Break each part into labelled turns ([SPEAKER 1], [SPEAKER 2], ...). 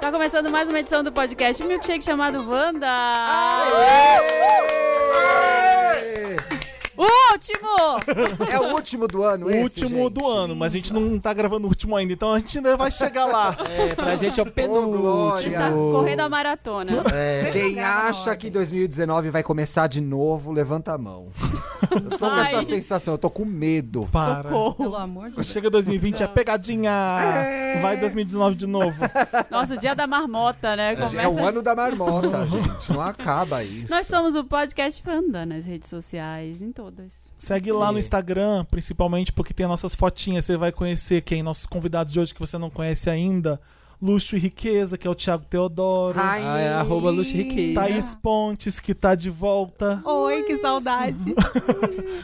[SPEAKER 1] Tá começando mais uma edição do podcast Milkshake chamado Wanda. Último!
[SPEAKER 2] É o último do ano,
[SPEAKER 3] O
[SPEAKER 2] esse,
[SPEAKER 3] último
[SPEAKER 2] gente?
[SPEAKER 3] do ano, mas a gente não tá gravando o último ainda, então a gente ainda vai chegar lá.
[SPEAKER 4] É, pra gente é o
[SPEAKER 1] A gente
[SPEAKER 2] glória.
[SPEAKER 4] penúltimo.
[SPEAKER 1] tá correndo a maratona.
[SPEAKER 2] É,
[SPEAKER 5] Vocês não
[SPEAKER 2] quem
[SPEAKER 5] gravam na
[SPEAKER 2] acha
[SPEAKER 5] ordem.
[SPEAKER 2] que 2019 vai começar de novo, levanta a mão. Eu tô com
[SPEAKER 1] Ai.
[SPEAKER 2] essa sensação, eu tô com medo.
[SPEAKER 3] Para.
[SPEAKER 1] Socorro.
[SPEAKER 5] Pelo amor de Deus.
[SPEAKER 3] Chega 2020, é pegadinha. Vai 2019 de novo.
[SPEAKER 1] Nossa, o dia da marmota, né? Começa...
[SPEAKER 2] É o ano da marmota,
[SPEAKER 4] Uhum.
[SPEAKER 2] gente. Não acaba isso.
[SPEAKER 1] Nós somos o podcast Wanda nas redes sociais, em todas.
[SPEAKER 3] Segue lá no Instagram, principalmente porque tem nossas fotinhas. Você vai conhecer quem? Nossos convidados de hoje que você não conhece ainda. Luxo e Riqueza, que é o Thiago Teodoro.
[SPEAKER 2] Ai.
[SPEAKER 4] Ah, é arroba Lux Riqueza.
[SPEAKER 3] Thaís Pontes, que tá de volta.
[SPEAKER 5] Oi, que saudade.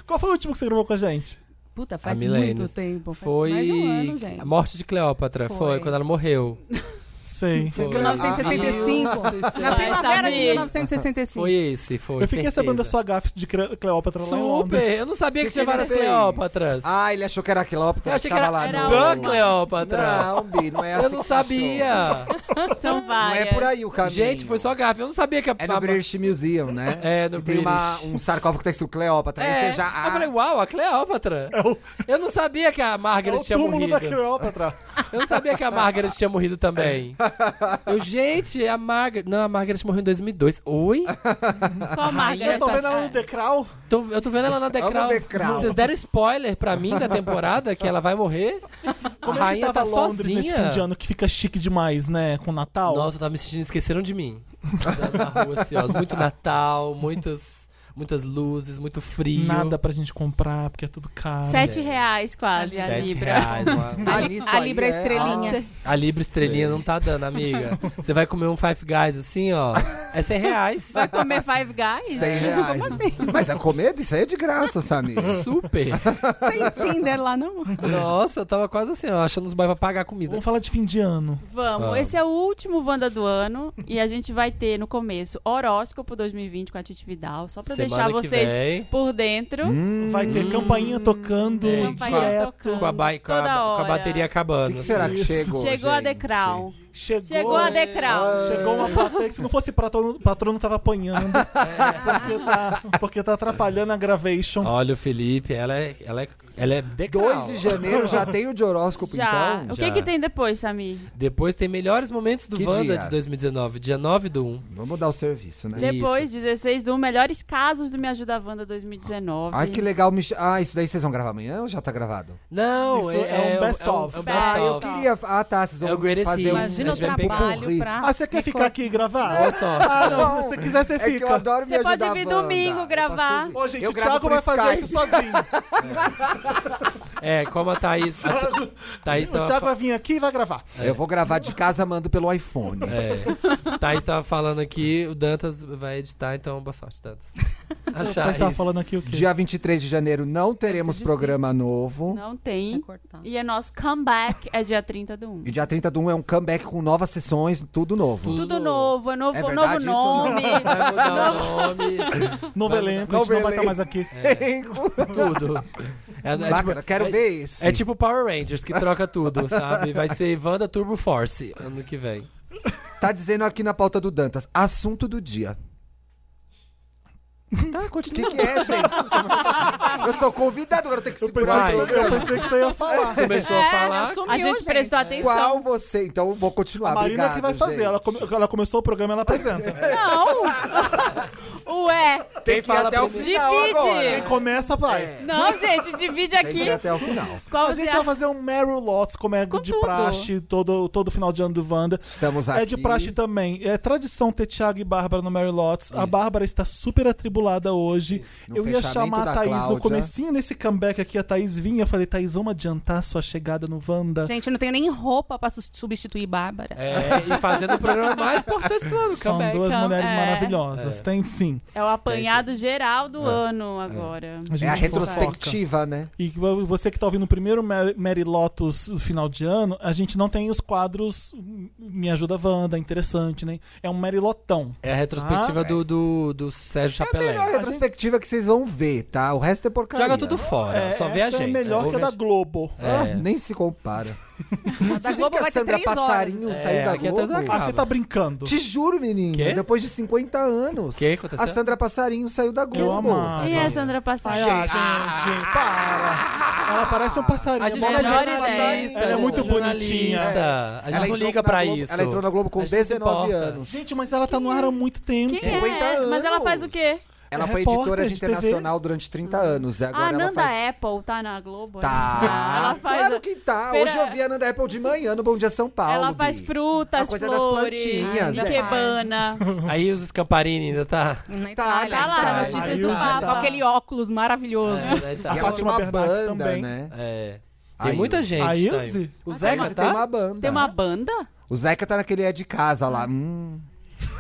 [SPEAKER 3] Qual foi o último que você gravou com a gente?
[SPEAKER 5] Puta,
[SPEAKER 4] A
[SPEAKER 5] faz
[SPEAKER 4] Milênia.
[SPEAKER 5] muito tempo. Faz mais de um
[SPEAKER 4] Foi
[SPEAKER 5] ano, gente.
[SPEAKER 4] a morte de Cleópatra. Foi,
[SPEAKER 5] Foi.
[SPEAKER 4] quando ela morreu.
[SPEAKER 3] Sei.
[SPEAKER 4] Foi.
[SPEAKER 5] 1965. Na
[SPEAKER 1] Vai
[SPEAKER 5] primavera de
[SPEAKER 1] saber.
[SPEAKER 5] 1965.
[SPEAKER 4] Foi esse, foi.
[SPEAKER 3] Eu fiquei
[SPEAKER 4] certeza.
[SPEAKER 3] sabendo da sua gafe de Cre- Cleópatra lá em Londres.
[SPEAKER 4] Super! Eu não sabia que tinha
[SPEAKER 2] Que
[SPEAKER 4] várias
[SPEAKER 2] ele fez?
[SPEAKER 4] Cleópatras.
[SPEAKER 2] Ah, ele achou que era Cleópatra.
[SPEAKER 4] Eu achei que
[SPEAKER 2] tava
[SPEAKER 4] era-
[SPEAKER 2] lá
[SPEAKER 1] era
[SPEAKER 2] no...
[SPEAKER 4] Van Cleópatra.
[SPEAKER 2] Não, Bi, não é assim
[SPEAKER 4] Eu não
[SPEAKER 2] que
[SPEAKER 4] sabia.
[SPEAKER 1] São
[SPEAKER 2] funciona. Não
[SPEAKER 1] várias.
[SPEAKER 2] é por aí o caminho.
[SPEAKER 4] Gente, foi só gafe. Eu não sabia que a
[SPEAKER 2] É no British Museum, né?
[SPEAKER 4] É, no
[SPEAKER 2] que tem uma-
[SPEAKER 4] British.
[SPEAKER 2] um sarcófago que tá escrito Cleópatra. Aí
[SPEAKER 4] É,
[SPEAKER 2] você já... Ah.
[SPEAKER 4] Eu falei, uau, a Cleópatra. Eu não sabia que a
[SPEAKER 3] É
[SPEAKER 4] Margaret
[SPEAKER 3] o
[SPEAKER 4] tinha
[SPEAKER 3] túmulo da
[SPEAKER 4] morrido.
[SPEAKER 3] Cleópatra.
[SPEAKER 4] Eu não sabia que a Margaret tinha morrido também. Eu, gente, a Margaret. Não, a Margaret morreu em 2002. Oi?
[SPEAKER 1] Qual marca?
[SPEAKER 3] Eu tô
[SPEAKER 1] dessa-
[SPEAKER 3] vendo ela no Decral.
[SPEAKER 4] Tô- eu tô vendo ela na Decral.
[SPEAKER 2] Decral.
[SPEAKER 4] Vocês deram spoiler pra mim da temporada que ela vai morrer?
[SPEAKER 3] Como
[SPEAKER 4] a
[SPEAKER 3] é que
[SPEAKER 4] rainha
[SPEAKER 3] tava
[SPEAKER 4] tá
[SPEAKER 3] Londres nesse fim de
[SPEAKER 4] sozinha.
[SPEAKER 3] ano que fica chique demais, né? Com Natal.
[SPEAKER 4] Nossa, eu tava me sentindo, esqueceram de mim. Na rua, assim, ó. Muito Natal, muitos, muitas luzes, muito frio.
[SPEAKER 3] Nada pra gente comprar, porque é tudo caro.
[SPEAKER 1] Sete reais quase a
[SPEAKER 4] Sete
[SPEAKER 1] libra.
[SPEAKER 4] reais, uma-
[SPEAKER 2] Ah, nisso
[SPEAKER 5] A
[SPEAKER 2] aí
[SPEAKER 5] Libra
[SPEAKER 2] é-
[SPEAKER 5] Estrelinha.
[SPEAKER 4] A Libra Estrelinha não tá dando, amiga. Você vai comer um Five Guys assim, ó. É 100 reais.
[SPEAKER 1] Vai comer Five Guys? Né?
[SPEAKER 2] 100 reais.
[SPEAKER 5] Como assim?
[SPEAKER 2] Mas a comida, isso aí é de graça, Samir.
[SPEAKER 4] Super.
[SPEAKER 5] Sem Tinder lá, não?
[SPEAKER 4] Nossa, eu tava quase assim, ó, achando os bairros pra pagar a comida.
[SPEAKER 3] Vamos falar de fim de ano.
[SPEAKER 1] Vamos.
[SPEAKER 4] Vamos.
[SPEAKER 1] Esse é o último Wanda do ano e a gente vai ter no começo horóscopo 2020 com a Titi Vidal, só pra
[SPEAKER 4] Semana
[SPEAKER 1] deixar
[SPEAKER 4] que
[SPEAKER 1] vocês
[SPEAKER 4] vem,
[SPEAKER 1] por dentro.
[SPEAKER 3] Vai ter
[SPEAKER 4] Hum.
[SPEAKER 3] campainha tocando
[SPEAKER 4] É,
[SPEAKER 1] Campainha
[SPEAKER 3] direto.
[SPEAKER 1] tocando
[SPEAKER 4] com a, ba- com a-
[SPEAKER 1] toda
[SPEAKER 4] com a
[SPEAKER 1] hora.
[SPEAKER 4] bateria
[SPEAKER 2] O
[SPEAKER 4] acabando.
[SPEAKER 2] que, que será que
[SPEAKER 3] Isso.
[SPEAKER 2] chegou,
[SPEAKER 1] Chegou a The
[SPEAKER 2] gente?
[SPEAKER 1] Crown.
[SPEAKER 3] Chegou,
[SPEAKER 1] Chegou
[SPEAKER 4] É.
[SPEAKER 1] a The Crown.
[SPEAKER 3] Chegou uma plateia que se não fosse patrono, patrono tava apanhando.
[SPEAKER 4] É.
[SPEAKER 3] Porque, tá, porque tá atrapalhando a gravation.
[SPEAKER 4] Olha o Felipe, ela é, ela é, ela é decal.
[SPEAKER 2] 2 de janeiro já tem o de horóscopo,
[SPEAKER 1] Já.
[SPEAKER 2] então?
[SPEAKER 1] o que
[SPEAKER 4] já.
[SPEAKER 1] que tem depois, Samir?
[SPEAKER 4] Depois tem melhores momentos do
[SPEAKER 2] Que
[SPEAKER 4] Wanda
[SPEAKER 2] dia?
[SPEAKER 4] de 2019, dia 9 do 1.
[SPEAKER 2] Vamos dar o serviço, né?
[SPEAKER 4] Isso.
[SPEAKER 1] Depois, 16 do Melhores Casos do Me Ajuda Wanda 2019.
[SPEAKER 2] Ai, que legal. Mich- Ah, isso daí vocês vão gravar amanhã ou já tá gravado?
[SPEAKER 4] Não,
[SPEAKER 3] Isso
[SPEAKER 4] é,
[SPEAKER 3] é um
[SPEAKER 4] o-
[SPEAKER 3] best
[SPEAKER 4] é o-
[SPEAKER 3] of.
[SPEAKER 4] É o
[SPEAKER 1] Ah,
[SPEAKER 4] best
[SPEAKER 1] eu
[SPEAKER 4] of.
[SPEAKER 1] Tá.
[SPEAKER 2] Queria... Ah, tá. Vocês vão
[SPEAKER 4] É o greatest
[SPEAKER 2] fazer
[SPEAKER 4] hits.
[SPEAKER 2] um...
[SPEAKER 5] Imagina o
[SPEAKER 4] Mas vai pegar.
[SPEAKER 5] trabalho pra.
[SPEAKER 3] Ah, você quer ficar aqui e gravar?
[SPEAKER 4] Boa sorte.
[SPEAKER 3] Ah, não.
[SPEAKER 2] bom.
[SPEAKER 3] Se você quiser, você
[SPEAKER 2] É que eu
[SPEAKER 3] fica.
[SPEAKER 2] adoro me
[SPEAKER 1] Você pode
[SPEAKER 2] ajudar,
[SPEAKER 1] vir
[SPEAKER 2] Wanda.
[SPEAKER 1] domingo
[SPEAKER 2] Eu posso
[SPEAKER 1] gravar.
[SPEAKER 2] vir.
[SPEAKER 3] Ô, gente,
[SPEAKER 2] Eu
[SPEAKER 3] o
[SPEAKER 2] gravo
[SPEAKER 3] Thiago
[SPEAKER 2] por
[SPEAKER 3] vai fazer
[SPEAKER 2] Skype.
[SPEAKER 3] isso sozinho.
[SPEAKER 4] É, como a Thaís. A Thaís
[SPEAKER 3] o
[SPEAKER 4] tava
[SPEAKER 3] Thiago vai vir aqui e vai gravar.
[SPEAKER 2] Eu vou gravar de casa, mando pelo iPhone.
[SPEAKER 4] É. Thaís tava falando aqui, o Dantas vai editar, então boa sorte, Dantas. Achar
[SPEAKER 3] Mas tava
[SPEAKER 4] isso.
[SPEAKER 3] falando aqui o quê?
[SPEAKER 2] Dia 23 de janeiro não teremos
[SPEAKER 4] difícil.
[SPEAKER 2] programa novo.
[SPEAKER 1] Não
[SPEAKER 5] Vai
[SPEAKER 1] tem.
[SPEAKER 5] cortar.
[SPEAKER 1] E é nosso comeback é dia 30 do 1.
[SPEAKER 2] E dia 30 de 1 é um comeback com novas sessões, tudo novo.
[SPEAKER 1] Tudo novo, é novo,
[SPEAKER 2] É
[SPEAKER 1] novo
[SPEAKER 2] verdade isso ou
[SPEAKER 1] nome.
[SPEAKER 4] Vai mudar o nome,
[SPEAKER 3] Novo elenco, a gente
[SPEAKER 2] Novo
[SPEAKER 3] não vai estar
[SPEAKER 2] elenco.
[SPEAKER 3] mais aqui.
[SPEAKER 4] É.
[SPEAKER 3] tipo,
[SPEAKER 4] tudo. É, é
[SPEAKER 2] Bacana,
[SPEAKER 4] tipo-
[SPEAKER 2] quero
[SPEAKER 4] é-
[SPEAKER 2] ver esse.
[SPEAKER 4] É tipo Power Rangers, que troca tudo, sabe? Vai ser Wanda Turbo Force ano que vem.
[SPEAKER 2] Tá dizendo aqui na pauta do Dantas, assunto do dia.
[SPEAKER 4] Tá,
[SPEAKER 2] O que,
[SPEAKER 4] continua.
[SPEAKER 2] que é, gente? Eu sou convidado, agora eu tenho que
[SPEAKER 3] Eu pensei,
[SPEAKER 2] segurar
[SPEAKER 4] Vai.
[SPEAKER 3] que,
[SPEAKER 2] o
[SPEAKER 3] eu
[SPEAKER 2] programa.
[SPEAKER 3] pensei que você ia falar.
[SPEAKER 4] Começou
[SPEAKER 2] É,
[SPEAKER 4] a falar.
[SPEAKER 1] A É, gente prestou atenção.
[SPEAKER 2] Qual você? Então eu vou continuar.
[SPEAKER 3] A Marina
[SPEAKER 2] Obrigado,
[SPEAKER 3] que vai fazer.
[SPEAKER 2] gente.
[SPEAKER 3] Ela, come- ela começou o programa, ela apresenta.
[SPEAKER 1] Não! Ué!
[SPEAKER 2] Tem que ir
[SPEAKER 4] fala
[SPEAKER 2] até o
[SPEAKER 4] primeiro?
[SPEAKER 2] final
[SPEAKER 1] Divide.
[SPEAKER 2] agora.
[SPEAKER 3] Quem começa, vai.
[SPEAKER 2] É.
[SPEAKER 1] Não, gente, divide
[SPEAKER 2] Tem que
[SPEAKER 1] aqui.
[SPEAKER 2] ir até o final.
[SPEAKER 1] Qual
[SPEAKER 3] A
[SPEAKER 1] você
[SPEAKER 3] gente
[SPEAKER 1] acha?
[SPEAKER 3] vai fazer um Meryl Lots, como é
[SPEAKER 1] assim, Com
[SPEAKER 3] de
[SPEAKER 1] tudo.
[SPEAKER 3] praxe, todo, todo final de ano do Wanda.
[SPEAKER 2] Estamos aqui.
[SPEAKER 3] É de praxe também. É tradição ter Thiago e Bárbara no Mary Lots. A Bárbara está super atribulada hoje.
[SPEAKER 2] No
[SPEAKER 3] eu ia
[SPEAKER 2] fechamento
[SPEAKER 3] chamar
[SPEAKER 2] da
[SPEAKER 3] a Thaís no
[SPEAKER 2] Cláudia.
[SPEAKER 3] comecinho desse comeback aqui. A Thaís vinha. Eu falei, Thaís, vamos adiantar sua chegada no Wanda.
[SPEAKER 5] Gente, eu não tenho nem roupa pra su- substituir Bárbara.
[SPEAKER 4] É, e fazendo o programa mais importante do ano,
[SPEAKER 3] São
[SPEAKER 4] comeback.
[SPEAKER 3] duas
[SPEAKER 1] come-
[SPEAKER 3] mulheres
[SPEAKER 1] é.
[SPEAKER 3] maravilhosas. Tem sim.
[SPEAKER 1] É o apanhado geral do ano agora.
[SPEAKER 2] É a
[SPEAKER 3] gente fofoca.
[SPEAKER 2] retrospectiva, né?
[SPEAKER 3] E vo- você que tá ouvindo o primeiro Mary Mary Lotus do final de ano, a gente não tem os quadros hum, Me Ajuda Wanda, interessante, né? É um Mary Lotão.
[SPEAKER 4] É a retrospectiva
[SPEAKER 2] Ah, É
[SPEAKER 4] do, do, do Sérgio Chapelé.
[SPEAKER 2] A retrospectiva que vocês vão ver, tá? O resto é porcaria.
[SPEAKER 4] Joga tudo fora,
[SPEAKER 3] é,
[SPEAKER 4] só vê a
[SPEAKER 3] essa
[SPEAKER 4] gente.
[SPEAKER 3] é melhor
[SPEAKER 4] Ouve
[SPEAKER 3] que a
[SPEAKER 4] a
[SPEAKER 3] da
[SPEAKER 4] gente.
[SPEAKER 3] Globo.
[SPEAKER 2] Ah,
[SPEAKER 4] É.
[SPEAKER 2] Nem se compara.
[SPEAKER 5] Da
[SPEAKER 2] Vocês viram
[SPEAKER 5] Globo
[SPEAKER 2] que a
[SPEAKER 5] vai ter
[SPEAKER 2] Sandra
[SPEAKER 5] três horas.
[SPEAKER 2] Passarinho
[SPEAKER 1] né?
[SPEAKER 4] É,
[SPEAKER 2] saiu da
[SPEAKER 4] aqui até
[SPEAKER 2] Globo?
[SPEAKER 3] Ah, você tá brincando.
[SPEAKER 2] Te juro, menino.
[SPEAKER 4] Quê? Tá
[SPEAKER 2] Depois de 50 anos.
[SPEAKER 4] O que aconteceu?
[SPEAKER 2] A Sandra Passarinho saiu da Globo.
[SPEAKER 3] amava.
[SPEAKER 1] E a Sandra Passarinho?
[SPEAKER 3] Ah, gente, para. Ela parece um passarinho.
[SPEAKER 4] A gente
[SPEAKER 3] Bom,
[SPEAKER 1] é
[SPEAKER 4] é
[SPEAKER 1] melhor
[SPEAKER 4] jornalista.
[SPEAKER 3] Ela é
[SPEAKER 4] a
[SPEAKER 3] muito
[SPEAKER 4] gente
[SPEAKER 3] bonitinha.
[SPEAKER 4] jornalista. A gente
[SPEAKER 2] entrou
[SPEAKER 4] não
[SPEAKER 2] na
[SPEAKER 4] liga pra
[SPEAKER 2] Globo-
[SPEAKER 4] isso.
[SPEAKER 2] é Ela entrou na Globo com
[SPEAKER 4] A gente não se
[SPEAKER 2] 19
[SPEAKER 4] importa.
[SPEAKER 2] anos.
[SPEAKER 3] Gente, mas ela tá no ar há muito tempo.
[SPEAKER 1] Quem é?
[SPEAKER 2] 50
[SPEAKER 1] Mas ela faz o
[SPEAKER 2] anos.
[SPEAKER 1] quê?
[SPEAKER 4] é
[SPEAKER 2] Ela foi
[SPEAKER 3] repórter
[SPEAKER 2] editora
[SPEAKER 3] de
[SPEAKER 2] de internacional durante 30 anos. é, Agora
[SPEAKER 1] a
[SPEAKER 2] ela
[SPEAKER 1] Ah, Nanda
[SPEAKER 2] faz...
[SPEAKER 1] Apple tá na Globo? né?
[SPEAKER 2] Tá.
[SPEAKER 1] Ela faz,
[SPEAKER 2] claro que tá.
[SPEAKER 1] Feira-
[SPEAKER 2] Hoje eu vi a Nanda Apple de manhã no Bom Dia São Paulo.
[SPEAKER 1] ela faz
[SPEAKER 2] Bi.
[SPEAKER 1] frutas,
[SPEAKER 2] A coisa das
[SPEAKER 1] flores,
[SPEAKER 2] plantinhas,
[SPEAKER 5] é.
[SPEAKER 1] ikebana.
[SPEAKER 4] Aí os Scamparini ainda tá.
[SPEAKER 5] Na
[SPEAKER 2] Tá,
[SPEAKER 5] Itália.
[SPEAKER 1] Tá lá,
[SPEAKER 2] Tá,
[SPEAKER 1] notícias
[SPEAKER 3] aí
[SPEAKER 1] do
[SPEAKER 3] usa,
[SPEAKER 5] Com
[SPEAKER 1] Papa.
[SPEAKER 5] aquele óculos maravilhoso.
[SPEAKER 4] É, né, tá.
[SPEAKER 2] E ela tem
[SPEAKER 3] Fátima
[SPEAKER 2] uma
[SPEAKER 3] Bernardes
[SPEAKER 2] banda,
[SPEAKER 3] também.
[SPEAKER 2] né?
[SPEAKER 4] É.
[SPEAKER 2] Aí,
[SPEAKER 4] Tem muita gente.
[SPEAKER 3] A
[SPEAKER 4] tá aí.
[SPEAKER 3] Ilze?
[SPEAKER 4] O
[SPEAKER 2] Zeca
[SPEAKER 4] Zeca
[SPEAKER 2] tem uma
[SPEAKER 4] tá?
[SPEAKER 2] banda.
[SPEAKER 1] Tem uma banda?
[SPEAKER 2] O Zeca tá naquele é de casa lá. Hum.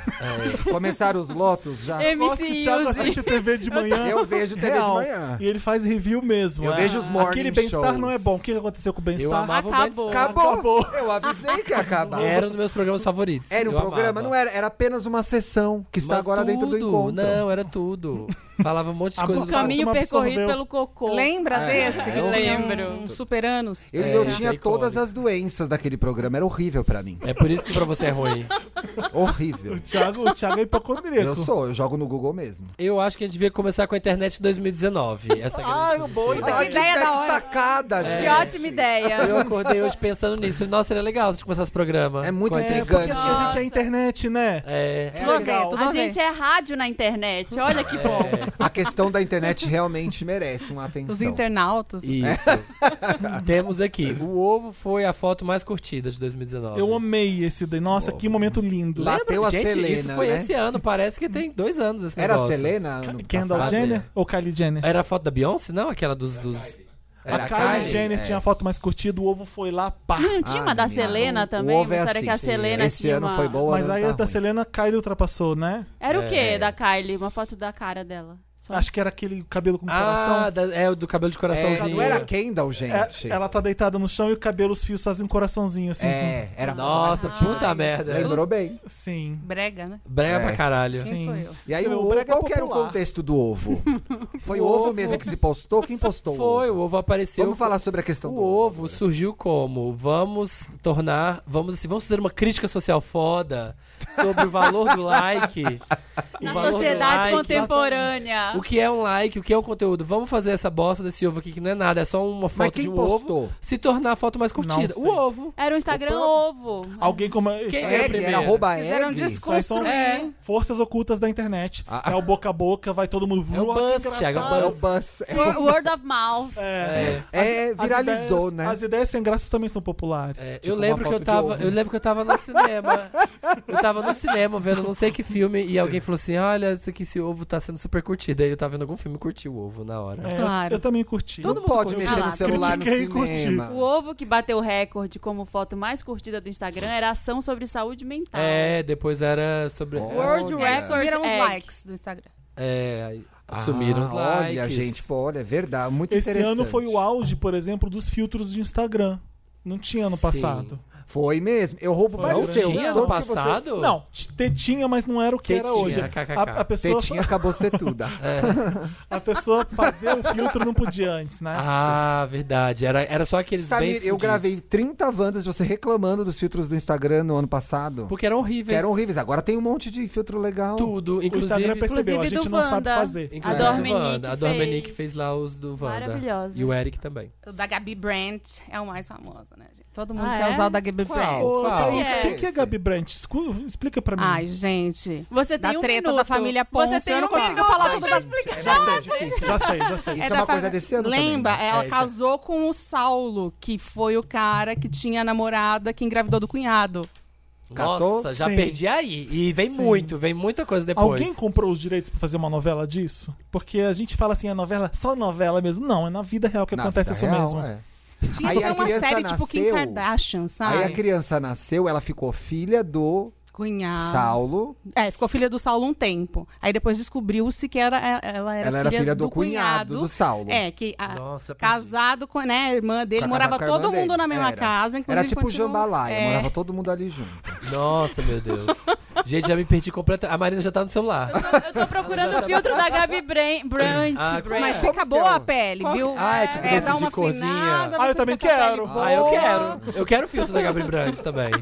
[SPEAKER 2] É. Começaram os lotos já?
[SPEAKER 3] Nossa, que o
[SPEAKER 1] MC
[SPEAKER 3] Thiago
[SPEAKER 1] Uzi.
[SPEAKER 3] assiste TV de manhã.
[SPEAKER 2] Eu vejo TV
[SPEAKER 3] Real.
[SPEAKER 2] de manhã.
[SPEAKER 3] E ele faz review mesmo.
[SPEAKER 2] Eu
[SPEAKER 3] é.
[SPEAKER 2] vejo os morning
[SPEAKER 3] Aquele bem-estar
[SPEAKER 2] shows.
[SPEAKER 3] não é bom. O que aconteceu com o
[SPEAKER 4] Eu
[SPEAKER 3] bem-estar?
[SPEAKER 4] amava
[SPEAKER 1] Acabou.
[SPEAKER 4] o Bandidos.
[SPEAKER 2] Ah, Acabou.
[SPEAKER 3] Acabou.
[SPEAKER 2] Eu avisei que ia acabar.
[SPEAKER 4] Era um dos meus programas favoritos.
[SPEAKER 2] Era um
[SPEAKER 4] Eu
[SPEAKER 2] programa,
[SPEAKER 4] amava.
[SPEAKER 2] não era, era apenas uma sessão que está
[SPEAKER 4] Mas
[SPEAKER 2] agora dentro do
[SPEAKER 4] tudo.
[SPEAKER 2] encontro.
[SPEAKER 4] Não, era tudo. Falava um monte de
[SPEAKER 3] A
[SPEAKER 4] coisa.
[SPEAKER 1] O
[SPEAKER 3] boca-
[SPEAKER 4] do-
[SPEAKER 1] caminho
[SPEAKER 3] Fátima
[SPEAKER 1] percorrido
[SPEAKER 3] absorveu.
[SPEAKER 1] pelo cocô.
[SPEAKER 5] Lembra desse? Que
[SPEAKER 4] eu
[SPEAKER 5] tinha
[SPEAKER 1] lembro.
[SPEAKER 5] um, um super anos?
[SPEAKER 2] Eu,
[SPEAKER 4] É,
[SPEAKER 2] eu
[SPEAKER 4] isso é
[SPEAKER 2] tinha todas
[SPEAKER 4] icônico.
[SPEAKER 2] as doenças daquele programa, era horrível pra mim.
[SPEAKER 4] É por isso que pra você é ruim.
[SPEAKER 2] Horrível.
[SPEAKER 3] O Thiago, o Thiago é hipocondríaco.
[SPEAKER 2] Eu sou, eu jogo no Google mesmo.
[SPEAKER 4] Eu acho que a gente devia começar com a internet em 2019. Essa grande
[SPEAKER 3] Ah,
[SPEAKER 4] discussão.
[SPEAKER 3] boa ideia.
[SPEAKER 5] que ideia da hora.
[SPEAKER 2] sacada, gente.
[SPEAKER 1] Que ótima
[SPEAKER 4] Eu
[SPEAKER 1] ideia.
[SPEAKER 4] acordei hoje pensando nisso. Falei, Nossa, seria legal se a gente começasse esse programa.
[SPEAKER 2] É muito
[SPEAKER 4] Com a
[SPEAKER 3] É,
[SPEAKER 4] internet.
[SPEAKER 2] intrigante.
[SPEAKER 3] porque assim, a gente é internet, né?
[SPEAKER 4] É.
[SPEAKER 2] É
[SPEAKER 5] Tudo a
[SPEAKER 2] legal.
[SPEAKER 5] ver, tudo
[SPEAKER 1] A
[SPEAKER 5] a ver.
[SPEAKER 1] gente é rádio na internet. Olha que bom.
[SPEAKER 2] A questão da internet realmente merece uma atenção.
[SPEAKER 5] Os internautas.
[SPEAKER 4] Isso. Temos aqui. O ovo foi a foto mais curtida de 2019.
[SPEAKER 3] Eu amei esse daí. Nossa, que momento lindo.
[SPEAKER 2] Lá- Bateu a
[SPEAKER 4] gente, Isso
[SPEAKER 2] Selena,
[SPEAKER 4] foi
[SPEAKER 2] né?
[SPEAKER 4] esse ano. Parece que tem dois anos esse
[SPEAKER 2] Era a
[SPEAKER 4] negócio.
[SPEAKER 2] Selena? ano
[SPEAKER 3] Kendall
[SPEAKER 2] passado?
[SPEAKER 4] Passado,
[SPEAKER 3] Jenner
[SPEAKER 4] é.
[SPEAKER 3] ou Kylie Jenner?
[SPEAKER 4] Era a foto da Beyoncé? Não, aquela dos... dos... Era
[SPEAKER 3] a Kylie, Jenner
[SPEAKER 4] é.
[SPEAKER 3] tinha a foto mais curtida, o ovo foi lá, pá.
[SPEAKER 1] Não tinha uma
[SPEAKER 2] Ah,
[SPEAKER 1] da
[SPEAKER 2] menina,
[SPEAKER 1] Selena
[SPEAKER 2] o-
[SPEAKER 1] também?
[SPEAKER 2] o ovo é
[SPEAKER 1] Mostraram que a
[SPEAKER 2] assim,
[SPEAKER 1] Selena
[SPEAKER 2] Esse
[SPEAKER 1] tinha
[SPEAKER 2] ano
[SPEAKER 1] uma-
[SPEAKER 2] foi boa,
[SPEAKER 3] Mas
[SPEAKER 2] ano
[SPEAKER 3] aí
[SPEAKER 2] tá
[SPEAKER 3] a da
[SPEAKER 2] ruim.
[SPEAKER 3] Selena, Kylie ultrapassou, né?
[SPEAKER 1] Era o quê
[SPEAKER 4] É.
[SPEAKER 1] da Kylie? Uma foto da cara dela.
[SPEAKER 2] Ah.
[SPEAKER 1] Só.
[SPEAKER 3] Acho que era aquele cabelo com
[SPEAKER 4] Ah,
[SPEAKER 3] coração.
[SPEAKER 4] da, é o do cabelo de
[SPEAKER 2] É,
[SPEAKER 4] coraçãozinho.
[SPEAKER 2] não era Kendall, gente.
[SPEAKER 3] É, ela tá deitada no chão e o cabelo, os fios fazem um coraçãozinho, assim.
[SPEAKER 2] É, era
[SPEAKER 4] Nossa, puta merda.
[SPEAKER 2] Lembrou bem.
[SPEAKER 3] Sim.
[SPEAKER 5] Brega, né?
[SPEAKER 4] Brega
[SPEAKER 2] É.
[SPEAKER 4] pra caralho.
[SPEAKER 5] Quem
[SPEAKER 3] Sim.
[SPEAKER 5] sou eu?
[SPEAKER 2] E aí,
[SPEAKER 3] Você
[SPEAKER 2] o
[SPEAKER 3] vê, o
[SPEAKER 2] ovo,
[SPEAKER 3] brega
[SPEAKER 2] qual que era o
[SPEAKER 3] popular.
[SPEAKER 2] contexto do ovo? Foi o
[SPEAKER 4] O
[SPEAKER 2] ovo
[SPEAKER 4] ovo.
[SPEAKER 2] mesmo que se postou? Quem postou? o
[SPEAKER 4] Foi,
[SPEAKER 2] ovo?
[SPEAKER 4] o ovo apareceu.
[SPEAKER 2] Vamos falar sobre a questão do
[SPEAKER 4] O ovo surgiu como? Vamos tornar, vamos assim, vamos fazer uma crítica social foda sobre o valor do like. o
[SPEAKER 1] Na
[SPEAKER 4] valor do
[SPEAKER 1] sociedade
[SPEAKER 4] like,
[SPEAKER 1] contemporânea.
[SPEAKER 4] O que é um like, o que é um conteúdo. Vamos fazer essa bosta desse ovo aqui que não é nada, é só uma
[SPEAKER 2] Mas
[SPEAKER 4] foto
[SPEAKER 2] quem
[SPEAKER 4] de um ovo.
[SPEAKER 2] postou?
[SPEAKER 4] Se tornar a foto mais curtida.
[SPEAKER 3] sei.
[SPEAKER 4] O ovo.
[SPEAKER 1] Era o Instagram
[SPEAKER 2] Opa.
[SPEAKER 1] ovo.
[SPEAKER 3] Alguém como.
[SPEAKER 4] Quem
[SPEAKER 2] É,
[SPEAKER 4] é
[SPEAKER 2] que era
[SPEAKER 4] primeiro?
[SPEAKER 2] arroba
[SPEAKER 5] Fizeram
[SPEAKER 2] egg.
[SPEAKER 5] desconstruir.
[SPEAKER 4] É.
[SPEAKER 3] Forças ocultas da internet.
[SPEAKER 2] Ah.
[SPEAKER 3] É o boca a boca, vai todo mundo.
[SPEAKER 4] É o
[SPEAKER 3] "Uau, que
[SPEAKER 4] Buzz, Thiago, é o
[SPEAKER 3] engraçado."
[SPEAKER 2] É o
[SPEAKER 4] Buzz.
[SPEAKER 2] buzz.
[SPEAKER 1] Wor- Word of mouth.
[SPEAKER 3] É.
[SPEAKER 4] É.
[SPEAKER 2] É,
[SPEAKER 3] As
[SPEAKER 2] viralizou,
[SPEAKER 3] ideias-
[SPEAKER 2] né?
[SPEAKER 3] As ideias sem graça também são populares.
[SPEAKER 4] É,
[SPEAKER 2] Tipo
[SPEAKER 4] eu
[SPEAKER 2] uma
[SPEAKER 4] lembro que
[SPEAKER 2] foto
[SPEAKER 4] eu
[SPEAKER 2] de
[SPEAKER 4] tava,
[SPEAKER 2] ovo.
[SPEAKER 4] eu lembro que eu tava no cinema. eu tava no cinema vendo não sei que filme e alguém falou assim: "Olha, isso aqui esse ovo tá sendo super curtido". Aí eu tava vendo algum filme e curti o ovo na hora.
[SPEAKER 3] É,
[SPEAKER 5] Claro.
[SPEAKER 3] Eu, eu também curti.
[SPEAKER 4] Todo
[SPEAKER 2] Não
[SPEAKER 4] mundo
[SPEAKER 2] pode
[SPEAKER 4] curtiu.
[SPEAKER 2] mexer
[SPEAKER 5] Ah,
[SPEAKER 2] no celular no
[SPEAKER 3] critiquei e curti.
[SPEAKER 2] cinema.
[SPEAKER 1] O ovo que bateu o recorde como foto mais curtida do Instagram era ação sobre saúde mental.
[SPEAKER 4] É, depois era sobre.
[SPEAKER 2] Olha.
[SPEAKER 1] World
[SPEAKER 2] Olha.
[SPEAKER 5] Eles
[SPEAKER 1] Record
[SPEAKER 5] subiram os
[SPEAKER 1] egg.
[SPEAKER 5] likes do Instagram.
[SPEAKER 4] É, aí sumiram os
[SPEAKER 2] Ah,
[SPEAKER 4] likes.
[SPEAKER 2] Olha, gente, pô, olha, é verdade. Muito
[SPEAKER 3] Esse
[SPEAKER 2] interessante.
[SPEAKER 3] ano foi o auge, por exemplo, dos filtros de Instagram. Não tinha ano
[SPEAKER 4] Sim.
[SPEAKER 3] passado.
[SPEAKER 2] Foi mesmo. Eu roubo
[SPEAKER 3] Foi
[SPEAKER 2] vários
[SPEAKER 4] Não
[SPEAKER 3] o
[SPEAKER 2] seus.
[SPEAKER 4] tinha
[SPEAKER 2] Todos
[SPEAKER 4] ano
[SPEAKER 2] que você-
[SPEAKER 4] passado?
[SPEAKER 3] Não, t- te- tinha, mas não era o que era
[SPEAKER 4] Tetinha,
[SPEAKER 3] hoje.
[SPEAKER 4] kkk.
[SPEAKER 3] A, a pessoa,
[SPEAKER 2] Tetinha acabou setuda.
[SPEAKER 3] a pessoa fazer o filtro não podia antes, né?
[SPEAKER 4] Ah, verdade. Era, era só aqueles bem
[SPEAKER 2] Samir, eu
[SPEAKER 4] fudidos.
[SPEAKER 2] gravei 30 Wandas você reclamando dos filtros do Instagram no ano passado.
[SPEAKER 4] Porque eram
[SPEAKER 2] Que
[SPEAKER 4] horríveis.
[SPEAKER 2] eram horríveis. é Agora tem um monte de filtro legal.
[SPEAKER 4] Tudo,
[SPEAKER 3] o Instagram
[SPEAKER 4] inclusive.
[SPEAKER 3] percebeu, a
[SPEAKER 1] inclusive
[SPEAKER 3] gente
[SPEAKER 1] do
[SPEAKER 3] não sabe
[SPEAKER 1] Wanda.
[SPEAKER 3] fazer.
[SPEAKER 4] Inclusive
[SPEAKER 2] A
[SPEAKER 4] do
[SPEAKER 1] Dormenique
[SPEAKER 4] Wanda. A
[SPEAKER 1] fez.
[SPEAKER 4] Dormenique fez lá os do Wanda.
[SPEAKER 1] Maravilhosa.
[SPEAKER 4] E o Eric também.
[SPEAKER 5] O da Gabi Brandt é o mais famoso, né, gente? Todo mundo
[SPEAKER 1] Ah,
[SPEAKER 5] quer
[SPEAKER 1] é?
[SPEAKER 5] usar o da Gabi
[SPEAKER 2] Então,
[SPEAKER 4] Qual?
[SPEAKER 5] Brandt.
[SPEAKER 3] Ô,
[SPEAKER 4] Qual?
[SPEAKER 3] Thaís,
[SPEAKER 1] É.
[SPEAKER 3] quem que é Gabi Brandt? Escu- Explica pra mim.
[SPEAKER 5] Ai, gente.
[SPEAKER 1] Você
[SPEAKER 5] Da
[SPEAKER 1] tem um
[SPEAKER 5] treta
[SPEAKER 1] minuto.
[SPEAKER 5] da família Ponce,
[SPEAKER 1] Você tem
[SPEAKER 5] eu não
[SPEAKER 1] um
[SPEAKER 5] consigo
[SPEAKER 1] minuto
[SPEAKER 5] falar
[SPEAKER 1] pra
[SPEAKER 5] tudo das-
[SPEAKER 1] explicar.
[SPEAKER 3] já sei, difícil, já sei, já sei.
[SPEAKER 2] Isso é
[SPEAKER 5] da
[SPEAKER 2] uma
[SPEAKER 5] fam-
[SPEAKER 2] coisa desse ano também,
[SPEAKER 5] Lembra?
[SPEAKER 2] né?
[SPEAKER 5] Ela
[SPEAKER 4] É, isso é.
[SPEAKER 5] casou com o Saulo, que foi o cara que tinha a namorada que engravidou do cunhado.
[SPEAKER 2] Catou?
[SPEAKER 4] Nossa, já
[SPEAKER 3] Sim.
[SPEAKER 4] perdi aí. E vem
[SPEAKER 3] Sim.
[SPEAKER 4] muito, vem muita coisa depois.
[SPEAKER 3] Alguém comprou os direitos pra fazer uma novela disso? Porque a gente fala assim, é novela, só novela mesmo. Não, é na vida real que
[SPEAKER 2] Na
[SPEAKER 3] acontece
[SPEAKER 2] vida
[SPEAKER 3] isso
[SPEAKER 2] real,
[SPEAKER 3] mesmo.
[SPEAKER 2] é.
[SPEAKER 5] Tinha
[SPEAKER 2] Aí
[SPEAKER 5] que ter
[SPEAKER 2] a
[SPEAKER 5] uma
[SPEAKER 2] criança
[SPEAKER 5] série tipo Kim
[SPEAKER 2] nasceu,
[SPEAKER 5] Kardashian, sabe?
[SPEAKER 2] Aí a criança nasceu, ela ficou filha do
[SPEAKER 5] Cunhado.
[SPEAKER 2] Saulo.
[SPEAKER 5] É, ficou filha do Saulo um tempo. Aí depois descobriu-se que era, é, ela era
[SPEAKER 2] ela era filha do, cunhado do Saulo.
[SPEAKER 5] É, que
[SPEAKER 1] Ah,
[SPEAKER 5] a-
[SPEAKER 4] Nossa,
[SPEAKER 5] casado com né, a irmã dele,
[SPEAKER 2] Tá
[SPEAKER 5] morava
[SPEAKER 2] casado com a irmã
[SPEAKER 5] todo mundo
[SPEAKER 2] dele.
[SPEAKER 5] na mesma
[SPEAKER 2] Era.
[SPEAKER 5] casa. Inclusive É.
[SPEAKER 2] Era tipo
[SPEAKER 5] continuou-
[SPEAKER 2] jambalaya,
[SPEAKER 5] É.
[SPEAKER 2] morava todo mundo ali junto.
[SPEAKER 4] Nossa, meu Deus. Gente, já me perdi completamente. A Marina já tá no celular.
[SPEAKER 1] Eu tô- Eu tô procurando o filtro da Gabi Bran- Brandt.
[SPEAKER 4] é Ah, como
[SPEAKER 5] Mas
[SPEAKER 4] é?
[SPEAKER 5] fica boa a pele, viu?
[SPEAKER 4] Ah, é tipo
[SPEAKER 5] É,
[SPEAKER 4] doce
[SPEAKER 5] dá uma
[SPEAKER 4] de corzinha.
[SPEAKER 5] afinada.
[SPEAKER 3] Ah, eu
[SPEAKER 5] você
[SPEAKER 3] também
[SPEAKER 5] fica com a pele
[SPEAKER 3] quero.
[SPEAKER 5] boa.
[SPEAKER 4] Ah, eu quero. Eu quero o filtro da Gabri Brandt também.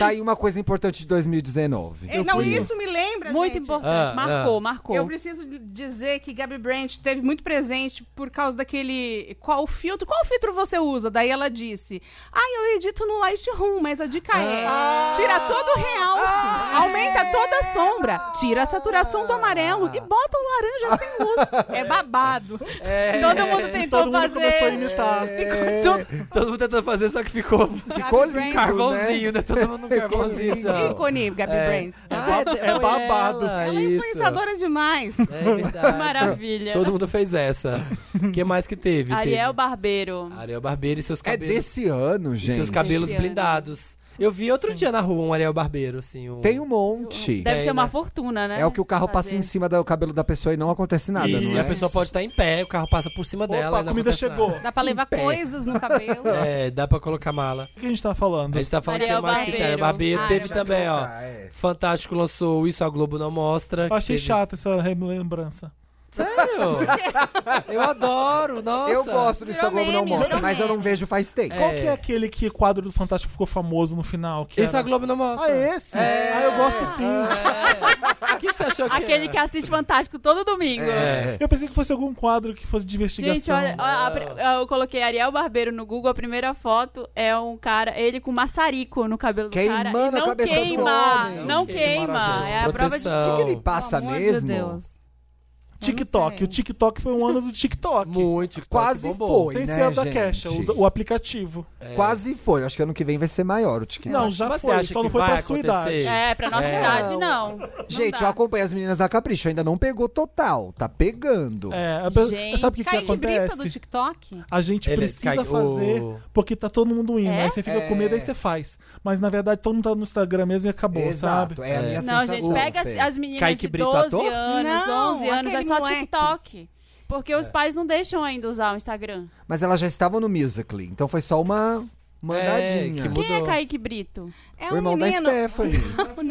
[SPEAKER 2] Tá aí uma coisa importante de 2019.
[SPEAKER 5] É, não, isso me lembra,
[SPEAKER 1] Muito
[SPEAKER 5] gente.
[SPEAKER 1] importante.
[SPEAKER 4] Ah,
[SPEAKER 1] marcou,
[SPEAKER 4] ah.
[SPEAKER 1] marcou.
[SPEAKER 5] Eu preciso de- dizer que Gabi Brandt teve muito presente por causa daquele. Qual filtro? Qual filtro você usa? Daí ela disse: Ah, eu edito no Lightroom, mas a dica é:
[SPEAKER 4] Ah.
[SPEAKER 5] tira todo o realce, aumenta toda a sombra, tira a saturação do amarelo e bota um laranja sem luz. É babado. É,
[SPEAKER 4] É.
[SPEAKER 1] Todo mundo tentou
[SPEAKER 3] Todo mundo
[SPEAKER 1] fazer.
[SPEAKER 3] começou a imitar.
[SPEAKER 5] tá, Tudo-
[SPEAKER 4] Todo mundo tentando fazer, só que ficou um
[SPEAKER 2] É. Ficou
[SPEAKER 5] Gabi Brandt.
[SPEAKER 2] lindo,
[SPEAKER 4] carvãozinho, né? Todo mundo um carvãozinho. só.
[SPEAKER 5] Ícone, Gabi Brandt.
[SPEAKER 4] Ah,
[SPEAKER 3] ba-
[SPEAKER 4] é,
[SPEAKER 3] é
[SPEAKER 4] foi
[SPEAKER 3] babado.
[SPEAKER 4] Ela,
[SPEAKER 5] Ela é
[SPEAKER 4] isso.
[SPEAKER 5] influenciadora demais.
[SPEAKER 4] É verdade.
[SPEAKER 1] Maravilha.
[SPEAKER 4] Todo mundo fez essa. O que mais que teve?
[SPEAKER 1] Ariel
[SPEAKER 4] Teve
[SPEAKER 1] Barbeiro.
[SPEAKER 4] Ariel Barbeiro e seus
[SPEAKER 2] É
[SPEAKER 4] cabelos.
[SPEAKER 2] desse ano,
[SPEAKER 4] e
[SPEAKER 2] gente.
[SPEAKER 4] seus cabelos
[SPEAKER 1] Esse ano. né?
[SPEAKER 4] blindados. Eu vi outro dia na rua um Ariel Barbeiro, assim. Um...
[SPEAKER 2] Tem um monte.
[SPEAKER 1] Deve
[SPEAKER 4] Tem,
[SPEAKER 1] ser uma
[SPEAKER 4] né?
[SPEAKER 1] fortuna, né?
[SPEAKER 2] É o que o carro passa
[SPEAKER 1] Fazer.
[SPEAKER 2] em cima do cabelo da pessoa e não acontece nada,
[SPEAKER 4] Isso,
[SPEAKER 2] não
[SPEAKER 4] e
[SPEAKER 2] é?
[SPEAKER 4] a pessoa pode estar em pé, o carro passa por cima dela.
[SPEAKER 3] Opa,
[SPEAKER 4] e
[SPEAKER 3] a
[SPEAKER 4] não
[SPEAKER 3] comida
[SPEAKER 4] acontece
[SPEAKER 3] chegou.
[SPEAKER 5] Dá pra levar coisas no cabelo.
[SPEAKER 4] nada. É, dá pra colocar mala.
[SPEAKER 3] O que a gente tá falando?
[SPEAKER 4] A gente tá falando
[SPEAKER 1] Ariel
[SPEAKER 4] que é mais que tem. Ariel
[SPEAKER 5] Barbeiro.
[SPEAKER 4] Barbeiro.
[SPEAKER 5] Ah,
[SPEAKER 1] é
[SPEAKER 4] teve
[SPEAKER 5] Ariel
[SPEAKER 4] também, ó.
[SPEAKER 2] é.
[SPEAKER 4] Fantástico lançou Isso a Globo Não Mostra.
[SPEAKER 3] Eu achei
[SPEAKER 4] Teve-
[SPEAKER 3] chata essa lembrança.
[SPEAKER 4] Sério? eu adoro, nossa.
[SPEAKER 2] Eu gosto disso, a
[SPEAKER 5] Virou
[SPEAKER 2] Globo não
[SPEAKER 5] meme,
[SPEAKER 2] mostra,
[SPEAKER 5] virou
[SPEAKER 2] mas eu não
[SPEAKER 5] meme.
[SPEAKER 2] vejo faz tempo.
[SPEAKER 4] É.
[SPEAKER 3] Qual que é aquele que quadro do Fantástico ficou famoso no final? Que
[SPEAKER 4] Isso
[SPEAKER 3] era-
[SPEAKER 4] a Globo Não Mostra.
[SPEAKER 3] Ah, esse?
[SPEAKER 4] É.
[SPEAKER 3] Ah, eu gosto sim.
[SPEAKER 4] É. O que você achou que
[SPEAKER 1] Aquele
[SPEAKER 4] era?
[SPEAKER 1] que assiste Fantástico todo domingo.
[SPEAKER 4] É.
[SPEAKER 3] Eu pensei que fosse algum quadro que fosse de investigação.
[SPEAKER 1] Gente, olha, ó, a pri- eu coloquei Ariel Barbeiro no Google, a primeira foto é um cara, ele com maçarico no cabelo do cara.
[SPEAKER 2] Queimando
[SPEAKER 1] E não
[SPEAKER 2] a cabeça do
[SPEAKER 1] queima,
[SPEAKER 2] homem.
[SPEAKER 1] não
[SPEAKER 4] Que
[SPEAKER 1] queima.
[SPEAKER 4] maravilha,
[SPEAKER 1] É a prova de.
[SPEAKER 4] proteção.
[SPEAKER 2] O que, que ele passa
[SPEAKER 5] Pelo amor de
[SPEAKER 2] mesmo?
[SPEAKER 5] Deus.
[SPEAKER 3] TikTok. O TikTok foi um ano do TikTok.
[SPEAKER 4] Muito. que
[SPEAKER 2] Quase
[SPEAKER 4] bombou.
[SPEAKER 2] foi,
[SPEAKER 3] Sem
[SPEAKER 2] né,
[SPEAKER 3] ser a da
[SPEAKER 2] gente?
[SPEAKER 3] Kesha, o, da- o aplicativo.
[SPEAKER 4] É.
[SPEAKER 2] Quase foi. Acho que ano que vem vai ser maior o TikTok.
[SPEAKER 3] Não,
[SPEAKER 4] acho
[SPEAKER 3] já
[SPEAKER 4] que você
[SPEAKER 3] foi,
[SPEAKER 4] acha
[SPEAKER 3] só não
[SPEAKER 4] que
[SPEAKER 3] foi
[SPEAKER 4] vai
[SPEAKER 3] pra sua
[SPEAKER 4] acontecer?
[SPEAKER 3] idade.
[SPEAKER 1] É, pra nossa
[SPEAKER 4] É.
[SPEAKER 1] idade, não. Não
[SPEAKER 2] Gente,
[SPEAKER 1] dá.
[SPEAKER 2] eu acompanho as meninas da Capricho, ainda não pegou total, tá pegando.
[SPEAKER 3] É, a pe-
[SPEAKER 1] Gente.
[SPEAKER 3] sabe o que, que
[SPEAKER 5] Kaique Brito do
[SPEAKER 3] acontece?
[SPEAKER 5] TikTok?
[SPEAKER 3] A gente
[SPEAKER 4] Ele-
[SPEAKER 3] precisa
[SPEAKER 4] Kaique-
[SPEAKER 3] fazer
[SPEAKER 4] o-
[SPEAKER 3] porque tá todo mundo indo.
[SPEAKER 1] É?
[SPEAKER 3] Aí você fica
[SPEAKER 2] É.
[SPEAKER 3] com medo, aí você faz. Mas na verdade todo mundo tá no Instagram mesmo e acabou,
[SPEAKER 2] Exato,
[SPEAKER 3] sabe?
[SPEAKER 2] é a
[SPEAKER 4] É.
[SPEAKER 2] minha
[SPEAKER 1] Não,
[SPEAKER 2] sensação, É.
[SPEAKER 1] gente, pega as,
[SPEAKER 2] Fê.
[SPEAKER 1] as meninas
[SPEAKER 4] Kaique
[SPEAKER 1] de
[SPEAKER 4] Brito,
[SPEAKER 1] 12
[SPEAKER 4] ator?
[SPEAKER 1] anos,
[SPEAKER 5] Não,
[SPEAKER 1] 11 anos, é
[SPEAKER 5] aquele
[SPEAKER 1] só
[SPEAKER 5] moleque.
[SPEAKER 1] TikTok. Porque
[SPEAKER 4] É.
[SPEAKER 1] os pais não deixam ainda usar o Instagram.
[SPEAKER 2] Mas elas já estavam no Musical.ly, então foi só uma mandadinha.
[SPEAKER 4] que É, mu-
[SPEAKER 1] Quem é
[SPEAKER 4] Mudou.
[SPEAKER 1] Kaique Brito?
[SPEAKER 5] É
[SPEAKER 2] o
[SPEAKER 5] um
[SPEAKER 2] irmão
[SPEAKER 5] menino.
[SPEAKER 2] da Stephanie.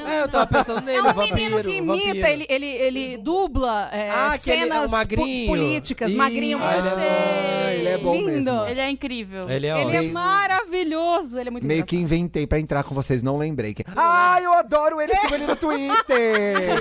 [SPEAKER 4] É, eu tava pensando nele,
[SPEAKER 5] É um
[SPEAKER 4] o vampiro,
[SPEAKER 5] menino que
[SPEAKER 4] o
[SPEAKER 5] imita,
[SPEAKER 4] vampiro.
[SPEAKER 5] ele, ele, ele dubla é,
[SPEAKER 4] Ah, que ele é o
[SPEAKER 5] cenas po-
[SPEAKER 4] magrinho.
[SPEAKER 5] políticas,
[SPEAKER 4] Ih,
[SPEAKER 5] magrinho,
[SPEAKER 4] ah,
[SPEAKER 5] mas
[SPEAKER 1] ele é-
[SPEAKER 2] Ah, ele é bom
[SPEAKER 5] Lindo.
[SPEAKER 2] mesmo.
[SPEAKER 1] Ele é incrível.
[SPEAKER 4] Ele é
[SPEAKER 5] ele é
[SPEAKER 4] ótimo.
[SPEAKER 5] maravilhoso, ele é muito
[SPEAKER 2] Meio que inventei pra entrar com vocês, não lembrei. Que... Ah, eu adoro ele, sigo ele no
[SPEAKER 5] é
[SPEAKER 2] Twitter!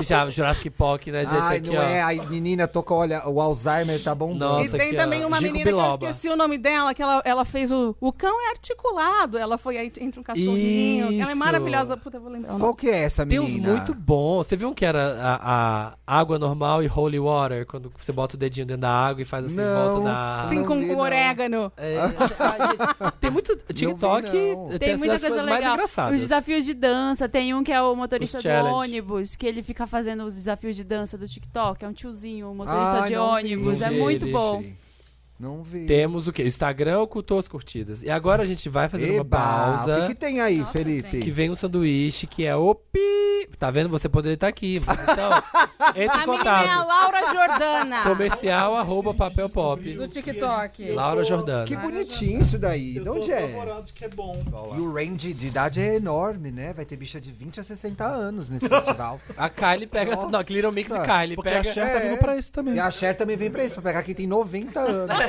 [SPEAKER 4] Ih, Já, Jurassic Park, né, gente?
[SPEAKER 2] Ai,
[SPEAKER 4] aqui,
[SPEAKER 2] não
[SPEAKER 4] ó.
[SPEAKER 2] é, ai, menina, tô com, olha, o Alzheimer tá bombando.
[SPEAKER 5] E
[SPEAKER 4] Nossa.
[SPEAKER 5] tem
[SPEAKER 4] aqui, ó,
[SPEAKER 5] também uma
[SPEAKER 4] Gico
[SPEAKER 5] menina que
[SPEAKER 4] Biloba.
[SPEAKER 5] eu esqueci o nome dela, que ela, ela fez o. O cão é articulado. Ela foi aí entre um cachorrinho. Ela é
[SPEAKER 4] Isso.
[SPEAKER 5] maravilhosa. Puta, eu vou lembrar. o nome.
[SPEAKER 2] Qual que é essa
[SPEAKER 4] Tem
[SPEAKER 2] menina?
[SPEAKER 4] uns muito bons. Você viu um que era a, a água normal e holy water? Quando você bota o dedinho dentro da água e faz assim,
[SPEAKER 2] Não.
[SPEAKER 4] volta na...
[SPEAKER 5] Sim,
[SPEAKER 2] não
[SPEAKER 5] com
[SPEAKER 2] vi,
[SPEAKER 5] o
[SPEAKER 4] né?
[SPEAKER 2] não.
[SPEAKER 5] orégano.
[SPEAKER 4] É, ai, gente, tem muito TikTok.
[SPEAKER 2] não.
[SPEAKER 4] Tem,
[SPEAKER 1] Tem
[SPEAKER 4] essas
[SPEAKER 1] muita coisa
[SPEAKER 4] das coisas mais
[SPEAKER 1] legal. Os
[SPEAKER 4] engraçadas.
[SPEAKER 1] desafios de dança. Tem um que é o motorista
[SPEAKER 4] Os
[SPEAKER 1] de
[SPEAKER 4] challenge.
[SPEAKER 1] ônibus, que ele fica fazendo os desafios de dança do TikTok. É um tiozinho, um motorista
[SPEAKER 2] Ai,
[SPEAKER 1] de
[SPEAKER 2] não vi.
[SPEAKER 1] ônibus.
[SPEAKER 4] Ah, Não
[SPEAKER 1] É
[SPEAKER 4] vi,
[SPEAKER 1] muito
[SPEAKER 4] deixa
[SPEAKER 1] bom.
[SPEAKER 2] Não vi.
[SPEAKER 4] Temos o quê? O Instagram ocultou as curtidas. E agora a gente vai fazer uma
[SPEAKER 2] Eba,
[SPEAKER 4] pausa.
[SPEAKER 2] O que, que tem aí,
[SPEAKER 5] Nossa,
[SPEAKER 2] Felipe?
[SPEAKER 4] Que vem um sanduíche que é o pi. Tá vendo? Você poderia estar aqui. mas Então, entre em
[SPEAKER 5] A menina é a
[SPEAKER 4] contato.
[SPEAKER 5] Laura Jordana.
[SPEAKER 4] Comercial arroba papel
[SPEAKER 5] Do
[SPEAKER 4] pop.
[SPEAKER 5] TikTok.
[SPEAKER 4] Laura Jordana.
[SPEAKER 2] Que bonitinho isso daí. De onde é?
[SPEAKER 3] que é bom.
[SPEAKER 2] E o range de idade é enorme, né? Vai ter bicha de 20 a 60 anos nesse festival.
[SPEAKER 4] A Kylie pega.
[SPEAKER 2] Nossa.
[SPEAKER 4] Não, Little Mix e Kylie.
[SPEAKER 3] Porque
[SPEAKER 4] pega.
[SPEAKER 3] a Cher tá
[SPEAKER 2] É.
[SPEAKER 3] vindo pra esse também.
[SPEAKER 2] e a Cher também vem pra isso, pra pegar quem tem 90 anos.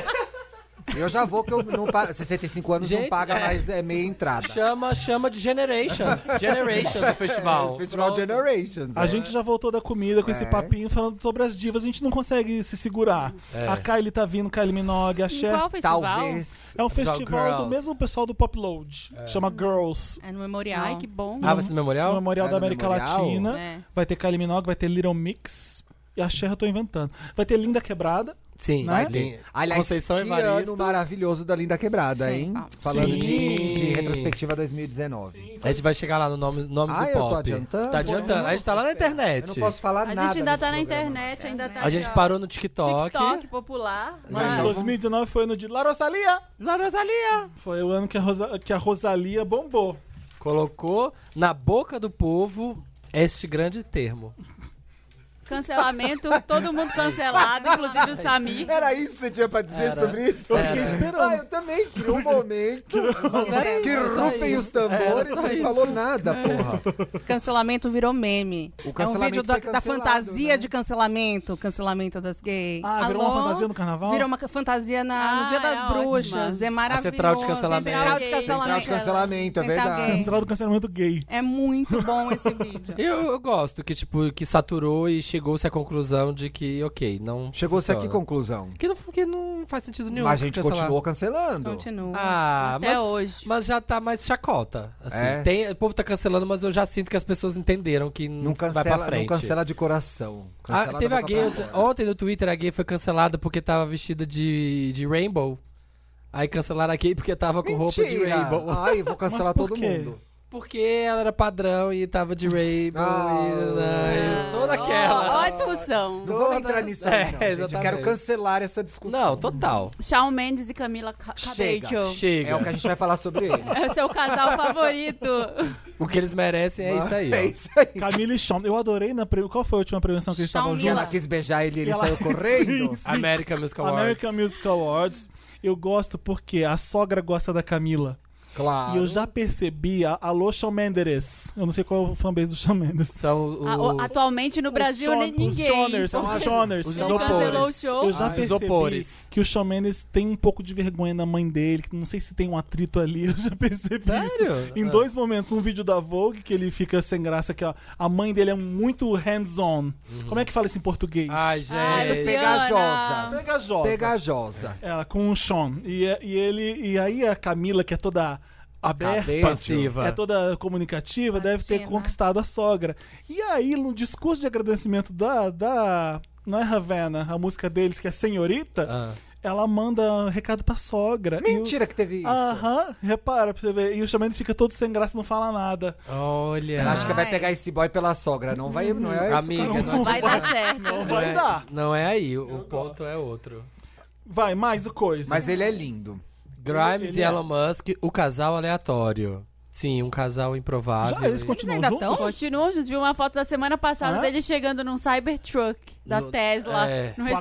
[SPEAKER 2] Eu já vou que eu não pago. 65 anos não
[SPEAKER 4] Gente,
[SPEAKER 2] paga
[SPEAKER 4] é.
[SPEAKER 2] mais é meia entrada.
[SPEAKER 4] Chama, chama de Generations. Generations o festival.
[SPEAKER 2] Festival
[SPEAKER 4] Pronto.
[SPEAKER 2] Generations.
[SPEAKER 3] A
[SPEAKER 2] é.
[SPEAKER 3] gente já voltou da comida com esse
[SPEAKER 2] É.
[SPEAKER 3] papinho falando sobre as divas, a gente não consegue se segurar.
[SPEAKER 4] É.
[SPEAKER 3] A Kylie tá vindo, Kylie Minogue, a
[SPEAKER 1] Em
[SPEAKER 3] Cher.
[SPEAKER 1] qual festival?
[SPEAKER 2] Talvez.
[SPEAKER 3] É um
[SPEAKER 4] Festival
[SPEAKER 3] festival do
[SPEAKER 4] Girls.
[SPEAKER 3] mesmo pessoal do Pop Load. Chama Girls.
[SPEAKER 5] É no memorial.
[SPEAKER 1] Ai, que bom.
[SPEAKER 4] Ah, vai ser no
[SPEAKER 3] No
[SPEAKER 4] memorial?
[SPEAKER 3] Memorial
[SPEAKER 2] É
[SPEAKER 3] da
[SPEAKER 2] no
[SPEAKER 3] América
[SPEAKER 2] Memorial?
[SPEAKER 3] Latina.
[SPEAKER 5] É.
[SPEAKER 3] Vai ter Kylie Minogue, vai ter Little Mix. E a Cher eu tô inventando. Vai ter Linda Quebrada.
[SPEAKER 4] Sim.
[SPEAKER 2] Vai
[SPEAKER 4] Lin-
[SPEAKER 2] ter. Aliás,
[SPEAKER 4] Conceição
[SPEAKER 2] que
[SPEAKER 4] Evaristo.
[SPEAKER 2] ano maravilhoso da Linda Quebrada,
[SPEAKER 5] Sim.
[SPEAKER 2] hein?
[SPEAKER 5] Ah,
[SPEAKER 2] Falando
[SPEAKER 3] sim.
[SPEAKER 2] de, de retrospectiva 2019.
[SPEAKER 4] A gente vai chegar lá no Nomes, nomes
[SPEAKER 2] Ah,
[SPEAKER 4] do
[SPEAKER 2] eu
[SPEAKER 4] Pop.
[SPEAKER 2] tô adiantando?
[SPEAKER 4] Tá adiantando. A gente tá lá na
[SPEAKER 2] Eu
[SPEAKER 4] internet.
[SPEAKER 2] não posso falar
[SPEAKER 1] A
[SPEAKER 2] nada.
[SPEAKER 1] gente ainda
[SPEAKER 2] nesse
[SPEAKER 1] tá na
[SPEAKER 2] programa.
[SPEAKER 1] internet, ainda tá
[SPEAKER 4] A gente
[SPEAKER 1] aqui, ó.
[SPEAKER 4] parou no TikTok.
[SPEAKER 1] TikTok popular.
[SPEAKER 3] Mas
[SPEAKER 2] Mas-
[SPEAKER 3] 2019 foi ano de La Rosalia.
[SPEAKER 4] La Rosalia.
[SPEAKER 3] Foi o ano que a, Rosa- que a Rosalia bombou.
[SPEAKER 4] Colocou na boca do povo este grande termo.
[SPEAKER 1] Cancelamento, todo mundo cancelado, inclusive o Samir.
[SPEAKER 2] Era isso que você tinha pra dizer
[SPEAKER 4] Era.
[SPEAKER 2] sobre isso?
[SPEAKER 4] Eu fiquei
[SPEAKER 3] esperando.
[SPEAKER 2] Ah, eu também. Criou um momento
[SPEAKER 4] era
[SPEAKER 2] é que
[SPEAKER 4] isso, era
[SPEAKER 2] rufem
[SPEAKER 4] isso.
[SPEAKER 2] os tambores.
[SPEAKER 4] Era só
[SPEAKER 2] Não
[SPEAKER 4] isso.
[SPEAKER 2] falou nada, porra.
[SPEAKER 5] Cancelamento virou meme.
[SPEAKER 2] O
[SPEAKER 5] É um
[SPEAKER 2] cancelamento
[SPEAKER 5] vídeo da,
[SPEAKER 2] foi
[SPEAKER 5] da
[SPEAKER 2] cancelado,
[SPEAKER 5] fantasia
[SPEAKER 2] né?
[SPEAKER 5] de cancelamento, cancelamento das gays.
[SPEAKER 3] Ah, virou
[SPEAKER 5] Alô?
[SPEAKER 3] uma fantasia no carnaval?
[SPEAKER 5] Virou uma ca- fantasia na- no
[SPEAKER 1] Ah,
[SPEAKER 5] Dia das
[SPEAKER 1] é
[SPEAKER 5] Bruxas.
[SPEAKER 1] ótima.
[SPEAKER 5] É maravilhoso.
[SPEAKER 4] central de cancelamento.
[SPEAKER 5] Central de
[SPEAKER 1] Central
[SPEAKER 2] Central de
[SPEAKER 5] cancelamento.
[SPEAKER 2] cancelamento, é
[SPEAKER 5] Central
[SPEAKER 2] verdade.
[SPEAKER 5] gay.
[SPEAKER 3] Central do cancelamento gay.
[SPEAKER 5] É muito bom esse vídeo.
[SPEAKER 4] Eu, eu gosto que, tipo, que saturou e chegou-se à conclusão de que, ok, não.
[SPEAKER 2] Chegou-se a que
[SPEAKER 4] funciona.
[SPEAKER 2] conclusão?
[SPEAKER 4] Que não, que não faz sentido nenhum.
[SPEAKER 2] Mas a gente
[SPEAKER 4] cancelar.
[SPEAKER 2] continuou cancelando.
[SPEAKER 5] Continua.
[SPEAKER 4] Ah,
[SPEAKER 1] Até
[SPEAKER 4] mas,
[SPEAKER 1] hoje.
[SPEAKER 4] mas já tá mais chacota. Assim.
[SPEAKER 2] É?
[SPEAKER 4] Tem, o povo tá cancelando, mas eu já sinto que as pessoas entenderam que não,
[SPEAKER 2] Não
[SPEAKER 4] vai
[SPEAKER 2] cancela,
[SPEAKER 4] pra
[SPEAKER 2] não
[SPEAKER 4] frente.
[SPEAKER 2] cancela de coração.
[SPEAKER 4] Ah,
[SPEAKER 2] Cancela tá,
[SPEAKER 4] teve
[SPEAKER 2] dá
[SPEAKER 4] a
[SPEAKER 2] pra
[SPEAKER 4] gay.
[SPEAKER 2] parar.
[SPEAKER 4] Ontem no Twitter a gay foi cancelada porque tava vestida de, de Rainbow. Aí cancelaram a gay porque tava com roupa de
[SPEAKER 2] Mentira.
[SPEAKER 4] Rainbow.
[SPEAKER 2] Ai, vou cancelar
[SPEAKER 3] Mas por
[SPEAKER 2] todo
[SPEAKER 3] quê?
[SPEAKER 2] mundo.
[SPEAKER 4] Porque ela era padrão e tava de Rainbow.
[SPEAKER 2] Ah.
[SPEAKER 4] e, e toda
[SPEAKER 1] Ó,
[SPEAKER 4] aquela.
[SPEAKER 1] Ó, a discussão.
[SPEAKER 2] Não vamos entrar nisso aí,
[SPEAKER 4] É,
[SPEAKER 2] não, gente. Eu
[SPEAKER 4] exatamente.
[SPEAKER 2] quero cancelar essa discussão.
[SPEAKER 4] Não, total.
[SPEAKER 1] Shawn Mendes e Camila Ca-
[SPEAKER 2] Chega.
[SPEAKER 1] Cabello.
[SPEAKER 4] Chega.
[SPEAKER 2] É o que a gente vai falar sobre ele.
[SPEAKER 1] É o seu casal favorito.
[SPEAKER 4] O que eles merecem é isso aí.
[SPEAKER 2] É
[SPEAKER 4] ó.
[SPEAKER 2] isso aí.
[SPEAKER 3] Camila e Sean. Eu adorei na pre... Qual foi a última prevenção que eles
[SPEAKER 5] Shawn
[SPEAKER 3] estavam
[SPEAKER 2] E ela
[SPEAKER 3] juntos?
[SPEAKER 5] Mendes.
[SPEAKER 2] quis beijar ele e ele
[SPEAKER 3] E ela-
[SPEAKER 2] saiu correndo.
[SPEAKER 4] American Music Awards.
[SPEAKER 3] American Music Awards. Eu gosto porque a sogra gosta da Camila.
[SPEAKER 2] Claro.
[SPEAKER 3] E eu já percebi a Alô Shawn Mendes. Eu não sei qual é o fanbase do Shawn Mendes.
[SPEAKER 4] São os...
[SPEAKER 1] A- Ah, o- atualmente no Brasil,
[SPEAKER 3] Shawn-
[SPEAKER 1] nem ninguém.
[SPEAKER 3] Os Shoners.
[SPEAKER 1] Então,
[SPEAKER 3] Os
[SPEAKER 2] Vocês-
[SPEAKER 3] Shoners.
[SPEAKER 4] os
[SPEAKER 1] Não
[SPEAKER 4] isopores.
[SPEAKER 1] cancelou o show.
[SPEAKER 3] Eu já
[SPEAKER 4] Ah,
[SPEAKER 3] percebi
[SPEAKER 4] isopores.
[SPEAKER 3] que o Shawn Mendes tem um pouco de vergonha na mãe dele, que não sei se tem um atrito ali, eu já percebi isso.
[SPEAKER 4] Sério?
[SPEAKER 3] Em
[SPEAKER 4] Ah.
[SPEAKER 3] dois momentos, um vídeo da Vogue, que ele fica sem graça, que ó, a mãe dele é muito hands-on. Como é que fala isso em português?
[SPEAKER 4] Uhum. Ah. Ai, gente.
[SPEAKER 1] Ai, Luciana.
[SPEAKER 2] Pegajosa.
[SPEAKER 3] Pegajosa.
[SPEAKER 2] Pegajosa.
[SPEAKER 3] Ela com o Sean. E, é, e ele. E aí a Camila, que é toda aberta.
[SPEAKER 4] Expansiva.
[SPEAKER 3] É toda comunicativa, deve ter
[SPEAKER 5] Ativa.
[SPEAKER 3] conquistado a sogra. E aí, no discurso de agradecimento da. da não é Havana, a música deles, que é Senhorita,
[SPEAKER 4] Ah.
[SPEAKER 3] ela manda um recado pra sogra. E o-
[SPEAKER 2] Mentira que teve isso.
[SPEAKER 4] Ah.
[SPEAKER 3] Aham, repara pra você ver. E o Xamã fica todo sem graça, não fala nada.
[SPEAKER 4] Olha.
[SPEAKER 2] Ela acha que vai
[SPEAKER 5] Ai.
[SPEAKER 2] pegar esse boy pela sogra. Não vai, não é isso.
[SPEAKER 4] Amiga, não,
[SPEAKER 1] Vai dar certo.
[SPEAKER 4] não
[SPEAKER 3] vai
[SPEAKER 4] é,
[SPEAKER 3] dar.
[SPEAKER 4] Não é aí, o ponto é outro.
[SPEAKER 3] Vai, mais o coisa.
[SPEAKER 2] Mas ele é lindo.
[SPEAKER 4] Grimes
[SPEAKER 3] Ele
[SPEAKER 4] e
[SPEAKER 3] é-
[SPEAKER 4] Elon Musk, o casal aleatório. Sim, um casal improvável.
[SPEAKER 3] Já eles
[SPEAKER 4] E-
[SPEAKER 3] continuam
[SPEAKER 5] ainda
[SPEAKER 3] juntos?
[SPEAKER 1] Continuam juntos. Vi uma foto da semana passada
[SPEAKER 3] Hã?
[SPEAKER 1] dele chegando num Cybertruck da
[SPEAKER 4] No-
[SPEAKER 1] Tesla,
[SPEAKER 4] é.
[SPEAKER 1] num
[SPEAKER 3] Com a Grimes?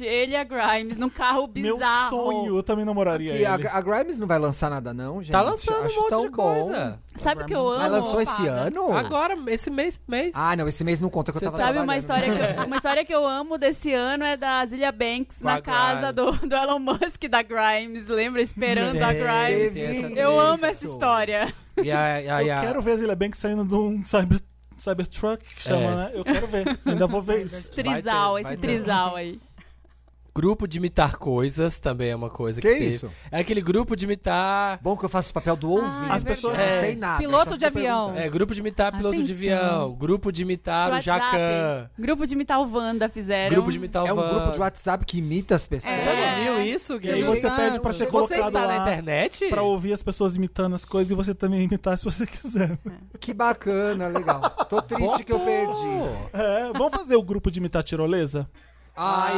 [SPEAKER 1] restaurante. Ele e a Grimes, num carro
[SPEAKER 3] Meu
[SPEAKER 1] bizarro.
[SPEAKER 3] sonho, eu também namoraria
[SPEAKER 2] E a,
[SPEAKER 3] ele.
[SPEAKER 2] a Grimes não vai lançar nada, não, gente.
[SPEAKER 4] Tá lançando
[SPEAKER 2] Acho
[SPEAKER 4] um monte
[SPEAKER 2] tão
[SPEAKER 4] de
[SPEAKER 2] bom.
[SPEAKER 4] coisa.
[SPEAKER 1] Sabe o que eu
[SPEAKER 3] Grimes
[SPEAKER 2] Ela
[SPEAKER 1] amo?
[SPEAKER 2] lançou esse
[SPEAKER 5] Ocupada.
[SPEAKER 2] ano?
[SPEAKER 4] Agora, esse mês, mês.
[SPEAKER 2] Ah, não, esse mês não conta que
[SPEAKER 4] Você
[SPEAKER 2] eu tava
[SPEAKER 1] Sabe uma
[SPEAKER 2] trabalhando.
[SPEAKER 1] história, que eu, uma história que eu amo desse ano é da Zilia Banks
[SPEAKER 4] Com a
[SPEAKER 1] na casa do, do Elon Musk e da Grimes, lembra? Esperando a
[SPEAKER 4] Sim,
[SPEAKER 1] Grimes.
[SPEAKER 4] sim, essa-
[SPEAKER 2] Teve
[SPEAKER 1] Eu amo
[SPEAKER 2] isso.
[SPEAKER 1] essa história.
[SPEAKER 4] E a, e a-
[SPEAKER 3] Eu
[SPEAKER 4] e a-
[SPEAKER 3] quero ver a Zilia Banks saindo de um cyber, Cybertruck, que chama,
[SPEAKER 4] É.
[SPEAKER 3] né? Eu quero ver. Ainda vou ver isso.
[SPEAKER 1] Trisal,
[SPEAKER 4] vai
[SPEAKER 1] esse
[SPEAKER 4] ter.
[SPEAKER 1] trisal aí.
[SPEAKER 4] Grupo de imitar coisas também é uma coisa que,
[SPEAKER 2] Que
[SPEAKER 4] teve.
[SPEAKER 2] isso?
[SPEAKER 4] É aquele grupo de imitar.
[SPEAKER 2] Bom que eu faço o papel do ouvinte.
[SPEAKER 3] As pessoas-
[SPEAKER 2] Eu não
[SPEAKER 4] é.
[SPEAKER 2] sei nada.
[SPEAKER 5] Piloto
[SPEAKER 2] só tô
[SPEAKER 5] de avião.
[SPEAKER 2] perguntando.
[SPEAKER 4] É, grupo de imitar piloto de
[SPEAKER 1] Atenção.
[SPEAKER 4] avião. Grupo de imitar o
[SPEAKER 1] WhatsApp.
[SPEAKER 4] Jacan.
[SPEAKER 1] Grupo de imitar o Wanda fizeram.
[SPEAKER 4] Grupo de imitar o
[SPEAKER 2] É um
[SPEAKER 4] Van.
[SPEAKER 2] grupo de WhatsApp que imita as pessoas.
[SPEAKER 4] Você
[SPEAKER 5] É.
[SPEAKER 4] não viu isso,
[SPEAKER 3] E aí
[SPEAKER 4] Gui?
[SPEAKER 3] você pede pra ser
[SPEAKER 4] Você
[SPEAKER 3] colocado lá
[SPEAKER 4] está na internet?
[SPEAKER 3] pra ouvir as pessoas imitando as coisas e você também imitar se você quiser.
[SPEAKER 2] Que bacana, legal. Tô triste que eu perdi.
[SPEAKER 3] É, vamos fazer o grupo de imitar tirolesa?
[SPEAKER 2] Ai,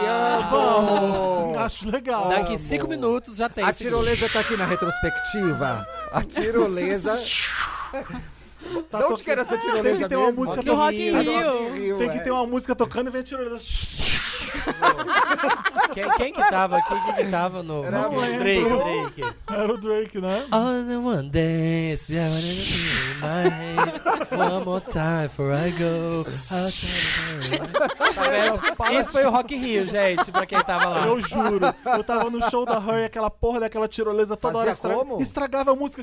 [SPEAKER 3] Vamos! Acho legal.
[SPEAKER 4] Daqui cinco minutos já tem.
[SPEAKER 2] A
[SPEAKER 4] esse
[SPEAKER 2] tirolesa tá aqui na retrospectiva. A tirolesa.
[SPEAKER 3] Tá
[SPEAKER 2] de onde
[SPEAKER 3] to-
[SPEAKER 2] que era essa tirolesa
[SPEAKER 3] Tem que ter uma
[SPEAKER 2] mesmo?
[SPEAKER 3] música
[SPEAKER 1] Do Rock in
[SPEAKER 2] Tá
[SPEAKER 3] tocando.
[SPEAKER 2] no
[SPEAKER 1] Rio.
[SPEAKER 2] Rock in Rio,
[SPEAKER 3] Tem que
[SPEAKER 2] é.
[SPEAKER 3] ter uma música tocando e vem a tirolesa.
[SPEAKER 4] grupo. Quem, quem que tava? Quem, quem que tava no.
[SPEAKER 2] Era um
[SPEAKER 4] no-
[SPEAKER 2] eu.
[SPEAKER 4] Drake, Drake.
[SPEAKER 3] Era o Drake, né?
[SPEAKER 4] On the one dance, yeah, when it's in my head. One more time before I go.
[SPEAKER 2] Tá
[SPEAKER 4] Isso Tá foi o Rock in Rio, gente, pra quem tava lá.
[SPEAKER 3] Eu juro. Eu tava no show da Hurry, aquela porra daquela tirolesa toda
[SPEAKER 2] Fazia
[SPEAKER 3] hora estra-
[SPEAKER 2] como?
[SPEAKER 3] estragava a música.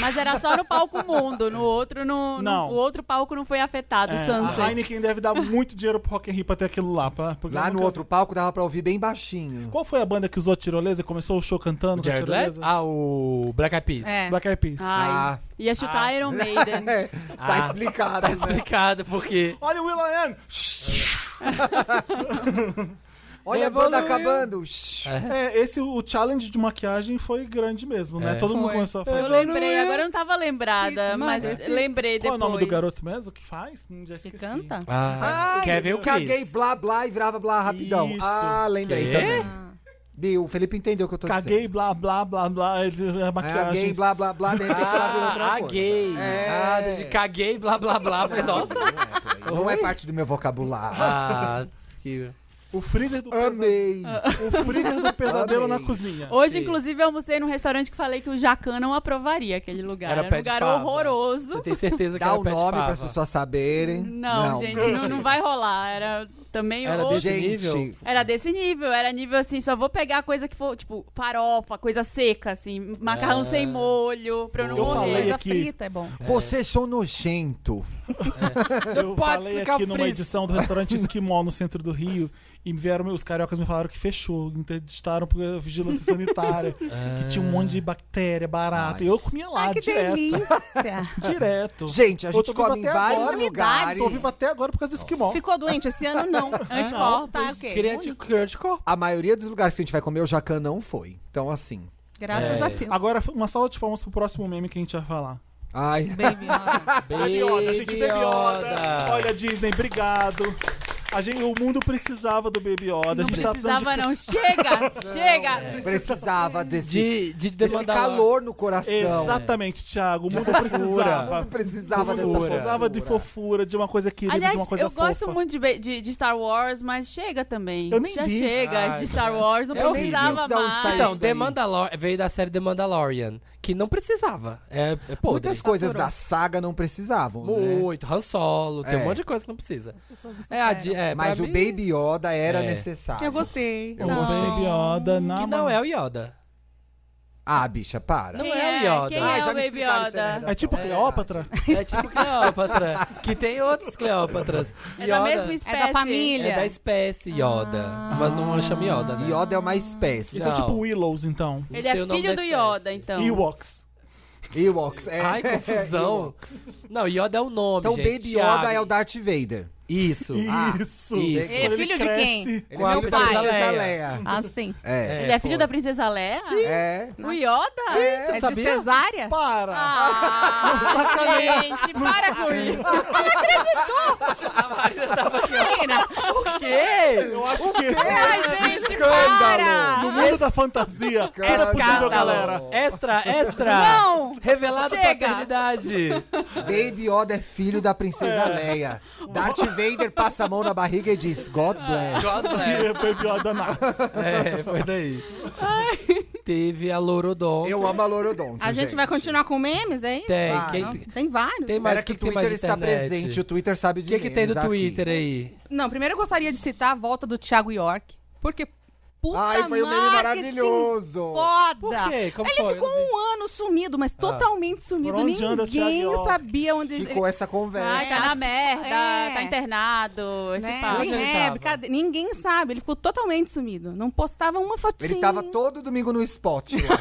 [SPEAKER 1] Mas era só no palco mundo, no outro no, no-
[SPEAKER 3] Não.
[SPEAKER 1] o outro palco não foi afetado, o
[SPEAKER 3] É, a
[SPEAKER 1] Sunset.
[SPEAKER 3] Heineken deve dar muito dinheiro pro Rock in Rio pra ter aquilo lá. Pra, porque
[SPEAKER 2] Lá
[SPEAKER 3] eu
[SPEAKER 2] no
[SPEAKER 3] nunca-
[SPEAKER 2] outro palco dava pra ouvir bem baixinho.
[SPEAKER 3] Qual foi a banda que usou a tirolesa e começou o show cantando
[SPEAKER 4] O
[SPEAKER 3] com a
[SPEAKER 4] Jared Leto?
[SPEAKER 3] tirolesa?
[SPEAKER 4] Ah, o Black Eyed Peas.
[SPEAKER 5] É.
[SPEAKER 3] Black Eyed Peas.
[SPEAKER 1] Ai,
[SPEAKER 2] Ah.
[SPEAKER 1] ia chutar Iron Maiden.
[SPEAKER 2] É, tá
[SPEAKER 4] Ah,
[SPEAKER 2] explicado.
[SPEAKER 4] Tá
[SPEAKER 2] né?
[SPEAKER 4] explicado porque.
[SPEAKER 3] Olha o Will I Am!
[SPEAKER 2] Olha a banda
[SPEAKER 4] Evoluiu.
[SPEAKER 2] acabando.
[SPEAKER 3] É, esse, o challenge de maquiagem foi grande mesmo, né?
[SPEAKER 4] Ah, É.
[SPEAKER 3] Todo mundo
[SPEAKER 5] Foi.
[SPEAKER 3] começou a
[SPEAKER 1] Eu
[SPEAKER 3] fazer.
[SPEAKER 1] lembrei, agora eu não tava lembrada,
[SPEAKER 5] Gente,
[SPEAKER 1] mas
[SPEAKER 5] mas esse-
[SPEAKER 1] lembrei
[SPEAKER 3] Qual
[SPEAKER 1] depois.
[SPEAKER 3] é o nome do garoto mesmo que faz? Hum, Já
[SPEAKER 5] Que
[SPEAKER 3] esqueci.
[SPEAKER 5] canta?
[SPEAKER 4] Ah,
[SPEAKER 2] Ai,
[SPEAKER 4] quer ver o Chris.
[SPEAKER 2] Caguei blá blá e virava blá rapidão.
[SPEAKER 3] Isso.
[SPEAKER 2] Ah, lembrei
[SPEAKER 4] Quê?
[SPEAKER 2] também. Bill, o Felipe entendeu o que eu tô
[SPEAKER 3] Caguei,
[SPEAKER 2] dizendo. É,
[SPEAKER 3] blá, blá, blá, blá. ele- A
[SPEAKER 2] Caguei,
[SPEAKER 3] maquiagem.
[SPEAKER 2] blá blá blá, de repente ela virou outra
[SPEAKER 4] Ah,
[SPEAKER 2] coisa.
[SPEAKER 4] gay.
[SPEAKER 2] É.
[SPEAKER 4] Ah, de- caguei, blá blá blá. Falei, nossa.
[SPEAKER 2] É, por aí. Não é
[SPEAKER 4] Oi?
[SPEAKER 2] parte do meu vocabulário.
[SPEAKER 4] Ah, que...
[SPEAKER 3] O freezer do pesadelo.
[SPEAKER 2] Amei.
[SPEAKER 3] O freezer do pesadelo na
[SPEAKER 2] Amei.
[SPEAKER 3] cozinha.
[SPEAKER 1] Hoje,
[SPEAKER 4] Sim.
[SPEAKER 1] inclusive, eu almocei num restaurante que falei que o Jacan não aprovaria aquele lugar.
[SPEAKER 4] Era
[SPEAKER 1] Era,
[SPEAKER 4] pé
[SPEAKER 1] um
[SPEAKER 4] de
[SPEAKER 1] lugar
[SPEAKER 4] fava.
[SPEAKER 1] horroroso.
[SPEAKER 4] Você tem certeza que
[SPEAKER 2] Dá
[SPEAKER 4] era
[SPEAKER 2] o
[SPEAKER 4] pé de
[SPEAKER 2] nome para as
[SPEAKER 4] fava?
[SPEAKER 2] pessoas saberem.
[SPEAKER 1] Não, gente, não, não vai rolar. Era também
[SPEAKER 4] Era
[SPEAKER 1] ou-
[SPEAKER 4] desse nível?
[SPEAKER 2] Gente,
[SPEAKER 1] Era desse nível, era nível assim, só vou pegar coisa que for, tipo, farofa, coisa seca, assim, macarrão
[SPEAKER 4] Ah.
[SPEAKER 1] sem molho, pra eu não
[SPEAKER 3] Eu
[SPEAKER 1] morrer.
[SPEAKER 3] falei
[SPEAKER 5] Coisa
[SPEAKER 3] aqui.
[SPEAKER 5] frita é bom.
[SPEAKER 2] vocês são nojento.
[SPEAKER 3] Eu
[SPEAKER 4] pode
[SPEAKER 3] falei
[SPEAKER 4] ficar
[SPEAKER 3] aqui numa
[SPEAKER 4] frio.
[SPEAKER 3] edição do restaurante Esquimó no centro do Rio e vieram os cariocas me falaram que fechou, interditaram por vigilância sanitária,
[SPEAKER 4] Ah.
[SPEAKER 3] que tinha um monte de bactéria barata.
[SPEAKER 2] Ai.
[SPEAKER 3] E eu comia lá
[SPEAKER 5] Ai, que
[SPEAKER 3] direto.
[SPEAKER 5] delícia.
[SPEAKER 3] Direto.
[SPEAKER 2] Gente, a
[SPEAKER 3] Eu tô
[SPEAKER 2] gente
[SPEAKER 3] vivo
[SPEAKER 2] come em
[SPEAKER 3] até
[SPEAKER 2] vários
[SPEAKER 3] agora.
[SPEAKER 2] lugares.
[SPEAKER 3] Tô vivo até agora por causa do Esquimó.
[SPEAKER 5] Ficou doente esse ano? Não.
[SPEAKER 1] Anticorpos.
[SPEAKER 5] Tá, ok.
[SPEAKER 4] Queria
[SPEAKER 5] Ui,
[SPEAKER 4] de, queria de corpo.
[SPEAKER 2] A maioria dos lugares que a gente vai comer, o Jacan não foi. Então, assim.
[SPEAKER 5] Graças
[SPEAKER 4] É.
[SPEAKER 5] a Deus.
[SPEAKER 3] Agora, uma salva de palmas pro próximo meme que a gente vai falar.
[SPEAKER 2] Ai.
[SPEAKER 5] Baby, olha.
[SPEAKER 3] Baby Yoda, gente, Baby Yoda.
[SPEAKER 4] Yoda.
[SPEAKER 3] Olha, Disney, obrigado. A gente, o mundo precisava do Baby Yoda. a
[SPEAKER 1] Não
[SPEAKER 3] gente tá precisando
[SPEAKER 1] precisava, não. Chega!
[SPEAKER 3] É.
[SPEAKER 1] chega!
[SPEAKER 2] Precisava desse,
[SPEAKER 4] De, de
[SPEAKER 2] desse
[SPEAKER 4] demandar
[SPEAKER 2] calor no coração.
[SPEAKER 3] de... Exatamente, Thiago. O mundo
[SPEAKER 2] O
[SPEAKER 3] precisava.
[SPEAKER 2] mundo precisava dessa
[SPEAKER 4] Fofura.
[SPEAKER 3] precisava de fofura, de uma coisa querida, de uma
[SPEAKER 1] Aliás,
[SPEAKER 3] coisa
[SPEAKER 1] eu
[SPEAKER 3] fofa.
[SPEAKER 1] gosto muito de, ba- de- de Star Wars, mas chega também.
[SPEAKER 3] Eu nem
[SPEAKER 1] Já
[SPEAKER 3] vi.
[SPEAKER 1] chega
[SPEAKER 4] Ai,
[SPEAKER 1] de Star Wars, não
[SPEAKER 2] eu nem vi
[SPEAKER 1] precisava
[SPEAKER 2] de onde
[SPEAKER 1] mais.
[SPEAKER 2] saiu.
[SPEAKER 4] Então,
[SPEAKER 2] isso daí.
[SPEAKER 4] The Mandalor- veio da série The Mandalorian, que não precisava. É, é podre.
[SPEAKER 1] Tá
[SPEAKER 2] Muitas coisas da saga não precisavam, né?
[SPEAKER 4] Muito, Han Solo, tem
[SPEAKER 2] É.
[SPEAKER 4] um monte de coisa que não precisa.
[SPEAKER 5] Pessoas
[SPEAKER 4] É, a,
[SPEAKER 5] insuperam.
[SPEAKER 4] di- é,
[SPEAKER 2] Mas
[SPEAKER 4] pra
[SPEAKER 2] o
[SPEAKER 4] mim,
[SPEAKER 2] Baby Yoda era
[SPEAKER 4] É.
[SPEAKER 2] necessário.
[SPEAKER 5] Eu gostei.
[SPEAKER 3] Eu
[SPEAKER 5] Não.
[SPEAKER 3] gostei de Baby Yoda. Na
[SPEAKER 4] Que não é o Yoda.
[SPEAKER 2] Ah, bicha, para.
[SPEAKER 1] Quem
[SPEAKER 4] Não é o Yoda.
[SPEAKER 1] Quem
[SPEAKER 2] Ah,
[SPEAKER 1] é
[SPEAKER 2] já
[SPEAKER 1] o
[SPEAKER 2] me
[SPEAKER 1] Baby
[SPEAKER 2] explicaram isso aí na
[SPEAKER 1] Yoda?
[SPEAKER 2] redação.
[SPEAKER 3] É tipo
[SPEAKER 2] É
[SPEAKER 3] Cleópatra.
[SPEAKER 4] É tipo Cleópatra, que tem outros Cleópatras.
[SPEAKER 1] É da
[SPEAKER 4] Yoda
[SPEAKER 1] mesma Ah. espécie.
[SPEAKER 5] família.
[SPEAKER 4] É da espécie Yoda, mas não chama Yoda, né?
[SPEAKER 2] Yoda é uma espécie.
[SPEAKER 3] Isso é
[SPEAKER 4] Não.
[SPEAKER 3] tipo Willows, então.
[SPEAKER 4] Não
[SPEAKER 1] Ele é
[SPEAKER 4] sei o nome
[SPEAKER 1] filho
[SPEAKER 4] da
[SPEAKER 1] do
[SPEAKER 4] espécie.
[SPEAKER 1] Yoda, então.
[SPEAKER 3] Ewoks.
[SPEAKER 2] Ewoks. É.
[SPEAKER 4] Ai, confusão. não, Yoda é o nome,
[SPEAKER 2] Então, o
[SPEAKER 4] gente.
[SPEAKER 2] Baby
[SPEAKER 4] Thiago.
[SPEAKER 2] Yoda é o Darth Vader.
[SPEAKER 4] Isso.
[SPEAKER 2] Ah,
[SPEAKER 3] Isso.
[SPEAKER 4] isso.
[SPEAKER 3] Quando
[SPEAKER 5] É filho de
[SPEAKER 3] cresce-
[SPEAKER 5] quem?
[SPEAKER 2] Ele
[SPEAKER 4] Com a
[SPEAKER 2] é o
[SPEAKER 4] princesa
[SPEAKER 2] pai.
[SPEAKER 4] Leia.
[SPEAKER 2] Leia.
[SPEAKER 5] Ah, sim.
[SPEAKER 2] É.
[SPEAKER 1] Ele é filho
[SPEAKER 4] pô.
[SPEAKER 1] da princesa Leia?
[SPEAKER 2] É.
[SPEAKER 1] O Yoda?
[SPEAKER 5] É, de
[SPEAKER 4] sabia?
[SPEAKER 5] cesárea?
[SPEAKER 3] Para!
[SPEAKER 1] Ah, gente, para com isso.
[SPEAKER 5] Menina,
[SPEAKER 4] O quê?
[SPEAKER 3] Eu acho que
[SPEAKER 5] Ai, gente,
[SPEAKER 2] é
[SPEAKER 5] para!
[SPEAKER 2] um Escândalo!
[SPEAKER 3] no mundo da fantasia era possível,
[SPEAKER 4] Escândalo.
[SPEAKER 3] galera.
[SPEAKER 4] Extra, extra.
[SPEAKER 1] Não!
[SPEAKER 4] Revelado
[SPEAKER 1] Chega.
[SPEAKER 4] paternidade.
[SPEAKER 2] Baby Yoda é filho da princesa Leia. Darth Vader passa a mão na barriga e diz, God bless.
[SPEAKER 4] God bless.
[SPEAKER 3] E Baby Yoda nasce.
[SPEAKER 4] É, foi daí. Teve a Lorodon.
[SPEAKER 2] Eu amo a Lorodonte,
[SPEAKER 5] A gente vai continuar com memes, é isso?
[SPEAKER 4] Tem.
[SPEAKER 2] Ah,
[SPEAKER 4] quem-
[SPEAKER 5] Não, Tem vários.
[SPEAKER 4] tem mais
[SPEAKER 2] Espera
[SPEAKER 4] o
[SPEAKER 2] que o
[SPEAKER 4] tem mais
[SPEAKER 2] Twitter
[SPEAKER 4] de
[SPEAKER 2] está
[SPEAKER 4] internet?
[SPEAKER 2] presente, o Twitter sabe
[SPEAKER 4] O
[SPEAKER 2] de
[SPEAKER 4] que, que tem no
[SPEAKER 2] memes aqui.
[SPEAKER 4] Twitter aí?
[SPEAKER 5] Não, primeiro eu gostaria de citar a volta do Thiago York, porque puta
[SPEAKER 2] Ai, foi um meme
[SPEAKER 5] marketing
[SPEAKER 2] maravilhoso.
[SPEAKER 5] Foda.
[SPEAKER 4] Por quê? Como
[SPEAKER 5] ele
[SPEAKER 4] foi? né?
[SPEAKER 5] ficou
[SPEAKER 4] Eu não vi.
[SPEAKER 5] um ano sumido, mas totalmente sumido.
[SPEAKER 3] Por onde anda o Thiago
[SPEAKER 5] Ninguém
[SPEAKER 3] York?
[SPEAKER 5] sabia onde ele
[SPEAKER 2] Ficou essa conversa.
[SPEAKER 1] Ai, tá na merda,
[SPEAKER 5] É.
[SPEAKER 1] tá internado, esse
[SPEAKER 5] né?
[SPEAKER 1] papo.
[SPEAKER 4] Onde ele tava?
[SPEAKER 5] Rehab, cadê? Ninguém sabe, ele ficou totalmente sumido. Não postava uma fotinha.
[SPEAKER 2] Ele tava todo domingo no spot. lá.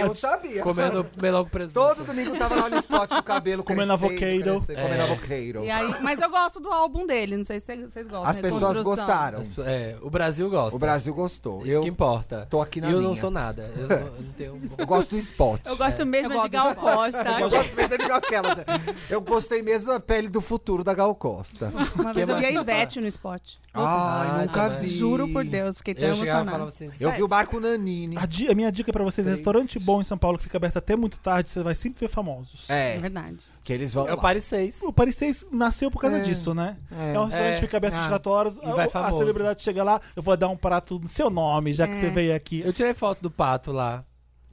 [SPEAKER 2] Eu sabia.
[SPEAKER 4] Comendo melão com presunto.
[SPEAKER 2] Todo domingo tava lá no spot com o cabelo
[SPEAKER 3] Comendo
[SPEAKER 2] crescendo,
[SPEAKER 3] avocado.
[SPEAKER 2] crescendo, Comendo
[SPEAKER 4] É.
[SPEAKER 2] avocado.
[SPEAKER 5] E aí- mas eu gosto do álbum dele, não sei se vocês- vocês gostam.
[SPEAKER 2] As
[SPEAKER 5] né?
[SPEAKER 2] pessoas
[SPEAKER 5] Construção.
[SPEAKER 2] gostaram.
[SPEAKER 4] As- É, o Brasil gosta.
[SPEAKER 2] O Brasil gostou.
[SPEAKER 4] Isso
[SPEAKER 2] Eu,
[SPEAKER 4] que importa.
[SPEAKER 2] tô aqui na
[SPEAKER 4] E eu não
[SPEAKER 2] minha.
[SPEAKER 4] sou nada. Eu não, eu não tenho...
[SPEAKER 2] eu gosto do spot.
[SPEAKER 1] Eu gosto mesmo é
[SPEAKER 5] Eu
[SPEAKER 1] de
[SPEAKER 5] gosto
[SPEAKER 1] Gal
[SPEAKER 5] dessa-
[SPEAKER 1] Costa.
[SPEAKER 2] Eu gosto mesmo de Gal Costa. Eu gostei mesmo da pele do futuro da Gal Costa.
[SPEAKER 5] Uma vez
[SPEAKER 4] Que
[SPEAKER 5] eu vi a
[SPEAKER 4] mais?
[SPEAKER 5] Ivete no spot.
[SPEAKER 2] Ai,
[SPEAKER 4] Ah,
[SPEAKER 2] nunca
[SPEAKER 4] tá bem.
[SPEAKER 2] vi.
[SPEAKER 5] Juro por Deus, fiquei tão
[SPEAKER 4] Eu chegava e falava
[SPEAKER 5] emocionada.
[SPEAKER 4] assim...
[SPEAKER 2] Eu vi o Marco Nanini.
[SPEAKER 3] A, di- a minha dica pra vocês é restaurante bom em São Paulo que fica aberto até muito tarde, você vai sempre ver famosos.
[SPEAKER 5] É
[SPEAKER 2] É,
[SPEAKER 5] verdade.
[SPEAKER 2] que eles vão
[SPEAKER 4] É o
[SPEAKER 2] lá.
[SPEAKER 4] Paris 6.
[SPEAKER 3] O Paris 6 nasceu por causa
[SPEAKER 2] É.
[SPEAKER 3] disso, né? É,
[SPEAKER 2] É.
[SPEAKER 3] um restaurante
[SPEAKER 4] É.
[SPEAKER 3] que fica aberto
[SPEAKER 2] Ah.
[SPEAKER 3] 24 horas,
[SPEAKER 4] E vai
[SPEAKER 3] a- a,
[SPEAKER 4] famoso.
[SPEAKER 3] celebridade chega lá, eu vou dar um prato no seu nome, já que você veio aqui.
[SPEAKER 4] Eu tirei foto do pato lá.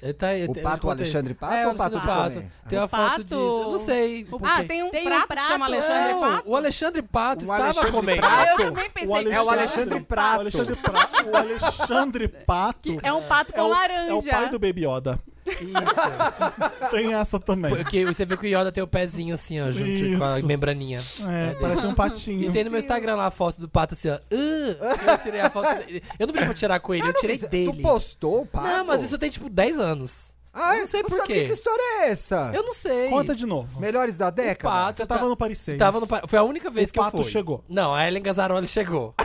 [SPEAKER 4] Ele tá, ele-
[SPEAKER 2] O
[SPEAKER 4] eu
[SPEAKER 2] pato
[SPEAKER 4] contei.
[SPEAKER 2] Alexandre Pato
[SPEAKER 4] É,
[SPEAKER 2] ou o pato do
[SPEAKER 4] Alexandre
[SPEAKER 2] Tomé?
[SPEAKER 4] Tem uma
[SPEAKER 1] O
[SPEAKER 4] foto
[SPEAKER 1] pato-
[SPEAKER 4] disso. Eu não sei. por
[SPEAKER 5] Ah,
[SPEAKER 4] quê.
[SPEAKER 5] tem um,
[SPEAKER 1] Tem um
[SPEAKER 5] prato, que
[SPEAKER 1] prato?
[SPEAKER 5] chama Alexandre
[SPEAKER 4] Não,
[SPEAKER 5] Pato? Ah,
[SPEAKER 4] O Alexandre Pato
[SPEAKER 2] O
[SPEAKER 4] estava
[SPEAKER 2] Alexandre
[SPEAKER 4] comendo.
[SPEAKER 2] Pato.
[SPEAKER 1] Eu também
[SPEAKER 3] O
[SPEAKER 1] pensei.
[SPEAKER 3] Alexandre,
[SPEAKER 2] É o Alexandre Prato.
[SPEAKER 3] O Alexandre Prato. o Alexandre Pato
[SPEAKER 1] É um pato com
[SPEAKER 3] é o-
[SPEAKER 1] laranja.
[SPEAKER 3] é o pai do Baby Yoda.
[SPEAKER 4] Isso.
[SPEAKER 3] Tem essa também.
[SPEAKER 4] Porque você vê que o Yoda tem o pezinho assim, ó, junto com a
[SPEAKER 3] Isso.
[SPEAKER 4] membraninha.
[SPEAKER 3] É, parece um
[SPEAKER 4] E
[SPEAKER 3] patinho.
[SPEAKER 4] tem no meu Instagram lá a foto do pato assim, ó. "Ah", eu tirei a foto dele. Eu não pedi pra tirar com ele, eu tirei
[SPEAKER 2] Mas
[SPEAKER 4] dele.
[SPEAKER 2] Tu postou o pato?
[SPEAKER 4] Não, mas isso tem tipo 10 anos.
[SPEAKER 2] Ah,
[SPEAKER 4] eu não sei
[SPEAKER 2] não
[SPEAKER 4] por
[SPEAKER 2] sabia
[SPEAKER 4] quê.
[SPEAKER 2] Que história é essa?
[SPEAKER 4] Eu não sei.
[SPEAKER 3] Conta de novo.
[SPEAKER 2] Melhores da
[SPEAKER 4] O
[SPEAKER 2] década?
[SPEAKER 4] pato.
[SPEAKER 3] Você tava no Paris 6.
[SPEAKER 4] Tava no pa- Foi a única vez
[SPEAKER 3] O
[SPEAKER 4] que eu fui.
[SPEAKER 3] pato chegou.
[SPEAKER 4] Não, a Ellen Gazzaroli chegou.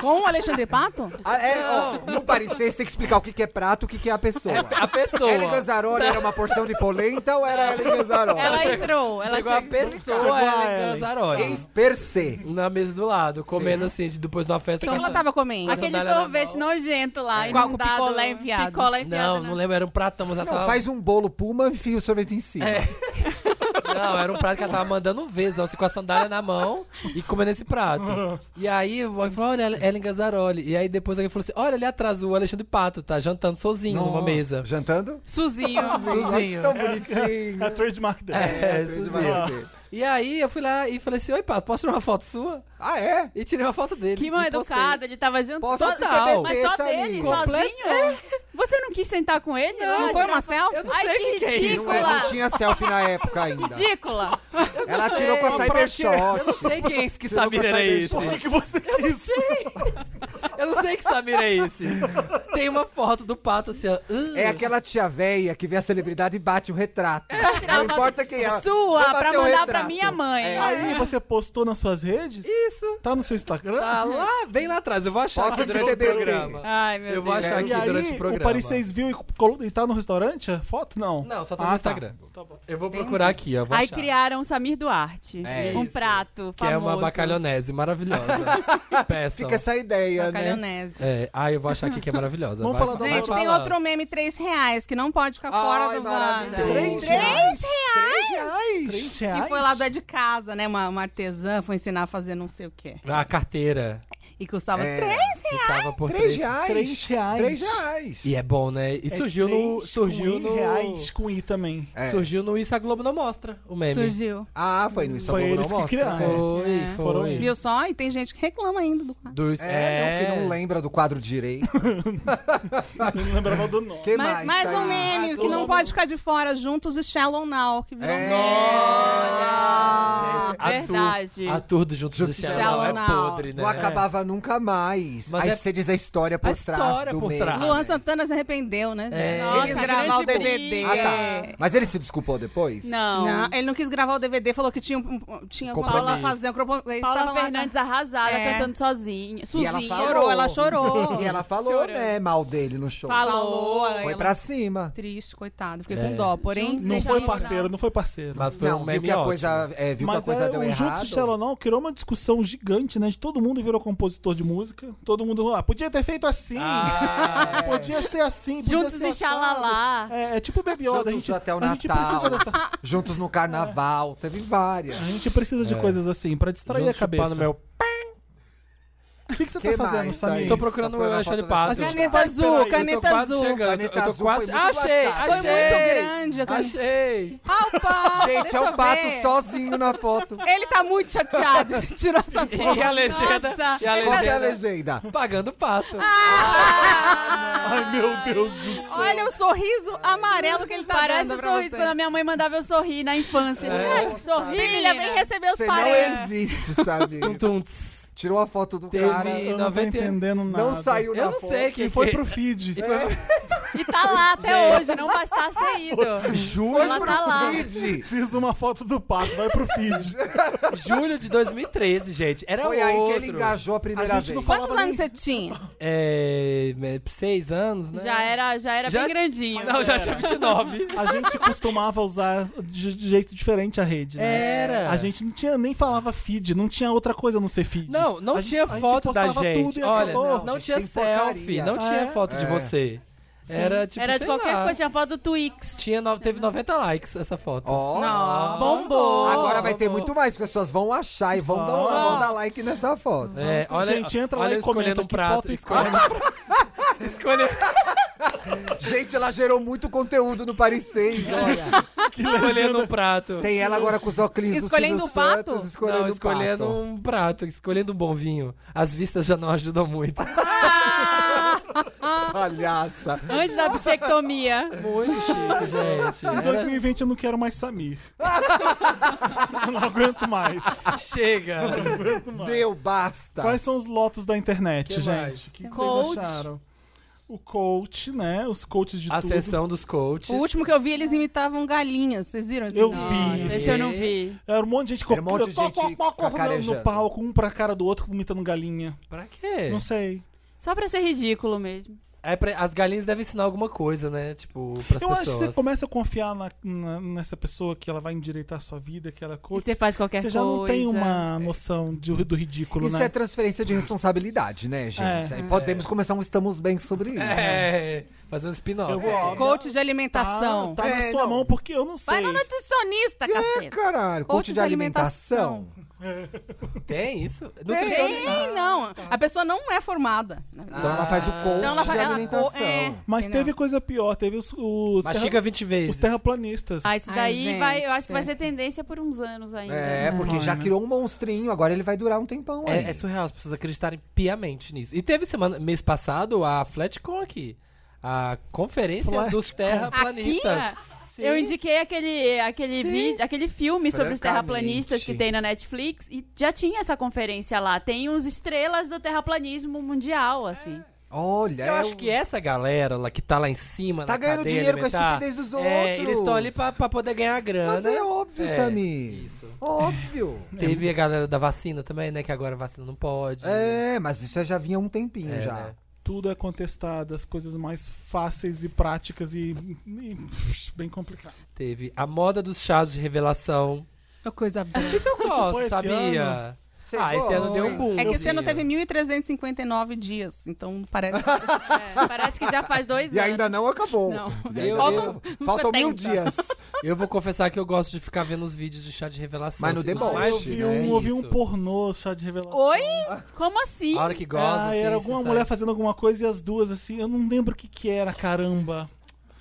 [SPEAKER 5] Com o Alexandre Pato?
[SPEAKER 2] Ah, é, ó, no parecer, você tem que explicar o que, que é prato, o que, que é a pessoa.
[SPEAKER 4] A pessoa.
[SPEAKER 2] Ellen Gazzaroli era uma porção de polenta ou era Ellen Gazzaroli?
[SPEAKER 1] Ela é entrou, ela
[SPEAKER 4] Chegou a
[SPEAKER 1] chegou.
[SPEAKER 3] Chegou
[SPEAKER 4] pessoa
[SPEAKER 3] a
[SPEAKER 4] Ellen
[SPEAKER 3] Ellen.
[SPEAKER 4] Gazzaroli.
[SPEAKER 2] Per se.
[SPEAKER 4] Na mesa do lado, comendo assim, depois de uma
[SPEAKER 5] O que,
[SPEAKER 4] festa.
[SPEAKER 5] que ela
[SPEAKER 4] cantando.
[SPEAKER 5] tava comendo?
[SPEAKER 4] Mas
[SPEAKER 1] Aquele
[SPEAKER 4] sandália na
[SPEAKER 1] sorvete
[SPEAKER 4] mão.
[SPEAKER 1] nojento lá.
[SPEAKER 5] É. Com- com
[SPEAKER 1] inundado.
[SPEAKER 5] picolé enfiado.
[SPEAKER 1] Picolé enfiado.
[SPEAKER 4] Não,
[SPEAKER 1] né?
[SPEAKER 4] não lembro, era um pratão, mas ela
[SPEAKER 2] Não,
[SPEAKER 4] tava...
[SPEAKER 2] faz um bolo puma e enfia o sorvete em cima.
[SPEAKER 4] É. Não, era um prato que ela tava mandando vez, assim, com a sandália na mão e comendo esse prato. E aí alguém falou, olha, Ellen Gazzaroli. E aí depois alguém falou assim, olha ali atrás o Alexandre Pato, tá jantando sozinho numa mesa.
[SPEAKER 2] Jantando?
[SPEAKER 5] Suzinho.
[SPEAKER 1] Ah,
[SPEAKER 4] Sozinho.
[SPEAKER 2] Tão bonitinho.
[SPEAKER 3] É a trademark dela.
[SPEAKER 4] É,
[SPEAKER 2] É,
[SPEAKER 4] Suzinho.
[SPEAKER 2] Suzinho.
[SPEAKER 4] E aí eu fui lá e falei assim, oi Pato, posso tirar uma foto sua?
[SPEAKER 2] Ah, é?
[SPEAKER 4] E tirei uma foto dele.
[SPEAKER 1] Que mal
[SPEAKER 4] e postei.
[SPEAKER 1] educado, ele tava jantando.
[SPEAKER 2] Posso
[SPEAKER 1] Só-
[SPEAKER 2] se
[SPEAKER 4] Total.
[SPEAKER 1] Mas
[SPEAKER 2] beber,
[SPEAKER 1] só dele,
[SPEAKER 2] Samir.
[SPEAKER 4] Completo.
[SPEAKER 1] sozinho? Você não quis sentar com ele?
[SPEAKER 5] Não,
[SPEAKER 1] Ela
[SPEAKER 5] foi
[SPEAKER 1] tirou
[SPEAKER 5] uma selfie?
[SPEAKER 4] Eu não
[SPEAKER 1] Ai,
[SPEAKER 4] sei
[SPEAKER 1] que
[SPEAKER 4] que é isso.
[SPEAKER 2] Não, é, não tinha selfie na época ainda.
[SPEAKER 1] Ridícula.
[SPEAKER 2] Ela tirou pra
[SPEAKER 4] Pra quê? Eu não
[SPEAKER 2] Cybershot.
[SPEAKER 4] sei quem é esse que
[SPEAKER 2] Tirou
[SPEAKER 4] Samir
[SPEAKER 2] pra
[SPEAKER 4] era
[SPEAKER 2] saber
[SPEAKER 4] esse.
[SPEAKER 3] Por que que você quis?
[SPEAKER 4] Eu não sei que Samir é esse. Tem uma foto do Pato assim, ó. "Ah,
[SPEAKER 2] É aquela tia véia que vê a celebridade e bate o retrato. Não importa quem é. Vou
[SPEAKER 1] Sua,
[SPEAKER 2] bater
[SPEAKER 1] pra
[SPEAKER 2] o
[SPEAKER 1] mandar pra
[SPEAKER 2] retrato.
[SPEAKER 1] minha mãe.
[SPEAKER 4] É,
[SPEAKER 3] Aí você postou nas suas redes?
[SPEAKER 4] Isso.
[SPEAKER 3] Tá no seu Instagram?
[SPEAKER 4] Tá lá, bem lá atrás. Eu vou achar
[SPEAKER 2] Posso
[SPEAKER 4] aqui
[SPEAKER 2] esse
[SPEAKER 4] durante o
[SPEAKER 2] TBT?
[SPEAKER 4] programa. Ah,
[SPEAKER 1] Ai, meu
[SPEAKER 4] Eu vou
[SPEAKER 1] Deus.
[SPEAKER 4] achar aqui
[SPEAKER 3] E aí,
[SPEAKER 4] durante o
[SPEAKER 3] o
[SPEAKER 4] programa.
[SPEAKER 3] Paris 6 viu e, colo- e tá no restaurante? a Foto? Não.
[SPEAKER 4] Não, só tá
[SPEAKER 3] Ah,
[SPEAKER 4] no Instagram. Eu vou procurar aqui, ó. Vou
[SPEAKER 1] Aí
[SPEAKER 4] achar.
[SPEAKER 1] criaram o Samir Duarte.
[SPEAKER 4] É
[SPEAKER 1] um
[SPEAKER 4] isso.
[SPEAKER 1] prato
[SPEAKER 4] Que
[SPEAKER 1] famoso.
[SPEAKER 4] é uma bacalhonese maravilhosa. Peça.
[SPEAKER 2] Fica essa ideia, né?
[SPEAKER 5] Calionese.
[SPEAKER 4] É, ah, eu vou achar aqui que é maravilhosa.
[SPEAKER 3] Vamos
[SPEAKER 4] Vai,
[SPEAKER 3] falar
[SPEAKER 4] vai
[SPEAKER 3] da
[SPEAKER 5] Gente, tem
[SPEAKER 4] falar.
[SPEAKER 5] outro meme, 3 reais, que não pode ficar fora
[SPEAKER 2] Ai,
[SPEAKER 5] do Wanda.
[SPEAKER 2] maravilhoso.
[SPEAKER 3] Três
[SPEAKER 2] Três
[SPEAKER 3] reais? Três reais? Três reais?
[SPEAKER 5] Que foi lá do é de casa, né? Uma, uma artesã foi ensinar a fazer não sei o quê.
[SPEAKER 4] A carteira.
[SPEAKER 5] E custava
[SPEAKER 2] É.
[SPEAKER 5] 3
[SPEAKER 4] Que tava por
[SPEAKER 2] Três
[SPEAKER 4] três
[SPEAKER 2] reais?
[SPEAKER 3] Três reais.
[SPEAKER 2] Três reais.
[SPEAKER 4] E é bom, né? E surgiu no.
[SPEAKER 3] três
[SPEAKER 4] Surgiu
[SPEAKER 3] com
[SPEAKER 4] no.
[SPEAKER 3] I reais com I também.
[SPEAKER 2] É.
[SPEAKER 4] Surgiu no Isso a Globo não mostra o meme.
[SPEAKER 5] surgiu.
[SPEAKER 2] Ah, foi no
[SPEAKER 3] Foi
[SPEAKER 2] Instagram não
[SPEAKER 3] eles que
[SPEAKER 2] mostra. né?
[SPEAKER 3] criaram.
[SPEAKER 4] Foi,
[SPEAKER 5] É.
[SPEAKER 4] foi.
[SPEAKER 3] Foram eles.
[SPEAKER 5] Viu só? E tem gente que reclama ainda do quadro.
[SPEAKER 4] Dos,
[SPEAKER 2] É, não, que não lembra do quadro direito.
[SPEAKER 3] Eu não lembrava do nome.
[SPEAKER 2] Que mais?
[SPEAKER 5] Mas, mais
[SPEAKER 2] Thaís?
[SPEAKER 5] um meme
[SPEAKER 3] Mais
[SPEAKER 5] que
[SPEAKER 3] um.
[SPEAKER 5] não pode ficar de fora juntos e Shallow Now, que virou
[SPEAKER 2] É.
[SPEAKER 5] um meme.
[SPEAKER 4] Gente, a
[SPEAKER 1] Verdade.
[SPEAKER 4] Tour, a tour do Juntos
[SPEAKER 2] Juntos
[SPEAKER 4] do
[SPEAKER 2] e
[SPEAKER 4] Shallow é
[SPEAKER 5] Shallow Now.
[SPEAKER 4] podre, né?
[SPEAKER 2] Não acabava nunca mais.
[SPEAKER 4] Mas
[SPEAKER 2] Aí
[SPEAKER 4] é-
[SPEAKER 2] você diz a história por
[SPEAKER 4] A
[SPEAKER 2] trás
[SPEAKER 4] história
[SPEAKER 2] do
[SPEAKER 4] por
[SPEAKER 2] meio.
[SPEAKER 4] trás.
[SPEAKER 5] Luan Santana se arrependeu, né?
[SPEAKER 4] É.
[SPEAKER 5] Ele quis
[SPEAKER 1] Nossa,
[SPEAKER 5] gravar o
[SPEAKER 1] grande
[SPEAKER 5] DVD.
[SPEAKER 1] briga.
[SPEAKER 2] Ah, tá. Mas ele se desculpou depois?
[SPEAKER 1] Não.
[SPEAKER 5] É. Não, ele não quis gravar o DVD, falou que tinha, um- um- tinha alguma coisa pra
[SPEAKER 4] Compromisso.
[SPEAKER 5] fazer. Um compromisso. Ele
[SPEAKER 1] Paula
[SPEAKER 5] tava lá,
[SPEAKER 1] Fernandes arrasada,
[SPEAKER 5] É.
[SPEAKER 1] cantando sozinha. Suzinha.
[SPEAKER 2] ela
[SPEAKER 5] tá-
[SPEAKER 2] falou.
[SPEAKER 5] Chorou, ela chorou.
[SPEAKER 2] E ela falou,
[SPEAKER 1] Chorando.
[SPEAKER 2] né, mal dele no show.
[SPEAKER 1] Falou.
[SPEAKER 5] aí
[SPEAKER 2] Foi
[SPEAKER 5] ela-
[SPEAKER 2] pra cima.
[SPEAKER 5] Triste, coitado. Fiquei
[SPEAKER 4] É.
[SPEAKER 5] com dó. Porém,
[SPEAKER 1] Juntos
[SPEAKER 3] Não
[SPEAKER 1] Deixa
[SPEAKER 3] foi
[SPEAKER 1] eu
[SPEAKER 3] parceiro,
[SPEAKER 1] lembrar.
[SPEAKER 3] não foi parceiro.
[SPEAKER 4] Mas foi
[SPEAKER 2] não,
[SPEAKER 4] um
[SPEAKER 2] viu
[SPEAKER 4] meme
[SPEAKER 2] que a
[SPEAKER 4] ótimo.
[SPEAKER 2] coisa, é, viu que a
[SPEAKER 3] Mas
[SPEAKER 2] coisa
[SPEAKER 3] é,
[SPEAKER 2] deu
[SPEAKER 3] o
[SPEAKER 2] errado.
[SPEAKER 3] Juntos e Shallow Now criou uma discussão gigante, né? De todo mundo virou compositor de música. Todo mundo, ah, podia ter feito assim.
[SPEAKER 2] é.
[SPEAKER 4] Ah,
[SPEAKER 3] Podia ser assim, podia
[SPEAKER 1] Juntos
[SPEAKER 3] ser
[SPEAKER 1] e xalalá.
[SPEAKER 3] assado. É, é tipo Baby Yoda. A
[SPEAKER 2] Juntos
[SPEAKER 3] gente,
[SPEAKER 2] até o
[SPEAKER 3] a gente
[SPEAKER 2] Natal,
[SPEAKER 3] precisa dessa-
[SPEAKER 2] juntos no carnaval, teve várias.
[SPEAKER 3] A gente precisa de
[SPEAKER 4] É.
[SPEAKER 3] coisas assim pra distrair
[SPEAKER 4] Juntos
[SPEAKER 3] a cabeça.
[SPEAKER 4] chupando meu-
[SPEAKER 3] O que, que você
[SPEAKER 2] Que
[SPEAKER 3] tá fazendo,
[SPEAKER 2] mais,
[SPEAKER 3] Samir?
[SPEAKER 2] Thaís?
[SPEAKER 4] Tô procurando
[SPEAKER 2] Tá
[SPEAKER 4] o
[SPEAKER 2] procurando a
[SPEAKER 4] Alexandre
[SPEAKER 2] foto da
[SPEAKER 4] Pato.
[SPEAKER 2] gente.
[SPEAKER 5] caneta
[SPEAKER 3] Mas peraí, eu
[SPEAKER 5] azul,
[SPEAKER 3] tô
[SPEAKER 4] Eu tô
[SPEAKER 5] caneta
[SPEAKER 4] quase
[SPEAKER 5] azul.
[SPEAKER 4] chegando.
[SPEAKER 2] Caneta
[SPEAKER 4] eu tô
[SPEAKER 2] azul
[SPEAKER 4] quase...
[SPEAKER 2] foi muito
[SPEAKER 4] Achei,
[SPEAKER 2] WhatsApp.
[SPEAKER 5] Foi
[SPEAKER 4] achei.
[SPEAKER 5] muito grande a caneta.
[SPEAKER 4] Achei.
[SPEAKER 5] Ah, o Pato,
[SPEAKER 2] Gente,
[SPEAKER 5] deixa
[SPEAKER 2] é o
[SPEAKER 5] eu
[SPEAKER 2] pato
[SPEAKER 5] ver.
[SPEAKER 2] sozinho na foto.
[SPEAKER 5] Ele tá muito chateado de tirar essa foto.
[SPEAKER 4] E a legenda...
[SPEAKER 1] Nossa.
[SPEAKER 4] E a
[SPEAKER 2] Qual que é a
[SPEAKER 4] legenda... Ah.
[SPEAKER 2] legenda?
[SPEAKER 4] Pagando pato.
[SPEAKER 3] Ai, meu Deus do céu.
[SPEAKER 5] Olha o sorriso amarelo que ele tá
[SPEAKER 1] Parece
[SPEAKER 5] dando
[SPEAKER 1] o
[SPEAKER 5] pra
[SPEAKER 1] sorriso
[SPEAKER 5] você.
[SPEAKER 1] quando a minha mãe mandava eu sorrir na infância. Ai, que sorriso.
[SPEAKER 5] Filha, vem receber os
[SPEAKER 2] Você
[SPEAKER 5] parentes.
[SPEAKER 2] não existe, sabe?
[SPEAKER 4] Tum, tum, tss.
[SPEAKER 2] Tirou a foto do
[SPEAKER 4] Teve-
[SPEAKER 2] cara,
[SPEAKER 3] Eu não tô
[SPEAKER 4] 90
[SPEAKER 3] entendendo nada.
[SPEAKER 2] não saiu na
[SPEAKER 4] Eu não
[SPEAKER 2] foto.
[SPEAKER 4] sei que
[SPEAKER 3] E foi pro feed.
[SPEAKER 1] E tá lá até hoje, não bastasse ter ido.
[SPEAKER 4] Julho,
[SPEAKER 1] Ela tá lá.
[SPEAKER 2] Feed.
[SPEAKER 3] Fiz uma foto do pato, vai pro feed.
[SPEAKER 4] julho de 2013, gente. Era
[SPEAKER 2] Foi aí
[SPEAKER 4] É outro.
[SPEAKER 2] que ele engajou a primeira
[SPEAKER 3] A gente não
[SPEAKER 2] vez.
[SPEAKER 5] Quantos
[SPEAKER 3] falava
[SPEAKER 5] anos
[SPEAKER 3] nem-
[SPEAKER 5] você tinha?
[SPEAKER 4] É, é, seis anos, né?
[SPEAKER 1] Já era, já era
[SPEAKER 4] Já-
[SPEAKER 1] bem grandinho.
[SPEAKER 4] Não, já tinha 29.
[SPEAKER 3] A gente costumava usar de de jeito diferente a rede, né?
[SPEAKER 4] Era.
[SPEAKER 3] A gente não tinha, nem falava feed, não tinha outra coisa a não ser feed.
[SPEAKER 4] Não, não
[SPEAKER 3] A gente-
[SPEAKER 4] tinha
[SPEAKER 3] a gente
[SPEAKER 4] foto da
[SPEAKER 3] postava tudo
[SPEAKER 4] gente.
[SPEAKER 3] e
[SPEAKER 4] Olha,
[SPEAKER 3] acabou.
[SPEAKER 4] não,
[SPEAKER 2] Não, gente,
[SPEAKER 4] tinha
[SPEAKER 2] tem
[SPEAKER 4] selfie,
[SPEAKER 2] porcaria.
[SPEAKER 4] não tinha
[SPEAKER 3] É.
[SPEAKER 4] foto de
[SPEAKER 2] É.
[SPEAKER 4] você. Era tipo,
[SPEAKER 1] Era de
[SPEAKER 4] sei
[SPEAKER 1] qualquer
[SPEAKER 4] lá,
[SPEAKER 1] coisa, tinha foto do Twix.
[SPEAKER 4] Tinha no- teve 90 likes essa foto.
[SPEAKER 2] Ó,
[SPEAKER 4] Ah,
[SPEAKER 1] bombou.
[SPEAKER 2] agora vai
[SPEAKER 4] bombou.
[SPEAKER 2] ter muito mais, porque as pessoas vão achar e vão, dar,
[SPEAKER 3] Ó.
[SPEAKER 2] vão dar like nessa foto.
[SPEAKER 4] É, olha,
[SPEAKER 3] Gente, entra lá e
[SPEAKER 4] olha eu escolhendo
[SPEAKER 3] comenta
[SPEAKER 4] um
[SPEAKER 3] que
[SPEAKER 4] prato.
[SPEAKER 3] foto
[SPEAKER 4] escolhendo um prato. Escolhendo-
[SPEAKER 2] Gente, ela gerou muito conteúdo no Paris 6, olha.
[SPEAKER 4] escolhendo um prato.
[SPEAKER 2] Tem ela agora com os óculos
[SPEAKER 5] Escolhendo
[SPEAKER 2] do
[SPEAKER 5] o
[SPEAKER 2] Silvio
[SPEAKER 5] pato?
[SPEAKER 2] Santos, escolhendo
[SPEAKER 4] Não,
[SPEAKER 2] o pato.
[SPEAKER 4] escolhendo um prato, escolhendo um bom vinho. As vistas já não ajudam muito.
[SPEAKER 3] Tá
[SPEAKER 2] Palhaça.
[SPEAKER 1] Ah! Antes da bichectomia.
[SPEAKER 4] Muito chique, gente.
[SPEAKER 3] Em
[SPEAKER 4] Era-
[SPEAKER 3] 2020 eu não quero mais Samir. eu não aguento mais.
[SPEAKER 4] Chega.
[SPEAKER 2] Deu, basta.
[SPEAKER 3] Quais são os lotos da internet,
[SPEAKER 4] Que mais?
[SPEAKER 3] gente? O que, que
[SPEAKER 1] Coach.
[SPEAKER 3] vocês acharam? O coach, né? Os coaches de
[SPEAKER 4] A
[SPEAKER 3] tudo.
[SPEAKER 4] sessão dos coaches.
[SPEAKER 5] O último que eu vi, eles imitavam galinhas. Vocês viram esse
[SPEAKER 3] Eu
[SPEAKER 5] vídeo?
[SPEAKER 3] vi.
[SPEAKER 1] Nossa, esse eu não vi.
[SPEAKER 3] Era um monte de gente
[SPEAKER 2] Era um monte de gente
[SPEAKER 3] no,
[SPEAKER 2] cacarejando.
[SPEAKER 3] no
[SPEAKER 4] É.
[SPEAKER 3] palco, um pra cara do outro, imitando galinha.
[SPEAKER 4] Pra quê?
[SPEAKER 3] Não sei.
[SPEAKER 1] Só pra ser ridículo mesmo.
[SPEAKER 4] É pra- as galinhas devem ensinar alguma coisa, né? Tipo, pras
[SPEAKER 3] Eu acho
[SPEAKER 4] pessoas.
[SPEAKER 3] que você começa a confiar na- na- nessa pessoa que ela vai endireitar a sua vida, que ela é
[SPEAKER 1] E
[SPEAKER 3] coach.
[SPEAKER 1] você faz qualquer
[SPEAKER 3] Você
[SPEAKER 1] coisa.
[SPEAKER 3] já não tem uma noção de- do ridículo,
[SPEAKER 2] Isso
[SPEAKER 3] né?
[SPEAKER 2] é transferência de responsabilidade, né, gente?
[SPEAKER 3] É.
[SPEAKER 2] Aí podemos começar um Estamos Bem sobre isso.
[SPEAKER 4] É, fazendo spin-off.
[SPEAKER 3] Eu vou, ó,
[SPEAKER 5] Coach de
[SPEAKER 3] tá,
[SPEAKER 5] alimentação.
[SPEAKER 3] tá na
[SPEAKER 2] É,
[SPEAKER 3] sua
[SPEAKER 2] não.
[SPEAKER 3] mão porque eu não sei.
[SPEAKER 5] Vai no nutricionista,
[SPEAKER 2] É,
[SPEAKER 5] caceta.
[SPEAKER 2] caralho. Coach de alimentação.
[SPEAKER 4] Tem isso?
[SPEAKER 5] Tem, não. A pessoa não é formada. na verdade.
[SPEAKER 2] Então ela faz o coach
[SPEAKER 5] Então ela
[SPEAKER 2] de
[SPEAKER 5] faz- ela co-
[SPEAKER 2] alimentação.
[SPEAKER 5] é.
[SPEAKER 3] Mas
[SPEAKER 5] Entendeu?
[SPEAKER 3] teve coisa pior, teve os, os, terra-
[SPEAKER 4] Mastiga 20 vezes.
[SPEAKER 3] os terraplanistas.
[SPEAKER 1] Ah, isso
[SPEAKER 5] Ai,
[SPEAKER 1] daí
[SPEAKER 5] gente.
[SPEAKER 1] vai, eu acho que vai ser tendência por uns anos ainda. né?
[SPEAKER 2] É, porque já criou um monstrinho, agora ele vai durar um tempão aí.
[SPEAKER 4] É, é surreal as pessoas acreditarem piamente nisso. E teve semana, mês passado a Flatcon aqui. A conferência dos terraplanistas.
[SPEAKER 1] Aqui?
[SPEAKER 4] Sim.
[SPEAKER 1] Eu indiquei aquele, aquele
[SPEAKER 4] Sim.
[SPEAKER 1] vídeo, aquele filme sobre os
[SPEAKER 2] Francamente.
[SPEAKER 1] terraplanistas que tem na Netflix e já tinha essa conferência lá. Tem uns estrelas do terraplanismo
[SPEAKER 4] É.
[SPEAKER 1] mundial, assim.
[SPEAKER 2] Olha,
[SPEAKER 4] Eu
[SPEAKER 2] é
[SPEAKER 4] acho
[SPEAKER 2] o-
[SPEAKER 4] que essa galera lá que tá lá em cima.
[SPEAKER 2] Tá
[SPEAKER 4] na
[SPEAKER 2] ganhando
[SPEAKER 4] cadeia
[SPEAKER 2] dinheiro com a
[SPEAKER 4] alimentar,
[SPEAKER 2] estupidez dos
[SPEAKER 4] É, eles estão ali
[SPEAKER 2] outros.
[SPEAKER 4] pra, pra poder ganhar grana.
[SPEAKER 2] Mas é óbvio,
[SPEAKER 4] É,
[SPEAKER 2] Samir.
[SPEAKER 4] isso.
[SPEAKER 2] Óbvio.
[SPEAKER 4] Teve a galera da vacina também, né? Que agora a vacina não pode.
[SPEAKER 2] É, mas isso já vinha há um tempinho
[SPEAKER 4] É,
[SPEAKER 2] já.
[SPEAKER 4] né?
[SPEAKER 3] Tudo é contestado, as coisas mais fáceis e práticas e, e bem complicadas.
[SPEAKER 4] Teve a moda dos chás de revelação.
[SPEAKER 5] Ô, Coisa boa.
[SPEAKER 2] é
[SPEAKER 4] Isso eu
[SPEAKER 3] foi
[SPEAKER 4] gosto,
[SPEAKER 3] esse
[SPEAKER 4] sabia?
[SPEAKER 2] Você
[SPEAKER 4] ah, esse
[SPEAKER 2] foi.
[SPEAKER 4] ano deu um boom.
[SPEAKER 5] É que
[SPEAKER 4] eu
[SPEAKER 5] esse ano
[SPEAKER 4] vi.
[SPEAKER 5] teve 1.359 dias, então parece.
[SPEAKER 1] É, parece que já faz dois
[SPEAKER 2] E
[SPEAKER 1] anos.
[SPEAKER 2] ainda não acabou.
[SPEAKER 5] Não.
[SPEAKER 2] E aí
[SPEAKER 4] Eu-
[SPEAKER 2] faltam
[SPEAKER 5] eu-
[SPEAKER 2] faltam mil
[SPEAKER 5] 70.
[SPEAKER 2] dias.
[SPEAKER 4] Eu vou confessar que eu gosto de ficar vendo os vídeos de chá de revelação.
[SPEAKER 2] Mas no
[SPEAKER 4] assim, os
[SPEAKER 2] deboche,
[SPEAKER 4] mais
[SPEAKER 3] Eu vi
[SPEAKER 2] né?
[SPEAKER 4] difíceis.
[SPEAKER 3] um, eu vi um
[SPEAKER 4] Isso.
[SPEAKER 3] pornô só de revelação.
[SPEAKER 5] Oi?
[SPEAKER 1] Como assim?
[SPEAKER 4] A hora que goza,
[SPEAKER 3] Ah,
[SPEAKER 4] assim,
[SPEAKER 3] era
[SPEAKER 4] você
[SPEAKER 3] alguma
[SPEAKER 4] sabe.
[SPEAKER 3] mulher fazendo alguma coisa e as duas assim, eu não lembro o que que era, caramba.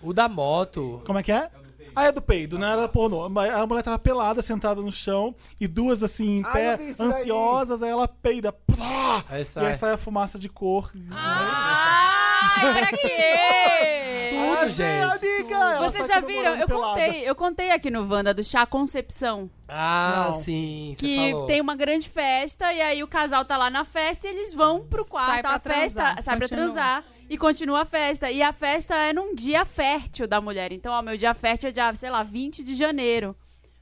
[SPEAKER 4] O da moto.
[SPEAKER 3] Como é que é? Ah, é do peido, não era pornô. Mas A mulher tava pelada, sentada no chão, e duas assim, em
[SPEAKER 2] Ah,
[SPEAKER 3] pé,
[SPEAKER 2] eu vi isso daí.
[SPEAKER 3] ansiosas, aí ela peida. plá, e
[SPEAKER 4] Aí
[SPEAKER 3] aí
[SPEAKER 4] sai.
[SPEAKER 3] sai a fumaça de cor.
[SPEAKER 1] Ai, pra quê?
[SPEAKER 4] Tudo, gente.
[SPEAKER 2] Ah, Amiga, ela
[SPEAKER 1] Ah, Vocês
[SPEAKER 3] só
[SPEAKER 1] já
[SPEAKER 3] comemorando
[SPEAKER 1] viram? Eu
[SPEAKER 3] pelada.
[SPEAKER 1] contei, eu contei aqui no Wanda do Chá Concepção.
[SPEAKER 4] Ah,
[SPEAKER 3] Não.
[SPEAKER 4] sim. você
[SPEAKER 1] que
[SPEAKER 4] falou.
[SPEAKER 1] tem uma grande festa e aí o casal tá lá na festa e eles vão pro quarto,
[SPEAKER 5] Sai pra
[SPEAKER 1] a festa
[SPEAKER 5] transar,
[SPEAKER 1] sai pra
[SPEAKER 5] continua.
[SPEAKER 1] transar e continua a festa. E a festa é num dia fértil da mulher. Então, ó, meu dia fértil é dia, sei lá, 20 de janeiro.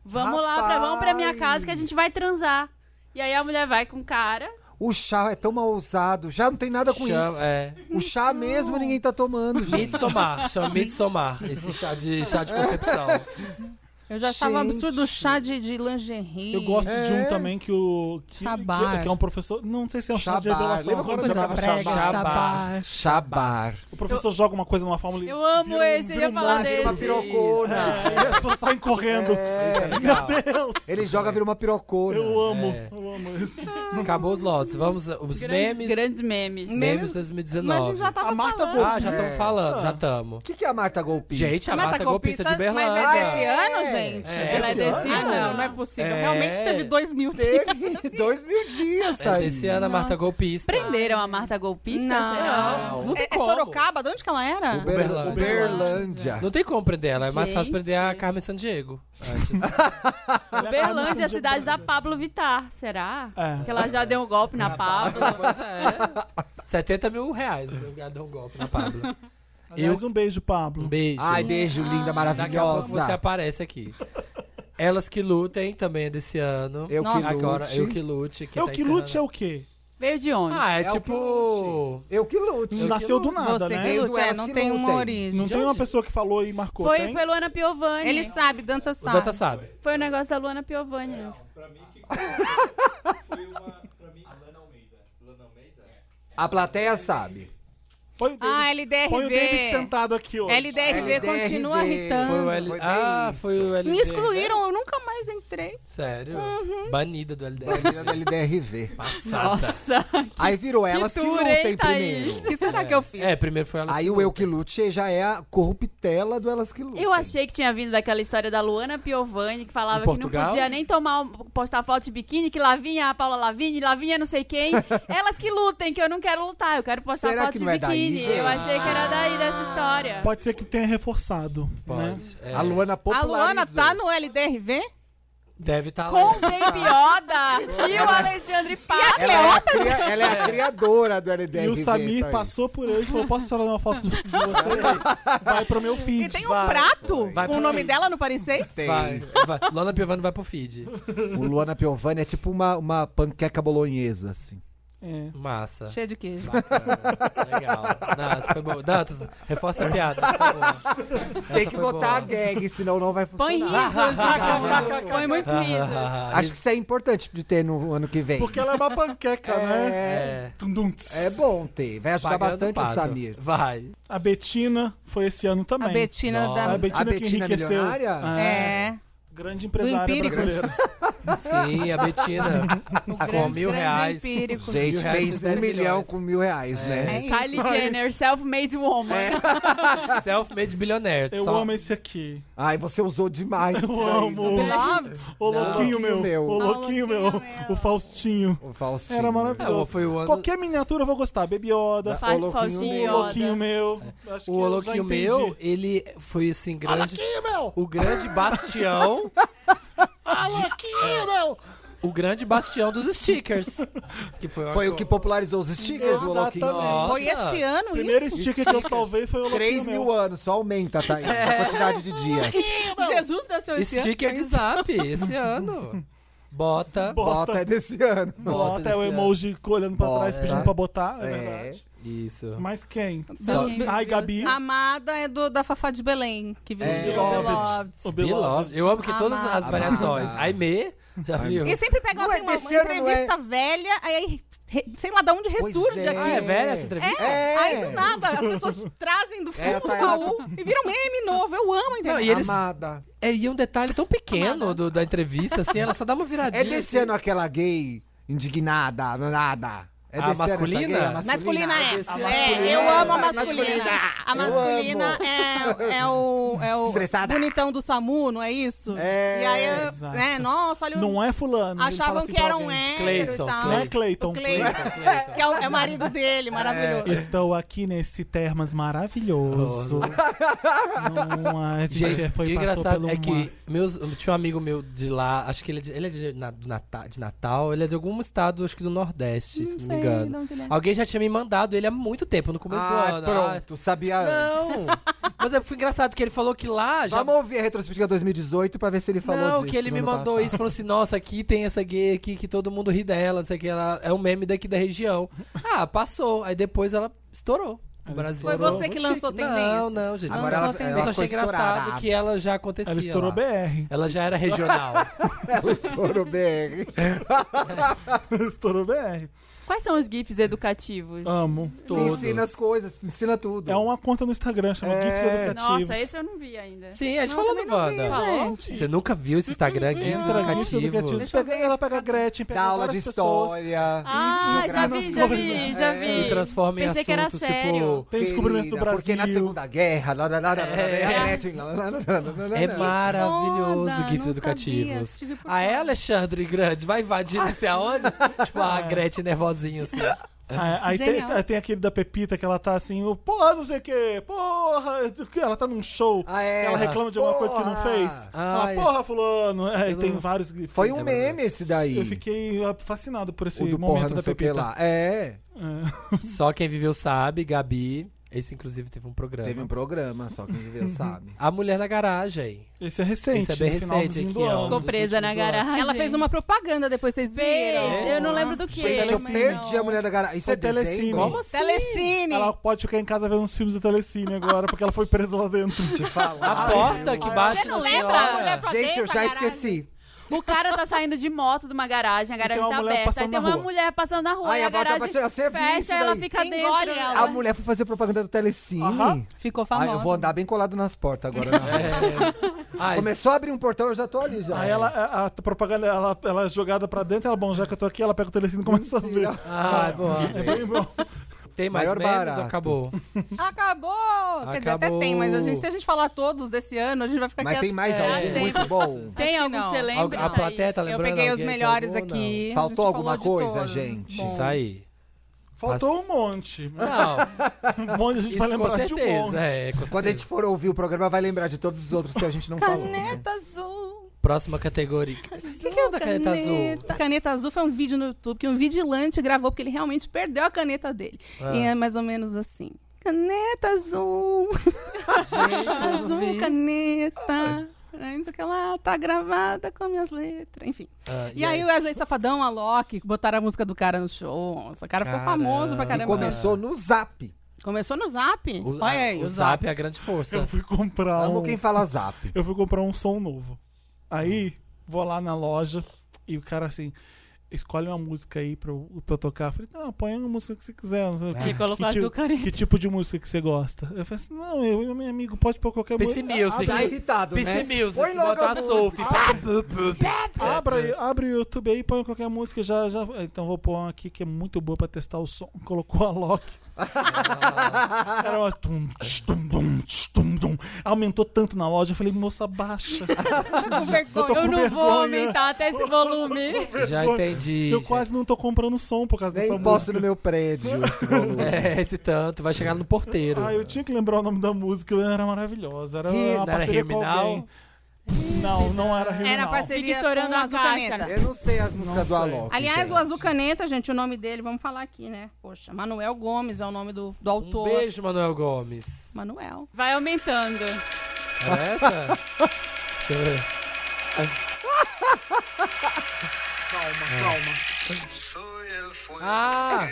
[SPEAKER 1] Vamos lá, pra, vamos pra minha casa que a gente vai transar. E aí a mulher vai com o cara.
[SPEAKER 2] O chá é tão mal usado, já não tem nada com
[SPEAKER 4] Chama-
[SPEAKER 2] isso.
[SPEAKER 4] É.
[SPEAKER 2] O chá mesmo ninguém tá tomando, gente.
[SPEAKER 4] Midsommar, chama Midsommar, esse chá de, chá de concepção.
[SPEAKER 3] É.
[SPEAKER 5] Eu já achava
[SPEAKER 2] Gente.
[SPEAKER 5] absurdo o chá de, de lingerie.
[SPEAKER 3] Eu gosto de um
[SPEAKER 2] É.
[SPEAKER 3] também que o. Que,
[SPEAKER 5] Chabar.
[SPEAKER 3] que- que é um professor. Não sei se é um chá de
[SPEAKER 2] Chabar.
[SPEAKER 3] revelação.
[SPEAKER 2] Lembra
[SPEAKER 3] Agora
[SPEAKER 2] quando
[SPEAKER 3] eu
[SPEAKER 2] chamava
[SPEAKER 3] lembrei.
[SPEAKER 2] chabar?
[SPEAKER 4] Chabar.
[SPEAKER 2] Chabar.
[SPEAKER 3] O professor joga uma coisa numa fórmula e
[SPEAKER 1] Eu amo
[SPEAKER 3] vira um-
[SPEAKER 1] esse, eu
[SPEAKER 3] vira
[SPEAKER 1] ia
[SPEAKER 3] um
[SPEAKER 1] falar
[SPEAKER 3] monstro.
[SPEAKER 1] desse.
[SPEAKER 2] Uma pirocona.
[SPEAKER 3] É, e as pessoas saem correndo.
[SPEAKER 4] Isso é
[SPEAKER 3] Meu
[SPEAKER 4] legal.
[SPEAKER 3] Deus!
[SPEAKER 2] Ele joga, né? vira uma pirocona.
[SPEAKER 3] Eu amo,
[SPEAKER 4] É.
[SPEAKER 3] eu amo isso.
[SPEAKER 4] Acabou os lotes, vamos,
[SPEAKER 1] Grandes
[SPEAKER 4] os memes,
[SPEAKER 1] memes. Grandes memes.
[SPEAKER 4] memes
[SPEAKER 5] Memes- Mas
[SPEAKER 4] 2019.
[SPEAKER 5] a gente já tava
[SPEAKER 2] A Marta
[SPEAKER 5] falando.
[SPEAKER 2] Gol-
[SPEAKER 4] Ah, já estão
[SPEAKER 2] É.
[SPEAKER 4] falando, já
[SPEAKER 2] O
[SPEAKER 4] estamos.
[SPEAKER 2] que, que é a Marta golpista?
[SPEAKER 4] Gente, a
[SPEAKER 5] Mata
[SPEAKER 4] Marta golpista de Berlândia.
[SPEAKER 5] Mas é desse ano,
[SPEAKER 2] É.
[SPEAKER 5] gente?
[SPEAKER 4] É.
[SPEAKER 1] Ela é desse
[SPEAKER 5] Ah,
[SPEAKER 1] ano?
[SPEAKER 5] não, não é possível.
[SPEAKER 4] É.
[SPEAKER 5] Realmente teve dois mil dias.
[SPEAKER 2] Teve dois mil dias,
[SPEAKER 4] É
[SPEAKER 2] tá aí.
[SPEAKER 4] desse ano a Marta golpista.
[SPEAKER 1] Prenderam a Marta golpista?
[SPEAKER 5] Não.
[SPEAKER 1] será?
[SPEAKER 4] Não,
[SPEAKER 5] É,
[SPEAKER 4] tem
[SPEAKER 5] é
[SPEAKER 4] como.
[SPEAKER 5] Sorocaba? De onde que ela era?
[SPEAKER 2] Uber- Uberlândia.
[SPEAKER 4] Uberlândia. Não tem como prender ela, é mais fácil
[SPEAKER 1] Gente.
[SPEAKER 4] prender a Carmen Sandiego. Antes. Tá
[SPEAKER 1] Uberlândia, é a cidade da Pablo Vittar, será?
[SPEAKER 3] É.
[SPEAKER 1] Que ela já deu um golpe na Pablo.
[SPEAKER 4] pois é. 70 mil reais. Eu ia dar um golpe na Pablo.
[SPEAKER 3] Aliás, um beijo,
[SPEAKER 4] Um
[SPEAKER 3] Pablo.
[SPEAKER 4] beijo.
[SPEAKER 2] Ai, beijo, linda,
[SPEAKER 4] Ah, Daqui a pouco você
[SPEAKER 2] maravilhosa.
[SPEAKER 4] aparece aqui. Elas que lutem também é desse ano.
[SPEAKER 2] Eu
[SPEAKER 5] Nossa.
[SPEAKER 2] que lute.
[SPEAKER 4] Agora, eu que lute. Que
[SPEAKER 3] é o
[SPEAKER 4] tá
[SPEAKER 3] que lute é
[SPEAKER 4] encerrando.
[SPEAKER 3] o quê?
[SPEAKER 1] Veio de onde?
[SPEAKER 4] Ah, é,
[SPEAKER 2] É o É
[SPEAKER 4] tipo.
[SPEAKER 2] que lute. Eu que lute.
[SPEAKER 3] Não nasceu do nada,
[SPEAKER 5] Você
[SPEAKER 3] né?
[SPEAKER 5] que lute, é,
[SPEAKER 2] Elas
[SPEAKER 5] não
[SPEAKER 4] assim
[SPEAKER 2] que
[SPEAKER 5] tem uma
[SPEAKER 2] lutem.
[SPEAKER 5] origem.
[SPEAKER 3] Não tem uma pessoa que falou e marcou,
[SPEAKER 1] Foi,
[SPEAKER 3] tem?
[SPEAKER 1] foi Luana Piovani.
[SPEAKER 5] Ele sabe, Danta
[SPEAKER 4] O
[SPEAKER 5] sabe.
[SPEAKER 4] Danta sabe.
[SPEAKER 1] Foi o negócio da Luana Piovani. né?
[SPEAKER 2] A plateia sabe.
[SPEAKER 3] Põe o
[SPEAKER 5] Ah,
[SPEAKER 3] David-
[SPEAKER 5] LDRV.
[SPEAKER 3] Põe o David sentado aqui hoje.
[SPEAKER 5] LDRV continua
[SPEAKER 2] LDRV.
[SPEAKER 4] Foi
[SPEAKER 5] irritando.
[SPEAKER 4] o L...
[SPEAKER 2] Foi bem
[SPEAKER 4] ah,
[SPEAKER 2] isso.
[SPEAKER 4] foi o LD.
[SPEAKER 5] Me Uhum. excluíram, eu nunca mais entrei.
[SPEAKER 4] Sério? Banida do LD.
[SPEAKER 2] Menina do LDRV.
[SPEAKER 4] Passada.
[SPEAKER 1] Nossa.
[SPEAKER 2] Aí virou elas que,
[SPEAKER 1] dura,
[SPEAKER 2] lutem
[SPEAKER 1] hein, Thaís?
[SPEAKER 2] primeiro.
[SPEAKER 5] O que será que eu fiz?
[SPEAKER 4] É, primeiro foi ela.
[SPEAKER 2] Aí o eu que lute já é a corruptela do elas que lutem.
[SPEAKER 1] Eu achei que tinha vindo daquela história da Luana Piovani, que falava
[SPEAKER 4] Em
[SPEAKER 1] que não
[SPEAKER 4] Portugal?
[SPEAKER 1] podia nem tomar, um, postar foto de biquíni, que lá vinha a Paula Lavigne, lá vinha não sei quem. Elas que lutem, que eu não quero lutar, eu quero postar
[SPEAKER 2] Será
[SPEAKER 1] foto
[SPEAKER 2] que
[SPEAKER 1] de
[SPEAKER 2] não é daí,
[SPEAKER 1] biquíni.
[SPEAKER 2] gente?
[SPEAKER 1] eu achei que era daí dessa história.
[SPEAKER 3] Pode ser que tenha reforçado, né?
[SPEAKER 4] Pode. É.
[SPEAKER 2] A Luana
[SPEAKER 5] A
[SPEAKER 2] popularizou.
[SPEAKER 5] Luana tá no LDRV?
[SPEAKER 4] Deve estar
[SPEAKER 1] Com
[SPEAKER 4] lá.
[SPEAKER 1] o Baby Yoda e o Alexandre Pato.
[SPEAKER 2] Ela é, a cria- ela é a criadora do LDRV.
[SPEAKER 3] E o Samir
[SPEAKER 2] tá aí.
[SPEAKER 3] passou por ele e falou: Posso só dar uma foto de vocês? Vai pro meu
[SPEAKER 5] E
[SPEAKER 3] feed.
[SPEAKER 5] tem um
[SPEAKER 4] vai.
[SPEAKER 5] prato
[SPEAKER 4] Vai
[SPEAKER 5] com o
[SPEAKER 4] pra
[SPEAKER 5] nome
[SPEAKER 4] mim.
[SPEAKER 5] dela no parecer?
[SPEAKER 2] Tem.
[SPEAKER 4] Vai, vai. Lona Piovani vai pro feed.
[SPEAKER 2] O Luana Piovani é tipo uma, uma panqueca bolonhesa, assim.
[SPEAKER 3] É.
[SPEAKER 4] Massa.
[SPEAKER 5] Cheia de queijo.
[SPEAKER 4] Bacana. Legal. Nossa, foi bom. Dantas, reforça a piada. por favor.
[SPEAKER 2] Tem
[SPEAKER 4] Essa
[SPEAKER 2] que
[SPEAKER 4] foi
[SPEAKER 2] botar a
[SPEAKER 4] boa.
[SPEAKER 2] gag, senão não vai
[SPEAKER 1] Põe
[SPEAKER 2] funcionar.
[SPEAKER 1] risos, Dudu. Põe muitos risos.
[SPEAKER 2] Acho que isso é importante de ter no ano que vem.
[SPEAKER 3] Porque ela é uma panqueca, né?
[SPEAKER 4] É.
[SPEAKER 3] Tum-dum, tss.
[SPEAKER 2] É bom ter. Vai ajudar
[SPEAKER 4] Pagando
[SPEAKER 2] bastante o
[SPEAKER 4] pato.
[SPEAKER 2] Samir.
[SPEAKER 4] Vai.
[SPEAKER 3] A Betina foi esse ano também.
[SPEAKER 5] A Betina
[SPEAKER 4] Nossa.
[SPEAKER 3] A
[SPEAKER 5] da.
[SPEAKER 3] Betina,
[SPEAKER 2] A
[SPEAKER 3] que
[SPEAKER 2] Betina
[SPEAKER 3] enriqueceu. Ah,
[SPEAKER 2] milionária?
[SPEAKER 5] É.
[SPEAKER 3] Grande empresária
[SPEAKER 5] Empíricos.
[SPEAKER 3] brasileira.
[SPEAKER 4] Sim, a Betina.
[SPEAKER 5] O
[SPEAKER 4] Com
[SPEAKER 5] grande,
[SPEAKER 4] mil
[SPEAKER 5] grande
[SPEAKER 4] reais.
[SPEAKER 5] empírico.
[SPEAKER 2] Gente,
[SPEAKER 4] Mil reais
[SPEAKER 2] fez
[SPEAKER 3] é
[SPEAKER 4] com dez
[SPEAKER 2] um milhão
[SPEAKER 4] milhões.
[SPEAKER 2] com mil reais,
[SPEAKER 5] É
[SPEAKER 2] né?
[SPEAKER 5] isso.
[SPEAKER 1] Kylie Jenner, self-made woman.
[SPEAKER 2] É.
[SPEAKER 4] Self-made billionaire.
[SPEAKER 3] Eu
[SPEAKER 4] Só-
[SPEAKER 3] amo esse aqui.
[SPEAKER 2] Ai, você usou demais.
[SPEAKER 3] Eu
[SPEAKER 2] isso aí,
[SPEAKER 3] amo.
[SPEAKER 5] Beloved.
[SPEAKER 3] Ô,
[SPEAKER 4] Não.
[SPEAKER 3] louquinho meu.
[SPEAKER 2] Meu.
[SPEAKER 3] Ô, louquinho
[SPEAKER 5] Ô, louquinho
[SPEAKER 3] meu.
[SPEAKER 5] meu.
[SPEAKER 3] O Faustinho.
[SPEAKER 2] O Faustinho.
[SPEAKER 3] Era
[SPEAKER 4] É,
[SPEAKER 3] maravilhoso.
[SPEAKER 4] foi o ano.
[SPEAKER 3] Qualquer miniatura eu vou gostar. Baby Yoda,
[SPEAKER 1] Fa-
[SPEAKER 2] O louquinho
[SPEAKER 1] Faustinho
[SPEAKER 2] meu.
[SPEAKER 3] o louquinho meu. Acho que
[SPEAKER 4] É. O
[SPEAKER 3] eu um já
[SPEAKER 4] Oloquinho
[SPEAKER 3] entendi.
[SPEAKER 4] meu, ele foi assim, grande. O grande bastião. É. O grande bastião dos stickers. Que foi, uma
[SPEAKER 2] Foi o
[SPEAKER 4] co-
[SPEAKER 2] que popularizou os stickers do Oloquinho.
[SPEAKER 3] Exatamente.
[SPEAKER 5] Foi esse ano
[SPEAKER 3] O primeiro
[SPEAKER 5] isso?
[SPEAKER 3] sticker que eu salvei foi o Oloquinho
[SPEAKER 2] 3
[SPEAKER 3] meu.
[SPEAKER 2] mil anos, só aumenta, tá aí. A quantidade de dias.
[SPEAKER 5] Jesus nasceu esse ano.
[SPEAKER 4] Sticker de zap esse ano. Bota.
[SPEAKER 3] Bota.
[SPEAKER 2] Bota é desse ano.
[SPEAKER 3] Bota é o
[SPEAKER 4] desse
[SPEAKER 3] emoji olhando pra
[SPEAKER 2] Bota.
[SPEAKER 3] trás pedindo pra botar, é,
[SPEAKER 2] É.
[SPEAKER 3] verdade.
[SPEAKER 4] Isso.
[SPEAKER 3] Mas quem?
[SPEAKER 2] Só-
[SPEAKER 5] Be-
[SPEAKER 3] Ai, Gabi.
[SPEAKER 5] Amada é do, da Fafá de Belém, que virou
[SPEAKER 2] É.
[SPEAKER 5] Beloved.
[SPEAKER 3] O
[SPEAKER 4] Beloved.
[SPEAKER 3] Beloved.
[SPEAKER 4] Eu amo que todas as
[SPEAKER 5] Amado.
[SPEAKER 4] variações.
[SPEAKER 2] Amado.
[SPEAKER 4] Aime, já viu?
[SPEAKER 5] E sempre pegam
[SPEAKER 2] Não
[SPEAKER 5] assim,
[SPEAKER 2] é
[SPEAKER 5] uma, uma
[SPEAKER 2] desse ano, não
[SPEAKER 5] entrevista velha, aí, aí, re- sei lá um de onde
[SPEAKER 2] Pois
[SPEAKER 5] ressurge
[SPEAKER 2] é.
[SPEAKER 5] aqui.
[SPEAKER 4] Ah, é velha essa entrevista?
[SPEAKER 5] É,
[SPEAKER 2] É.
[SPEAKER 5] aí do nada, as pessoas trazem do fundo
[SPEAKER 2] É,
[SPEAKER 5] do
[SPEAKER 2] tá ela-
[SPEAKER 5] baú e viram meme novo. Eu amo a
[SPEAKER 4] Não,
[SPEAKER 5] internet.
[SPEAKER 4] e eles.
[SPEAKER 2] Amada.
[SPEAKER 4] É, e um detalhe tão pequeno do- da entrevista, assim, ela só dá uma viradinha.
[SPEAKER 2] É desse
[SPEAKER 4] assim.
[SPEAKER 2] ano aquela gay indignada, nada. É
[SPEAKER 4] A
[SPEAKER 2] desse ano essa
[SPEAKER 4] masculina?
[SPEAKER 2] gay, a
[SPEAKER 5] Masculina é.
[SPEAKER 4] Esse ano.
[SPEAKER 5] é.
[SPEAKER 4] Masculina.
[SPEAKER 5] Eu amo a
[SPEAKER 2] Masculina.
[SPEAKER 5] masculina. A masculina é, é o, é o
[SPEAKER 2] Estressada.
[SPEAKER 5] bonitão do Samu, não é isso?
[SPEAKER 2] É,
[SPEAKER 5] E aí, eu-
[SPEAKER 3] exato.
[SPEAKER 5] né? Nossa, olha o.
[SPEAKER 3] Não é fulano. ele fala
[SPEAKER 5] achavam
[SPEAKER 3] assim
[SPEAKER 5] que
[SPEAKER 3] pra
[SPEAKER 5] era um
[SPEAKER 3] alguém.
[SPEAKER 5] hétero e
[SPEAKER 4] Clayson,
[SPEAKER 5] tal.
[SPEAKER 3] Não é
[SPEAKER 4] Clay-
[SPEAKER 3] Clayton.
[SPEAKER 5] O Clayton, que é o, é o marido dele, maravilhoso.
[SPEAKER 2] tá
[SPEAKER 3] Estou aqui nesse termas maravilhoso. Não, a gente,
[SPEAKER 4] Gente,
[SPEAKER 3] foi passou
[SPEAKER 4] o engraçado
[SPEAKER 3] pelo
[SPEAKER 4] é que meus, tinha um amigo meu de lá, acho que ele é de, ele é de, na- do Natal, de Natal, ele é de algum estado, acho que do Nordeste, se não me engano.
[SPEAKER 5] de onde ele é.
[SPEAKER 4] Alguém já tinha me mandado ele há muito tempo, no começo do
[SPEAKER 2] Ah,
[SPEAKER 4] ano.
[SPEAKER 2] pronto, sabia
[SPEAKER 4] Ah,
[SPEAKER 2] antes.
[SPEAKER 4] não! Mas é, foi engraçado que ele falou que lá já.
[SPEAKER 2] Vamos ouvir a retrospectiva 2018 pra ver se ele falou
[SPEAKER 4] não,
[SPEAKER 2] disso.
[SPEAKER 4] que ele
[SPEAKER 2] no
[SPEAKER 4] me
[SPEAKER 2] ano
[SPEAKER 4] mandou
[SPEAKER 2] passado.
[SPEAKER 4] isso, falou assim, nossa, aqui tem essa gay aqui que todo mundo ri dela, não sei o que, ela é um meme daqui da região. Ah, passou. Aí depois ela estourou. no Brasil.
[SPEAKER 5] Foi você que
[SPEAKER 4] Muito
[SPEAKER 5] lançou
[SPEAKER 4] chique. Não,
[SPEAKER 5] tendências.
[SPEAKER 4] não, gente.
[SPEAKER 5] Ah, Lançou
[SPEAKER 2] Agora ela- é ela
[SPEAKER 4] Eu só
[SPEAKER 5] tendências.
[SPEAKER 2] ficou
[SPEAKER 4] achei
[SPEAKER 2] estourada.
[SPEAKER 4] engraçado que ela já acontecia.
[SPEAKER 3] Ela estourou
[SPEAKER 4] lá.
[SPEAKER 3] BR.
[SPEAKER 4] Ela já era regional.
[SPEAKER 2] Ela estourou bem.
[SPEAKER 3] estourou BR.
[SPEAKER 1] Quais são os GIFs educativos?
[SPEAKER 3] Amo.
[SPEAKER 4] Todos.
[SPEAKER 2] Ensina as coisas, ensina tudo.
[SPEAKER 3] É uma conta no Instagram, chama
[SPEAKER 2] É.
[SPEAKER 3] GIFs Educativos.
[SPEAKER 1] Nossa, esse eu não vi ainda.
[SPEAKER 4] Sim, a gente
[SPEAKER 5] Não,
[SPEAKER 4] falou
[SPEAKER 5] também
[SPEAKER 4] no
[SPEAKER 5] não vi,
[SPEAKER 4] Wanda.
[SPEAKER 5] gente.
[SPEAKER 4] Você nunca viu esse Instagram aqui?
[SPEAKER 3] Entra GIFs
[SPEAKER 2] é
[SPEAKER 3] Educativos.
[SPEAKER 5] Deixa eu
[SPEAKER 3] Pega-
[SPEAKER 5] ver.
[SPEAKER 3] ela pega a Gretchen, pega
[SPEAKER 2] Dá aula de
[SPEAKER 3] várias pessoas.
[SPEAKER 2] história.
[SPEAKER 1] Ah, já
[SPEAKER 2] geografia.
[SPEAKER 1] vi, já vi, já vi.
[SPEAKER 4] E transforma em
[SPEAKER 1] Pensei que era
[SPEAKER 4] assuntos,
[SPEAKER 1] sério.
[SPEAKER 4] tipo...
[SPEAKER 3] Tem descobrimento do
[SPEAKER 2] Querida,
[SPEAKER 3] Brasil.
[SPEAKER 2] Porque na Segunda Guerra. Lá, lá, lá, lá, lá, lá,
[SPEAKER 4] É.
[SPEAKER 2] lá, Gretchen, lá, lá, lá, lá, lá, lá,
[SPEAKER 4] É
[SPEAKER 2] lá.
[SPEAKER 4] maravilhoso,
[SPEAKER 5] Foda,
[SPEAKER 4] GIFs
[SPEAKER 5] não
[SPEAKER 4] educativos.
[SPEAKER 5] sabia, tive por
[SPEAKER 4] Ah, é,
[SPEAKER 5] fora.
[SPEAKER 4] Alexandre Grande? Vai invadir não sei aonde? tipo, a Gretchen nervosinha, assim.
[SPEAKER 3] Ah, Aí tem,
[SPEAKER 5] Genial.
[SPEAKER 3] tem aquele da Pepita que ela tá assim, o porra, não sei o quê, porra. do que? Ela tá num show.
[SPEAKER 2] Ah, é.
[SPEAKER 3] Ela reclama de alguma coisa que não
[SPEAKER 2] Porra.
[SPEAKER 3] fez.
[SPEAKER 4] Ai.
[SPEAKER 3] Ela, porra, fulano. Aí
[SPEAKER 4] Eu
[SPEAKER 3] tem
[SPEAKER 4] não-
[SPEAKER 3] vários GIFs. É
[SPEAKER 2] Foi um meme esse daí.
[SPEAKER 3] Eu fiquei ah, fascinado por esse
[SPEAKER 2] o do porra,
[SPEAKER 3] momento
[SPEAKER 2] não
[SPEAKER 3] da
[SPEAKER 2] sei o que
[SPEAKER 3] Pepita.
[SPEAKER 2] lá. É.
[SPEAKER 3] É.
[SPEAKER 4] Só quem viveu sabe, Gabi. Esse, inclusive, teve um programa.
[SPEAKER 2] Teve um programa, só quem viveu sabe.
[SPEAKER 4] A Mulher na Garagem.
[SPEAKER 3] Esse é recente,
[SPEAKER 4] Esse é bem
[SPEAKER 3] no finalzinho
[SPEAKER 4] recente
[SPEAKER 3] do
[SPEAKER 4] aqui, ó.
[SPEAKER 3] ano.
[SPEAKER 1] Ficou presa na garagem.
[SPEAKER 5] Ela fez uma propaganda depois, vocês viram?
[SPEAKER 1] Fez,
[SPEAKER 2] É,
[SPEAKER 1] eu não lembro do que.
[SPEAKER 2] Gente, eu perdi a mulher da garagem. Isso
[SPEAKER 3] Foi
[SPEAKER 2] é
[SPEAKER 3] Telecine.
[SPEAKER 2] dezembro?
[SPEAKER 3] Como
[SPEAKER 5] Telecine.
[SPEAKER 3] Ela pode ficar em casa vendo uns filmes da Telecine agora, porque ela foi presa lá dentro.
[SPEAKER 2] Te falar.
[SPEAKER 4] A porta que bate
[SPEAKER 1] Você não
[SPEAKER 4] na
[SPEAKER 1] lembra?
[SPEAKER 4] senhora.
[SPEAKER 5] Mulher pra
[SPEAKER 2] Gente,
[SPEAKER 5] dentro
[SPEAKER 2] eu já
[SPEAKER 5] da garagem.
[SPEAKER 2] esqueci.
[SPEAKER 1] O cara tá saindo de moto de uma garagem, a garagem
[SPEAKER 3] tem uma
[SPEAKER 1] tá
[SPEAKER 3] mulher
[SPEAKER 1] aberta.
[SPEAKER 3] passando
[SPEAKER 1] Aí tem
[SPEAKER 3] na
[SPEAKER 1] uma
[SPEAKER 3] rua.
[SPEAKER 1] mulher passando na rua.
[SPEAKER 2] Aí
[SPEAKER 1] e
[SPEAKER 2] a
[SPEAKER 1] a
[SPEAKER 2] bota
[SPEAKER 1] garagem
[SPEAKER 2] bate- você viu isso
[SPEAKER 1] fecha, ela
[SPEAKER 2] daí?
[SPEAKER 1] fica
[SPEAKER 5] Engole
[SPEAKER 1] dentro.
[SPEAKER 5] ela.
[SPEAKER 2] A mulher foi fazer propaganda do Telecine.
[SPEAKER 3] Aham.
[SPEAKER 5] Ficou
[SPEAKER 2] Ai,
[SPEAKER 5] famosa.
[SPEAKER 2] eu vou andar bem colado nas portas agora. né?
[SPEAKER 4] Ai,
[SPEAKER 2] Começou a abrir um portão, eu já tô ali já.
[SPEAKER 3] Aí ela, a, a propaganda, ela, ela é jogada pra dentro, ela, bom, já que eu tô aqui, ela pega o Telecine e começa a ver.
[SPEAKER 4] Ai, Ah, boa.
[SPEAKER 3] É bem bom.
[SPEAKER 4] Tem mais
[SPEAKER 2] Maior
[SPEAKER 4] memes
[SPEAKER 2] barato.
[SPEAKER 4] ou acabou?
[SPEAKER 5] Acabou! Quer dizer, até
[SPEAKER 4] Acabou.
[SPEAKER 5] tem, mas a gente, se a gente falar todos desse ano, a gente vai ficar
[SPEAKER 2] Mas
[SPEAKER 5] quieto.
[SPEAKER 2] tem mais
[SPEAKER 1] É,
[SPEAKER 2] algum
[SPEAKER 1] sempre.
[SPEAKER 2] muito bom.
[SPEAKER 1] Tem
[SPEAKER 5] Acho que
[SPEAKER 1] algum que
[SPEAKER 5] não.
[SPEAKER 1] você lembra?
[SPEAKER 4] A plateia tá
[SPEAKER 1] Thaís?
[SPEAKER 5] Eu
[SPEAKER 4] lembrando
[SPEAKER 5] peguei os
[SPEAKER 4] alguém de
[SPEAKER 5] melhores
[SPEAKER 4] algum, não?
[SPEAKER 5] aqui. a
[SPEAKER 2] Faltou
[SPEAKER 5] gente
[SPEAKER 2] alguma
[SPEAKER 5] falou de
[SPEAKER 2] coisa,
[SPEAKER 5] todos.
[SPEAKER 2] gente?
[SPEAKER 5] Bom.
[SPEAKER 4] Isso aí.
[SPEAKER 3] Faltou um monte.
[SPEAKER 4] Não,
[SPEAKER 3] Um monte, a gente vai
[SPEAKER 4] isso com
[SPEAKER 3] lembrar de um monte.
[SPEAKER 4] certeza. É, com
[SPEAKER 2] Quando a gente
[SPEAKER 4] certeza.
[SPEAKER 2] for ouvir o programa, vai lembrar de todos os outros que a gente não falou. né?
[SPEAKER 5] Caneta azul.
[SPEAKER 4] Próxima categoria. O que, que é o da caneta azul?
[SPEAKER 5] Caneta azul foi um vídeo no YouTube que um vigilante gravou porque ele realmente perdeu a caneta dele.
[SPEAKER 4] Ah.
[SPEAKER 5] E é mais ou menos assim. Caneta azul,
[SPEAKER 4] Gente, eu não
[SPEAKER 5] azul,
[SPEAKER 4] vi.
[SPEAKER 5] caneta. Aí não sei o que lá, tá gravada com minhas letras. Enfim.
[SPEAKER 4] Ah,
[SPEAKER 5] E aí o Wesley Safadão, a Loki, botaram a música do cara no show. Esse cara ficou
[SPEAKER 4] Caramba.
[SPEAKER 5] famoso pra
[SPEAKER 4] E
[SPEAKER 5] caramba.
[SPEAKER 2] Começou no zap.
[SPEAKER 5] Começou no Zap.
[SPEAKER 4] o,
[SPEAKER 5] Olha aí,
[SPEAKER 4] o, zap é a grande força.
[SPEAKER 3] Eu fui comprar
[SPEAKER 2] Amo
[SPEAKER 3] um,
[SPEAKER 2] quem fala zap.
[SPEAKER 3] eu fui comprar um som novo. Aí, vou lá na loja e o cara assim, escolhe uma música aí pra eu, pra eu tocar. Eu falei, não, põe uma música que você quiser. Não sei
[SPEAKER 4] é-
[SPEAKER 3] o quê.
[SPEAKER 1] Ele colocou
[SPEAKER 3] que, ti-
[SPEAKER 1] açúcar.
[SPEAKER 3] que tipo de música que você gosta? Eu falei assim, não, eu, meu amigo, pode pôr qualquer
[SPEAKER 4] PC
[SPEAKER 3] música.
[SPEAKER 4] Music.
[SPEAKER 2] tá irritado, né?
[SPEAKER 4] PC Music.
[SPEAKER 2] Põe logo
[SPEAKER 4] bota
[SPEAKER 2] a
[SPEAKER 4] a Sophie. É,
[SPEAKER 3] Abra, aí- abre o YouTube aí, põe qualquer música. Já, já. Então vou pôr uma aqui que é muito boa pra testar o som. Colocou a Loki.
[SPEAKER 4] Ah.
[SPEAKER 3] Era uma tum, tch, tum, dum, tch, tum, dum. Aumentou tanto na loja, eu falei, moça, baixa.
[SPEAKER 5] com vergonha.
[SPEAKER 1] Eu não vou
[SPEAKER 3] vergonha.
[SPEAKER 1] aumentar até esse volume.
[SPEAKER 4] Já entendi.
[SPEAKER 3] Eu
[SPEAKER 4] já-
[SPEAKER 3] quase não tô comprando som por causa dessa
[SPEAKER 2] Nem
[SPEAKER 3] música.
[SPEAKER 2] posso no meu prédio esse volume.
[SPEAKER 4] É, esse tanto. Vai chegar no porteiro.
[SPEAKER 3] Ah, eu tinha que lembrar o nome da música, era maravilhosa. Era
[SPEAKER 4] Ih,
[SPEAKER 3] uma
[SPEAKER 4] não era
[SPEAKER 3] parceria com
[SPEAKER 4] Herminal?
[SPEAKER 3] alguém. Não, não era Herminal.
[SPEAKER 5] Era
[SPEAKER 1] Fica
[SPEAKER 5] parceria
[SPEAKER 1] estourando
[SPEAKER 5] com
[SPEAKER 1] a
[SPEAKER 5] o Azul
[SPEAKER 1] caixa.
[SPEAKER 5] Caneta.
[SPEAKER 2] Eu não sei as músicas do
[SPEAKER 3] Não sei.
[SPEAKER 2] Alok.
[SPEAKER 5] Aliás,
[SPEAKER 2] gente.
[SPEAKER 5] o Azul Caneta, gente, o nome dele, vamos falar aqui, né? Poxa, Manuel Gomes é o nome do, do
[SPEAKER 4] Um
[SPEAKER 5] autor.
[SPEAKER 4] beijo, Manuel Gomes.
[SPEAKER 5] Manuel.
[SPEAKER 1] Vai aumentando.
[SPEAKER 4] Era essa? Deixa eu ver.
[SPEAKER 6] Soy el fuego.
[SPEAKER 4] É. Ah!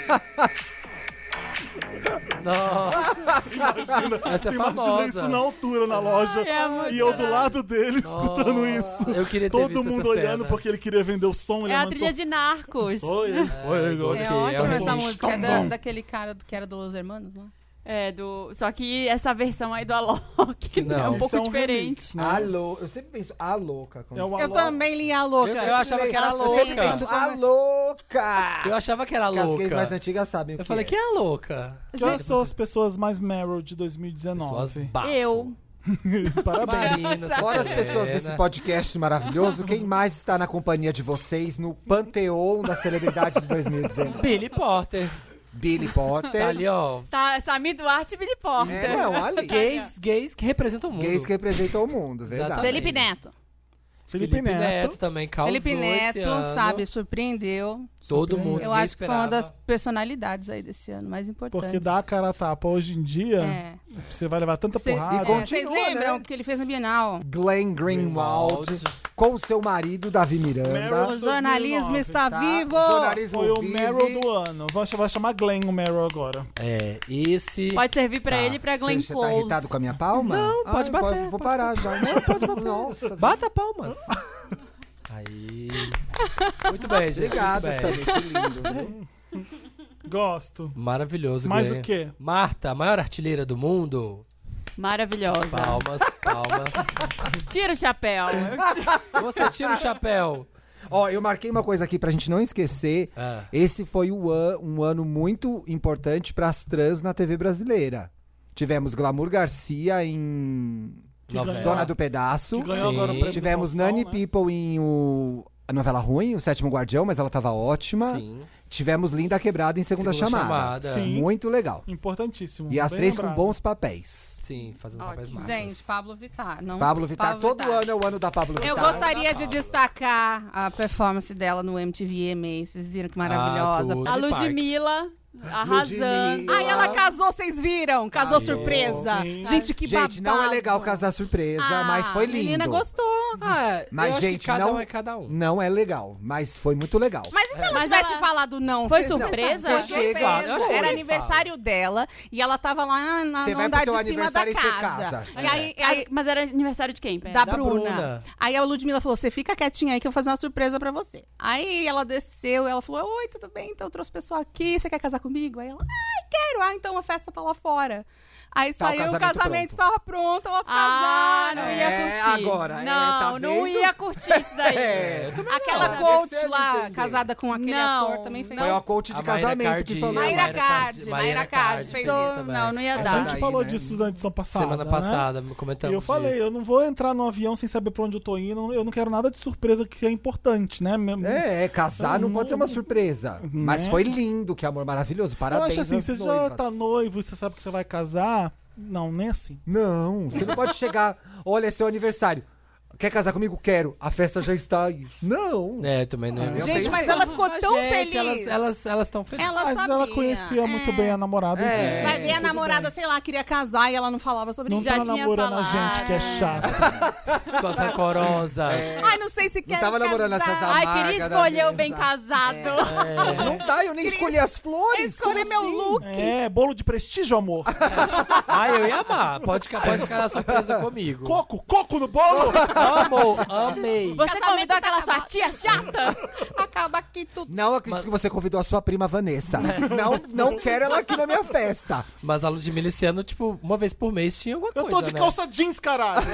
[SPEAKER 4] Nossa! Essa é
[SPEAKER 3] Você imagina isso
[SPEAKER 4] famosa.
[SPEAKER 3] na altura na loja.
[SPEAKER 1] é muito
[SPEAKER 3] e eu do lado dele escutando
[SPEAKER 4] Nossa,
[SPEAKER 3] isso.
[SPEAKER 4] eu queria ter visto
[SPEAKER 3] Todo
[SPEAKER 4] essa
[SPEAKER 3] mundo olhando
[SPEAKER 4] cena.
[SPEAKER 3] porque ele queria vender o som. Ele
[SPEAKER 1] É a
[SPEAKER 3] aumentou.
[SPEAKER 1] trilha de Narcos.
[SPEAKER 3] Foi, foi,
[SPEAKER 4] igual-
[SPEAKER 3] foi.
[SPEAKER 4] Ok,
[SPEAKER 5] É
[SPEAKER 4] é
[SPEAKER 5] ótima
[SPEAKER 4] um
[SPEAKER 5] essa
[SPEAKER 4] bom
[SPEAKER 5] música, é da,
[SPEAKER 3] escambau.
[SPEAKER 5] daquele cara do- que era do Los Hermanos, né?
[SPEAKER 1] É, do. Só que essa versão aí do Alok
[SPEAKER 4] Não,
[SPEAKER 1] é um
[SPEAKER 4] isso
[SPEAKER 1] pouco
[SPEAKER 3] é um
[SPEAKER 1] diferente.
[SPEAKER 2] né? Alô, eu sempre penso, a louca. quando-
[SPEAKER 3] É o
[SPEAKER 5] Eu
[SPEAKER 3] Alok.
[SPEAKER 5] também li a louca.
[SPEAKER 4] Eu, eu achava que era
[SPEAKER 2] Nossa, Eu sempre
[SPEAKER 4] louca.
[SPEAKER 2] penso, a louca.
[SPEAKER 4] Eu achava que era
[SPEAKER 2] Porque As gays mais
[SPEAKER 4] louca.
[SPEAKER 2] antigas sabem o
[SPEAKER 4] Eu
[SPEAKER 2] que
[SPEAKER 4] falei,
[SPEAKER 2] é.
[SPEAKER 4] que é a louca?
[SPEAKER 3] Quais são as pessoas mais Meryl de
[SPEAKER 4] Pessoas
[SPEAKER 3] 2019?
[SPEAKER 4] bafo.
[SPEAKER 1] Eu.
[SPEAKER 3] Parabéns.
[SPEAKER 4] Marina,
[SPEAKER 2] Fora as
[SPEAKER 3] é.
[SPEAKER 2] pessoas
[SPEAKER 4] Sabrina.
[SPEAKER 2] desse podcast maravilhoso, quem mais está na companhia de vocês no Panteão da Celebridade de 2019?
[SPEAKER 4] Billy Porter.
[SPEAKER 2] Billy
[SPEAKER 4] Tá
[SPEAKER 2] Potter.
[SPEAKER 4] ali, ó.
[SPEAKER 1] Tá, Samir Duarte e Billy Porter.
[SPEAKER 2] É, não, ali.
[SPEAKER 4] Gays, gays que representam o mundo.
[SPEAKER 2] Gays que representam o mundo, é verdade.
[SPEAKER 4] Exatamente.
[SPEAKER 5] Felipe Neto.
[SPEAKER 3] Felipe, Neto.
[SPEAKER 4] também causou
[SPEAKER 5] Felipe
[SPEAKER 4] esse
[SPEAKER 5] Neto,
[SPEAKER 4] ano.
[SPEAKER 5] sabe, surpreendeu.
[SPEAKER 4] Todo mundo.
[SPEAKER 5] Eu
[SPEAKER 4] ninguém
[SPEAKER 5] acho que foi uma das
[SPEAKER 4] esperava.
[SPEAKER 5] personalidades aí desse ano, mais importante.
[SPEAKER 3] Porque dá a cara a tapa. Hoje em dia,
[SPEAKER 5] É.
[SPEAKER 3] você vai levar tanta
[SPEAKER 5] Cê-
[SPEAKER 3] porrada.
[SPEAKER 5] é, Vocês
[SPEAKER 2] continua,
[SPEAKER 5] lembram
[SPEAKER 2] né?
[SPEAKER 5] que ele fez na Bienal?
[SPEAKER 2] Glenn Greenwald
[SPEAKER 4] Greenwald.
[SPEAKER 2] com seu marido, Davi Miranda.
[SPEAKER 3] Meryl
[SPEAKER 5] O jornalismo
[SPEAKER 3] 2009,
[SPEAKER 5] está
[SPEAKER 2] tá?
[SPEAKER 5] vivo!
[SPEAKER 2] O jornalismo
[SPEAKER 3] Foi o
[SPEAKER 2] vive.
[SPEAKER 3] Meryl do ano. Vai chamar- vai chamar Glenn o Meryl agora.
[SPEAKER 4] É, esse.
[SPEAKER 1] Pode servir pra
[SPEAKER 4] Tá.
[SPEAKER 1] ele e pra Glenn
[SPEAKER 2] Você tá
[SPEAKER 1] Close.
[SPEAKER 2] irritado com a minha palma?
[SPEAKER 4] Não, pode
[SPEAKER 2] Ai,
[SPEAKER 4] bater,
[SPEAKER 2] Vou
[SPEAKER 4] pode
[SPEAKER 2] parar já. Não, pode bater. Nossa,
[SPEAKER 4] Bata palmas. Aí. Muito bem, gente.
[SPEAKER 2] obrigado,
[SPEAKER 4] muito bem.
[SPEAKER 2] Samir. Que lindo. viu?
[SPEAKER 3] Gosto.
[SPEAKER 4] Maravilhoso,
[SPEAKER 3] Mais
[SPEAKER 4] Glenn.
[SPEAKER 3] o quê?
[SPEAKER 4] Marta, a maior artilheira do mundo.
[SPEAKER 1] Maravilhosa.
[SPEAKER 4] Palmas, palmas.
[SPEAKER 1] Tira o chapéu.
[SPEAKER 4] Você tira o chapéu.
[SPEAKER 2] Ó, eu marquei uma coisa aqui pra gente não esquecer.
[SPEAKER 4] Ah,
[SPEAKER 2] Esse foi o an- um ano muito importante pras trans na TV brasileira. Tivemos Glamour Garcia em
[SPEAKER 4] novela.
[SPEAKER 2] Dona do Pedaço.
[SPEAKER 3] Que ganhou
[SPEAKER 4] Sim.
[SPEAKER 5] um
[SPEAKER 3] agora o prêmio
[SPEAKER 2] Tivemos
[SPEAKER 3] do Faustão,
[SPEAKER 2] Nani
[SPEAKER 3] né?
[SPEAKER 2] People em o... a novela ruim, O Sétimo Guardião, mas ela tava ótima.
[SPEAKER 4] Sim.
[SPEAKER 2] Tivemos Linda Quebrada em Segunda, Chamada.
[SPEAKER 3] Sim.
[SPEAKER 2] Muito legal.
[SPEAKER 3] Importantíssimo.
[SPEAKER 2] E as
[SPEAKER 3] Bem
[SPEAKER 2] três
[SPEAKER 3] lembrado.
[SPEAKER 2] com bons papéis.
[SPEAKER 4] Sim, fazendo
[SPEAKER 1] Ótimo.
[SPEAKER 4] papéis massas.
[SPEAKER 5] Gente, Pablo Vittar. Não,
[SPEAKER 2] Pablo Vittar, todo ano é o ano da Pablo Vittar.
[SPEAKER 5] Eu gostaria de destacar a performance dela no MTV EMA. Vocês viram que maravilhosa.
[SPEAKER 4] Ah, tudo.
[SPEAKER 1] A Ludmilla arrasando.
[SPEAKER 2] Ludmilla.
[SPEAKER 5] Ai, ela casou, vocês viram? Casou
[SPEAKER 4] Casou,
[SPEAKER 5] surpresa.
[SPEAKER 3] sim.
[SPEAKER 5] Gente, que babado.
[SPEAKER 2] Gente, não é legal casar surpresa,
[SPEAKER 5] Ah,
[SPEAKER 2] mas foi
[SPEAKER 5] A menina
[SPEAKER 2] lindo.
[SPEAKER 5] gostou.
[SPEAKER 4] Ah,
[SPEAKER 2] Mas,
[SPEAKER 4] eu acho que
[SPEAKER 2] gente,
[SPEAKER 4] cada
[SPEAKER 2] não-
[SPEAKER 4] um é cada um.
[SPEAKER 2] Não é legal, mas foi muito legal.
[SPEAKER 5] Mas e se ela
[SPEAKER 1] Mas
[SPEAKER 5] tivesse
[SPEAKER 1] ela-
[SPEAKER 5] falado não?
[SPEAKER 1] Foi
[SPEAKER 5] Vocês não
[SPEAKER 1] surpresa?
[SPEAKER 5] sabem.
[SPEAKER 2] Você
[SPEAKER 5] Foi
[SPEAKER 2] chega-
[SPEAKER 5] surpresa.
[SPEAKER 4] Eu acho que
[SPEAKER 5] Era
[SPEAKER 4] ele
[SPEAKER 5] aniversário dela e ela tava lá ah, na,
[SPEAKER 2] Você
[SPEAKER 5] no
[SPEAKER 2] vai pro
[SPEAKER 5] andar
[SPEAKER 2] teu
[SPEAKER 5] de cima da
[SPEAKER 2] aniversário e você
[SPEAKER 5] casa.
[SPEAKER 2] casa.
[SPEAKER 5] E aí,
[SPEAKER 1] Ah,
[SPEAKER 5] aí-
[SPEAKER 1] Mas era aniversário de quem? Pera.
[SPEAKER 5] da,
[SPEAKER 4] Da
[SPEAKER 5] Bruna.
[SPEAKER 4] Bruna.
[SPEAKER 5] Aí a Ludmilla falou: você fica quietinha aí que eu vou fazer uma surpresa pra você. Aí ela desceu, ela falou: Oi, tudo bem? Então eu trouxe o pessoal aqui, você quer casar comigo? Aí ela, ai, quero! Ah, então a festa tá lá fora. Aí
[SPEAKER 2] Tá, o
[SPEAKER 5] saiu, o
[SPEAKER 2] casamento
[SPEAKER 5] casamento
[SPEAKER 2] pronto.
[SPEAKER 5] estava pronto, elas
[SPEAKER 1] Ah,
[SPEAKER 5] casaram.
[SPEAKER 1] não
[SPEAKER 2] É,
[SPEAKER 1] ia curtir.
[SPEAKER 2] agora, é, tá
[SPEAKER 1] não, não
[SPEAKER 2] vendo?
[SPEAKER 1] ia curtir isso daí.
[SPEAKER 2] É.
[SPEAKER 5] Aquela
[SPEAKER 2] Não, tem
[SPEAKER 5] coach
[SPEAKER 2] que ser
[SPEAKER 5] lá,
[SPEAKER 2] entender.
[SPEAKER 5] casada com aquele
[SPEAKER 1] Não,
[SPEAKER 5] ator, também um fez.
[SPEAKER 2] Foi uma coach
[SPEAKER 4] A
[SPEAKER 2] de
[SPEAKER 4] Mayra
[SPEAKER 2] casamento
[SPEAKER 4] Cardi,
[SPEAKER 2] que
[SPEAKER 4] a
[SPEAKER 2] falou.
[SPEAKER 5] Mayra Cardi, Mayra Cardi fez
[SPEAKER 1] Então,
[SPEAKER 4] isso também.
[SPEAKER 1] não, não ia
[SPEAKER 2] Essa
[SPEAKER 3] A
[SPEAKER 1] dar.
[SPEAKER 3] gente
[SPEAKER 2] Daí,
[SPEAKER 3] falou
[SPEAKER 2] né?
[SPEAKER 3] disso na edição passada.
[SPEAKER 4] Semana
[SPEAKER 3] Né?
[SPEAKER 4] passada, comentamos
[SPEAKER 3] E eu falei,
[SPEAKER 4] disso.
[SPEAKER 3] eu não vou entrar no avião sem saber pra onde eu tô indo. Eu não quero nada de surpresa que é importante, né? Mesmo-
[SPEAKER 2] É, é, casar não pode ser uma surpresa. Mas
[SPEAKER 3] Né?
[SPEAKER 2] foi lindo, que amor maravilhoso.
[SPEAKER 3] eu
[SPEAKER 2] Parabéns
[SPEAKER 3] acho assim,
[SPEAKER 2] às
[SPEAKER 3] você já
[SPEAKER 2] noivas.
[SPEAKER 3] tá noivo, você sabe que você vai casar. Não, nem assim.
[SPEAKER 2] Não, você não pode chegar. Olha, é seu aniversário. Quer casar comigo? Quero. A festa já está aí. Não.
[SPEAKER 4] É, eu também não.
[SPEAKER 2] Eu
[SPEAKER 5] Gente,
[SPEAKER 2] tenho-
[SPEAKER 5] mas ela ficou tão
[SPEAKER 4] Gente,
[SPEAKER 5] feliz.
[SPEAKER 4] Elas elas elas estão felizes.
[SPEAKER 5] Ela
[SPEAKER 3] Mas
[SPEAKER 5] sabia.
[SPEAKER 3] ela conhecia muito bem a namorada.
[SPEAKER 2] É.
[SPEAKER 3] enfim.
[SPEAKER 5] Vai ver a namorada, sei lá, queria casar e ela não falava sobre
[SPEAKER 3] Não
[SPEAKER 5] isso.
[SPEAKER 1] Já
[SPEAKER 3] tá
[SPEAKER 1] tinha
[SPEAKER 3] namorando a
[SPEAKER 1] falado.
[SPEAKER 3] gente que é chata.
[SPEAKER 4] Suas rancorosas.
[SPEAKER 5] Ai, não sei se
[SPEAKER 2] Não
[SPEAKER 5] quer
[SPEAKER 2] tava namorando essas
[SPEAKER 5] casar.
[SPEAKER 1] Ai,
[SPEAKER 2] amargas
[SPEAKER 1] queria
[SPEAKER 2] tá da É.
[SPEAKER 1] escolher o
[SPEAKER 2] vida.
[SPEAKER 1] bem casado.
[SPEAKER 2] Não dá, eu nem escolhi as
[SPEAKER 5] Eu
[SPEAKER 2] flores.
[SPEAKER 5] escolhi
[SPEAKER 2] como
[SPEAKER 5] meu
[SPEAKER 2] assim?
[SPEAKER 5] look.
[SPEAKER 3] É, bolo de prestígio, amor.
[SPEAKER 4] Ai, Ah, eu ia amar. Pode, ficar- pode ficar surpresa comigo.
[SPEAKER 3] Coco, coco no bolo!
[SPEAKER 4] Amo, amei.
[SPEAKER 1] Você
[SPEAKER 5] Casamento
[SPEAKER 1] convidou
[SPEAKER 5] tá
[SPEAKER 1] aquela sua
[SPEAKER 5] acabado.
[SPEAKER 1] tia chata?
[SPEAKER 5] Acaba aqui tudo.
[SPEAKER 2] Não acredito que você convidou a sua prima Vanessa.
[SPEAKER 5] É.
[SPEAKER 2] não, não quero ela aqui na minha festa.
[SPEAKER 4] Mas a Ludmilla esse ano, tipo, uma vez por mês tinha alguma
[SPEAKER 3] Eu
[SPEAKER 4] coisa.
[SPEAKER 3] tô de
[SPEAKER 4] né?
[SPEAKER 3] calça jeans, caralho!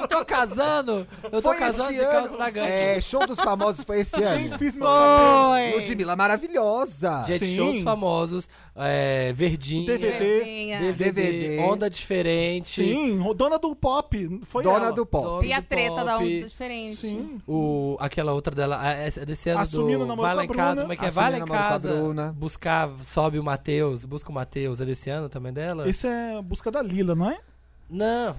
[SPEAKER 4] Eu tô casando. Eu tô
[SPEAKER 2] Foi
[SPEAKER 4] casando
[SPEAKER 2] esse
[SPEAKER 4] de calça
[SPEAKER 2] ano.
[SPEAKER 4] da gangue.
[SPEAKER 2] É, show dos famosos foi esse ano.
[SPEAKER 3] Fiz meu
[SPEAKER 5] Foi.
[SPEAKER 2] Ludmilla maravilhosa.
[SPEAKER 4] Gente,
[SPEAKER 3] Sim.
[SPEAKER 4] shows famosos. É, Verdinha.
[SPEAKER 3] DVD.
[SPEAKER 5] Tadinha.
[SPEAKER 4] DVD,
[SPEAKER 2] DVD.
[SPEAKER 4] Onda Diferente.
[SPEAKER 3] Sim, ro- dona do pop. Foi
[SPEAKER 2] Dona
[SPEAKER 3] ela.
[SPEAKER 2] do pop.
[SPEAKER 4] Dona
[SPEAKER 5] E a
[SPEAKER 4] do
[SPEAKER 5] treta
[SPEAKER 4] pop.
[SPEAKER 5] da onda diferente.
[SPEAKER 3] Sim.
[SPEAKER 4] O, aquela outra dela, a- essa é desse ano
[SPEAKER 3] Assumindo o
[SPEAKER 4] do
[SPEAKER 3] namoro
[SPEAKER 4] Vai
[SPEAKER 3] com
[SPEAKER 4] lá
[SPEAKER 3] a
[SPEAKER 4] em casa,
[SPEAKER 3] Bruna.
[SPEAKER 4] como é que é?
[SPEAKER 2] Assumindo
[SPEAKER 4] Vai lá
[SPEAKER 2] o
[SPEAKER 4] em
[SPEAKER 2] namoro com a
[SPEAKER 4] casa,
[SPEAKER 2] Bruna.
[SPEAKER 4] buscar, sobe o Matheus, busca o Matheus, é desse ano também dela?
[SPEAKER 3] Esse é busca da Lila, não é?
[SPEAKER 4] Não.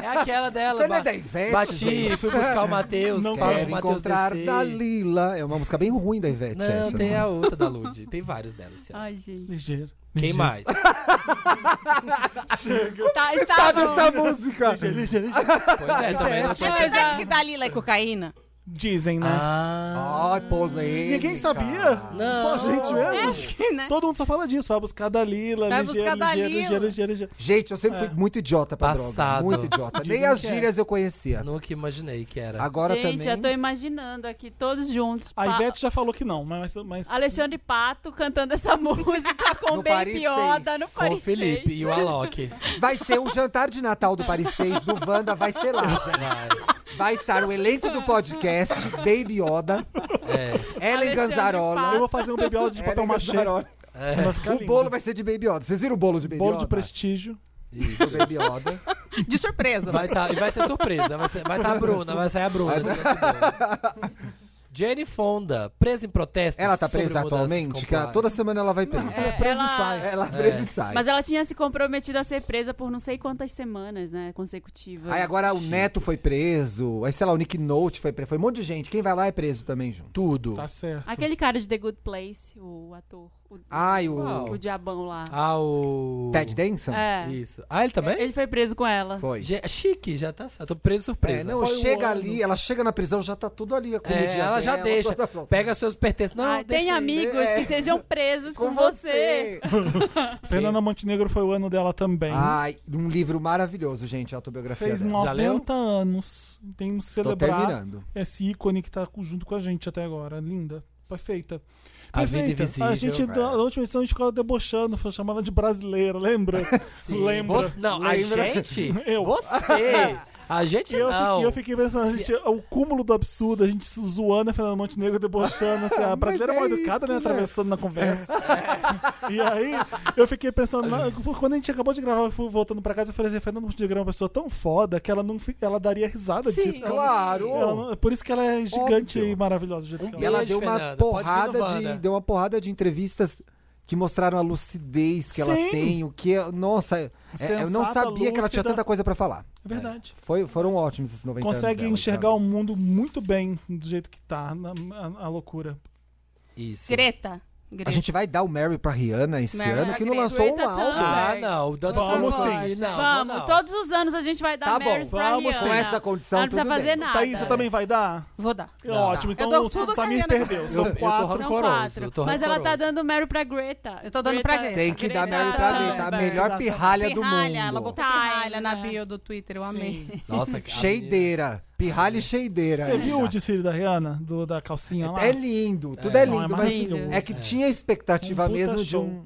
[SPEAKER 4] é aquela dela.
[SPEAKER 2] Você não é
[SPEAKER 4] ba-
[SPEAKER 2] da Ivete,
[SPEAKER 4] Bati,
[SPEAKER 2] gente?
[SPEAKER 4] fui buscar o Matheus,
[SPEAKER 3] Não
[SPEAKER 4] fala
[SPEAKER 2] Quero
[SPEAKER 4] com o Matheus
[SPEAKER 2] encontrar
[SPEAKER 4] descer.
[SPEAKER 2] da Lila. É uma música bem ruim da Ivete
[SPEAKER 4] Não,
[SPEAKER 2] essa.
[SPEAKER 4] tem
[SPEAKER 2] né?
[SPEAKER 4] a outra da Lud. Tem vários dela esse ano.
[SPEAKER 1] Ai, gente.
[SPEAKER 3] Ligeiro.
[SPEAKER 4] Quem
[SPEAKER 3] ligeiro.
[SPEAKER 4] mais?
[SPEAKER 1] Tá, estava.
[SPEAKER 2] Sabe essa música?
[SPEAKER 3] Ligeiro, ligeiro, ligeiro.
[SPEAKER 4] Pois é, também não
[SPEAKER 5] É
[SPEAKER 4] tinha.
[SPEAKER 5] verdade que Dalila é cocaína?
[SPEAKER 3] Dizem, né?
[SPEAKER 4] Ah,
[SPEAKER 2] Ai, polêmica.
[SPEAKER 3] Ninguém sabia?
[SPEAKER 4] Não.
[SPEAKER 3] Só a gente
[SPEAKER 5] É,
[SPEAKER 3] mesmo?
[SPEAKER 5] acho que, né?
[SPEAKER 3] Todo mundo só fala disso. Vai buscar da Lila,
[SPEAKER 5] Vai
[SPEAKER 3] ligeiro,
[SPEAKER 5] buscar da
[SPEAKER 3] ligeiro,
[SPEAKER 5] Lila.
[SPEAKER 3] ligeiro, ligeiro, ligeiro.
[SPEAKER 2] Gente, eu sempre fui muito idiota pra
[SPEAKER 4] Passado.
[SPEAKER 2] droga. Muito idiota.
[SPEAKER 3] É. Dizem
[SPEAKER 2] Nem as
[SPEAKER 3] que é.
[SPEAKER 2] gírias eu conhecia.
[SPEAKER 4] nunca imaginei que era.
[SPEAKER 2] Agora
[SPEAKER 1] gente,
[SPEAKER 2] também.
[SPEAKER 1] já tô imaginando aqui, todos juntos.
[SPEAKER 3] A
[SPEAKER 1] Pa-
[SPEAKER 3] Ivete já falou que não, mas... mas...
[SPEAKER 1] Alexandre Pato cantando essa música com
[SPEAKER 2] No
[SPEAKER 1] o Ben
[SPEAKER 2] Paris
[SPEAKER 1] Pioda
[SPEAKER 2] seis.
[SPEAKER 1] no Paris
[SPEAKER 4] Com o Felipe
[SPEAKER 1] seis.
[SPEAKER 4] e o Alok.
[SPEAKER 2] Vai ser o jantar de Natal do Paris 6 do Wanda, vai ser lá. gente.
[SPEAKER 4] Vai.
[SPEAKER 2] Vai estar o elenco do podcast, Baby Yoda,
[SPEAKER 4] É.
[SPEAKER 2] Ellen
[SPEAKER 1] Alexandre
[SPEAKER 2] Ganzarola.
[SPEAKER 1] Pá.
[SPEAKER 3] Eu vou fazer um bebê áudio de papel
[SPEAKER 2] Ellen
[SPEAKER 3] machê.
[SPEAKER 2] Ganzarola.
[SPEAKER 4] é.
[SPEAKER 3] Vai ficar
[SPEAKER 2] é O
[SPEAKER 3] lindo.
[SPEAKER 2] bolo vai né? ser de Baby Yoda. Vocês viram o bolo de Baby
[SPEAKER 3] Bolo
[SPEAKER 2] Yoda?
[SPEAKER 3] de prestígio.
[SPEAKER 2] Do Baby Yoda.
[SPEAKER 5] De surpresa.
[SPEAKER 4] Vai tá, e vai ser surpresa. Vai estar a Bruna, vai sair a Bruna. Jenny Fonda, presa em protesto.
[SPEAKER 2] Ela tá presa atualmente? Que ela- toda semana ela vai presa.
[SPEAKER 1] É, ela-
[SPEAKER 2] Ela presa e sai.
[SPEAKER 1] Mas ela tinha se comprometido a ser presa por não sei quantas semanas, né? Consecutivas.
[SPEAKER 2] Aí agora o Neto foi preso. Aí, sei lá, o Nick Note foi preso. Foi um monte de gente. Quem vai lá é preso também junto.
[SPEAKER 4] Tudo.
[SPEAKER 3] Tá certo.
[SPEAKER 1] Aquele cara de The Good Place, o ator. O,
[SPEAKER 2] Ai, o
[SPEAKER 1] o diabão lá.
[SPEAKER 4] Ah, o...
[SPEAKER 2] Ted Danson?
[SPEAKER 1] é.
[SPEAKER 4] Isso. Ah, ele também?
[SPEAKER 1] Ele foi preso com ela.
[SPEAKER 2] Foi.
[SPEAKER 4] Ge- Chique, já tá certo. Tô preso surpresa.
[SPEAKER 2] É, não,
[SPEAKER 3] Foi um
[SPEAKER 2] chega
[SPEAKER 3] ano.
[SPEAKER 2] ali, ela chega na prisão, já tá tudo ali. A
[SPEAKER 4] É,
[SPEAKER 2] comidinha
[SPEAKER 4] ela já
[SPEAKER 2] dela,
[SPEAKER 4] deixa.
[SPEAKER 2] toda pronta.
[SPEAKER 4] Pega seus pertences. Não,
[SPEAKER 1] Ah,
[SPEAKER 4] deixa né?
[SPEAKER 1] tem
[SPEAKER 4] aí.
[SPEAKER 1] amigos
[SPEAKER 2] é.
[SPEAKER 1] que sejam presos com, você.
[SPEAKER 3] Fernanda Montenegro foi o ano dela também.
[SPEAKER 2] Ai, um livro maravilhoso, gente, a autobiografia
[SPEAKER 3] Fez
[SPEAKER 2] dela.
[SPEAKER 4] Já leu?
[SPEAKER 3] 90 anos. Tem que
[SPEAKER 2] Tô
[SPEAKER 3] celebrar
[SPEAKER 2] terminando.
[SPEAKER 3] esse ícone que tá co- junto com a gente até agora. Linda. Perfeita.
[SPEAKER 4] A
[SPEAKER 3] Perfeita.
[SPEAKER 4] Vida Invisível.
[SPEAKER 3] A é gente, da, na última edição, a gente ficava debochando, foi chamando ela de brasileira, lembra?
[SPEAKER 4] Sim.
[SPEAKER 3] Lembra.
[SPEAKER 4] Vo- Não,
[SPEAKER 3] Lembra?
[SPEAKER 4] a gente?
[SPEAKER 3] Eu.
[SPEAKER 4] Você. A gente
[SPEAKER 3] E eu,
[SPEAKER 4] não.
[SPEAKER 3] fiquei, eu fiquei pensando, gente, o cúmulo do absurdo, a gente se zoando, a Fernanda Montenegro debochando, assim, a brasileira
[SPEAKER 2] é
[SPEAKER 3] mal
[SPEAKER 2] isso,
[SPEAKER 3] educada, né,
[SPEAKER 2] né?
[SPEAKER 3] atravessando na conversa. e aí, eu fiquei pensando, na- quando a gente acabou de gravar, eu fui voltando pra casa, eu falei assim, a Fernanda Montenegro é uma pessoa tão foda que ela não fi- ela daria risada
[SPEAKER 2] Sim,
[SPEAKER 3] disso. Ela não-
[SPEAKER 2] claro.
[SPEAKER 3] ela não- por isso que ela é gigante
[SPEAKER 2] Óbvio. Um
[SPEAKER 3] e maravilhosa. do jeito que
[SPEAKER 2] E
[SPEAKER 3] ela é.
[SPEAKER 2] ela
[SPEAKER 4] Beijo,
[SPEAKER 2] deu uma
[SPEAKER 4] Fernanda. Pode vir no
[SPEAKER 2] porrada
[SPEAKER 4] Wanda.
[SPEAKER 2] de deu uma porrada de entrevistas que mostraram a lucidez que ela
[SPEAKER 3] Sim.
[SPEAKER 2] tem, o que é- nossa, é- eu não
[SPEAKER 3] Sensata,
[SPEAKER 2] sabia que ela tinha
[SPEAKER 3] lúcida.
[SPEAKER 2] tanta coisa pra falar.
[SPEAKER 3] É verdade.
[SPEAKER 2] Foi, foram ótimos esses 90 anos
[SPEAKER 3] Consegue
[SPEAKER 2] É. dela,
[SPEAKER 3] enxergar o
[SPEAKER 2] então.
[SPEAKER 3] mundo muito bem do jeito que tá, na, a, a loucura.
[SPEAKER 4] Isso.
[SPEAKER 5] Greta. Greta.
[SPEAKER 2] A gente vai dar o Mary pra Rihanna esse
[SPEAKER 5] Mary
[SPEAKER 2] ano, que não
[SPEAKER 5] Greta
[SPEAKER 2] lançou um álbum.
[SPEAKER 1] Thunberg.
[SPEAKER 4] Ah, não. Dança
[SPEAKER 3] Vamos
[SPEAKER 4] com
[SPEAKER 3] sim.
[SPEAKER 4] Não, não,
[SPEAKER 1] vamos,
[SPEAKER 4] não.
[SPEAKER 1] todos os anos a gente vai dar
[SPEAKER 2] Tá bom,
[SPEAKER 1] Marys pra
[SPEAKER 3] vamos
[SPEAKER 1] Rihanna.
[SPEAKER 2] Com essa condição,
[SPEAKER 1] Ela não precisa
[SPEAKER 2] tudo
[SPEAKER 1] fazer
[SPEAKER 2] bem.
[SPEAKER 1] nada.
[SPEAKER 3] Thaís, você também vai dar?
[SPEAKER 5] Vou dar.
[SPEAKER 4] Não.
[SPEAKER 3] Ótimo,
[SPEAKER 5] Eu
[SPEAKER 3] então
[SPEAKER 5] dou
[SPEAKER 3] o
[SPEAKER 5] tudo que a
[SPEAKER 3] Samir
[SPEAKER 5] Rihanna-
[SPEAKER 3] perdeu.
[SPEAKER 4] Eu,
[SPEAKER 3] São
[SPEAKER 4] eu tô
[SPEAKER 3] quatro.
[SPEAKER 1] São quatro.
[SPEAKER 4] rancoroso. eu tô
[SPEAKER 1] Mas ela tá
[SPEAKER 4] rancoroso.
[SPEAKER 1] dando Mary pra Greta.
[SPEAKER 5] Eu tô dando pra Greta.
[SPEAKER 2] Tem que dar
[SPEAKER 1] Greta
[SPEAKER 2] Mary pra Greta, a
[SPEAKER 1] Thunberg.
[SPEAKER 2] melhor pirralha do mundo.
[SPEAKER 5] É, Pirralha, ela botou
[SPEAKER 1] Tá,
[SPEAKER 5] pirralha na
[SPEAKER 1] né?
[SPEAKER 5] bio do Twitter, eu amei.
[SPEAKER 3] Sim.
[SPEAKER 4] Nossa, que
[SPEAKER 2] Cheideira. Pirralha e cheideira.
[SPEAKER 3] Você viu o desfile da Rihanna? Do, da calcinha lá?
[SPEAKER 2] É lindo, tudo é,
[SPEAKER 3] Não,
[SPEAKER 2] lindo, mas
[SPEAKER 1] maravilhoso.
[SPEAKER 2] é que tinha expectativa
[SPEAKER 3] Um puta
[SPEAKER 2] mesmo de
[SPEAKER 3] show.
[SPEAKER 2] um,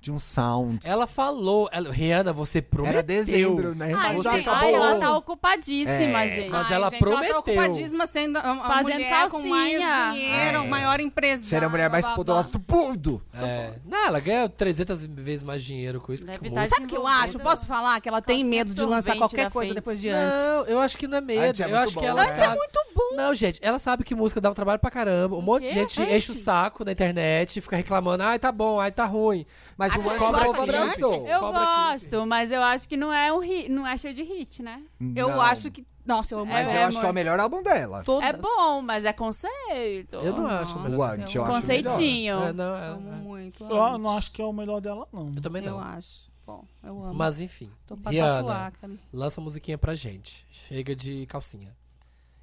[SPEAKER 2] de um sound.
[SPEAKER 4] Ela falou, ela, Rihanna, você É, prometeu.
[SPEAKER 2] Era dezembro, né?
[SPEAKER 5] Ai,
[SPEAKER 2] Mas-
[SPEAKER 4] Você
[SPEAKER 5] gente,
[SPEAKER 1] Ai,
[SPEAKER 4] acabou
[SPEAKER 1] ela
[SPEAKER 4] ontem.
[SPEAKER 1] tá ocupadíssima,
[SPEAKER 2] É.
[SPEAKER 1] gente.
[SPEAKER 4] Mas
[SPEAKER 5] Ai,
[SPEAKER 4] ela
[SPEAKER 5] gente,
[SPEAKER 4] prometeu.
[SPEAKER 5] Ela tá ocupadíssima sendo a- a
[SPEAKER 1] Fazendo
[SPEAKER 5] mulher com
[SPEAKER 1] calcinha.
[SPEAKER 5] mais dinheiro, o maior empresário.
[SPEAKER 2] Você era a mulher mais
[SPEAKER 5] babá.
[SPEAKER 2] poderosa do mundo.
[SPEAKER 4] É. Não, ela ganha 300 vezes mais dinheiro com isso
[SPEAKER 1] Deve
[SPEAKER 4] que com
[SPEAKER 1] tá
[SPEAKER 4] música.
[SPEAKER 5] Sabe o que eu acho? Posso falar que ela tem
[SPEAKER 1] Calcinha
[SPEAKER 5] medo de lançar
[SPEAKER 1] absorvente
[SPEAKER 5] qualquer
[SPEAKER 1] da
[SPEAKER 5] coisa
[SPEAKER 1] frente.
[SPEAKER 5] depois de antes.
[SPEAKER 4] Não, eu acho que não é medo.
[SPEAKER 2] Antes é
[SPEAKER 4] eu
[SPEAKER 2] muito
[SPEAKER 4] acho que
[SPEAKER 2] bom,
[SPEAKER 4] ela
[SPEAKER 2] né?
[SPEAKER 4] sabe.
[SPEAKER 5] Muito
[SPEAKER 1] bom.
[SPEAKER 4] Não, gente, ela sabe que música dá um trabalho pra caramba. Um monte de
[SPEAKER 1] quê?
[SPEAKER 4] gente,
[SPEAKER 1] Gente.
[SPEAKER 4] enche o saco na internet, fica reclamando, ai tá bom, ai tá ruim.
[SPEAKER 2] Mas o
[SPEAKER 5] Aquele
[SPEAKER 2] ano
[SPEAKER 4] gosta de
[SPEAKER 2] abraçou.
[SPEAKER 4] arte?
[SPEAKER 1] Eu
[SPEAKER 4] Cobra
[SPEAKER 1] gosto, mas eu acho que não é um hit, não é cheio de hit, né?
[SPEAKER 5] Eu
[SPEAKER 2] Não,
[SPEAKER 5] acho que. Nossa, eu amo
[SPEAKER 2] Mas
[SPEAKER 1] É,
[SPEAKER 2] eu
[SPEAKER 1] é,
[SPEAKER 2] acho que é o
[SPEAKER 1] mas-
[SPEAKER 2] melhor álbum dela.
[SPEAKER 5] todas.
[SPEAKER 1] É bom, mas é conceito.
[SPEAKER 4] Eu não acho. é
[SPEAKER 5] Nossa,
[SPEAKER 4] melhor.
[SPEAKER 2] O Ant, eu
[SPEAKER 5] eu
[SPEAKER 2] acho melhor.
[SPEAKER 1] Conceitinho.
[SPEAKER 4] É, não, é,
[SPEAKER 5] Eu amo
[SPEAKER 4] é.
[SPEAKER 5] muito. Eu,
[SPEAKER 3] Eu
[SPEAKER 5] amo.
[SPEAKER 3] não acho que é o melhor dela, não.
[SPEAKER 4] Eu também
[SPEAKER 5] eu
[SPEAKER 4] não.
[SPEAKER 5] acho. Bom, eu amo.
[SPEAKER 4] Mas enfim.
[SPEAKER 5] Tô pra
[SPEAKER 4] Rihanna,
[SPEAKER 5] tatuar, Camila.
[SPEAKER 4] lança a musiquinha pra gente. Chega de calcinha.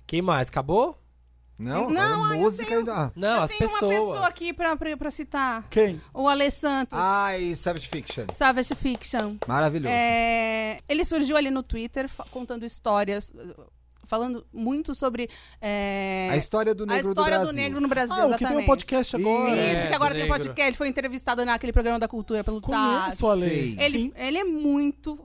[SPEAKER 4] Quem mais? Acabou?
[SPEAKER 2] Não,
[SPEAKER 5] Não,
[SPEAKER 2] não
[SPEAKER 5] ai, eu
[SPEAKER 2] música
[SPEAKER 5] tenho-
[SPEAKER 2] ainda.
[SPEAKER 4] Não,
[SPEAKER 5] eu
[SPEAKER 4] as
[SPEAKER 5] tenho
[SPEAKER 4] pessoas.
[SPEAKER 5] uma pessoa aqui pra, pra, pra citar.
[SPEAKER 3] Quem?
[SPEAKER 5] O Ale Santos.
[SPEAKER 2] Ah, ai, Savage Fiction.
[SPEAKER 5] Savage Fiction.
[SPEAKER 2] Maravilhoso.
[SPEAKER 5] É, ele surgiu ali no Twitter fa- contando histórias, uh, falando muito sobre é,
[SPEAKER 2] a história do
[SPEAKER 5] a
[SPEAKER 2] negro do
[SPEAKER 5] história do,
[SPEAKER 2] Brasil.
[SPEAKER 5] negro no Brasil.
[SPEAKER 3] Ah, o que
[SPEAKER 5] exatamente.
[SPEAKER 3] tem um podcast agora.
[SPEAKER 2] É,
[SPEAKER 5] Isso, que agora tem um
[SPEAKER 4] negro.
[SPEAKER 5] podcast. Ele foi entrevistado naquele programa da cultura pelo Taz.
[SPEAKER 3] Conheço a lei.
[SPEAKER 2] Sim.
[SPEAKER 5] Ele, ele é muito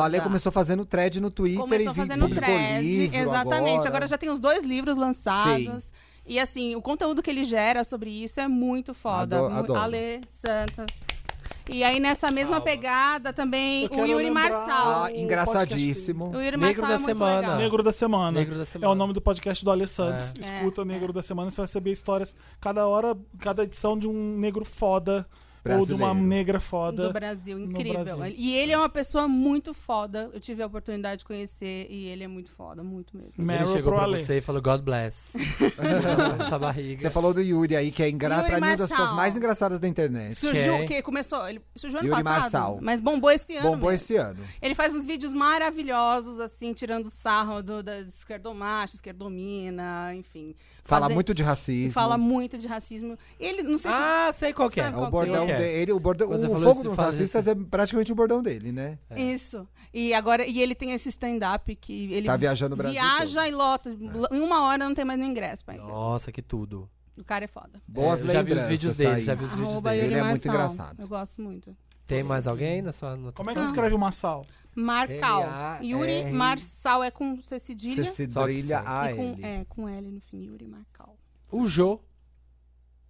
[SPEAKER 2] O Ale é começou fazendo thread no Twitter
[SPEAKER 5] tá. Começou
[SPEAKER 2] e vi-
[SPEAKER 5] fazendo
[SPEAKER 2] publicou
[SPEAKER 5] thread.
[SPEAKER 2] livro
[SPEAKER 5] exatamente. Agora.
[SPEAKER 2] Agora,
[SPEAKER 5] já tem os dois livros lançados. E assim, o conteúdo que ele gera sobre isso é muito foda.
[SPEAKER 2] Adoro-
[SPEAKER 5] Mu-
[SPEAKER 2] adoro.
[SPEAKER 5] Ale Santos. E aí, nessa mesma pegada também,
[SPEAKER 3] Eu
[SPEAKER 5] o
[SPEAKER 3] quero
[SPEAKER 5] Yuri
[SPEAKER 3] lembrar-
[SPEAKER 5] Marçal.
[SPEAKER 2] Ah,
[SPEAKER 3] o
[SPEAKER 2] engraçadíssimo.
[SPEAKER 5] O Yuri
[SPEAKER 4] Negro
[SPEAKER 5] Marçal
[SPEAKER 4] da
[SPEAKER 5] é muito
[SPEAKER 4] semana.
[SPEAKER 5] legal.
[SPEAKER 3] Negro da Semana.
[SPEAKER 4] Negro da Semana.
[SPEAKER 3] É o nome do podcast do Ale Santos.
[SPEAKER 5] É.
[SPEAKER 3] Escuta Negro da Semana, você vai saber histórias. Cada hora, cada edição de um negro foda. Ou de uma
[SPEAKER 2] Brasileiro.
[SPEAKER 3] negra foda.
[SPEAKER 5] do Brasil,
[SPEAKER 3] no
[SPEAKER 5] incrível.
[SPEAKER 3] Brasil.
[SPEAKER 5] E ele é uma pessoa muito foda. Eu tive a oportunidade de conhecer e ele é muito foda, muito mesmo.
[SPEAKER 4] Ele
[SPEAKER 3] Meryl
[SPEAKER 4] chegou
[SPEAKER 3] pro
[SPEAKER 4] pra
[SPEAKER 3] Ale.
[SPEAKER 4] você e falou, God bless. Na sua barriga.
[SPEAKER 2] Você falou do Yuri aí, que é engra...
[SPEAKER 5] Yuri
[SPEAKER 2] pra mim uma das
[SPEAKER 5] Marçal.
[SPEAKER 2] pessoas mais engraçadas da internet.
[SPEAKER 5] Surgiu
[SPEAKER 4] Ok.
[SPEAKER 5] o quê? Começou. Ele surgiu ano
[SPEAKER 2] é. Yuri
[SPEAKER 5] passado.
[SPEAKER 2] Marçal.
[SPEAKER 5] Mas bombou esse ano.
[SPEAKER 2] Bombou
[SPEAKER 5] mesmo.
[SPEAKER 2] esse ano.
[SPEAKER 5] Ele faz uns vídeos maravilhosos, assim, tirando sarro do, da esquerdomacho, esquerdomina, enfim.
[SPEAKER 2] Fala
[SPEAKER 5] Fazer-
[SPEAKER 2] muito de racismo.
[SPEAKER 5] Fala muito de racismo. Ele, não sei se.
[SPEAKER 4] Ah, sei qual que é.
[SPEAKER 5] Sabe
[SPEAKER 2] É o
[SPEAKER 5] qual
[SPEAKER 2] bordão
[SPEAKER 4] que é?
[SPEAKER 2] dele. O, bordão,
[SPEAKER 4] Quando você
[SPEAKER 2] o
[SPEAKER 4] falou
[SPEAKER 2] fogo
[SPEAKER 4] isso,
[SPEAKER 2] dos
[SPEAKER 4] faz
[SPEAKER 2] racistas é praticamente o bordão dele, né?
[SPEAKER 5] é Isso. E agora e ele tem esse stand-up que ele
[SPEAKER 2] Tá viajando o Brasil
[SPEAKER 5] viaja e lota. Em uma hora não tem mais nenhum ingresso pra ele.
[SPEAKER 4] Nossa, que tudo.
[SPEAKER 5] O cara é foda.
[SPEAKER 2] Boas
[SPEAKER 4] É, eu
[SPEAKER 2] lembranças.
[SPEAKER 4] já vi os vídeos
[SPEAKER 2] tá
[SPEAKER 4] dele,
[SPEAKER 2] aí.
[SPEAKER 4] já vi os vídeos
[SPEAKER 5] Arroba
[SPEAKER 4] dele.
[SPEAKER 5] Yuri
[SPEAKER 2] Ele é muito
[SPEAKER 5] Marçal.
[SPEAKER 2] engraçado.
[SPEAKER 5] Eu gosto muito.
[SPEAKER 4] Tem mais alguém na sua anotação?
[SPEAKER 3] Como é que
[SPEAKER 5] Ah.
[SPEAKER 3] escreve o Massal?
[SPEAKER 5] Marcal.
[SPEAKER 2] é
[SPEAKER 4] R-A-R-
[SPEAKER 5] Yuri Marçal é com C cedilha
[SPEAKER 2] Você se brilha
[SPEAKER 4] Só
[SPEAKER 2] a
[SPEAKER 5] e com,
[SPEAKER 2] ele.
[SPEAKER 5] é, com L no fim. Yuri Marcal.
[SPEAKER 4] O Jô.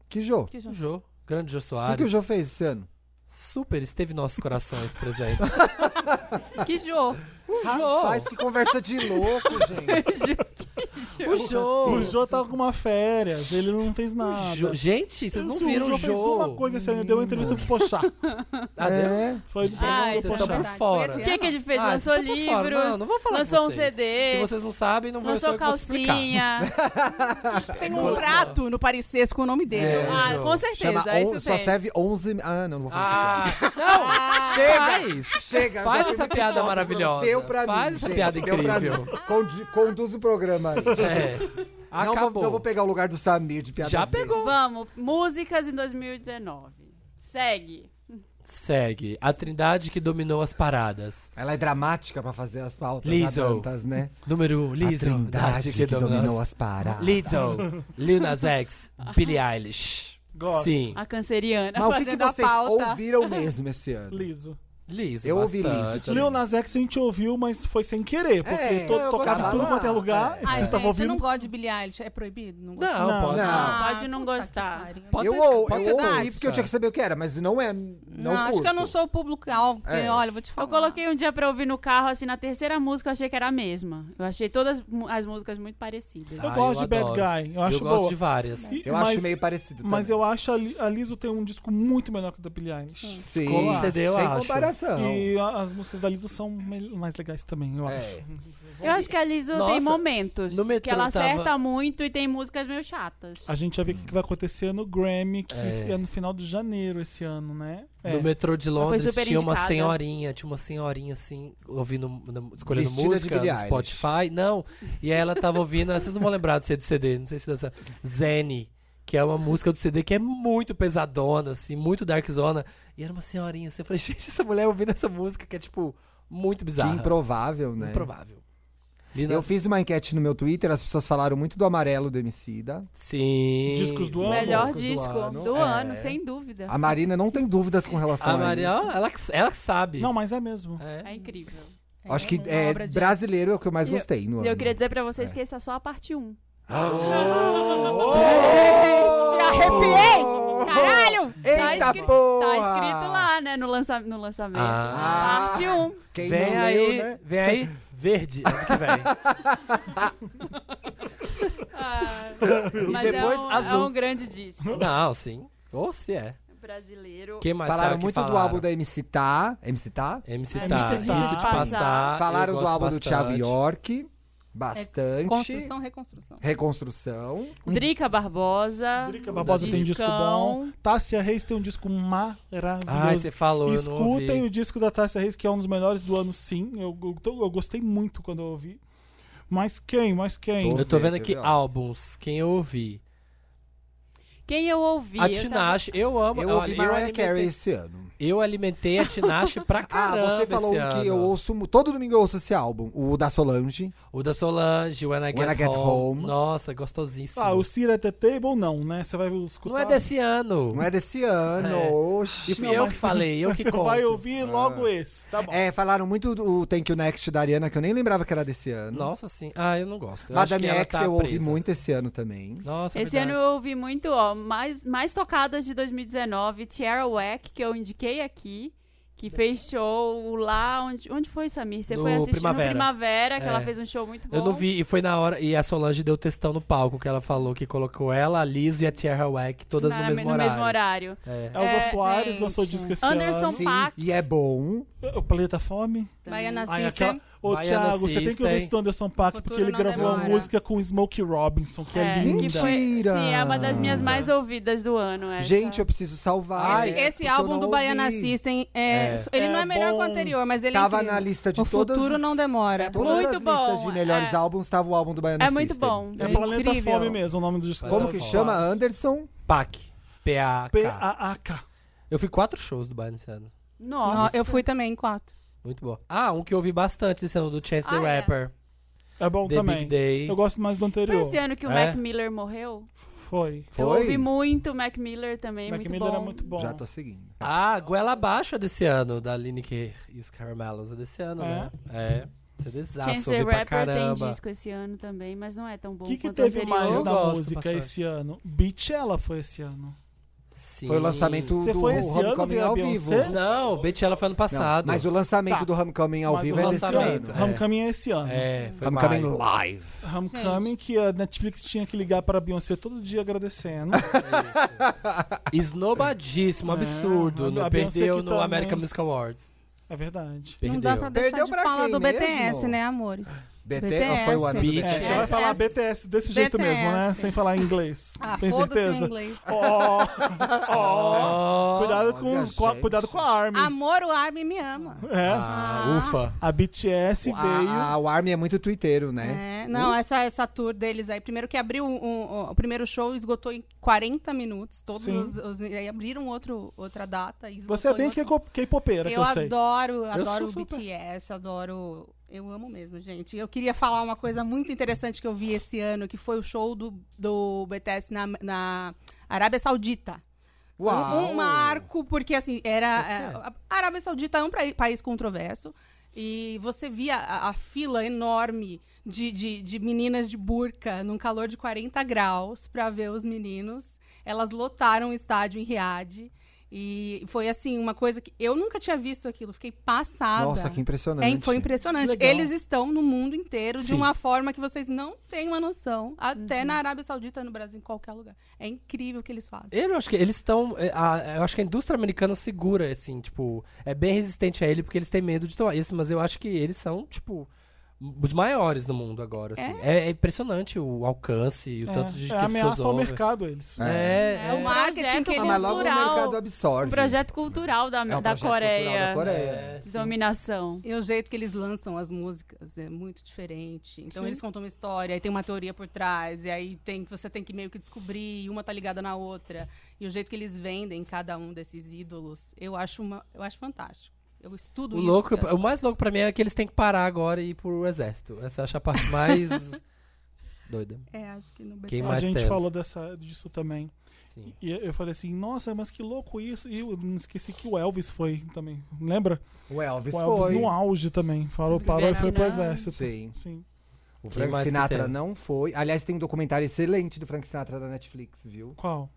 [SPEAKER 2] Que jogo?
[SPEAKER 5] Que
[SPEAKER 4] O
[SPEAKER 5] jo-
[SPEAKER 4] Jô. Grande Jô
[SPEAKER 2] O que,
[SPEAKER 4] Soares.
[SPEAKER 2] que o João fez esse ano?
[SPEAKER 4] Super esteve em nossos corações presente.
[SPEAKER 1] Que jogo.
[SPEAKER 4] O
[SPEAKER 2] Rapaz, que conversa de louco, gente.
[SPEAKER 4] O Jô.
[SPEAKER 3] O Jô tava com uma férias, ele não fez nada.
[SPEAKER 4] O Jô. Gente, vocês não
[SPEAKER 3] Isso,
[SPEAKER 4] viram o
[SPEAKER 3] Jô fez
[SPEAKER 4] Jô.
[SPEAKER 3] uma coisa esse ano, deu uma entrevista pro Pochá.
[SPEAKER 4] Ah,
[SPEAKER 2] É.
[SPEAKER 4] deu?
[SPEAKER 3] Foi no programa
[SPEAKER 1] Ai,
[SPEAKER 3] do
[SPEAKER 4] vocês
[SPEAKER 3] Pochá.
[SPEAKER 4] estão por
[SPEAKER 5] Verdade,
[SPEAKER 4] fora.
[SPEAKER 5] foi
[SPEAKER 1] O
[SPEAKER 5] esse ano.
[SPEAKER 1] que, que ele fez?
[SPEAKER 4] Ah,
[SPEAKER 1] lançou
[SPEAKER 4] vocês estão por fora.
[SPEAKER 1] livros,
[SPEAKER 4] Não, não vou falar
[SPEAKER 1] lançou
[SPEAKER 4] com
[SPEAKER 1] um
[SPEAKER 4] vocês. Se
[SPEAKER 1] CD,
[SPEAKER 4] vocês não sabem, não vou eu sou
[SPEAKER 1] lançou
[SPEAKER 4] eu que vou explicar.
[SPEAKER 1] calcinha.
[SPEAKER 5] Tem
[SPEAKER 4] Olha
[SPEAKER 5] um
[SPEAKER 4] só.
[SPEAKER 5] prato no Parecis com o nome dele.
[SPEAKER 4] É.
[SPEAKER 1] ah,
[SPEAKER 4] João.
[SPEAKER 1] com certeza.
[SPEAKER 2] Chama
[SPEAKER 1] isso
[SPEAKER 2] on- só
[SPEAKER 1] tem.
[SPEAKER 2] serve 11... Ah, não, não vou falar
[SPEAKER 4] Ah,
[SPEAKER 2] isso.
[SPEAKER 4] não! Chega!
[SPEAKER 2] Chega,
[SPEAKER 4] Faz
[SPEAKER 2] já dei
[SPEAKER 4] essa
[SPEAKER 2] minha
[SPEAKER 4] piada
[SPEAKER 2] resposta,
[SPEAKER 4] maravilhosa.
[SPEAKER 2] Deu pra mim,
[SPEAKER 4] Faz essa
[SPEAKER 2] gente,
[SPEAKER 4] piada
[SPEAKER 2] deu pra
[SPEAKER 4] incrível.
[SPEAKER 2] mim. Condi- conduz o programa aí.
[SPEAKER 4] É.
[SPEAKER 2] Não
[SPEAKER 4] Acabou.
[SPEAKER 2] vou, não vou pegar o lugar do Samir de piada.
[SPEAKER 4] Já pegou.
[SPEAKER 1] Vamos, músicas em 2019. Segue.
[SPEAKER 4] Segue. A trindade que dominou as paradas.
[SPEAKER 2] Ela é dramática pra fazer as pautas
[SPEAKER 4] Lizzo.
[SPEAKER 2] tantas, né?
[SPEAKER 4] Número 1, Lizzo.
[SPEAKER 2] A trindade que, dominou as paradas.
[SPEAKER 4] Lizzo, Lil Nas X, Billie Eilish.
[SPEAKER 3] Gosto.
[SPEAKER 4] Sim.
[SPEAKER 1] A canceriana
[SPEAKER 2] Mas o que, que
[SPEAKER 1] fazendo
[SPEAKER 2] vocês
[SPEAKER 1] a pauta.
[SPEAKER 2] ouviram mesmo esse ano?
[SPEAKER 3] Liso.
[SPEAKER 4] Lizzo,
[SPEAKER 2] Eu ouvi
[SPEAKER 4] bastante.
[SPEAKER 2] Lizzo também.
[SPEAKER 3] Leon Nas Tá X a gente ouviu, mas foi sem querer, porque
[SPEAKER 2] É,
[SPEAKER 3] to-
[SPEAKER 2] eu
[SPEAKER 3] tocava
[SPEAKER 2] gostava
[SPEAKER 3] em tudo
[SPEAKER 2] lá.
[SPEAKER 3] quanto é lugar,
[SPEAKER 2] É.
[SPEAKER 3] e
[SPEAKER 5] Ai,
[SPEAKER 3] vocês
[SPEAKER 5] gente,
[SPEAKER 3] estavam
[SPEAKER 5] eu
[SPEAKER 3] ouvindo.
[SPEAKER 5] não gosto de Billie Eilish. É proibido? Não gosto. Ah,
[SPEAKER 4] Não,
[SPEAKER 3] Não,
[SPEAKER 4] pode.
[SPEAKER 2] não.
[SPEAKER 1] Ah, Pode não
[SPEAKER 5] puta que
[SPEAKER 1] gostar.
[SPEAKER 5] pariu.
[SPEAKER 4] Pode
[SPEAKER 2] Eu,
[SPEAKER 4] ser-
[SPEAKER 2] ou,
[SPEAKER 4] pode
[SPEAKER 2] eu
[SPEAKER 4] ser
[SPEAKER 2] ouvi
[SPEAKER 4] Nath.
[SPEAKER 2] porque eu tinha que saber o que era, mas não é. Não,
[SPEAKER 5] Não, Ah, acho que eu não
[SPEAKER 2] curto.
[SPEAKER 5] sou o público-alvo, porque,
[SPEAKER 2] É.
[SPEAKER 5] olha, vou te falar.
[SPEAKER 1] Eu coloquei um dia pra ouvir no carro, assim, na terceira música eu achei que era a mesma. Eu achei todas mu- as músicas muito parecidas.
[SPEAKER 3] Eu
[SPEAKER 4] Ah,
[SPEAKER 3] gosto de Bad
[SPEAKER 4] adoro.
[SPEAKER 3] Guy, eu
[SPEAKER 4] Eu,
[SPEAKER 3] acho
[SPEAKER 4] gosto
[SPEAKER 3] boa.
[SPEAKER 4] de várias.
[SPEAKER 3] E-
[SPEAKER 2] Eu acho meio parecido.
[SPEAKER 3] Mas
[SPEAKER 2] também.
[SPEAKER 3] eu acho a, Li- a Liso tem um disco muito melhor que o da Billie Eilish.
[SPEAKER 2] Sim,
[SPEAKER 4] Com o CD eu
[SPEAKER 2] sem
[SPEAKER 4] acho.
[SPEAKER 2] comparação.
[SPEAKER 3] E a- as músicas da Liso são me- mais legais também, eu acho.
[SPEAKER 2] É.
[SPEAKER 1] Eu acho que a Liso
[SPEAKER 4] Nossa,
[SPEAKER 1] tem momentos
[SPEAKER 4] no metrô
[SPEAKER 1] que ela
[SPEAKER 4] tava-
[SPEAKER 1] acerta muito e tem músicas meio chatas.
[SPEAKER 3] A gente vai ver o que que vai acontecer no Grammy, que
[SPEAKER 4] É.
[SPEAKER 3] é, no final de janeiro esse ano, né? É.
[SPEAKER 4] No metrô de
[SPEAKER 1] foi
[SPEAKER 4] Londres tinha
[SPEAKER 1] super
[SPEAKER 4] uma
[SPEAKER 1] indicada.
[SPEAKER 4] senhorinha, tinha uma senhorinha assim, ouvindo, na- escolhendo
[SPEAKER 2] Vestida de
[SPEAKER 4] música
[SPEAKER 2] Billie
[SPEAKER 4] no
[SPEAKER 2] Eilish.
[SPEAKER 4] Spotify. Não, e aí ela tava ouvindo, vocês não vão lembrar do CD, não sei se dessa. Zene, que é uma música do CD que é muito pesadona, assim, muito dark zona. E era uma senhorinha assim, eu falei, gente, essa mulher ouvindo essa música que é tipo muito
[SPEAKER 2] Que
[SPEAKER 4] bizarra.
[SPEAKER 2] improvável, né?
[SPEAKER 4] Improvável. Lina-
[SPEAKER 2] Eu fiz uma enquete no meu Twitter, as pessoas falaram muito do amarelo do Emicida.
[SPEAKER 4] Sim.
[SPEAKER 3] Discos do
[SPEAKER 1] O
[SPEAKER 3] ano.
[SPEAKER 1] melhor
[SPEAKER 2] música do
[SPEAKER 1] disco do
[SPEAKER 2] ano.
[SPEAKER 1] ano,
[SPEAKER 2] É.
[SPEAKER 1] sem dúvida.
[SPEAKER 2] A Marina não tem dúvidas com relação a,
[SPEAKER 4] A
[SPEAKER 2] isso.
[SPEAKER 4] Maria, ó, ela, ela sabe.
[SPEAKER 3] Não, mas é mesmo.
[SPEAKER 1] É
[SPEAKER 4] É.
[SPEAKER 1] incrível.
[SPEAKER 2] Acho que
[SPEAKER 5] uma
[SPEAKER 2] é,
[SPEAKER 5] obra de
[SPEAKER 2] brasileiro é o que eu mais
[SPEAKER 1] Eu-
[SPEAKER 2] gostei no
[SPEAKER 1] E eu
[SPEAKER 2] ano.
[SPEAKER 1] queria dizer pra vocês que essa é só a parte 1.
[SPEAKER 2] Oh!
[SPEAKER 5] Gente, arrepiei! Caralho!
[SPEAKER 1] tá,
[SPEAKER 2] Eita
[SPEAKER 1] escrito,
[SPEAKER 2] porra!
[SPEAKER 1] tá escrito lá, né, no, lança- no lançamento.
[SPEAKER 4] Ah.
[SPEAKER 1] Parte 1.
[SPEAKER 2] Quem não
[SPEAKER 4] Vem
[SPEAKER 2] leu,
[SPEAKER 4] aí,
[SPEAKER 2] né?
[SPEAKER 4] vem aí, verde, ano que vem.
[SPEAKER 1] Ah. Mas
[SPEAKER 4] depois,
[SPEAKER 1] é, um,
[SPEAKER 4] azul.
[SPEAKER 1] é um grande disco
[SPEAKER 4] Não, sim. Ou se é.
[SPEAKER 1] brasileiro.
[SPEAKER 4] Quem mais será
[SPEAKER 2] Falaram
[SPEAKER 4] que
[SPEAKER 2] muito do
[SPEAKER 4] falaram?
[SPEAKER 2] álbum da MC Tá. MC Tá?
[SPEAKER 4] MC
[SPEAKER 1] É,
[SPEAKER 4] Tá,
[SPEAKER 3] MC
[SPEAKER 4] Rito
[SPEAKER 3] Tá.
[SPEAKER 4] de Passar.
[SPEAKER 2] Falaram
[SPEAKER 4] Ah, eu
[SPEAKER 2] do
[SPEAKER 4] gosto
[SPEAKER 2] álbum do Thiago
[SPEAKER 4] bastante.
[SPEAKER 2] York.
[SPEAKER 1] É
[SPEAKER 2] Bastante.
[SPEAKER 5] Construção, reconstrução.
[SPEAKER 2] Reconstrução.
[SPEAKER 1] Drica Barbosa.
[SPEAKER 3] Drica Barbosa tem um disco
[SPEAKER 1] Discão.
[SPEAKER 3] bom. Tássia Reis tem um disco maravilhoso.
[SPEAKER 4] Ai, você falou, eu não ouvi.
[SPEAKER 3] Escutem o disco da Tássia Reis, que é um dos melhores do ano, sim. Eu, eu, tô- eu gostei muito quando eu ouvi. Mas quem? Mas quem?
[SPEAKER 2] Tô-
[SPEAKER 4] Eu tô
[SPEAKER 2] Vê,
[SPEAKER 4] vendo
[SPEAKER 2] quer
[SPEAKER 4] aqui
[SPEAKER 2] ver, ó?
[SPEAKER 4] álbuns, quem eu ouvi.
[SPEAKER 1] Quem eu ouvi?
[SPEAKER 4] a
[SPEAKER 1] Eu
[SPEAKER 4] Tinashe, eu amo.
[SPEAKER 2] Eu
[SPEAKER 4] olha,
[SPEAKER 2] ouvi Mariah
[SPEAKER 4] alimentei-
[SPEAKER 2] Carey esse ano.
[SPEAKER 4] Eu alimentei a Tinashe pra caramba.
[SPEAKER 2] ah, você falou
[SPEAKER 4] esse
[SPEAKER 2] um
[SPEAKER 4] ano.
[SPEAKER 2] que eu ouço. mu- Todo domingo eu ouço esse álbum. O da Solange.
[SPEAKER 4] O da Solange, o When I Get,
[SPEAKER 2] When I Get
[SPEAKER 4] home.
[SPEAKER 2] Home.
[SPEAKER 4] Nossa, gostosíssimo.
[SPEAKER 3] Ah, o Cira at the Table não, né? Você vai escutar.
[SPEAKER 4] Não é desse ano.
[SPEAKER 2] tá- Não é desse ano.
[SPEAKER 4] É.
[SPEAKER 2] Oxi.
[SPEAKER 4] E fui eu que falei, eu que
[SPEAKER 3] Você
[SPEAKER 4] conto.
[SPEAKER 3] vai ouvir
[SPEAKER 4] Ah.
[SPEAKER 3] logo esse, tá bom.
[SPEAKER 2] É, falaram muito do Thank You Next da Ariana, que eu nem lembrava que era desse ano.
[SPEAKER 4] Nossa, sim. Ah, eu não gosto. Eu acho
[SPEAKER 2] Madame
[SPEAKER 4] que ela
[SPEAKER 2] X
[SPEAKER 4] tá
[SPEAKER 2] eu ouvi
[SPEAKER 4] presa.
[SPEAKER 2] muito esse ano também.
[SPEAKER 4] Nossa, é
[SPEAKER 1] Esse ano
[SPEAKER 4] verdade.
[SPEAKER 1] eu ouvi muito, ó, mais, mais tocadas de 2019, Tierra Wack, que eu indiquei aqui, que fez show lá onde, onde foi, Samir? Você
[SPEAKER 4] No
[SPEAKER 1] foi assistir
[SPEAKER 4] Primavera.
[SPEAKER 1] no Primavera, que
[SPEAKER 4] É.
[SPEAKER 1] ela fez um show muito bom.
[SPEAKER 4] Eu não vi, e foi na hora. E a Solange deu textão no palco, que ela falou que colocou ela, a Liz e a Tierra Wack, todas
[SPEAKER 1] Na-
[SPEAKER 4] no mesmo
[SPEAKER 1] no
[SPEAKER 4] horário.
[SPEAKER 1] mesmo horário.
[SPEAKER 4] É.
[SPEAKER 3] Elza
[SPEAKER 1] é,
[SPEAKER 3] Soares
[SPEAKER 1] gente.
[SPEAKER 3] lançou disco esse
[SPEAKER 5] um
[SPEAKER 1] Anderson
[SPEAKER 3] ano.
[SPEAKER 1] Sim. Paak.
[SPEAKER 2] E é bom.
[SPEAKER 3] O Planeta Fome.
[SPEAKER 5] Baiana
[SPEAKER 3] Ai,
[SPEAKER 5] System.
[SPEAKER 3] aquela- Ô,
[SPEAKER 4] Baiana
[SPEAKER 3] Thiago, você tem que ouvir
[SPEAKER 4] System.
[SPEAKER 3] isso do Anderson Paak,
[SPEAKER 5] Futuro
[SPEAKER 3] porque ele
[SPEAKER 5] não
[SPEAKER 3] gravou uma
[SPEAKER 5] demora.
[SPEAKER 3] música com o Smokey Robinson, que é, linda.
[SPEAKER 1] que foi,
[SPEAKER 2] Mentira!
[SPEAKER 1] sim, é uma das minhas mais ouvidas do ano. Essa.
[SPEAKER 2] Gente, eu preciso salvar.
[SPEAKER 4] Ai,
[SPEAKER 5] É, esse
[SPEAKER 2] é,
[SPEAKER 5] esse
[SPEAKER 2] porque eu
[SPEAKER 5] álbum
[SPEAKER 2] não
[SPEAKER 5] do Baiana
[SPEAKER 2] ouvi.
[SPEAKER 5] System, é,
[SPEAKER 4] É.
[SPEAKER 5] ele não
[SPEAKER 3] É
[SPEAKER 5] é melhor
[SPEAKER 3] bom.
[SPEAKER 5] que o anterior, mas ele é
[SPEAKER 2] Tava
[SPEAKER 5] incrível.
[SPEAKER 2] na lista de É,
[SPEAKER 5] O
[SPEAKER 2] todas.
[SPEAKER 5] futuro não demora.
[SPEAKER 2] Todas
[SPEAKER 1] Muito
[SPEAKER 2] as
[SPEAKER 1] bom,
[SPEAKER 2] listas de melhores
[SPEAKER 1] é.
[SPEAKER 2] álbuns tava o álbum do Baiana
[SPEAKER 1] É muito
[SPEAKER 2] System.
[SPEAKER 1] bom.
[SPEAKER 3] É Planeta
[SPEAKER 5] Incrível.
[SPEAKER 3] Fome mesmo o nome do disco.
[SPEAKER 2] Como que chama? Anderson?
[SPEAKER 4] PAC. P-A-K.
[SPEAKER 3] P-A-A-K.
[SPEAKER 4] Eu fui quatro shows do Bayern esse ano.
[SPEAKER 1] Nossa.
[SPEAKER 5] Não, eu fui também em quatro.
[SPEAKER 4] Muito bom. Ah, um que eu ouvi bastante esse ano, do Chance the
[SPEAKER 5] Ah, é.
[SPEAKER 4] Rapper.
[SPEAKER 3] É bom
[SPEAKER 4] The
[SPEAKER 3] também.
[SPEAKER 4] Big Day.
[SPEAKER 3] Eu gosto mais do
[SPEAKER 1] Foi
[SPEAKER 3] anterior.
[SPEAKER 1] esse ano que o
[SPEAKER 4] É.
[SPEAKER 1] Mac Miller morreu?
[SPEAKER 3] Foi.
[SPEAKER 1] Eu
[SPEAKER 2] Foi?
[SPEAKER 1] ouvi muito o Mac Miller também,
[SPEAKER 3] Mac
[SPEAKER 1] muito
[SPEAKER 3] Miller
[SPEAKER 1] bom.
[SPEAKER 3] é muito bom.
[SPEAKER 2] Já tô seguindo.
[SPEAKER 4] Ah, Goela Abaixo é desse ano, da Lineker e os Caramelos. É desse ano,
[SPEAKER 3] É?
[SPEAKER 4] né? É. Você desaço,
[SPEAKER 1] Chance
[SPEAKER 4] ouvi
[SPEAKER 1] the
[SPEAKER 4] pra
[SPEAKER 1] Rapper tem
[SPEAKER 4] caramba.
[SPEAKER 1] disco esse ano também, mas não é tão bom
[SPEAKER 3] O que, que
[SPEAKER 1] quanto o
[SPEAKER 3] teve
[SPEAKER 1] anterior.
[SPEAKER 3] mais
[SPEAKER 4] Eu
[SPEAKER 3] na
[SPEAKER 4] gosto
[SPEAKER 3] música
[SPEAKER 4] bastante.
[SPEAKER 3] esse ano? Beachella foi esse ano.
[SPEAKER 4] Sim.
[SPEAKER 2] Foi o lançamento
[SPEAKER 3] Você
[SPEAKER 2] do
[SPEAKER 3] foi esse ano
[SPEAKER 2] Homecoming
[SPEAKER 3] ver a
[SPEAKER 2] ao
[SPEAKER 3] Beyoncé?
[SPEAKER 2] vivo.
[SPEAKER 3] Não,
[SPEAKER 4] Não, Betchella foi ano
[SPEAKER 2] Não,
[SPEAKER 4] passado.
[SPEAKER 2] mas o lançamento
[SPEAKER 3] Tá.
[SPEAKER 2] do Homecoming ao
[SPEAKER 3] Mas
[SPEAKER 2] vivo
[SPEAKER 3] o
[SPEAKER 2] é desse
[SPEAKER 4] lançamento,
[SPEAKER 2] ano.
[SPEAKER 4] é.
[SPEAKER 3] Homecoming é esse ano.
[SPEAKER 4] É, foi
[SPEAKER 2] Homecoming
[SPEAKER 4] maio.
[SPEAKER 2] Live.
[SPEAKER 3] Homecoming que a Netflix tinha que ligar pra Beyoncé todo dia agradecendo.
[SPEAKER 4] Esnobadíssimo, absurdo.
[SPEAKER 3] É,
[SPEAKER 4] não
[SPEAKER 3] a Beyoncé
[SPEAKER 4] perdeu
[SPEAKER 3] que
[SPEAKER 4] no
[SPEAKER 3] também.
[SPEAKER 4] American Music Awards.
[SPEAKER 3] É verdade.
[SPEAKER 4] Perdeu.
[SPEAKER 5] Não dá pra deixar
[SPEAKER 2] Perdeu
[SPEAKER 5] de
[SPEAKER 2] pra
[SPEAKER 5] falar
[SPEAKER 2] quem
[SPEAKER 5] do
[SPEAKER 2] mesmo?
[SPEAKER 5] BTS, né, amores?
[SPEAKER 2] BT...
[SPEAKER 5] BTS.
[SPEAKER 2] Ah, foi o ano do
[SPEAKER 4] Beat.
[SPEAKER 3] É, você
[SPEAKER 2] BTS.
[SPEAKER 3] vai
[SPEAKER 5] BTS.
[SPEAKER 3] falar BTS desse jeito
[SPEAKER 5] BTS.
[SPEAKER 3] mesmo, né? Sem falar em inglês.
[SPEAKER 5] Ah,
[SPEAKER 3] Tem
[SPEAKER 5] foda-se o
[SPEAKER 3] certeza?
[SPEAKER 5] inglês.
[SPEAKER 3] Ó, ó.
[SPEAKER 4] Oh,
[SPEAKER 3] Cuidado com
[SPEAKER 2] olha,
[SPEAKER 3] os- com a-
[SPEAKER 2] gente.
[SPEAKER 3] cuidado com a Army.
[SPEAKER 5] Amor, o Armin me ama.
[SPEAKER 3] É.
[SPEAKER 4] Ah, ufa.
[SPEAKER 3] A BTS veio.
[SPEAKER 2] A, a, o Army é muito twitteiro, né?
[SPEAKER 5] É,
[SPEAKER 3] Hum?
[SPEAKER 5] Não, essa, essa tour deles aí. Primeiro que abriu um- um- o primeiro show, esgotou em 40 minutos. Todos
[SPEAKER 3] Sim.
[SPEAKER 5] os, os- aí abriram outro, outra data. e esgotou
[SPEAKER 3] Você é
[SPEAKER 5] em
[SPEAKER 3] bem
[SPEAKER 5] outro...
[SPEAKER 3] K-pop- K-popeira, que eu,
[SPEAKER 5] Eu
[SPEAKER 3] sei.
[SPEAKER 5] adoro, adoro
[SPEAKER 4] sou
[SPEAKER 5] o
[SPEAKER 4] super.
[SPEAKER 5] BTS, adoro. Eu amo mesmo, gente. Eu queria falar uma coisa muito interessante que eu vi esse ano, que foi o show do, do BTS na, na Arábia Saudita. Foi
[SPEAKER 2] Uau.
[SPEAKER 5] Um marco, porque assim, era. é, a Arábia Saudita é um pra- país controverso. E você via a, a fila enorme de, de, de meninas de burca num calor de 40 graus pra ver os meninos. Elas lotaram o estádio em Riad. E foi assim, uma coisa que eu nunca tinha visto aquilo. Fiquei passada.
[SPEAKER 2] Nossa, que impressionante.
[SPEAKER 5] É, foi impressionante.
[SPEAKER 3] Que legal.
[SPEAKER 5] Eles estão no mundo inteiro de
[SPEAKER 4] Sim.
[SPEAKER 5] uma forma que vocês não têm uma noção. Até
[SPEAKER 2] Uhum.
[SPEAKER 5] na Arábia Saudita, no Brasil, em qualquer lugar. É incrível o que eles fazem.
[SPEAKER 4] Eu acho que eles estão. é, a- Eu acho que a indústria americana segura, assim, tipo, é bem resistente a ele porque eles têm medo de tomar isso, mas eu acho que eles são, tipo, os maiores no mundo agora, assim. É, é impressionante o alcance e o tanto de gente
[SPEAKER 3] é, é
[SPEAKER 4] que as pessoas
[SPEAKER 3] ameaça ao
[SPEAKER 4] ouvem.
[SPEAKER 3] mercado, eles.
[SPEAKER 4] É,
[SPEAKER 1] É
[SPEAKER 4] é,
[SPEAKER 1] um
[SPEAKER 5] O marketing que
[SPEAKER 1] projeto
[SPEAKER 5] eles-
[SPEAKER 2] Ah, mas logo o
[SPEAKER 1] cultural.
[SPEAKER 2] mercado absorve.
[SPEAKER 1] Um projeto cultural da,
[SPEAKER 2] É um
[SPEAKER 1] da,
[SPEAKER 2] projeto cultural
[SPEAKER 1] Coreia.
[SPEAKER 2] da
[SPEAKER 4] é.
[SPEAKER 2] Coreia.
[SPEAKER 4] sim.
[SPEAKER 1] Dominação.
[SPEAKER 5] E o jeito que eles lançam as músicas é muito diferente. Então eles contam uma história, aí tem uma teoria por trás, e aí tem, você tem que meio que descobrir, e uma tá ligada na outra. E o jeito que eles vendem cada um desses ídolos, eu acho, uma, eu acho fantástico. Eu estudo
[SPEAKER 4] O,
[SPEAKER 5] isso.
[SPEAKER 4] louco,
[SPEAKER 5] cara.
[SPEAKER 4] o mais louco pra mim é que eles têm que parar agora e ir pro exército. Essa eu acho a parte mais doida.
[SPEAKER 5] É, acho que no
[SPEAKER 4] Quem
[SPEAKER 5] BTS.
[SPEAKER 4] Tem
[SPEAKER 3] a
[SPEAKER 4] mais
[SPEAKER 3] gente
[SPEAKER 4] telas.
[SPEAKER 3] falou dessa, disso também.
[SPEAKER 4] Sim.
[SPEAKER 3] E eu falei assim, nossa, mas que louco isso. E eu não esqueci que o Elvis foi também. Lembra?
[SPEAKER 2] O Elvis
[SPEAKER 3] o Elvis
[SPEAKER 2] foi.
[SPEAKER 3] no auge também. Falou, parou e foi pro
[SPEAKER 1] Vietnã.
[SPEAKER 3] exército.
[SPEAKER 2] Sim.
[SPEAKER 3] Sim.
[SPEAKER 2] O
[SPEAKER 4] Quem mais
[SPEAKER 2] Frank
[SPEAKER 4] que
[SPEAKER 2] Sinatra
[SPEAKER 4] tem?
[SPEAKER 2] não foi. Aliás, tem um documentário excelente do Frank Sinatra da Netflix, viu?
[SPEAKER 3] Qual?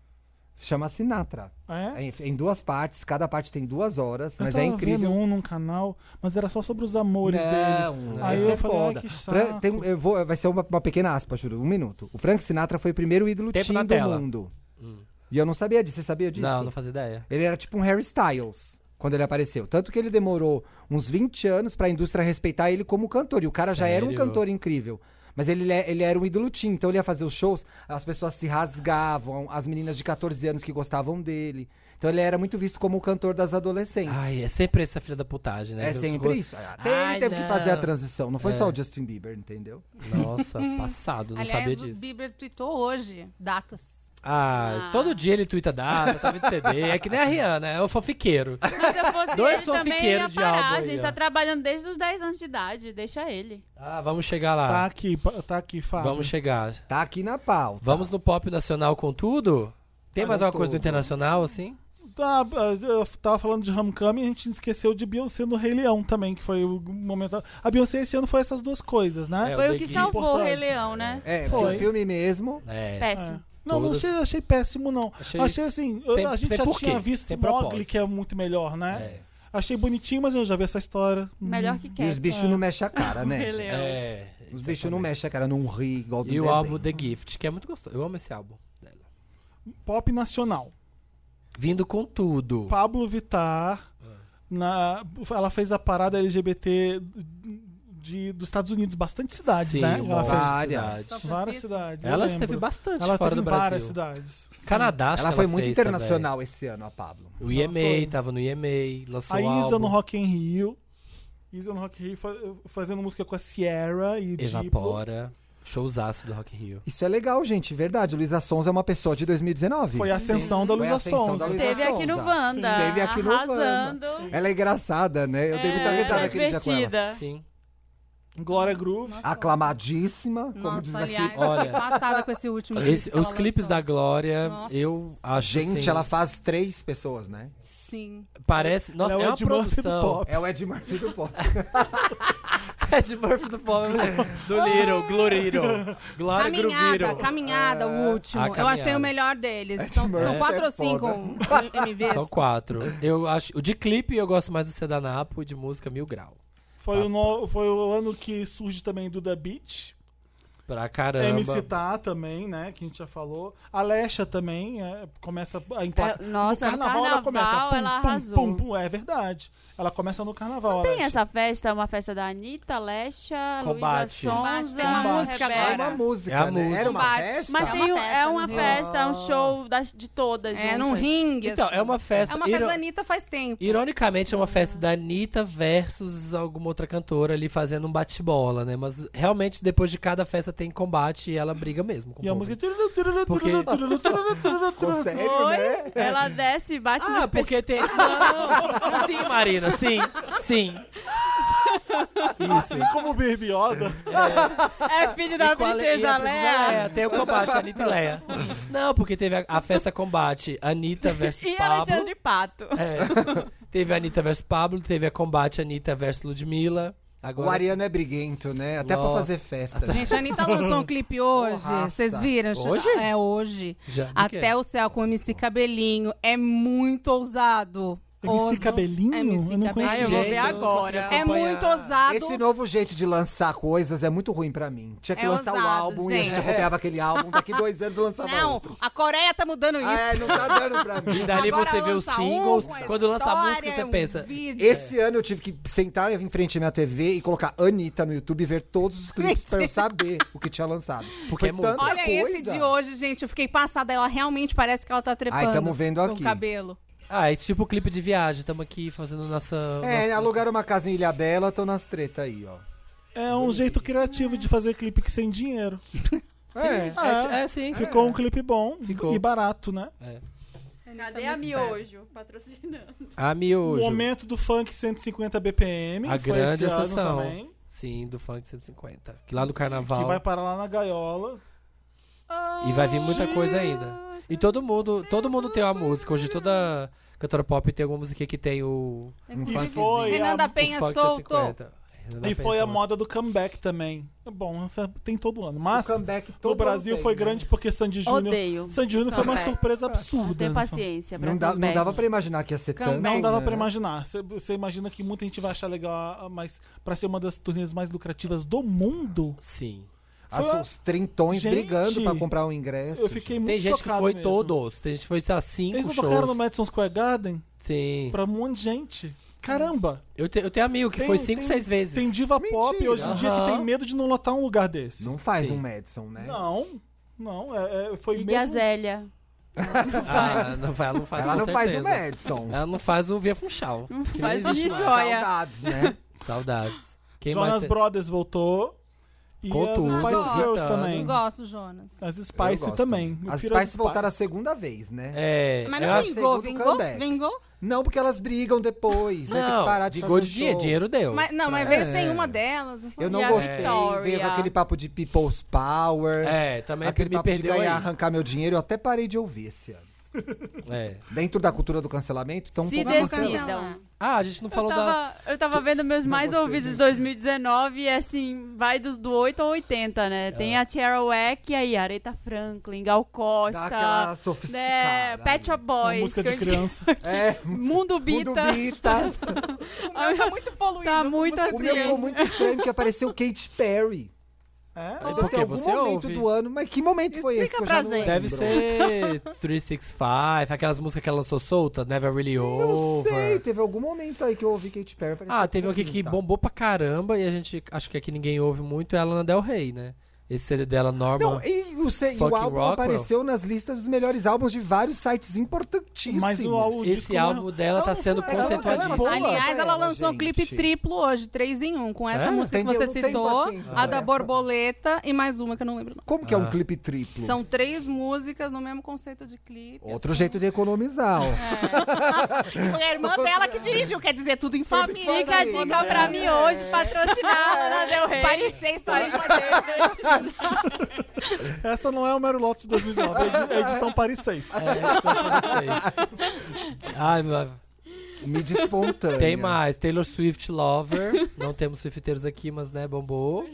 [SPEAKER 2] Chama Sinatra.
[SPEAKER 3] É?
[SPEAKER 2] É em, em duas partes, cada parte tem duas horas, mas
[SPEAKER 3] eu
[SPEAKER 2] é
[SPEAKER 3] tava Vendo
[SPEAKER 2] incrível.
[SPEAKER 3] um num canal, mas era só sobre os amores dele.
[SPEAKER 2] não,
[SPEAKER 3] Aí
[SPEAKER 2] esse é
[SPEAKER 3] eu falei, ai, que
[SPEAKER 2] Fran-
[SPEAKER 3] saco.
[SPEAKER 2] tem um- eu vou, vai ser uma, uma pequena aspa, juro, um minuto. O Frank Sinatra foi o primeiro ídolo
[SPEAKER 4] Tempo
[SPEAKER 2] teen
[SPEAKER 4] na
[SPEAKER 2] do
[SPEAKER 4] tela. Hum.
[SPEAKER 2] mundo. E eu não sabia disso, você sabia disso?
[SPEAKER 4] Não, não fazia ideia.
[SPEAKER 2] Ele era tipo um Harry Styles quando ele apareceu. Tanto que ele demorou uns 20 anos pra indústria respeitar ele como cantor. E o cara já era um
[SPEAKER 4] Sério?
[SPEAKER 2] cantor incrível. Mas ele, é- ele era um ídolo teen, então ele ia fazer os shows, as pessoas se rasgavam, as meninas de 14 anos que gostavam dele. Então ele era muito visto como o cantor das adolescentes.
[SPEAKER 4] Ai, é sempre essa filha da putagem, né?
[SPEAKER 2] é
[SPEAKER 4] Eu-
[SPEAKER 2] sempre isso. Até
[SPEAKER 4] Ai,
[SPEAKER 2] ele teve que
[SPEAKER 4] não. É.
[SPEAKER 2] fazer a transição, não foi só o Justin Bieber, entendeu?
[SPEAKER 4] Nossa, passado, não
[SPEAKER 5] Aliás,
[SPEAKER 4] sabia
[SPEAKER 5] o
[SPEAKER 4] disso.
[SPEAKER 5] Bieber tweetou hoje datas.
[SPEAKER 4] Ah,
[SPEAKER 1] Ah.
[SPEAKER 4] todo dia ele twitta data, tava de CD. É que nem a Rihanna, é o fanfiqueiro.
[SPEAKER 1] Mas se eu fosse
[SPEAKER 4] Dois
[SPEAKER 1] ele também, eu ia
[SPEAKER 4] fanfiqueiros de
[SPEAKER 1] parar.
[SPEAKER 4] álbum
[SPEAKER 1] A
[SPEAKER 4] aí,
[SPEAKER 1] gente
[SPEAKER 4] ó.
[SPEAKER 1] tá trabalhando desde os 10 anos de idade, deixa ele.
[SPEAKER 4] Ah, vamos chegar
[SPEAKER 3] Tá
[SPEAKER 4] lá.
[SPEAKER 3] aqui, pa- tá aqui, Fábio.
[SPEAKER 4] vamos chegar.
[SPEAKER 2] Tá aqui na pauta.
[SPEAKER 4] Vamos no pop nacional com tudo? Tem mais
[SPEAKER 2] Com
[SPEAKER 4] alguma coisa do
[SPEAKER 2] tudo.
[SPEAKER 4] internacional, assim?
[SPEAKER 3] Tá, eu tava falando de Ramkami e a gente esqueceu de Beyoncé no Rei Leão também, que foi o momento. A Beyoncé esse ano foi essas duas coisas, né?
[SPEAKER 4] É,
[SPEAKER 1] Foi
[SPEAKER 4] o
[SPEAKER 1] o que
[SPEAKER 4] Big
[SPEAKER 1] salvou o Rei
[SPEAKER 3] Importantes.
[SPEAKER 1] Leão, né?
[SPEAKER 2] É,
[SPEAKER 3] Foi.
[SPEAKER 2] porque o filme mesmo.
[SPEAKER 4] É.
[SPEAKER 1] Péssimo.
[SPEAKER 3] Não, não
[SPEAKER 4] Todas.
[SPEAKER 3] achei, achei péssimo, não. Achei,
[SPEAKER 4] Achei
[SPEAKER 3] assim, eu-
[SPEAKER 4] sem-
[SPEAKER 3] a gente
[SPEAKER 4] sem
[SPEAKER 3] já
[SPEAKER 4] porquê,
[SPEAKER 3] tinha visto
[SPEAKER 4] sem
[SPEAKER 3] o Mogli,
[SPEAKER 4] propósito.
[SPEAKER 3] que é muito melhor, né?
[SPEAKER 4] É.
[SPEAKER 3] Achei bonitinho, mas eu já vi essa história.
[SPEAKER 1] Melhor que
[SPEAKER 2] E os
[SPEAKER 1] Cat.
[SPEAKER 2] bichos não mexem a cara, né?
[SPEAKER 1] Rei
[SPEAKER 2] gente?
[SPEAKER 1] Leão.
[SPEAKER 4] É,
[SPEAKER 2] Os bichos não mexem a cara, não ri igual do
[SPEAKER 4] E o
[SPEAKER 2] desenho.
[SPEAKER 4] álbum The Gift, que é muito gostoso. Eu amo esse álbum dela.
[SPEAKER 3] Pop nacional.
[SPEAKER 4] Vindo com tudo.
[SPEAKER 3] Pablo Vittar,
[SPEAKER 4] É.
[SPEAKER 3] na, ela fez a parada LGBT de, dos Estados Unidos, bastante cidades,
[SPEAKER 4] Sim,
[SPEAKER 3] né?
[SPEAKER 4] um
[SPEAKER 3] Ela
[SPEAKER 4] monte de
[SPEAKER 3] fez
[SPEAKER 2] várias.
[SPEAKER 4] cidades.
[SPEAKER 3] várias cidades. eu
[SPEAKER 4] Ela
[SPEAKER 3] lembro.
[SPEAKER 4] esteve bastante
[SPEAKER 3] Ela
[SPEAKER 4] fora
[SPEAKER 3] teve
[SPEAKER 4] do
[SPEAKER 3] em várias
[SPEAKER 4] Brasil.
[SPEAKER 3] cidades. Sim.
[SPEAKER 4] Canadá, acho
[SPEAKER 2] Ela
[SPEAKER 4] que
[SPEAKER 2] foi muito
[SPEAKER 4] fez
[SPEAKER 2] internacional esse ano, a Pablo.
[SPEAKER 4] também. O EMA,
[SPEAKER 3] Ela foi.
[SPEAKER 4] tava no EMA, lançou
[SPEAKER 3] A
[SPEAKER 4] um álbum.
[SPEAKER 3] Isa no Rock in Rio. Isa no Rock in Rio fa- fazendo música com a Sierra e Diplo.
[SPEAKER 4] Evapora. Showzaço do Rock in Rio.
[SPEAKER 2] Isso é legal, gente, verdade. Luísa Sons é uma pessoa de 2019.
[SPEAKER 3] Foi a ascensão da
[SPEAKER 2] Foi a
[SPEAKER 3] Luísa
[SPEAKER 2] ascensão da
[SPEAKER 3] Sons.
[SPEAKER 2] Luísa
[SPEAKER 1] Esteve aqui no
[SPEAKER 2] Sonza.
[SPEAKER 1] Wanda,
[SPEAKER 2] Esteve aqui no
[SPEAKER 1] arrasando.
[SPEAKER 2] Ela é engraçada, né? Eu dei muita
[SPEAKER 1] É,
[SPEAKER 2] risada
[SPEAKER 1] ela é
[SPEAKER 2] aquele dia com ela.
[SPEAKER 1] divertida.
[SPEAKER 4] Sim.
[SPEAKER 3] Glória Groove.
[SPEAKER 2] Aclamadíssima, como diz
[SPEAKER 5] Nossa,
[SPEAKER 2] aqui.
[SPEAKER 5] aliás,
[SPEAKER 4] Olha.
[SPEAKER 5] fiquei passada com esse último
[SPEAKER 4] Esse-
[SPEAKER 5] clipe que
[SPEAKER 4] os
[SPEAKER 5] ela
[SPEAKER 4] clipes da
[SPEAKER 5] lançou.
[SPEAKER 4] Glória,
[SPEAKER 5] Nossa.
[SPEAKER 4] eu acho
[SPEAKER 2] Gente,
[SPEAKER 4] assim,
[SPEAKER 2] ela faz três pessoas, né?
[SPEAKER 5] Sim.
[SPEAKER 4] parece... Nossa,
[SPEAKER 3] Ela
[SPEAKER 4] é
[SPEAKER 3] o
[SPEAKER 4] uma
[SPEAKER 3] Ed Murphy do
[SPEAKER 4] produção.
[SPEAKER 3] pop.
[SPEAKER 2] É o Ed Murphy do pop.
[SPEAKER 4] Ed Murphy do pop. né? do Little, Gloriro. Glória
[SPEAKER 5] Caminhada,
[SPEAKER 4] Gruviro.
[SPEAKER 5] caminhada, o último.
[SPEAKER 4] Ah,
[SPEAKER 5] Eu
[SPEAKER 4] caminhada.
[SPEAKER 5] achei o melhor deles. São, são
[SPEAKER 2] Murphy
[SPEAKER 5] quatro
[SPEAKER 2] é
[SPEAKER 5] ou cinco MVs.
[SPEAKER 4] São quatro. Eu acho... O de clipe eu gosto mais do Sedanapo e de música Mil Grau.
[SPEAKER 3] Foi, o no- foi o ano que surge também Duda Beach.
[SPEAKER 4] Pra caramba.
[SPEAKER 3] MC Tá também, né? Que a gente já falou. A Lesha também é, começa a emplacar.
[SPEAKER 1] É, nossa,
[SPEAKER 3] no
[SPEAKER 1] no
[SPEAKER 3] carnaval,
[SPEAKER 1] carnaval
[SPEAKER 3] ela começa. Pum,
[SPEAKER 1] ela
[SPEAKER 3] pum,
[SPEAKER 1] arrasou.
[SPEAKER 3] pum, pum. É verdade. Ela começa no carnaval. a
[SPEAKER 1] Tem
[SPEAKER 3] Lesha.
[SPEAKER 1] essa festa, é uma festa da Anitta, Lesha, Luísa
[SPEAKER 4] Combate.
[SPEAKER 1] Sonza,
[SPEAKER 5] Tem uma música
[SPEAKER 1] Rebeca.
[SPEAKER 2] É
[SPEAKER 5] agora.
[SPEAKER 2] uma música,
[SPEAKER 4] É a
[SPEAKER 2] né?
[SPEAKER 4] música.
[SPEAKER 2] Era uma
[SPEAKER 5] Combate.
[SPEAKER 2] festa?
[SPEAKER 1] Mas
[SPEAKER 5] É
[SPEAKER 1] tem
[SPEAKER 5] uma
[SPEAKER 1] um- é
[SPEAKER 5] festa
[SPEAKER 1] uma
[SPEAKER 5] no
[SPEAKER 1] festa, é um show das, de todas.
[SPEAKER 5] É,
[SPEAKER 1] juntas.
[SPEAKER 5] num ringue.
[SPEAKER 4] Então,
[SPEAKER 5] assim.
[SPEAKER 4] é uma festa...
[SPEAKER 5] É uma
[SPEAKER 4] iro-
[SPEAKER 5] festa da Anitta faz tempo.
[SPEAKER 4] Ironicamente, é uma festa da Anitta versus alguma outra cantora ali fazendo um bate-bola, né? Mas realmente, depois de cada festa tem combate e ela briga mesmo. Com
[SPEAKER 3] E
[SPEAKER 4] o
[SPEAKER 3] a música.
[SPEAKER 4] público.
[SPEAKER 3] é Porque...
[SPEAKER 2] Ficou sério,
[SPEAKER 1] Oi?
[SPEAKER 2] né?
[SPEAKER 1] Ela desce e bate no
[SPEAKER 4] Ah, porque tem. Não! Sim, Marina, sim, sim.
[SPEAKER 3] assim como Barbioda.
[SPEAKER 1] É filho da
[SPEAKER 4] E com a Le- e
[SPEAKER 1] princesa
[SPEAKER 4] a princesa É,
[SPEAKER 1] Leia.
[SPEAKER 4] Tem o combate, Anitta e Leia. Não, porque teve a, a festa combate Anitta versus
[SPEAKER 1] E
[SPEAKER 4] Pablo.
[SPEAKER 1] Alexandre Pato.
[SPEAKER 4] É. Teve a Anitta versus Pablo, teve a combate Anitta versus Ludmilla.
[SPEAKER 2] O
[SPEAKER 4] Agora
[SPEAKER 2] Ariano é briguento, né? Até pra
[SPEAKER 4] Nossa.
[SPEAKER 2] fazer festa.
[SPEAKER 5] Gente, a Anitta lançou um clipe hoje.
[SPEAKER 2] Porra,
[SPEAKER 5] Vocês
[SPEAKER 2] raça.
[SPEAKER 5] viram?
[SPEAKER 4] Hoje?
[SPEAKER 5] É hoje.
[SPEAKER 4] já- do quê?
[SPEAKER 5] Até o céu com o MC Cabelinho. É muito ousado.
[SPEAKER 3] MC
[SPEAKER 5] Ouso.
[SPEAKER 3] Cabelinho?
[SPEAKER 5] MC
[SPEAKER 3] Eu não
[SPEAKER 5] Cabelinho.
[SPEAKER 3] conheço.
[SPEAKER 1] Ai, eu vou
[SPEAKER 4] Gente,
[SPEAKER 1] ver
[SPEAKER 4] eu não
[SPEAKER 1] agora.
[SPEAKER 4] consigo
[SPEAKER 5] É muito
[SPEAKER 4] acompanhar.
[SPEAKER 5] ousado.
[SPEAKER 2] Esse é novo jeito de lançar coisas é muito ruim pra mim. Tinha que
[SPEAKER 5] É
[SPEAKER 2] lançar o
[SPEAKER 5] ousado,
[SPEAKER 2] álbum e a gente
[SPEAKER 5] gente.
[SPEAKER 2] acompanhava aquele álbum. Daqui dois anos lançava
[SPEAKER 5] Não,
[SPEAKER 2] outro.
[SPEAKER 5] a Coreia tá mudando isso.
[SPEAKER 2] Ah, é, não tá dando pra mim.
[SPEAKER 4] E dali
[SPEAKER 5] Agora
[SPEAKER 4] você vê os
[SPEAKER 5] lança um
[SPEAKER 4] singles.
[SPEAKER 5] com
[SPEAKER 4] Quando lança a música,
[SPEAKER 5] história,
[SPEAKER 4] você
[SPEAKER 5] um
[SPEAKER 4] pensa.
[SPEAKER 5] vídeo.
[SPEAKER 2] Esse ano eu tive que sentar em frente à minha TV e colocar Anitta no YouTube e ver todos os clipes pra eu saber o que tinha lançado. Porque
[SPEAKER 4] é muito.
[SPEAKER 2] tanta
[SPEAKER 5] Olha
[SPEAKER 2] coisa.
[SPEAKER 5] esse de hoje, gente. Eu fiquei passada. Ela realmente parece que ela tá trepando.
[SPEAKER 2] Ai, tamo vendo
[SPEAKER 5] Com
[SPEAKER 2] aqui.
[SPEAKER 5] o cabelo.
[SPEAKER 4] Ah, é tipo clipe de viagem. Estamos aqui fazendo nossa.
[SPEAKER 2] É,
[SPEAKER 4] nossa-
[SPEAKER 2] alugaram uma casa em Ilha Bela, tô nas treta aí, ó.
[SPEAKER 3] É um jeito criativo de fazer clipe que sem dinheiro.
[SPEAKER 2] É.
[SPEAKER 4] É, é, sim, sim.
[SPEAKER 3] Ficou um clipe bom
[SPEAKER 4] Ficou.
[SPEAKER 3] e barato, né?
[SPEAKER 5] tá
[SPEAKER 1] Cadê a Miojo patrocinando?
[SPEAKER 4] A
[SPEAKER 3] O
[SPEAKER 4] miojo.
[SPEAKER 3] Um momento do funk 150 BPM.
[SPEAKER 4] A
[SPEAKER 3] foi
[SPEAKER 4] grande
[SPEAKER 3] esse ano
[SPEAKER 4] ascensão.
[SPEAKER 3] também,
[SPEAKER 4] Sim, do funk 150. Que lá no carnaval.
[SPEAKER 3] Que vai parar lá na gaiola.
[SPEAKER 4] E vai vir muita coisa ainda. E todo mundo, todo mundo tem uma música. Hoje toda cantora pop tem alguma musiquinha que tem o,
[SPEAKER 2] Um
[SPEAKER 3] E
[SPEAKER 2] funkzinho.
[SPEAKER 3] foi.
[SPEAKER 5] Renan
[SPEAKER 3] a-
[SPEAKER 5] da
[SPEAKER 4] o
[SPEAKER 5] Penha
[SPEAKER 4] funk é
[SPEAKER 5] soltou.
[SPEAKER 4] 150. Ela
[SPEAKER 3] E
[SPEAKER 4] pensa
[SPEAKER 3] foi a
[SPEAKER 4] muito.
[SPEAKER 3] moda do comeback também. É Bom, essa tem todo ano. Mas
[SPEAKER 2] O comeback todo
[SPEAKER 3] no Brasil
[SPEAKER 2] ano tem,
[SPEAKER 3] foi
[SPEAKER 2] né?
[SPEAKER 3] grande porque Sandy Júnior.
[SPEAKER 1] Odeio
[SPEAKER 3] Sandy Júnior foi uma
[SPEAKER 1] comeback.
[SPEAKER 3] surpresa
[SPEAKER 1] Não
[SPEAKER 3] absurda. né?
[SPEAKER 1] tenho paciência pra
[SPEAKER 2] Não, dá- não
[SPEAKER 1] comeback.
[SPEAKER 2] dava pra imaginar que ia ser tanto.
[SPEAKER 3] Não dava
[SPEAKER 2] né?
[SPEAKER 3] pra imaginar. Você- Você imagina que muita gente vai achar legal, ah, mas pra ser uma das turnês mais lucrativas do mundo,
[SPEAKER 4] Sim.
[SPEAKER 2] As,
[SPEAKER 3] Foi-
[SPEAKER 2] os trintões
[SPEAKER 3] Gente,
[SPEAKER 2] brigando pra comprar um ingresso.
[SPEAKER 3] eu fiquei muito
[SPEAKER 4] Tem gente que
[SPEAKER 3] chocado
[SPEAKER 4] foi
[SPEAKER 3] mesmo.
[SPEAKER 4] todos. Tem gente que foi, sei lá,
[SPEAKER 3] Eles
[SPEAKER 4] cinco
[SPEAKER 3] não tocaram no
[SPEAKER 4] shows.
[SPEAKER 3] Madison Square Garden
[SPEAKER 4] Sim.
[SPEAKER 3] pra um monte de gente. Caramba!
[SPEAKER 4] Eu, te- eu tenho amigo que
[SPEAKER 3] Tem-
[SPEAKER 4] foi cinco,
[SPEAKER 3] tem-
[SPEAKER 4] seis vezes.
[SPEAKER 3] Tem diva
[SPEAKER 2] Mentira.
[SPEAKER 3] pop hoje em dia que
[SPEAKER 4] Aham.
[SPEAKER 3] tem medo de não lotar um lugar desse.
[SPEAKER 2] Não faz
[SPEAKER 4] Sim.
[SPEAKER 2] um Madison, né?
[SPEAKER 3] Não, não, é- é- foi
[SPEAKER 1] E
[SPEAKER 3] mesmo.
[SPEAKER 1] Gazélia.
[SPEAKER 4] Ah, não vai, ela não faz
[SPEAKER 2] Ela
[SPEAKER 4] com
[SPEAKER 2] não faz o
[SPEAKER 4] certeza.
[SPEAKER 2] Madison.
[SPEAKER 4] Ela não faz o Via Funchal.
[SPEAKER 1] Não
[SPEAKER 4] que
[SPEAKER 1] faz
[SPEAKER 4] nem
[SPEAKER 1] o
[SPEAKER 4] existe
[SPEAKER 1] Via
[SPEAKER 4] mais.
[SPEAKER 1] Joia.
[SPEAKER 2] Saudades, né?
[SPEAKER 4] Saudades. Quem
[SPEAKER 3] Jonas
[SPEAKER 4] mais tem-
[SPEAKER 3] Brothers voltou. E
[SPEAKER 4] Com tudo,
[SPEAKER 3] as Spice
[SPEAKER 5] Nossa,
[SPEAKER 3] Girls
[SPEAKER 4] eu
[SPEAKER 3] também.
[SPEAKER 5] Não gosto, Jonas.
[SPEAKER 3] As
[SPEAKER 2] Eu
[SPEAKER 3] Spice
[SPEAKER 2] gosto
[SPEAKER 3] também. Eu
[SPEAKER 2] As
[SPEAKER 3] prefiro
[SPEAKER 2] Spice voltaram a segunda vez, né?
[SPEAKER 4] É.
[SPEAKER 5] Mas
[SPEAKER 4] eu
[SPEAKER 5] não
[SPEAKER 4] acho-
[SPEAKER 5] vingou,
[SPEAKER 2] segundo
[SPEAKER 5] vingou,
[SPEAKER 2] comeback.
[SPEAKER 5] vingou.
[SPEAKER 2] Não, porque elas brigam depois. né? Tem que parar
[SPEAKER 4] Não,
[SPEAKER 2] de
[SPEAKER 4] vingou
[SPEAKER 2] fazer
[SPEAKER 4] de
[SPEAKER 2] o
[SPEAKER 4] dinheiro,
[SPEAKER 2] show.
[SPEAKER 4] dinheiro deu.
[SPEAKER 5] Mas, não, mas veio sem uma delas. não foi?
[SPEAKER 2] É. Eu não
[SPEAKER 1] E a
[SPEAKER 2] gostei.
[SPEAKER 1] Victoria?
[SPEAKER 2] Veio com aquele papo de People's Power.
[SPEAKER 4] É, também
[SPEAKER 2] aquele
[SPEAKER 4] me
[SPEAKER 2] papo de
[SPEAKER 4] perdeu aí.
[SPEAKER 2] ganhar, arrancar meu dinheiro. Eu até parei de ouvir esse ano.
[SPEAKER 4] É.
[SPEAKER 2] Dentro da cultura do cancelamento, então um
[SPEAKER 1] Se
[SPEAKER 2] pouco
[SPEAKER 5] Vamos
[SPEAKER 1] decidam.
[SPEAKER 2] cancelado.
[SPEAKER 5] cancelar.
[SPEAKER 4] Ah, a gente não
[SPEAKER 1] Eu
[SPEAKER 4] falou da.
[SPEAKER 1] tava, eu tava vendo meus
[SPEAKER 2] Não
[SPEAKER 1] mais
[SPEAKER 2] gostei
[SPEAKER 1] ouvidos de
[SPEAKER 2] muito.
[SPEAKER 1] 2019 e assim, vai dos do 8 ao 80, né? Tem a Tiara Wack, aí Aretha Franklin, Gal
[SPEAKER 2] Dá
[SPEAKER 1] Costa,
[SPEAKER 2] aquela sofisticada.
[SPEAKER 1] né? Pet Shop
[SPEAKER 3] Uma
[SPEAKER 1] Boys,
[SPEAKER 3] música de
[SPEAKER 1] Candy-
[SPEAKER 3] criança.
[SPEAKER 2] É,
[SPEAKER 1] Mundo
[SPEAKER 2] Mundo
[SPEAKER 1] Bita.
[SPEAKER 2] Bita.
[SPEAKER 5] Não, tá muito poluído.
[SPEAKER 1] Tá muito
[SPEAKER 5] Música
[SPEAKER 2] O
[SPEAKER 1] assim.
[SPEAKER 2] meu
[SPEAKER 5] criança.
[SPEAKER 2] ficou muito estranho que apareceu Katy Perry.
[SPEAKER 3] É?
[SPEAKER 4] É
[SPEAKER 2] Deve
[SPEAKER 4] porque
[SPEAKER 2] ter algum
[SPEAKER 4] você
[SPEAKER 2] momento
[SPEAKER 4] ouve.
[SPEAKER 2] do ano, mas que momento foi esse? que eu
[SPEAKER 5] Explica
[SPEAKER 2] já
[SPEAKER 5] pra
[SPEAKER 2] não
[SPEAKER 5] gente.
[SPEAKER 4] Deve
[SPEAKER 2] lembro?
[SPEAKER 4] ser 365, aquelas músicas que ela lançou solta, Never Really
[SPEAKER 2] Não
[SPEAKER 4] Over.
[SPEAKER 2] sei, é teve algum momento aí que eu ouvi Katy Perry. parecia
[SPEAKER 4] Ah, teve um aqui que
[SPEAKER 2] bonita.
[SPEAKER 4] bombou pra caramba e a gente, acho que aqui ninguém ouve muito, é a Lana Del Rey, né? Esse CD dela, Normal.
[SPEAKER 2] Não, e o, se- e o
[SPEAKER 4] Fucking
[SPEAKER 2] álbum
[SPEAKER 4] Rockwell.
[SPEAKER 2] apareceu nas listas dos melhores álbums de vários sites importantíssimos.
[SPEAKER 3] Mas o álbum- disco
[SPEAKER 4] Esse
[SPEAKER 3] não é-
[SPEAKER 4] álbum dela tá
[SPEAKER 2] Não,
[SPEAKER 4] sendo
[SPEAKER 2] ela- ela- ela-
[SPEAKER 4] conceituadíssimo.
[SPEAKER 2] Boa
[SPEAKER 5] Aliás,
[SPEAKER 2] pra
[SPEAKER 5] ela
[SPEAKER 2] ela,
[SPEAKER 5] lançou um
[SPEAKER 2] gente.
[SPEAKER 5] clipe triplo hoje, três em um, com essa
[SPEAKER 4] Sério?
[SPEAKER 5] música que
[SPEAKER 2] Entendi,
[SPEAKER 5] você
[SPEAKER 2] eu não assim. tenho
[SPEAKER 5] citou,
[SPEAKER 2] paciência
[SPEAKER 5] a
[SPEAKER 2] pra
[SPEAKER 5] da
[SPEAKER 2] ela.
[SPEAKER 5] borboleta e mais uma que eu não lembro. o nome.
[SPEAKER 2] Como que é
[SPEAKER 4] Ah.
[SPEAKER 2] um clipe triplo?
[SPEAKER 5] São três músicas no mesmo conceito de clipe.
[SPEAKER 2] Outro
[SPEAKER 5] assim.
[SPEAKER 2] jeito de economizar, ó.
[SPEAKER 5] Foi a irmã dela que dirigiu, quer dizer, tudo em família.
[SPEAKER 1] Fica a dica
[SPEAKER 2] é.
[SPEAKER 1] pra mim hoje, patrocinada na Del Rey.
[SPEAKER 5] Parecer também.
[SPEAKER 3] Essa não é o Mary Lotus de 2009, é edi- é edição Paris 6.
[SPEAKER 4] É, isso é pra vocês. Ai, meu,
[SPEAKER 2] Me despontânea.
[SPEAKER 4] Tem mais. Taylor Swift Lover. Não temos Swifteiros aqui, mas né, bombou.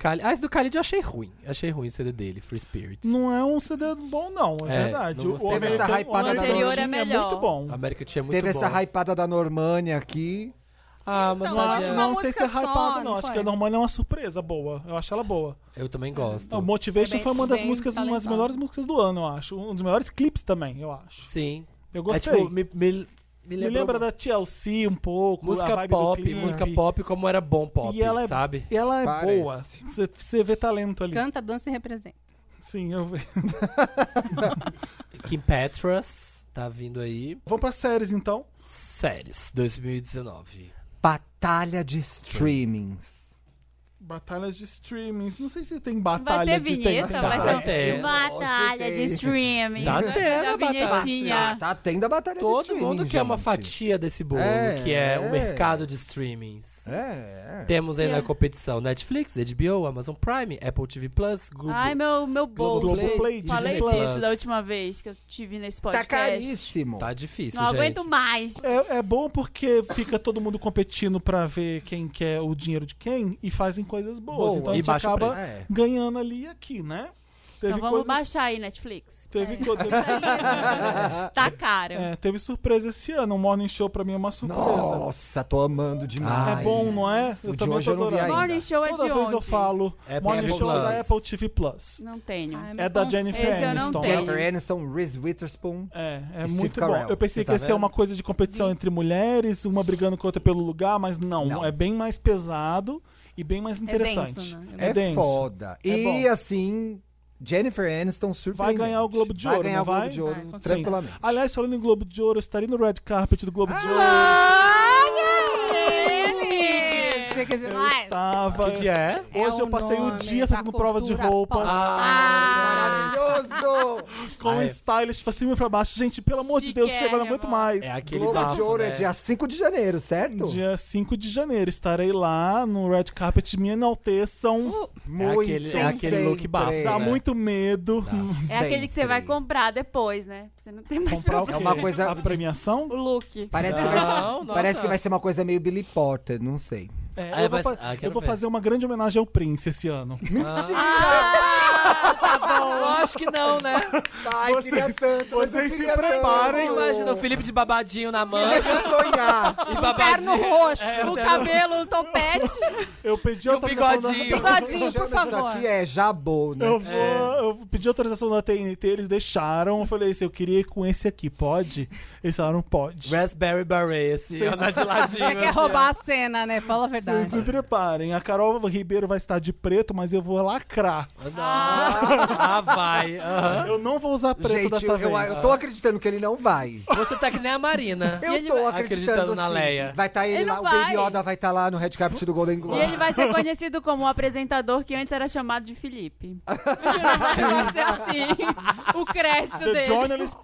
[SPEAKER 4] Khalid- Ah, esse do Khalid eu achei ruim. Achei ruim o CD dele, Free Spirit.
[SPEAKER 3] Não é um CD bom, não, é,
[SPEAKER 4] É,
[SPEAKER 3] verdade.
[SPEAKER 4] não
[SPEAKER 3] O-
[SPEAKER 4] gostei. Tá
[SPEAKER 3] o
[SPEAKER 4] Teve essa
[SPEAKER 3] americano-
[SPEAKER 2] hypada
[SPEAKER 3] o
[SPEAKER 2] da
[SPEAKER 3] americano
[SPEAKER 1] Norma.
[SPEAKER 3] é muito bom.
[SPEAKER 4] A América tinha muito
[SPEAKER 2] Teve
[SPEAKER 4] bom.
[SPEAKER 2] essa hypada da Normânia aqui.
[SPEAKER 4] Ah, mas
[SPEAKER 5] Então,
[SPEAKER 4] não
[SPEAKER 5] ela
[SPEAKER 4] adianta.
[SPEAKER 5] tinha
[SPEAKER 3] Não sei se é
[SPEAKER 5] música só,
[SPEAKER 3] hypada, não.
[SPEAKER 5] não
[SPEAKER 3] Acho
[SPEAKER 5] foi?
[SPEAKER 3] que a Normani é uma surpresa boa. Eu acho ela boa.
[SPEAKER 4] Eu também gosto.
[SPEAKER 3] O Motivation
[SPEAKER 5] É bem-
[SPEAKER 3] foi uma das
[SPEAKER 5] bem
[SPEAKER 3] músicas, uma das
[SPEAKER 5] talentosa.
[SPEAKER 3] melhores músicas do ano, eu acho. Um dos melhores clipes também, eu acho.
[SPEAKER 4] Sim.
[SPEAKER 3] Eu
[SPEAKER 4] É
[SPEAKER 3] gostei.
[SPEAKER 4] tipo, me, me, me
[SPEAKER 3] Me
[SPEAKER 4] lembrou
[SPEAKER 3] lembra da TLC um pouco, a
[SPEAKER 4] música
[SPEAKER 3] vibe do
[SPEAKER 4] pop,
[SPEAKER 3] clipe.
[SPEAKER 4] música pop como era bom pop,
[SPEAKER 3] E ela é-
[SPEAKER 4] sabe?
[SPEAKER 3] E ela é
[SPEAKER 2] Parece.
[SPEAKER 3] boa. Você- Você vê talento ali.
[SPEAKER 5] Canta, dança e representa.
[SPEAKER 3] Sim, eu vejo.
[SPEAKER 4] Kim Petras tá vindo aí.
[SPEAKER 3] Vamos pra séries então.
[SPEAKER 4] Séries 2019.
[SPEAKER 2] É Batalha de streamings.
[SPEAKER 3] Batalhas de streamings. Não sei se tem
[SPEAKER 1] Vai ter
[SPEAKER 3] batalha de
[SPEAKER 1] vinheta, vai
[SPEAKER 4] batalha. Vai
[SPEAKER 1] ser um-
[SPEAKER 4] ter.
[SPEAKER 1] uma batalha de streaming.
[SPEAKER 4] Dá
[SPEAKER 1] Vai
[SPEAKER 4] tela,
[SPEAKER 1] ter a
[SPEAKER 4] batalha.
[SPEAKER 5] Ah.
[SPEAKER 1] vinhetinha.
[SPEAKER 2] Tá tendo a batalha de
[SPEAKER 4] Todo
[SPEAKER 2] streaming,
[SPEAKER 4] mundo quer uma
[SPEAKER 2] gente.
[SPEAKER 4] fatia desse bolo,
[SPEAKER 2] É,
[SPEAKER 4] que é, o
[SPEAKER 2] é.
[SPEAKER 4] mercado de streamings.
[SPEAKER 2] É, é.
[SPEAKER 4] Temos aí na
[SPEAKER 1] Yeah.
[SPEAKER 4] competição Netflix, HBO, Amazon Prime, Apple TV Plus, Google.
[SPEAKER 1] Ai, meu, meu bolso.
[SPEAKER 3] Globoplay,
[SPEAKER 4] Disney
[SPEAKER 1] Falei
[SPEAKER 4] Plus.
[SPEAKER 1] disso da última vez que eu tive nesse
[SPEAKER 2] Tá
[SPEAKER 1] podcast.
[SPEAKER 2] caríssimo.
[SPEAKER 4] Tá difícil,
[SPEAKER 1] Não
[SPEAKER 4] gente.
[SPEAKER 1] aguento mais.
[SPEAKER 3] É, é bom porque fica todo mundo competindo pra ver quem quer o dinheiro de quem e fazem coisas boas.
[SPEAKER 2] Boa.
[SPEAKER 3] Então
[SPEAKER 4] E
[SPEAKER 3] a gente
[SPEAKER 4] baixa o
[SPEAKER 3] acaba
[SPEAKER 2] preço. É.
[SPEAKER 3] ganhando ali e aqui, né? Teve
[SPEAKER 1] Então vamos
[SPEAKER 3] coisas-
[SPEAKER 1] baixar É. aí, Netflix.
[SPEAKER 3] Teve, co- teve,
[SPEAKER 1] Tá caro.
[SPEAKER 3] é, teve surpresa esse ano. O Morning Show pra mim é uma surpresa.
[SPEAKER 2] Nossa, tô amando demais.
[SPEAKER 4] Ai.
[SPEAKER 3] É bom, não é?
[SPEAKER 2] O de hoje eu não vi ainda.
[SPEAKER 1] Morning Show é
[SPEAKER 3] Toda
[SPEAKER 1] de
[SPEAKER 3] vez eu
[SPEAKER 1] onde?
[SPEAKER 3] falo
[SPEAKER 4] Apple
[SPEAKER 3] Morning
[SPEAKER 2] Plus.
[SPEAKER 3] Show é da Apple TV Plus.
[SPEAKER 1] Não tenho.
[SPEAKER 5] Ai,
[SPEAKER 3] É
[SPEAKER 5] mas
[SPEAKER 3] da
[SPEAKER 5] conf-
[SPEAKER 3] Jennifer
[SPEAKER 1] Esse eu não
[SPEAKER 3] Aniston.
[SPEAKER 1] tenho.
[SPEAKER 2] Jennifer Aniston, Reese Witherspoon.
[SPEAKER 3] É, é
[SPEAKER 2] Steve
[SPEAKER 3] muito
[SPEAKER 2] Carell.
[SPEAKER 3] bom. Eu pensei
[SPEAKER 4] Você
[SPEAKER 3] que
[SPEAKER 4] tá
[SPEAKER 3] ia ser
[SPEAKER 4] vendo?
[SPEAKER 3] uma coisa de competição entre mulheres, uma brigando com a outra pelo lugar, mas não.
[SPEAKER 2] Não.
[SPEAKER 3] É bem mais pesado e bem mais interessante.
[SPEAKER 5] denso, né?
[SPEAKER 2] É,
[SPEAKER 3] denso.
[SPEAKER 2] foda.
[SPEAKER 3] É
[SPEAKER 2] e
[SPEAKER 3] bom.
[SPEAKER 2] assim, Jennifer Aniston surpreendente.
[SPEAKER 3] Vai ganhar o Globo de Ouro,
[SPEAKER 2] Vai ganhar
[SPEAKER 3] não
[SPEAKER 2] o Globo
[SPEAKER 3] vai?
[SPEAKER 2] de Ouro
[SPEAKER 5] Vai, com certeza.
[SPEAKER 2] tranquilamente.
[SPEAKER 3] Aliás, falando em Globo de Ouro, eu estaria no red carpet do Globo de
[SPEAKER 5] Ah!
[SPEAKER 3] Ouro.
[SPEAKER 5] Eles! Você quer dizer mais?
[SPEAKER 3] Tava.
[SPEAKER 4] Que dia é?
[SPEAKER 5] É
[SPEAKER 3] Hoje eu
[SPEAKER 5] o
[SPEAKER 3] passei o
[SPEAKER 5] nome
[SPEAKER 3] dia
[SPEAKER 5] da
[SPEAKER 3] fazendo prova de
[SPEAKER 5] cultura
[SPEAKER 3] roupas.
[SPEAKER 5] pop.
[SPEAKER 2] Ah, maravilhoso!
[SPEAKER 3] com
[SPEAKER 4] Ah, é.
[SPEAKER 3] stylist pra cima e pra baixo. Gente, pelo amor de Deus,
[SPEAKER 1] Chiquérrimo.
[SPEAKER 3] chega, não aguento mais.
[SPEAKER 4] É aquele
[SPEAKER 2] Globo de
[SPEAKER 4] bafo,
[SPEAKER 2] Ouro
[SPEAKER 4] né?
[SPEAKER 2] é dia 5 de janeiro, certo?
[SPEAKER 3] Dia 5 de janeiro, estarei lá no Red Carpet. Me enalteçam.
[SPEAKER 2] Muito,
[SPEAKER 4] É aquele- é aquele
[SPEAKER 2] sempre.
[SPEAKER 4] look bafo,
[SPEAKER 3] dá
[SPEAKER 4] né?
[SPEAKER 3] muito medo. Hum,
[SPEAKER 1] É aquele que você vai
[SPEAKER 2] Sempre.
[SPEAKER 1] comprar depois, né? Você não tem mais
[SPEAKER 3] Comprar o quê?
[SPEAKER 1] problema.
[SPEAKER 2] É uma coisa-
[SPEAKER 3] A premiação?
[SPEAKER 1] O look.
[SPEAKER 2] Parece, que vai,
[SPEAKER 4] Não,
[SPEAKER 2] parece
[SPEAKER 4] nossa.
[SPEAKER 2] que vai ser uma coisa meio Billy Porter, não sei.
[SPEAKER 3] É,
[SPEAKER 4] Ah,
[SPEAKER 3] eu, vou,
[SPEAKER 4] vai-
[SPEAKER 3] fa-
[SPEAKER 4] ah,
[SPEAKER 3] eu
[SPEAKER 4] quero
[SPEAKER 3] vou
[SPEAKER 4] ver.
[SPEAKER 3] fazer uma grande homenagem ao Prince esse ano. Ah,
[SPEAKER 1] Ah,
[SPEAKER 4] Tá bom, lógico que não, né?
[SPEAKER 2] Ai, queria tanto. mas eu
[SPEAKER 3] vocês se
[SPEAKER 2] queria tanto.
[SPEAKER 3] preparem.
[SPEAKER 4] Imagina o Felipe de babadinho na
[SPEAKER 2] Me
[SPEAKER 4] mancha
[SPEAKER 2] Deixa eu sonhar.
[SPEAKER 4] e
[SPEAKER 1] um
[SPEAKER 4] babadinho.
[SPEAKER 5] Terno roxo.
[SPEAKER 1] É, o cabelo, o topete.
[SPEAKER 3] Eu pedi
[SPEAKER 4] E um
[SPEAKER 3] autorização
[SPEAKER 4] bigodinho.
[SPEAKER 3] Da...
[SPEAKER 5] Bigodinho, por
[SPEAKER 2] Chama Isso
[SPEAKER 5] favor.
[SPEAKER 2] aqui é jabô, né?
[SPEAKER 3] Eu, vou, eu pedi autorização da TNT, eles deixaram. Eu falei assim, eu queria ir com esse aqui, pode? Eles falaram, pode.
[SPEAKER 4] Raspberry Beret, assim,
[SPEAKER 3] Sim.
[SPEAKER 4] andar de ladinho.
[SPEAKER 5] Você quer
[SPEAKER 4] assim,
[SPEAKER 5] roubar a cena, né? Fala a
[SPEAKER 3] Vocês
[SPEAKER 5] verdade.
[SPEAKER 3] se preparem. A Carol Ribeiro vai estar de preto, mas eu vou lacrar.
[SPEAKER 4] ó. Não. Ah, vai. aham.
[SPEAKER 3] Eu não vou usar preto
[SPEAKER 2] Gente,
[SPEAKER 3] dessa
[SPEAKER 2] eu,
[SPEAKER 3] vez.
[SPEAKER 2] eu- eu tô acreditando que ele não vai.
[SPEAKER 4] Você tá que nem a Marina.
[SPEAKER 2] Eu
[SPEAKER 1] ele
[SPEAKER 2] tô
[SPEAKER 1] vai-
[SPEAKER 2] acreditando,
[SPEAKER 4] Acreditando na
[SPEAKER 2] sim.
[SPEAKER 4] Leia.
[SPEAKER 2] Vai estar ele,
[SPEAKER 1] Ele
[SPEAKER 2] lá,
[SPEAKER 1] não
[SPEAKER 2] o Baby
[SPEAKER 1] vai.
[SPEAKER 2] Yoda vai estar lá no red carpet do Golden
[SPEAKER 1] e
[SPEAKER 2] Globe.
[SPEAKER 1] ele vai ser conhecido como o apresentador que antes era chamado de Felipe. vai ser assim. O crédito
[SPEAKER 3] The
[SPEAKER 1] dele.
[SPEAKER 3] journalist...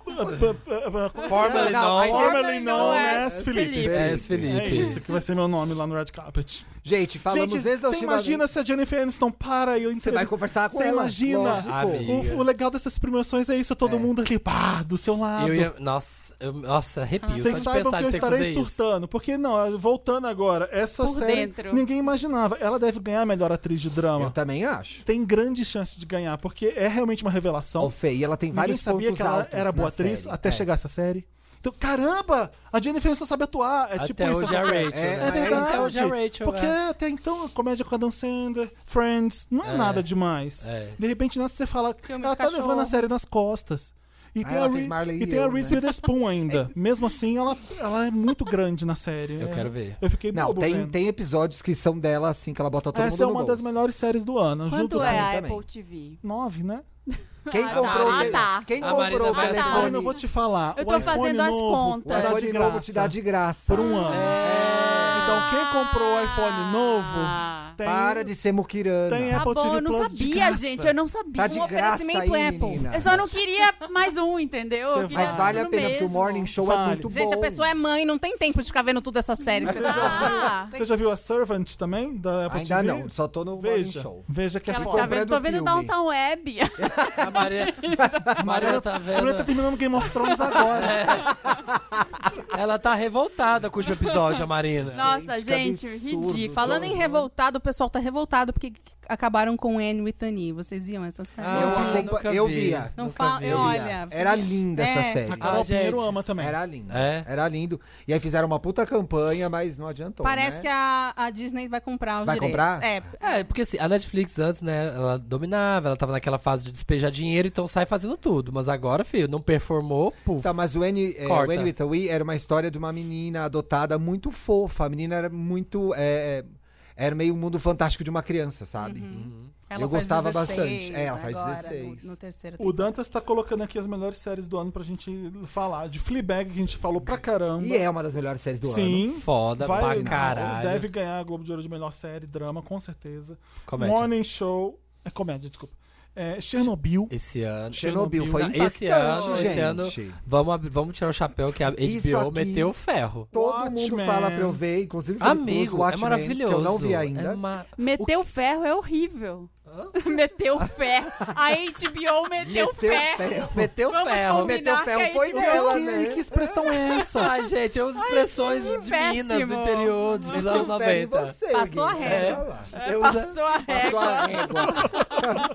[SPEAKER 3] Formally
[SPEAKER 4] Formally
[SPEAKER 2] Não, aí-
[SPEAKER 4] não.
[SPEAKER 1] Formally
[SPEAKER 3] known
[SPEAKER 1] known
[SPEAKER 3] as
[SPEAKER 1] as
[SPEAKER 3] Felipe.
[SPEAKER 1] Felipe.
[SPEAKER 4] É,
[SPEAKER 3] É
[SPEAKER 4] Felipe.
[SPEAKER 3] isso que vai ser meu nome lá no Red Carpet.
[SPEAKER 2] Gente, falamos é
[SPEAKER 3] Gente, você
[SPEAKER 2] exaustivamente.
[SPEAKER 3] imagina se a Jennifer Aniston para e eu
[SPEAKER 2] Você vai
[SPEAKER 3] entrevisto.
[SPEAKER 2] conversar com
[SPEAKER 3] Você
[SPEAKER 2] ela.
[SPEAKER 3] imagina?
[SPEAKER 2] Lógico.
[SPEAKER 4] Amigo.
[SPEAKER 3] O, o legal dessas premiações é isso, é todo mundo ali, pá, do seu lado.
[SPEAKER 4] Eu ia, nossa, eu, nossa, arrepio. Só
[SPEAKER 3] Vocês
[SPEAKER 4] de
[SPEAKER 3] saibam
[SPEAKER 4] pensar
[SPEAKER 3] que eu
[SPEAKER 4] de ter que fazer
[SPEAKER 3] estarei
[SPEAKER 4] isso.
[SPEAKER 3] surtando. Porque, não, voltando agora, essa
[SPEAKER 1] Por
[SPEAKER 3] série
[SPEAKER 1] dentro.
[SPEAKER 3] ninguém imaginava. Ela deve ganhar a melhor atriz de
[SPEAKER 2] Eu
[SPEAKER 3] drama.
[SPEAKER 2] também acho.
[SPEAKER 3] Tem grande chance de ganhar, porque é realmente uma revelação.
[SPEAKER 2] Ô, Fê, e ela tem
[SPEAKER 3] Então, Ninguém
[SPEAKER 2] vários
[SPEAKER 3] sabia
[SPEAKER 2] pontos
[SPEAKER 3] que ela
[SPEAKER 2] altos
[SPEAKER 3] era boa
[SPEAKER 2] na
[SPEAKER 3] atriz
[SPEAKER 2] série.
[SPEAKER 3] até
[SPEAKER 2] É.
[SPEAKER 3] chegar essa série. Então, caramba! A Jennifer Aniston sabe atuar. É tipo
[SPEAKER 4] Até
[SPEAKER 3] isso.
[SPEAKER 4] hoje é a
[SPEAKER 3] essa série.
[SPEAKER 4] Rachel,
[SPEAKER 2] É,
[SPEAKER 4] né?
[SPEAKER 3] É verdade.
[SPEAKER 4] Até hoje é a Rachel,
[SPEAKER 3] Porque
[SPEAKER 4] é.
[SPEAKER 3] até então, a comédia com a Dan Sandler, Friends, não é,
[SPEAKER 4] É.
[SPEAKER 3] nada demais.
[SPEAKER 4] É.
[SPEAKER 3] De repente, nessa você fala,
[SPEAKER 5] Filme de
[SPEAKER 3] ela tá
[SPEAKER 5] cachorro.
[SPEAKER 3] levando a série nas costas. E
[SPEAKER 2] Ah,
[SPEAKER 3] tem,
[SPEAKER 2] ela
[SPEAKER 3] a,
[SPEAKER 2] fez
[SPEAKER 3] Re-
[SPEAKER 2] Marley
[SPEAKER 3] e
[SPEAKER 2] e
[SPEAKER 3] tem a
[SPEAKER 2] eu,
[SPEAKER 3] Reese
[SPEAKER 2] né?
[SPEAKER 3] Witherspoon ainda. Mesmo assim, ela, ela é muito grande na série.
[SPEAKER 4] Eu
[SPEAKER 3] É.
[SPEAKER 4] quero ver.
[SPEAKER 3] Eu fiquei
[SPEAKER 2] Não,
[SPEAKER 3] bobo
[SPEAKER 2] tem,
[SPEAKER 3] vendo.
[SPEAKER 2] tem episódios que são dela, assim, que ela bota todo mundo
[SPEAKER 3] Essa é
[SPEAKER 2] no
[SPEAKER 3] uma das
[SPEAKER 2] bolso.
[SPEAKER 3] melhores séries do ano. eu
[SPEAKER 1] Quanto
[SPEAKER 3] juro.
[SPEAKER 1] é a
[SPEAKER 2] também.
[SPEAKER 1] Apple TV?
[SPEAKER 3] Nove, né?
[SPEAKER 2] Quem
[SPEAKER 1] Ah,
[SPEAKER 2] comprou
[SPEAKER 1] tá.
[SPEAKER 2] o tele-
[SPEAKER 1] Ah, tá.
[SPEAKER 2] Quem
[SPEAKER 4] A Marina
[SPEAKER 2] comprou o
[SPEAKER 1] vai
[SPEAKER 2] telefone?
[SPEAKER 1] Ah,
[SPEAKER 3] Telefone, eu não vou te falar.
[SPEAKER 1] Eu
[SPEAKER 3] o
[SPEAKER 1] tô
[SPEAKER 3] iPhone
[SPEAKER 1] fazendo as
[SPEAKER 3] novo,
[SPEAKER 1] contas.
[SPEAKER 3] Tá
[SPEAKER 2] O
[SPEAKER 3] de
[SPEAKER 2] iPhone novo
[SPEAKER 3] graça.
[SPEAKER 2] te dá de graça.
[SPEAKER 3] Por um ano.
[SPEAKER 1] É.
[SPEAKER 3] Então, quem comprou o iPhone
[SPEAKER 1] Ah.
[SPEAKER 3] novo, tem,
[SPEAKER 2] Para de ser muquirana.
[SPEAKER 3] tem
[SPEAKER 1] Tá
[SPEAKER 3] Apple
[SPEAKER 1] bom,
[SPEAKER 3] TV
[SPEAKER 1] eu não
[SPEAKER 3] Plus de
[SPEAKER 1] sabia,
[SPEAKER 3] graça.
[SPEAKER 1] gente. Eu não sabia.
[SPEAKER 2] Tá de
[SPEAKER 5] Um
[SPEAKER 2] graça aí,
[SPEAKER 5] oferecimento Apple.
[SPEAKER 2] menina.
[SPEAKER 1] Eu só não queria mais um, entendeu?
[SPEAKER 3] Você
[SPEAKER 1] Eu queria
[SPEAKER 2] Mas vale a
[SPEAKER 1] tudo
[SPEAKER 2] pena, porque o
[SPEAKER 1] mesmo.
[SPEAKER 2] Morning Show é
[SPEAKER 3] Vale.
[SPEAKER 2] muito bom.
[SPEAKER 5] Gente, a pessoa é mãe, não tem tempo de ficar vendo tudo essa série. que você tá vendo.
[SPEAKER 1] Ah,
[SPEAKER 3] Você já viu a Servant também, da Apple
[SPEAKER 2] Ainda
[SPEAKER 3] TV?
[SPEAKER 2] não, só tô no
[SPEAKER 3] Veja,
[SPEAKER 2] Morning Show.
[SPEAKER 3] veja que é
[SPEAKER 1] ela tá
[SPEAKER 2] Fico
[SPEAKER 3] foda.
[SPEAKER 2] comprando
[SPEAKER 1] vendo, tô vendo
[SPEAKER 2] filme.
[SPEAKER 1] Downtown Web.
[SPEAKER 4] A Marina, a Marina tá
[SPEAKER 3] A Bruna tá
[SPEAKER 4] vendo.
[SPEAKER 3] terminando Game of Thrones agora.
[SPEAKER 4] Ela tá revoltada com o último episódio, a Marina.
[SPEAKER 1] Nossa,
[SPEAKER 2] Gente,
[SPEAKER 1] gente,
[SPEAKER 2] que absurdo.
[SPEAKER 1] ridículo.
[SPEAKER 5] Falando em revoltado, o pessoal tá revoltado porque acabaram com Anne with an E. Vocês viam essa série?
[SPEAKER 4] Ah,
[SPEAKER 2] Eu vi,
[SPEAKER 4] nunca
[SPEAKER 2] eu via.
[SPEAKER 5] não
[SPEAKER 4] nunca
[SPEAKER 5] fala.
[SPEAKER 4] vi.
[SPEAKER 5] Eu,
[SPEAKER 2] Olha,
[SPEAKER 5] olha. você
[SPEAKER 2] Era
[SPEAKER 5] viu?
[SPEAKER 2] linda
[SPEAKER 5] É.
[SPEAKER 2] essa série.
[SPEAKER 3] A Carol
[SPEAKER 4] Ah, gente.
[SPEAKER 3] Pinheiro ama também.
[SPEAKER 2] Era lindo.
[SPEAKER 4] É?
[SPEAKER 2] Era lindo. E aí fizeram uma puta campanha, mas não adiantou.
[SPEAKER 5] Parece
[SPEAKER 2] né?
[SPEAKER 5] que a, a Disney vai comprar os
[SPEAKER 2] Vai
[SPEAKER 5] direitos.
[SPEAKER 2] comprar?
[SPEAKER 5] É.
[SPEAKER 4] É, porque assim, a Netflix antes, né, ela dominava, ela tava naquela fase de despejar dinheiro, então sai fazendo tudo. Mas agora, filho, não performou, puf.
[SPEAKER 2] Tá, mas o Annie, é,
[SPEAKER 4] Corta.
[SPEAKER 2] o Annie with a Wii era uma história de uma menina adotada muito fofa. A menina era muito. é, é, era meio um mundo fantástico de uma criança, sabe?
[SPEAKER 5] Ela
[SPEAKER 2] Eu
[SPEAKER 5] faz
[SPEAKER 2] gostava
[SPEAKER 5] 16
[SPEAKER 2] bastante. É, ela faz
[SPEAKER 5] agora,
[SPEAKER 2] 16.
[SPEAKER 5] No, no terceiro
[SPEAKER 3] O Dantas tá colocando aqui as melhores séries do ano pra gente falar. De Fleabag, que a gente falou pra caramba.
[SPEAKER 2] E é uma das melhores séries do ano.
[SPEAKER 3] Uhum. Sim.
[SPEAKER 4] Foda
[SPEAKER 3] Então, Vai,
[SPEAKER 4] pra caralho.
[SPEAKER 3] Deve ganhar a Globo de Ouro de melhor série, drama, com certeza.
[SPEAKER 4] Comédia.
[SPEAKER 3] Morning Show. É comédia, desculpa. É, Chernobyl.
[SPEAKER 4] Esse ano.
[SPEAKER 2] Chernobyl foi
[SPEAKER 4] Não,
[SPEAKER 2] impactante,
[SPEAKER 4] né? esse ano,
[SPEAKER 2] gente.
[SPEAKER 4] esse ano, vamos, ab- vamos tirar o chapéu que a
[SPEAKER 2] Isso
[SPEAKER 4] HBO
[SPEAKER 2] aqui-
[SPEAKER 4] meteu o ferro.
[SPEAKER 2] Todo
[SPEAKER 3] Watchmen.
[SPEAKER 2] mundo fala pra eu ver, inclusive Felipe Cruz,
[SPEAKER 4] Amigo, é
[SPEAKER 2] Watchmen,
[SPEAKER 4] maravilhoso.
[SPEAKER 2] Que eu não vi ainda.
[SPEAKER 4] É ma-
[SPEAKER 1] Meteu ferro é horrível. Meteu ferro. A HBO meteu
[SPEAKER 2] Meteu
[SPEAKER 1] ferro.
[SPEAKER 2] ferro.
[SPEAKER 4] Meteu
[SPEAKER 1] Vamos
[SPEAKER 4] ferro.
[SPEAKER 1] combinar
[SPEAKER 2] Meteu ferro
[SPEAKER 1] que a
[SPEAKER 2] foi
[SPEAKER 1] HBO
[SPEAKER 2] nela.
[SPEAKER 3] Que-
[SPEAKER 2] né?
[SPEAKER 3] que expressão é essa?
[SPEAKER 4] é Ai, gente, eu uso expressões
[SPEAKER 1] que
[SPEAKER 4] de Minas, do
[SPEAKER 1] péssimo.
[SPEAKER 4] interior, dos anos
[SPEAKER 2] Meteu ferro em
[SPEAKER 4] 90.
[SPEAKER 2] você,
[SPEAKER 5] Passou
[SPEAKER 2] Gui,
[SPEAKER 5] a
[SPEAKER 2] você
[SPEAKER 4] régua.
[SPEAKER 2] vai lá.
[SPEAKER 4] Eu uso...
[SPEAKER 1] Passou a régua.
[SPEAKER 2] Passou a régua.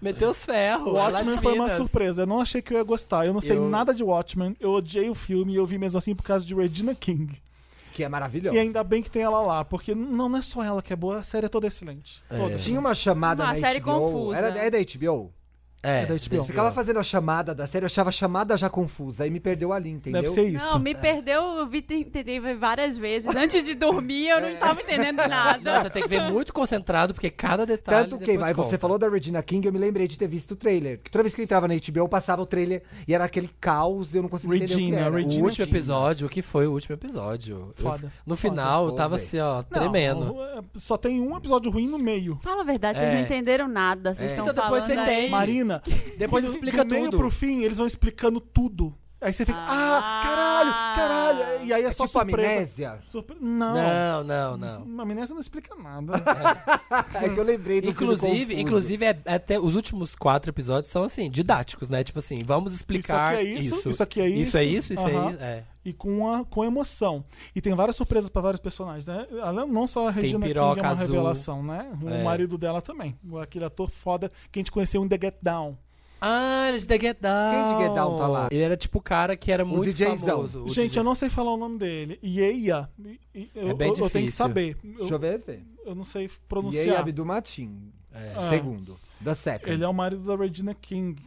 [SPEAKER 4] Meteu os ferros.
[SPEAKER 3] O
[SPEAKER 4] é lá de
[SPEAKER 3] Watchmen foi uma
[SPEAKER 4] Minas.
[SPEAKER 3] surpresa. Eu não achei que eu ia gostar. Eu não sei
[SPEAKER 4] Eu-
[SPEAKER 3] nada de Watchmen. Eu odiei o filme e eu vi mesmo assim por causa de Regina King.
[SPEAKER 2] Que é maravilhoso.
[SPEAKER 3] E ainda bem que tem ela lá, porque não, não é só ela que é boa, a série é toda excelente. Toda.
[SPEAKER 2] Tinha uma chamada
[SPEAKER 1] Uma
[SPEAKER 2] na
[SPEAKER 1] série
[SPEAKER 2] HBO.
[SPEAKER 1] confusa.
[SPEAKER 2] Era, é da HBO?
[SPEAKER 4] É,
[SPEAKER 3] É da HBO.
[SPEAKER 2] Eu ficava fazendo a chamada da série, eu achava a chamada já confusa. Aí me perdeu ali, entendeu?
[SPEAKER 3] Deve ser isso.
[SPEAKER 1] Não, me perdeu, eu vi, tentei ver várias vezes. Antes de dormir, eu não tava entendendo nada.
[SPEAKER 4] Nossa, tem que ver muito concentrado, porque cada detalhe.
[SPEAKER 2] Tanto que,
[SPEAKER 4] depois
[SPEAKER 2] mas você
[SPEAKER 4] conta.
[SPEAKER 2] falou da Regina King, eu me lembrei de ter visto o trailer. Que toda vez que eu entrava na HBO, eu passava o trailer e era aquele caos, eu não conseguia entender o que
[SPEAKER 3] Regina,
[SPEAKER 2] era.
[SPEAKER 4] O
[SPEAKER 3] Regina.
[SPEAKER 4] último episódio, o que foi o último episódio?
[SPEAKER 3] Foda.
[SPEAKER 4] Eu- no final,
[SPEAKER 2] Foda.
[SPEAKER 4] eu tava assim, ó,
[SPEAKER 3] Não,
[SPEAKER 4] tremendo.
[SPEAKER 3] é, Só tem um episódio ruim no meio.
[SPEAKER 1] Fala a verdade, vocês
[SPEAKER 4] É.
[SPEAKER 1] não entenderam nada. Vocês
[SPEAKER 4] É.
[SPEAKER 1] estão
[SPEAKER 4] Então depois
[SPEAKER 1] falando
[SPEAKER 4] você
[SPEAKER 1] aí.
[SPEAKER 4] entende.
[SPEAKER 3] Marina,
[SPEAKER 4] Depois
[SPEAKER 3] do-
[SPEAKER 4] explica
[SPEAKER 3] do meio
[SPEAKER 4] tudo.
[SPEAKER 3] pro fim, eles vão explicando tudo. Aí você fica, ah,
[SPEAKER 1] Ah.
[SPEAKER 3] caralho, caralho. E aí é,
[SPEAKER 2] É
[SPEAKER 3] só
[SPEAKER 2] tipo
[SPEAKER 3] surpresa.
[SPEAKER 2] amnésia?
[SPEAKER 3] Surpre- Não.
[SPEAKER 4] Não, não, não.
[SPEAKER 3] A amnésia não explica nada.
[SPEAKER 2] É que eu lembrei do filme
[SPEAKER 4] Inclusive,
[SPEAKER 2] Confuso.
[SPEAKER 4] inclusive é, até os últimos quatro episódios são assim, didáticos, né? Tipo assim, vamos explicar
[SPEAKER 3] Isso aqui é isso,
[SPEAKER 4] isso.
[SPEAKER 3] isso aqui é
[SPEAKER 4] Isso é
[SPEAKER 3] isso,
[SPEAKER 4] isso, isso
[SPEAKER 3] aham.
[SPEAKER 4] é isso. É.
[SPEAKER 3] e com, a, com emoção. E tem várias surpresas pra vários personagens, né? Além- Não só a Regina King é
[SPEAKER 4] piroca
[SPEAKER 3] uma
[SPEAKER 4] azul.
[SPEAKER 3] revelação, né? O
[SPEAKER 4] É.
[SPEAKER 3] marido dela também. Aquele ator foda que a gente conheceu em The Get Down.
[SPEAKER 4] Ah, ele é de The Get Down.
[SPEAKER 2] Quem de Get Down tá lá?
[SPEAKER 4] Ele era tipo o cara que era muito
[SPEAKER 2] DJzão.
[SPEAKER 4] famoso. o
[SPEAKER 3] gente,
[SPEAKER 4] DJ.
[SPEAKER 3] eu não sei falar o nome dele. Yeia. E- e- Eu,
[SPEAKER 4] É bem
[SPEAKER 3] eu- eu tenho que
[SPEAKER 4] difícil.
[SPEAKER 3] saber.
[SPEAKER 2] Deixa eu
[SPEAKER 3] Eu,
[SPEAKER 2] ver, ver.
[SPEAKER 3] eu não
[SPEAKER 2] E
[SPEAKER 3] sei
[SPEAKER 2] aí,
[SPEAKER 3] pronunciar.
[SPEAKER 2] Abdumatin.
[SPEAKER 4] É.
[SPEAKER 3] Ah.
[SPEAKER 2] Segundo. Da second.
[SPEAKER 3] Ele é o marido da Regina King.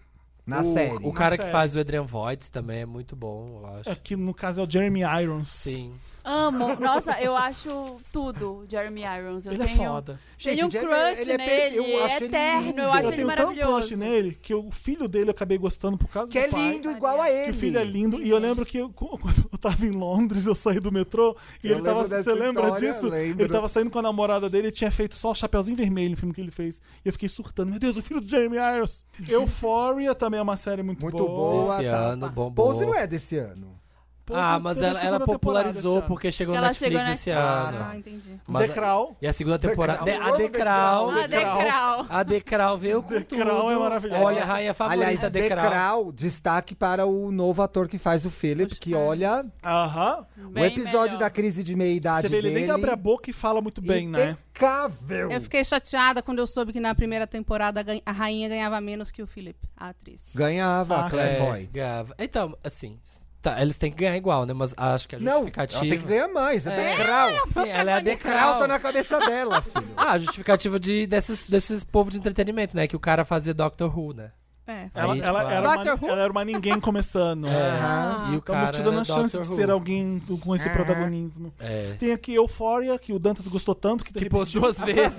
[SPEAKER 2] Na
[SPEAKER 4] o,
[SPEAKER 2] série.
[SPEAKER 4] O
[SPEAKER 3] Na
[SPEAKER 4] cara que
[SPEAKER 3] é série.
[SPEAKER 4] faz o Adrian Voight também é muito bom, eu acho.
[SPEAKER 3] é, Que no caso é o Jeremy Irons.
[SPEAKER 4] Sim.
[SPEAKER 1] Amo. Nossa, eu acho tudo Jeremy Irons. Eu
[SPEAKER 3] Ele
[SPEAKER 1] tenho,
[SPEAKER 3] é foda.
[SPEAKER 1] Tenho um
[SPEAKER 2] Gente, o
[SPEAKER 1] crush
[SPEAKER 2] Jeremy- ele é
[SPEAKER 1] nele,
[SPEAKER 2] perfil- eu acho ele
[SPEAKER 1] eterno.
[SPEAKER 2] lindo.
[SPEAKER 1] eu acho
[SPEAKER 3] eu
[SPEAKER 1] ele
[SPEAKER 3] tenho tanto crush
[SPEAKER 1] maravilhoso.
[SPEAKER 3] nele que o filho dele eu acabei gostando por causa
[SPEAKER 2] Que
[SPEAKER 3] do
[SPEAKER 2] é
[SPEAKER 3] pai.
[SPEAKER 2] lindo igual a
[SPEAKER 3] Que
[SPEAKER 2] ele.
[SPEAKER 3] o filho é lindo. E eu lembro que eu- cu- quando eu tava em Londres, eu saí do metrô e
[SPEAKER 2] Eu
[SPEAKER 3] ele tava.
[SPEAKER 2] lembro dessa
[SPEAKER 3] Você lembra
[SPEAKER 2] história,
[SPEAKER 3] disso?
[SPEAKER 2] lembro.
[SPEAKER 3] Ele tava saindo com a namorada dele e tinha feito só o Chapeuzinho Vermelho no filme que ele fez. E eu fiquei surtando. Meu Deus, o filho do Jeremy Irons. Euphoria também é uma série muito,
[SPEAKER 2] Muito
[SPEAKER 3] boa.
[SPEAKER 2] boa.
[SPEAKER 4] Desse
[SPEAKER 2] tá.
[SPEAKER 4] ano, bombou.
[SPEAKER 2] Pose não é desse ano.
[SPEAKER 3] Pose
[SPEAKER 4] Ah, mas
[SPEAKER 3] teve a
[SPEAKER 4] ela, ela
[SPEAKER 3] segunda temporada
[SPEAKER 4] popularizou
[SPEAKER 3] esse
[SPEAKER 4] porque chegou no
[SPEAKER 1] Ela
[SPEAKER 4] Netflix
[SPEAKER 1] chegou na-
[SPEAKER 4] esse
[SPEAKER 2] Ah,
[SPEAKER 4] ano.
[SPEAKER 5] Ah, entendi.
[SPEAKER 3] ano.
[SPEAKER 4] Mas-
[SPEAKER 3] Decral.
[SPEAKER 4] E a segunda temporada.
[SPEAKER 2] Decral.
[SPEAKER 4] De- a Decral.
[SPEAKER 1] Ah, Decral.
[SPEAKER 4] A Decral veio com
[SPEAKER 3] Decral
[SPEAKER 4] tudo.
[SPEAKER 3] é maravilhosa.
[SPEAKER 4] Olha, a rainha favorita
[SPEAKER 2] Aliás,
[SPEAKER 4] Decral.
[SPEAKER 2] Decral, destaque para o novo ator que faz o Philip, que olha
[SPEAKER 3] Aham.
[SPEAKER 2] o
[SPEAKER 1] Bem
[SPEAKER 2] episódio
[SPEAKER 1] melhor.
[SPEAKER 2] da crise de meia-idade
[SPEAKER 3] Você vê,
[SPEAKER 2] dele.
[SPEAKER 3] ele nem abre a boca e fala muito bem, né?
[SPEAKER 2] impecável.
[SPEAKER 5] Eu fiquei chateada quando eu soube que na primeira temporada a gan- a rainha ganhava menos que o Felipe, a atriz.
[SPEAKER 2] Ganhava
[SPEAKER 3] Ah,
[SPEAKER 2] a
[SPEAKER 4] É,
[SPEAKER 2] Claire Foy.
[SPEAKER 4] ganhava. Então, assim, tá, eles têm que ganhar igual, né? Mas acho que a
[SPEAKER 2] Não, ela
[SPEAKER 4] justificativa.
[SPEAKER 2] tem que ganhar mais. É,
[SPEAKER 4] É.
[SPEAKER 2] Decral.
[SPEAKER 4] Sim, ela é a
[SPEAKER 2] Decral
[SPEAKER 4] Decral.
[SPEAKER 2] tá na cabeça dela, filho.
[SPEAKER 4] Ah, a justificativa de, desses, desses povos de entretenimento, né? Que o cara fazia Doctor Who, né?
[SPEAKER 5] É.
[SPEAKER 3] Ela,
[SPEAKER 4] Aí, tipo,
[SPEAKER 3] ela
[SPEAKER 4] ah,
[SPEAKER 3] era uma,
[SPEAKER 5] Doctor Who? Ah.
[SPEAKER 3] ela era uma ninguém começando.
[SPEAKER 4] É. e o cara
[SPEAKER 3] Estamos te dando
[SPEAKER 4] era
[SPEAKER 3] a chance
[SPEAKER 4] Doctor
[SPEAKER 3] de
[SPEAKER 4] Who.
[SPEAKER 3] ser alguém do- com esse protagonismo.
[SPEAKER 4] É.
[SPEAKER 3] Tem aqui Euphoria, que o Dantas gostou tanto que, de
[SPEAKER 4] Que
[SPEAKER 3] repente,
[SPEAKER 4] pôs duas vezes.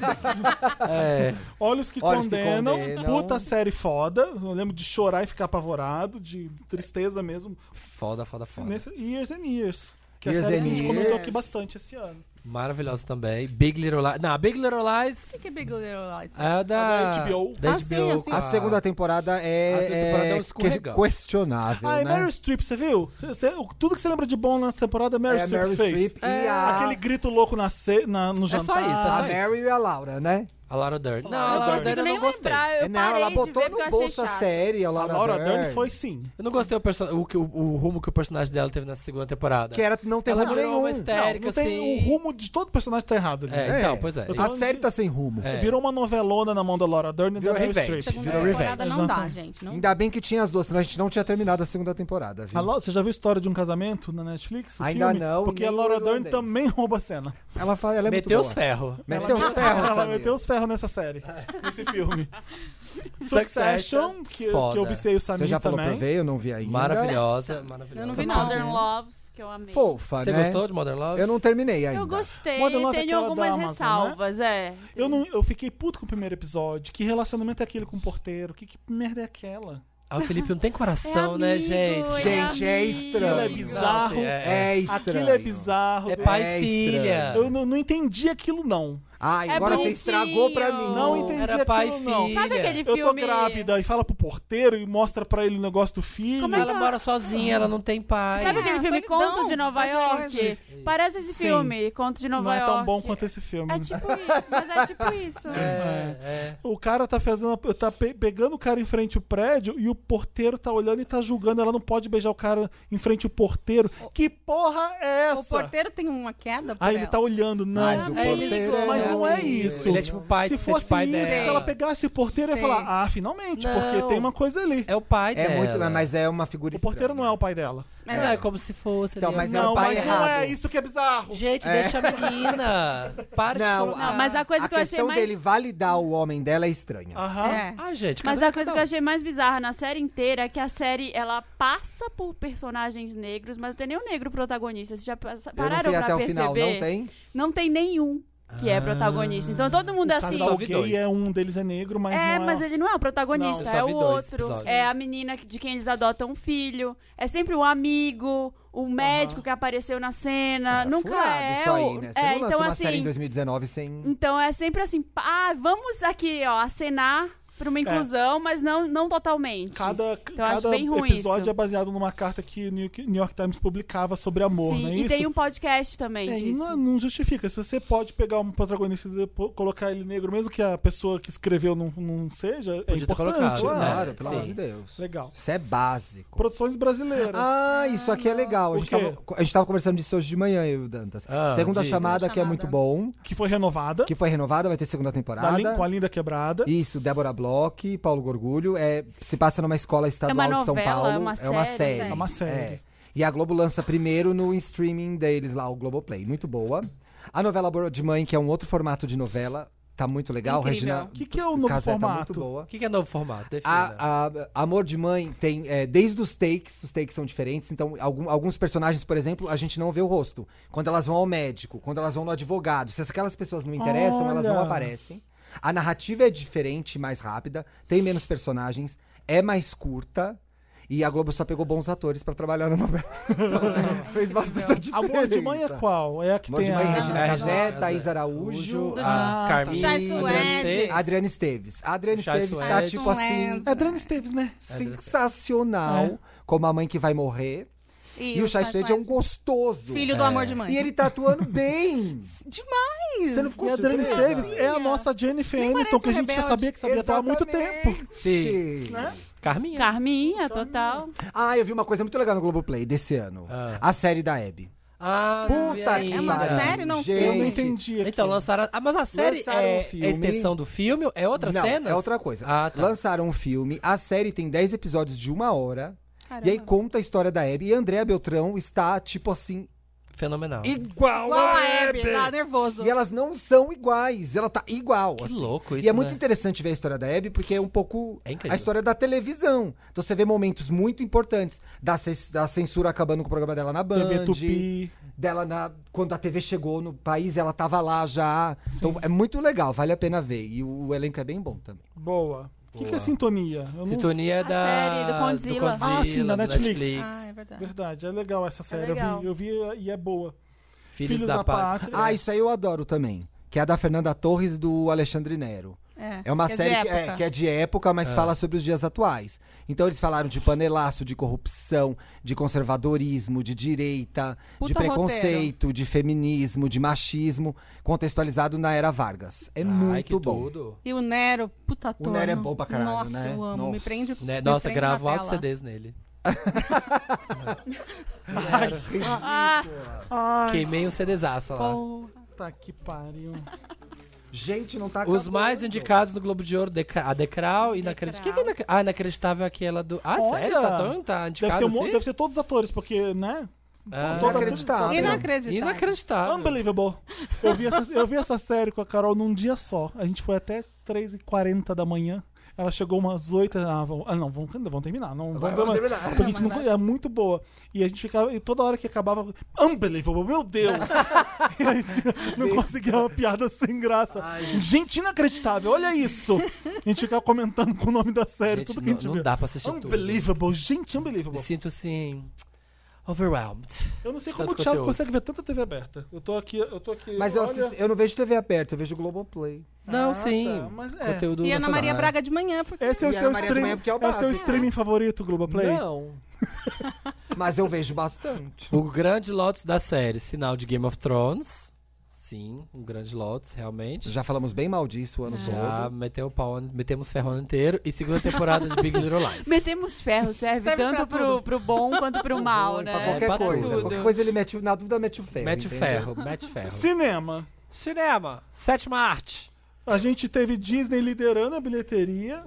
[SPEAKER 4] é.
[SPEAKER 3] Olhos que,
[SPEAKER 2] Olhos que
[SPEAKER 3] condenam,
[SPEAKER 2] condenam.
[SPEAKER 3] puta série foda. Eu lembro de chorar e ficar apavorado, de tristeza mesmo.
[SPEAKER 4] Foda, foda, foda.
[SPEAKER 3] Nesse Years and Years. Que é a
[SPEAKER 2] Years
[SPEAKER 3] série que a
[SPEAKER 2] and
[SPEAKER 3] gente comentou
[SPEAKER 2] Years.
[SPEAKER 3] aqui bastante esse ano.
[SPEAKER 4] Maravilhosa também. Big Little Lies. Não, a Big Little Lies
[SPEAKER 5] O que é Big Little Lies?
[SPEAKER 4] é a
[SPEAKER 3] É
[SPEAKER 4] da.
[SPEAKER 3] da HBO.
[SPEAKER 4] da
[SPEAKER 5] Ah, sim,
[SPEAKER 4] HBO,
[SPEAKER 5] sim.
[SPEAKER 4] com
[SPEAKER 2] A segunda temporada é,
[SPEAKER 4] A segunda temporada é um
[SPEAKER 2] é
[SPEAKER 4] escorregão.
[SPEAKER 2] que- questionável,
[SPEAKER 3] ah, é
[SPEAKER 2] né?
[SPEAKER 3] Meryl Streep, você viu? Cê- cê- o- tudo que você lembra de bom na temporada, Meryl
[SPEAKER 2] É a
[SPEAKER 3] Streep
[SPEAKER 2] Meryl
[SPEAKER 3] fez. É,
[SPEAKER 2] Streep Ah. e a-
[SPEAKER 3] Aquele grito louco na ce- na- no
[SPEAKER 4] só
[SPEAKER 3] jantar.
[SPEAKER 4] isso, é só
[SPEAKER 2] a
[SPEAKER 4] isso.
[SPEAKER 2] Mary e a Laura, né?
[SPEAKER 4] A Laura Dern. Não,
[SPEAKER 3] Laura
[SPEAKER 4] a Laura
[SPEAKER 3] Dern.
[SPEAKER 4] Dern eu
[SPEAKER 1] nem
[SPEAKER 4] não gostei.
[SPEAKER 1] lembrar, eu
[SPEAKER 2] É, não,
[SPEAKER 1] parei
[SPEAKER 2] ela
[SPEAKER 1] de
[SPEAKER 2] botou
[SPEAKER 1] ver porque eu
[SPEAKER 2] no
[SPEAKER 1] achei
[SPEAKER 2] bolso a
[SPEAKER 1] chato.
[SPEAKER 2] série, a
[SPEAKER 3] A
[SPEAKER 2] Laura,
[SPEAKER 3] Laura
[SPEAKER 2] Dern,
[SPEAKER 3] Dern foi sim.
[SPEAKER 4] Eu não gostei o, perso- o, que- o- o rumo que o personagem dela teve nessa segunda temporada.
[SPEAKER 2] Que é era não ter
[SPEAKER 4] Ela
[SPEAKER 2] rumo
[SPEAKER 4] virou
[SPEAKER 2] nenhum.
[SPEAKER 4] uma
[SPEAKER 3] Não,
[SPEAKER 4] histérica,
[SPEAKER 3] não tem
[SPEAKER 4] assim.
[SPEAKER 3] o rumo de todo personagem tá errado ali.
[SPEAKER 4] É,
[SPEAKER 3] né?
[SPEAKER 4] então, pois é.
[SPEAKER 3] Eu
[SPEAKER 2] A
[SPEAKER 3] tô-
[SPEAKER 2] série tá sem rumo.
[SPEAKER 4] É.
[SPEAKER 3] Virou uma novelona na mão da Laura Dern e
[SPEAKER 4] Virou
[SPEAKER 3] da Meryl
[SPEAKER 4] revenge.
[SPEAKER 3] Streep.
[SPEAKER 5] Segunda
[SPEAKER 4] Virou
[SPEAKER 5] temporada
[SPEAKER 3] revenge.
[SPEAKER 5] não dá,
[SPEAKER 3] Exatamente.
[SPEAKER 5] gente. Não dá.
[SPEAKER 2] Ainda bem que tinha as duas, senão a gente não tinha terminado a segunda temporada, viu?
[SPEAKER 3] A Lau- você já viu História de um Casamento na Netflix? O
[SPEAKER 2] Ainda
[SPEAKER 3] filme?
[SPEAKER 2] não,
[SPEAKER 3] Porque a
[SPEAKER 2] nem
[SPEAKER 3] Laura
[SPEAKER 2] o
[SPEAKER 3] Dern
[SPEAKER 2] irlandês.
[SPEAKER 3] também rouba a cena.
[SPEAKER 2] Ela, fala, ela é
[SPEAKER 4] Meteu os
[SPEAKER 2] muito boa.
[SPEAKER 4] ferros.
[SPEAKER 2] Meteu os ferros,
[SPEAKER 3] Ela
[SPEAKER 2] Samir.
[SPEAKER 3] meteu os ferros nessa série, nesse filme. Succession, que, que
[SPEAKER 4] foda.
[SPEAKER 3] eu viciei o
[SPEAKER 2] Você
[SPEAKER 3] Samir
[SPEAKER 2] já falou pra
[SPEAKER 3] também.
[SPEAKER 2] eu ver? Eu não vi ainda.
[SPEAKER 4] Maravilhosa, é maravilhosa.
[SPEAKER 5] Eu não vi nada.
[SPEAKER 1] Modern Love, que eu amei.
[SPEAKER 2] Fofa,
[SPEAKER 4] Você
[SPEAKER 2] né?
[SPEAKER 4] gostou de Modern Love?
[SPEAKER 2] Eu não terminei ainda.
[SPEAKER 1] Eu gostei,
[SPEAKER 3] Modern Love é
[SPEAKER 1] tenho
[SPEAKER 3] aquela da
[SPEAKER 1] algumas
[SPEAKER 3] Amazon,
[SPEAKER 1] ressalvas, é.
[SPEAKER 3] Eu, não, eu fiquei puto com o primeiro episódio. Que relacionamento é aquele com o porteiro? Que, que merda é aquela?
[SPEAKER 4] Ah, o Felipe não tem
[SPEAKER 1] É
[SPEAKER 4] coração, né,
[SPEAKER 1] amigo,
[SPEAKER 4] gente?
[SPEAKER 1] é
[SPEAKER 2] Gente, é
[SPEAKER 1] amigo.
[SPEAKER 2] estranho.
[SPEAKER 3] Ele é bizarro.
[SPEAKER 4] Não, assim, é,
[SPEAKER 2] É
[SPEAKER 3] Aquilo
[SPEAKER 2] estranho.
[SPEAKER 3] é bizarro.
[SPEAKER 4] é pai
[SPEAKER 2] É
[SPEAKER 4] e filha.
[SPEAKER 2] estranho.
[SPEAKER 3] Eu não, não entendi aquilo, não.
[SPEAKER 2] Ai,
[SPEAKER 1] É
[SPEAKER 2] agora
[SPEAKER 1] bonitinho.
[SPEAKER 2] você estragou pra mim.
[SPEAKER 3] Não entendi
[SPEAKER 4] Era pai e
[SPEAKER 3] aquilo, não.
[SPEAKER 4] filha.
[SPEAKER 1] Sabe aquele
[SPEAKER 3] Eu
[SPEAKER 1] filme...
[SPEAKER 3] tô grávida e fala pro porteiro e mostra pra ele o negócio do filho.
[SPEAKER 1] Como é que
[SPEAKER 4] Ela mora sozinha, ela não tem pai.
[SPEAKER 1] Sabe aquele
[SPEAKER 5] É,
[SPEAKER 1] filme
[SPEAKER 5] solidão,
[SPEAKER 1] Contos de Nova
[SPEAKER 5] mais ou menos
[SPEAKER 1] York? Parece esse
[SPEAKER 3] Sim.
[SPEAKER 1] filme, Contos de
[SPEAKER 3] não
[SPEAKER 1] Nova
[SPEAKER 3] é
[SPEAKER 1] York.
[SPEAKER 3] tão bom quanto esse filme.
[SPEAKER 1] É tipo isso, mas é tipo isso.
[SPEAKER 4] É, é.
[SPEAKER 3] O cara tá fazendo, tá pe- pegando o cara em frente ao prédio e o porteiro tá olhando e tá julgando. Ela não pode beijar o cara em frente ao porteiro. Que porra é essa?
[SPEAKER 5] O porteiro tem uma queda por
[SPEAKER 3] Aí
[SPEAKER 1] é
[SPEAKER 3] ele
[SPEAKER 5] ela.
[SPEAKER 3] tá olhando, não.
[SPEAKER 2] Mas Ah, o
[SPEAKER 4] É
[SPEAKER 2] porteiro
[SPEAKER 4] isso,
[SPEAKER 2] é
[SPEAKER 3] mas não é
[SPEAKER 2] amigo.
[SPEAKER 3] isso.
[SPEAKER 4] Ele é tipo pai,
[SPEAKER 3] se
[SPEAKER 4] se fosse
[SPEAKER 3] fosse
[SPEAKER 4] pai
[SPEAKER 3] isso,
[SPEAKER 4] dela.
[SPEAKER 3] se ela pegasse o porteiro, ia
[SPEAKER 5] Sei.
[SPEAKER 3] falar, ah, finalmente,
[SPEAKER 4] Não.
[SPEAKER 3] porque tem uma coisa ali.
[SPEAKER 4] É o pai
[SPEAKER 2] É
[SPEAKER 4] dela.
[SPEAKER 2] muito, mas é uma figura
[SPEAKER 3] O porteiro não é o pai dela.
[SPEAKER 5] Mas
[SPEAKER 4] Não,
[SPEAKER 5] é-
[SPEAKER 4] é como se fosse.
[SPEAKER 2] Então,
[SPEAKER 4] ali,
[SPEAKER 2] mas
[SPEAKER 4] ó.
[SPEAKER 2] é o
[SPEAKER 3] não,
[SPEAKER 2] pai
[SPEAKER 3] mas não
[SPEAKER 2] errado.
[SPEAKER 3] é isso que é bizarro.
[SPEAKER 4] Gente, deixa a menina. Para
[SPEAKER 2] Não,
[SPEAKER 4] de colocar.
[SPEAKER 1] Não, mas a coisa
[SPEAKER 2] a
[SPEAKER 1] que eu achei
[SPEAKER 2] questão
[SPEAKER 1] mais...
[SPEAKER 2] dele validar o homem dela é estranha.
[SPEAKER 3] Aham.
[SPEAKER 5] É.
[SPEAKER 4] Ah, gente,
[SPEAKER 1] Mas
[SPEAKER 4] cada um,
[SPEAKER 1] a coisa
[SPEAKER 4] cada
[SPEAKER 1] que eu
[SPEAKER 4] um.
[SPEAKER 1] achei mais bizarra na série inteira é que a série, ela passa por personagens negros, mas não tem nenhum negro protagonista. Vocês já pa-
[SPEAKER 2] eu não
[SPEAKER 1] pararam
[SPEAKER 2] fui
[SPEAKER 1] pra
[SPEAKER 2] até o
[SPEAKER 1] perceber?
[SPEAKER 2] final, não tem?
[SPEAKER 1] Não tem nenhum que é protagonista. Então todo mundo
[SPEAKER 3] O
[SPEAKER 1] assim...
[SPEAKER 3] casal
[SPEAKER 4] vi
[SPEAKER 3] gay
[SPEAKER 4] dois.
[SPEAKER 3] é um deles é negro, mas
[SPEAKER 1] é,
[SPEAKER 3] não é.
[SPEAKER 1] mas ele não é o protagonista,
[SPEAKER 4] Não, eu só
[SPEAKER 1] é
[SPEAKER 4] vi
[SPEAKER 1] o
[SPEAKER 4] dois
[SPEAKER 1] outro.
[SPEAKER 4] episódios.
[SPEAKER 1] É a menina de quem eles adotam um filho. É sempre um amigo, um médico que apareceu na cena.
[SPEAKER 2] Era
[SPEAKER 1] Nunca
[SPEAKER 2] Tá furado
[SPEAKER 1] é.
[SPEAKER 2] isso aí,
[SPEAKER 1] o...
[SPEAKER 2] né? Você
[SPEAKER 1] é,
[SPEAKER 2] não lança
[SPEAKER 1] então
[SPEAKER 2] uma
[SPEAKER 1] assim.
[SPEAKER 2] série em 2019 sem...
[SPEAKER 1] Então é sempre assim, ah, vamos aqui, ó, acenar pra uma inclusão, mas não, não totalmente.
[SPEAKER 3] Cada,
[SPEAKER 1] assim. eu acho
[SPEAKER 3] cada
[SPEAKER 1] bem ruim
[SPEAKER 3] episódio
[SPEAKER 1] isso.
[SPEAKER 3] é baseado numa carta que o New New York Times publicava sobre amor,
[SPEAKER 1] Sim,
[SPEAKER 3] não é
[SPEAKER 1] e
[SPEAKER 3] isso?
[SPEAKER 1] tem um podcast também
[SPEAKER 3] É,
[SPEAKER 1] disso.
[SPEAKER 3] não, não justifica. Se você pode pegar um protagonista e depo- colocar ele negro, mesmo que a pessoa que escreveu não, não seja, é
[SPEAKER 4] Podia ter
[SPEAKER 3] importante.
[SPEAKER 4] colocado, né?
[SPEAKER 2] Claro,
[SPEAKER 4] É,
[SPEAKER 2] pelo
[SPEAKER 4] sim.
[SPEAKER 2] amor de Deus.
[SPEAKER 3] Legal.
[SPEAKER 2] Isso é básico.
[SPEAKER 3] Produções brasileiras.
[SPEAKER 2] Ah, isso aqui é legal. A
[SPEAKER 3] O
[SPEAKER 2] gente,
[SPEAKER 3] quê?
[SPEAKER 2] tava, a gente tava conversando disso hoje de manhã, eu e o Dantas.
[SPEAKER 4] Ah,
[SPEAKER 2] segunda
[SPEAKER 4] diga.
[SPEAKER 2] chamada, que é
[SPEAKER 5] Chamada.
[SPEAKER 2] muito bom,
[SPEAKER 3] Que foi renovada.
[SPEAKER 2] que foi renovada, vai ter segunda
[SPEAKER 3] da
[SPEAKER 2] temporada.
[SPEAKER 3] Lin- com a linda quebrada.
[SPEAKER 2] Isso, Débora Bloch, Paulo Gorgulho. É, se passa numa escola estadual
[SPEAKER 1] É uma
[SPEAKER 2] de São
[SPEAKER 1] novela,
[SPEAKER 2] Paulo.
[SPEAKER 1] é uma série, né?
[SPEAKER 3] É uma série.
[SPEAKER 2] E a Globo lança primeiro no streaming deles lá, o Globoplay. Muito boa. A novela Boa de Mãe, que é um outro formato de novela. Tá muito legal,
[SPEAKER 5] Incrível.
[SPEAKER 2] Regina.
[SPEAKER 3] O que, que é o novo
[SPEAKER 2] Casé tá muito
[SPEAKER 3] formato?
[SPEAKER 2] boa.
[SPEAKER 4] O que, que é novo formato? Defina. Ah,
[SPEAKER 1] Ah,
[SPEAKER 2] A, a- Amor de Mãe tem é, desde os takes, os takes são diferentes. Então, algum- alguns personagens, por exemplo, a gente não vê o rosto. Quando elas vão ao médico, quando elas vão no advogado, se aquelas pessoas não interessam, elas não
[SPEAKER 3] Olha!
[SPEAKER 2] aparecem. A narrativa é diferente, mais rápida, tem menos personagens, é mais curta. E a Globo só pegou bons atores pra trabalhar na novela. Então, fez bastante diferença.
[SPEAKER 3] Amor de mãe é qual? É a que
[SPEAKER 2] Amor
[SPEAKER 3] tem
[SPEAKER 2] de Mãe,
[SPEAKER 3] a...
[SPEAKER 2] Regina
[SPEAKER 4] Ah,
[SPEAKER 2] Casé,
[SPEAKER 4] Regina
[SPEAKER 2] Thaís
[SPEAKER 4] Casé.
[SPEAKER 2] Araújo,
[SPEAKER 4] Araújo,
[SPEAKER 1] tá.
[SPEAKER 2] a
[SPEAKER 4] a tá. Carminha,
[SPEAKER 5] Chay
[SPEAKER 4] Adriana
[SPEAKER 5] Suede.
[SPEAKER 4] Esteves.
[SPEAKER 2] Adriana Esteves. A Adriana
[SPEAKER 4] Chay
[SPEAKER 2] Esteves tá
[SPEAKER 4] Suede.
[SPEAKER 2] tipo assim
[SPEAKER 5] Suede.
[SPEAKER 3] É Adriana Esteves, né?
[SPEAKER 2] sensacional
[SPEAKER 3] É.
[SPEAKER 2] como a mãe que vai morrer. E, o Chai Suede é um gostoso.
[SPEAKER 5] Filho do amor de mãe.
[SPEAKER 2] E ele tá atuando bem.
[SPEAKER 5] Demais!
[SPEAKER 2] Você não ficou
[SPEAKER 3] E a Adriana
[SPEAKER 2] surpresa?
[SPEAKER 3] Esteves é a nossa Jennifer Aniston,
[SPEAKER 5] parece
[SPEAKER 3] que a gente já
[SPEAKER 5] rebelde.
[SPEAKER 3] sabia que sabia
[SPEAKER 5] tá
[SPEAKER 3] até há muito tempo.
[SPEAKER 2] Exatamente. Né?
[SPEAKER 4] Sim. Carminha.
[SPEAKER 1] Carminha, total.
[SPEAKER 2] Ah, eu vi uma coisa muito legal no Globoplay desse ano.
[SPEAKER 4] Ah.
[SPEAKER 2] A série da Abby.
[SPEAKER 4] Ah, não vi
[SPEAKER 2] Puta que
[SPEAKER 4] ainda.
[SPEAKER 5] É uma
[SPEAKER 2] pariu,
[SPEAKER 5] série? Não,
[SPEAKER 2] gente.
[SPEAKER 3] Eu não entendi aqui.
[SPEAKER 4] Então, lançaram. Ah, mas a série
[SPEAKER 2] Lançaram
[SPEAKER 4] é,
[SPEAKER 2] um filme.
[SPEAKER 4] é extensão do filme? É outra
[SPEAKER 2] não,
[SPEAKER 4] cena?
[SPEAKER 2] é outra coisa.
[SPEAKER 4] Ah, tá.
[SPEAKER 2] Lançaram um filme. A série tem 10 episódios de uma hora.
[SPEAKER 5] Caramba.
[SPEAKER 2] E aí conta a história da Abby. E Andréa Beltrão está, tipo assim,
[SPEAKER 4] Fenomenal.
[SPEAKER 2] igual,
[SPEAKER 5] Igual a Hebe, tá nervoso.
[SPEAKER 2] E elas não são iguais, ela tá igual.
[SPEAKER 4] Que
[SPEAKER 2] assim.
[SPEAKER 4] louco
[SPEAKER 2] E
[SPEAKER 4] isso,
[SPEAKER 2] é muito
[SPEAKER 4] né?
[SPEAKER 2] interessante ver a história da Abby, porque é um pouco
[SPEAKER 4] É incrível.
[SPEAKER 2] a história da televisão. Então você vê momentos muito importantes da, cens- da censura acabando com o programa dela na Band.
[SPEAKER 3] TV Tupi.
[SPEAKER 2] Dela na. Quando a TV chegou no país, ela tava lá já. Então é muito legal, vale a pena ver. E o, o elenco é bem bom também.
[SPEAKER 3] Boa. O que, que é sintonia? Eu não
[SPEAKER 4] Sintonia
[SPEAKER 1] A
[SPEAKER 4] da.
[SPEAKER 1] série do Condzilla.
[SPEAKER 3] Ah, sim, da
[SPEAKER 4] do
[SPEAKER 3] Netflix.
[SPEAKER 5] Ah, é verdade.
[SPEAKER 3] Verdade, é legal essa série.
[SPEAKER 1] legal.
[SPEAKER 3] Eu, vi, eu vi e é boa.
[SPEAKER 4] Filhos, da, Pátria.
[SPEAKER 3] É.
[SPEAKER 2] Ah, isso aí eu adoro também. Que é a da Fernanda Torres e do Alexandre Nero. É uma
[SPEAKER 5] que de
[SPEAKER 2] série que, é,
[SPEAKER 5] época.
[SPEAKER 2] que é de época, mas fala sobre os dias atuais. Então eles falaram de panelaço, de corrupção, de conservadorismo, de direita,
[SPEAKER 5] Puta
[SPEAKER 2] de preconceito, de feminismo, de machismo, contextualizado na era Vargas. É
[SPEAKER 4] Ai, que
[SPEAKER 2] muito bom.
[SPEAKER 4] tudo.
[SPEAKER 5] E o Nero, puta
[SPEAKER 2] O
[SPEAKER 5] torno.
[SPEAKER 2] Nero é bom pra caralho,
[SPEAKER 5] Nossa,
[SPEAKER 2] né?
[SPEAKER 5] eu amo. Me
[SPEAKER 2] Nossa.
[SPEAKER 5] prende.
[SPEAKER 4] Né?
[SPEAKER 5] me
[SPEAKER 4] Nossa,
[SPEAKER 5] prende
[SPEAKER 4] gravou
[SPEAKER 5] na
[SPEAKER 4] altos
[SPEAKER 5] tela.
[SPEAKER 4] CDs nele.
[SPEAKER 1] Ah,
[SPEAKER 3] Ai,
[SPEAKER 4] Queimei um CDzaço lá.
[SPEAKER 5] Porra.
[SPEAKER 3] tá que pariu.
[SPEAKER 2] Gente, não tá
[SPEAKER 4] Os
[SPEAKER 2] acabando.
[SPEAKER 4] mais indicados no Globo de Ouro, Deca- a Decral e Inacreditável. O que, que é inac- Ah, Inacreditável é aquela do. Ah,
[SPEAKER 3] Olha!
[SPEAKER 4] sério? Tá, tão, tá
[SPEAKER 3] Deve ser,
[SPEAKER 4] indicado
[SPEAKER 3] um mon-
[SPEAKER 4] assim?
[SPEAKER 3] deve ser todos os atores, porque, né?
[SPEAKER 4] Ah,
[SPEAKER 3] Toda-
[SPEAKER 2] Inacreditável.
[SPEAKER 5] Inacreditável.
[SPEAKER 4] Inacreditável.
[SPEAKER 3] Unbelievable. Eu vi, essa, eu vi essa série com a Carol num dia só. A gente foi até 3h40 da manhã. Ela chegou umas 8 Ah, vão- ah, não, vão, vão terminar. Não, vão,
[SPEAKER 2] vamos
[SPEAKER 3] terminar. Porque a gente não, é muito boa. E a gente ficava. E toda hora que acabava. Unbelievable, meu Deus! e a gente não conseguia uma piada sem graça. Gente inacreditável, olha isso! A gente ficava comentando com o nome da série,
[SPEAKER 4] Gente,
[SPEAKER 3] tudo que a
[SPEAKER 4] não,
[SPEAKER 3] gente
[SPEAKER 4] não
[SPEAKER 3] viu.
[SPEAKER 4] dá pra assistir tudo.
[SPEAKER 3] Unbelievable, gente,
[SPEAKER 4] Me
[SPEAKER 3] unbelievable.
[SPEAKER 4] sinto assim. Overwhelmed.
[SPEAKER 3] Eu não sei
[SPEAKER 4] de
[SPEAKER 3] como o
[SPEAKER 4] tanto
[SPEAKER 3] Thiago
[SPEAKER 4] conteúdo.
[SPEAKER 3] consegue ver tanta TV aberta. Eu tô aqui, eu tô aqui.
[SPEAKER 2] Mas eu,
[SPEAKER 3] olha...
[SPEAKER 2] assisto- eu não vejo TV aberta, eu vejo Globoplay.
[SPEAKER 4] Não,
[SPEAKER 3] Ah,
[SPEAKER 4] sim.
[SPEAKER 3] tá, mas é.
[SPEAKER 4] Conteúdo
[SPEAKER 5] E Ana
[SPEAKER 4] nacional,
[SPEAKER 5] Maria
[SPEAKER 4] né?
[SPEAKER 5] Braga de manhã, porque
[SPEAKER 3] Esse é o
[SPEAKER 2] E a
[SPEAKER 3] seu,
[SPEAKER 2] Maria de
[SPEAKER 3] stream...
[SPEAKER 2] Manhã, porque é o
[SPEAKER 3] é o seu
[SPEAKER 2] básico.
[SPEAKER 3] streaming favorito, Globoplay?
[SPEAKER 2] Não. mas eu vejo bastante.
[SPEAKER 4] O grande lotus das séries. Final de Game of Thrones. Sim, um grande lotus, realmente.
[SPEAKER 2] Já falamos bem mal disso o
[SPEAKER 5] É.
[SPEAKER 2] ano
[SPEAKER 4] Já
[SPEAKER 2] todo.
[SPEAKER 4] meteu o pau, metemos ferrão inteiro. E segunda temporada de Big Little Lies.
[SPEAKER 1] metemos ferro, serve,
[SPEAKER 5] Serve pra
[SPEAKER 1] tanto pro,
[SPEAKER 5] tudo.
[SPEAKER 1] pro bom quanto pro mal, né?
[SPEAKER 2] Pra
[SPEAKER 4] É,
[SPEAKER 2] qualquer
[SPEAKER 4] pra
[SPEAKER 2] coisa.
[SPEAKER 4] tudo.
[SPEAKER 2] Qualquer coisa ele mete, o- na dúvida mete o ferro.
[SPEAKER 4] Mete o
[SPEAKER 2] entendeu?
[SPEAKER 4] ferro, mete o ferro.
[SPEAKER 3] Cinema.
[SPEAKER 4] Cinema, sétima arte.
[SPEAKER 3] A gente teve Disney liderando a bilheteria.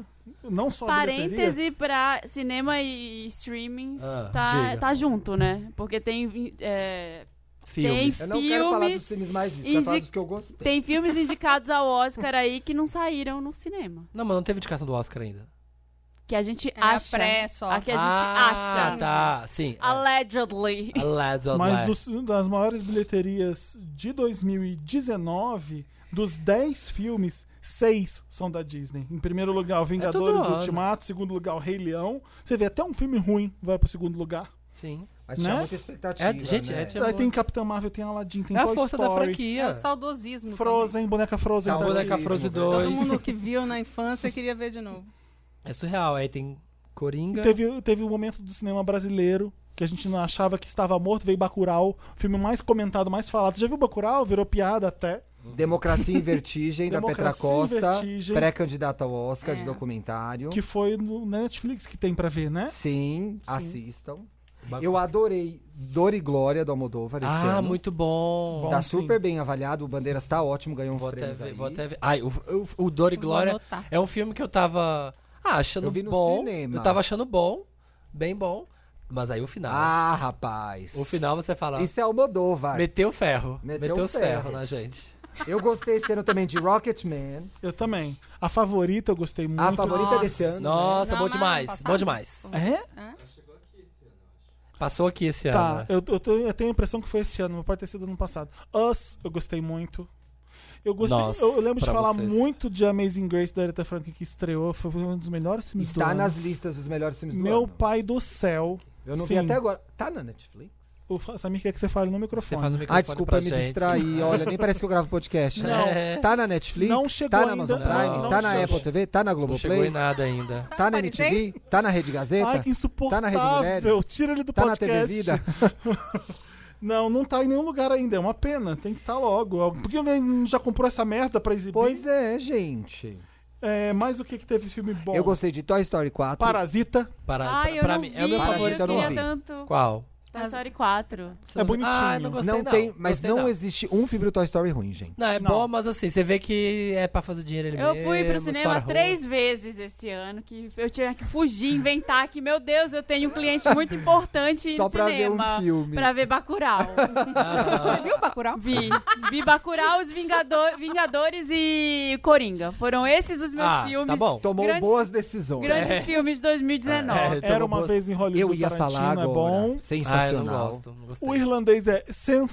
[SPEAKER 3] Não só a bilheteria.
[SPEAKER 1] Parêntese pra cinema e streamings
[SPEAKER 4] Ah,
[SPEAKER 1] tá,
[SPEAKER 4] diga.
[SPEAKER 1] tá junto, né? Porque tem, é,
[SPEAKER 4] Filmes.
[SPEAKER 2] Eu não quero falar
[SPEAKER 1] Filmes
[SPEAKER 2] dos filmes mais vistos, eu quero falar
[SPEAKER 1] indi-
[SPEAKER 2] dos que eu gostei.
[SPEAKER 1] tem filmes indicados ao Oscar aí que não saíram no cinema.
[SPEAKER 4] Não, mas não teve indicação do Oscar ainda.
[SPEAKER 1] Que a gente
[SPEAKER 5] É a
[SPEAKER 1] acha.
[SPEAKER 5] pré só.
[SPEAKER 1] a que a gente
[SPEAKER 4] ah,
[SPEAKER 1] acha.
[SPEAKER 4] tá. Sim.
[SPEAKER 1] Allegedly.
[SPEAKER 4] é. Lads of
[SPEAKER 3] Mas
[SPEAKER 4] Life.
[SPEAKER 3] dos- das maiores bilheterias de 2019, dos 10 filmes, 6 são da Disney. Em primeiro lugar,
[SPEAKER 4] É
[SPEAKER 3] o Vingadores
[SPEAKER 4] todo ano.
[SPEAKER 3] Ultimato. Em segundo lugar, o Rei Leão. Você vê, até um filme ruim vai pro segundo lugar.
[SPEAKER 4] Sim.
[SPEAKER 2] Mas tinha
[SPEAKER 3] Né?
[SPEAKER 2] muita expectativa.
[SPEAKER 4] É, gente,
[SPEAKER 2] né?
[SPEAKER 4] é, tinha-
[SPEAKER 3] Aí tem Capitão Marvel, tem Aladdin, tem
[SPEAKER 4] é a
[SPEAKER 3] Toy
[SPEAKER 4] força da
[SPEAKER 3] Story.
[SPEAKER 5] É o
[SPEAKER 4] franquia. né?
[SPEAKER 5] saudosismo.
[SPEAKER 3] Frozen, boneca Frozen.
[SPEAKER 2] Saudade.
[SPEAKER 3] também.
[SPEAKER 4] Boneca Frozen
[SPEAKER 2] Todo
[SPEAKER 5] também.
[SPEAKER 4] 2.
[SPEAKER 5] Todo mundo que viu na infância queria ver de novo.
[SPEAKER 4] É surreal. Aí tem Coringa.
[SPEAKER 3] Teve, teve um momento do cinema brasileiro que a gente não achava que estava morto, veio Bacurau, filme mais comentado, mais falado. Você já viu Bacurau? Virou piada até.
[SPEAKER 2] Democracia em Vertigem, da Petra
[SPEAKER 3] Democracia em
[SPEAKER 2] Costa,
[SPEAKER 3] Vertigem.
[SPEAKER 2] pré-candidata ao Oscar de
[SPEAKER 5] É.
[SPEAKER 2] documentário.
[SPEAKER 3] Que foi no Netflix que tem pra ver, né?
[SPEAKER 2] Sim, assistam. Eu adorei Dor e Glória do Almodóvar esse
[SPEAKER 4] Ah,
[SPEAKER 2] ano.
[SPEAKER 4] muito bom.
[SPEAKER 3] Bom,
[SPEAKER 2] Tá
[SPEAKER 3] sim.
[SPEAKER 2] super bem avaliado, o Bandeiras tá ótimo, ganhou uns
[SPEAKER 4] Vou até
[SPEAKER 2] prêmios
[SPEAKER 4] ver,
[SPEAKER 2] aí.
[SPEAKER 4] vou até ver. Ai, o, o, o Dor e
[SPEAKER 5] Vou
[SPEAKER 4] Glória
[SPEAKER 5] anotar.
[SPEAKER 4] é um filme que eu tava ah, achando
[SPEAKER 2] Eu vi no
[SPEAKER 4] bom.
[SPEAKER 2] cinema.
[SPEAKER 4] Eu tava achando bom, bem bom. Mas aí o final.
[SPEAKER 2] Ah, rapaz.
[SPEAKER 4] o final você fala.
[SPEAKER 2] Isso é Almodóvar.
[SPEAKER 4] Meteu ferro.
[SPEAKER 2] Meteu
[SPEAKER 4] Meteu os
[SPEAKER 2] ferro.
[SPEAKER 4] ferro na gente.
[SPEAKER 2] Eu gostei esse ano também de Rocketman.
[SPEAKER 3] Eu também. A favorita eu gostei muito.
[SPEAKER 2] A favorita é
[SPEAKER 5] Nossa.
[SPEAKER 2] desse ano. né?
[SPEAKER 4] Nossa,
[SPEAKER 5] Não,
[SPEAKER 4] bom
[SPEAKER 5] mas
[SPEAKER 4] demais.
[SPEAKER 5] passado.
[SPEAKER 4] Bom demais.
[SPEAKER 3] É?
[SPEAKER 4] Passou aqui esse ano.
[SPEAKER 3] Tá,
[SPEAKER 4] né?
[SPEAKER 3] eu, eu tenho- eu tenho a impressão que foi esse ano, mas pode ter sido ano passado. Us, eu gostei muito. Eu gostei.
[SPEAKER 4] Nossa,
[SPEAKER 3] eu lembro de
[SPEAKER 4] pra
[SPEAKER 3] falar
[SPEAKER 4] vocês.
[SPEAKER 3] muito de Amazing Grace da Aretha Franklin que estreou. Foi um dos melhores filmes do
[SPEAKER 2] Está
[SPEAKER 3] ano.
[SPEAKER 2] nas listas dos melhores filmes do
[SPEAKER 3] Meu
[SPEAKER 2] ano.
[SPEAKER 3] pai do céu.
[SPEAKER 2] Eu não
[SPEAKER 3] Sim.
[SPEAKER 2] vi até agora. Tá na Netflix?
[SPEAKER 3] O Fa- Samir quer que você fale no
[SPEAKER 4] Você
[SPEAKER 3] microfone.
[SPEAKER 4] fala no microfone
[SPEAKER 2] Ah, desculpa
[SPEAKER 4] pra
[SPEAKER 2] me
[SPEAKER 4] gente.
[SPEAKER 2] distrair. Olha, nem parece que eu gravo podcast. né?
[SPEAKER 4] Não.
[SPEAKER 2] É. Tá na Netflix?
[SPEAKER 3] Não chegou
[SPEAKER 2] Tá na Amazon
[SPEAKER 3] ainda.
[SPEAKER 2] Prime? tá
[SPEAKER 4] Não, não
[SPEAKER 2] na
[SPEAKER 4] chegou.
[SPEAKER 2] Apple TV? Tá na
[SPEAKER 4] Não chegou em
[SPEAKER 2] Globoplay?
[SPEAKER 4] nada ainda.
[SPEAKER 2] Tá na
[SPEAKER 5] Apareceu?
[SPEAKER 2] NTV? Tá na Rede Gazeta?
[SPEAKER 3] Ai, que insuportável.
[SPEAKER 2] Tá na Rede Mulher?
[SPEAKER 3] Tira ele do
[SPEAKER 2] Tá na
[SPEAKER 3] podcast.
[SPEAKER 2] TV Vida?
[SPEAKER 3] Não, não tá em nenhum lugar ainda. É uma pena. Tem que estar logo. Por que alguém já comprou essa merda pra exibir?
[SPEAKER 2] Pois é, gente.
[SPEAKER 3] É, mas o que que teve filme bom?
[SPEAKER 2] Eu gostei de Toy Story 4.
[SPEAKER 3] Parasita.
[SPEAKER 4] Para,
[SPEAKER 1] Ai, eu
[SPEAKER 4] pra
[SPEAKER 1] não
[SPEAKER 4] mim,
[SPEAKER 1] vi,
[SPEAKER 4] é o meu
[SPEAKER 1] eu
[SPEAKER 4] favorito.
[SPEAKER 2] Parasita eu não
[SPEAKER 1] queria
[SPEAKER 2] vi.
[SPEAKER 1] tanto.
[SPEAKER 4] Qual?
[SPEAKER 1] Toy Story 4.
[SPEAKER 4] Você não-
[SPEAKER 3] É bonitinho.
[SPEAKER 4] Ah, não gostei
[SPEAKER 2] não
[SPEAKER 4] não.
[SPEAKER 2] tem, mas
[SPEAKER 4] Gostei
[SPEAKER 2] não, existe um filme do Toy Story ruim, gente.
[SPEAKER 4] Não, é
[SPEAKER 3] Não.
[SPEAKER 4] bom, mas assim, você vê que é pra fazer dinheiro ele
[SPEAKER 1] Eu
[SPEAKER 4] mesmo.
[SPEAKER 1] fui pro
[SPEAKER 4] história
[SPEAKER 1] cinema
[SPEAKER 4] ruim.
[SPEAKER 1] três vezes esse ano, que eu tinha que fugir, inventar que, meu Deus, eu tenho um cliente muito importante em
[SPEAKER 2] Só pra ver um
[SPEAKER 1] cinema.
[SPEAKER 2] filme.
[SPEAKER 1] Pra ver Bacurau.
[SPEAKER 4] Ah,
[SPEAKER 5] Você viu o Bacurau?
[SPEAKER 1] Vi. Vi Bacurau, Os Vingador- Vingadores e Coringa. Foram esses os meus
[SPEAKER 4] Ah, tá
[SPEAKER 1] filmes.
[SPEAKER 4] bom.
[SPEAKER 2] Tomou
[SPEAKER 1] grandes,
[SPEAKER 2] boas decisões.
[SPEAKER 1] Grandes filmes de 2019.
[SPEAKER 4] É,
[SPEAKER 3] Era
[SPEAKER 4] tomou
[SPEAKER 3] uma
[SPEAKER 4] boas-
[SPEAKER 3] vez em Hollywood.
[SPEAKER 2] Eu ia
[SPEAKER 3] Tarantino
[SPEAKER 2] falar
[SPEAKER 3] É
[SPEAKER 2] agora.
[SPEAKER 3] bom.
[SPEAKER 4] Ah, eu não
[SPEAKER 2] Sensacional.
[SPEAKER 4] gosto. Não gostei.
[SPEAKER 3] O irlandês é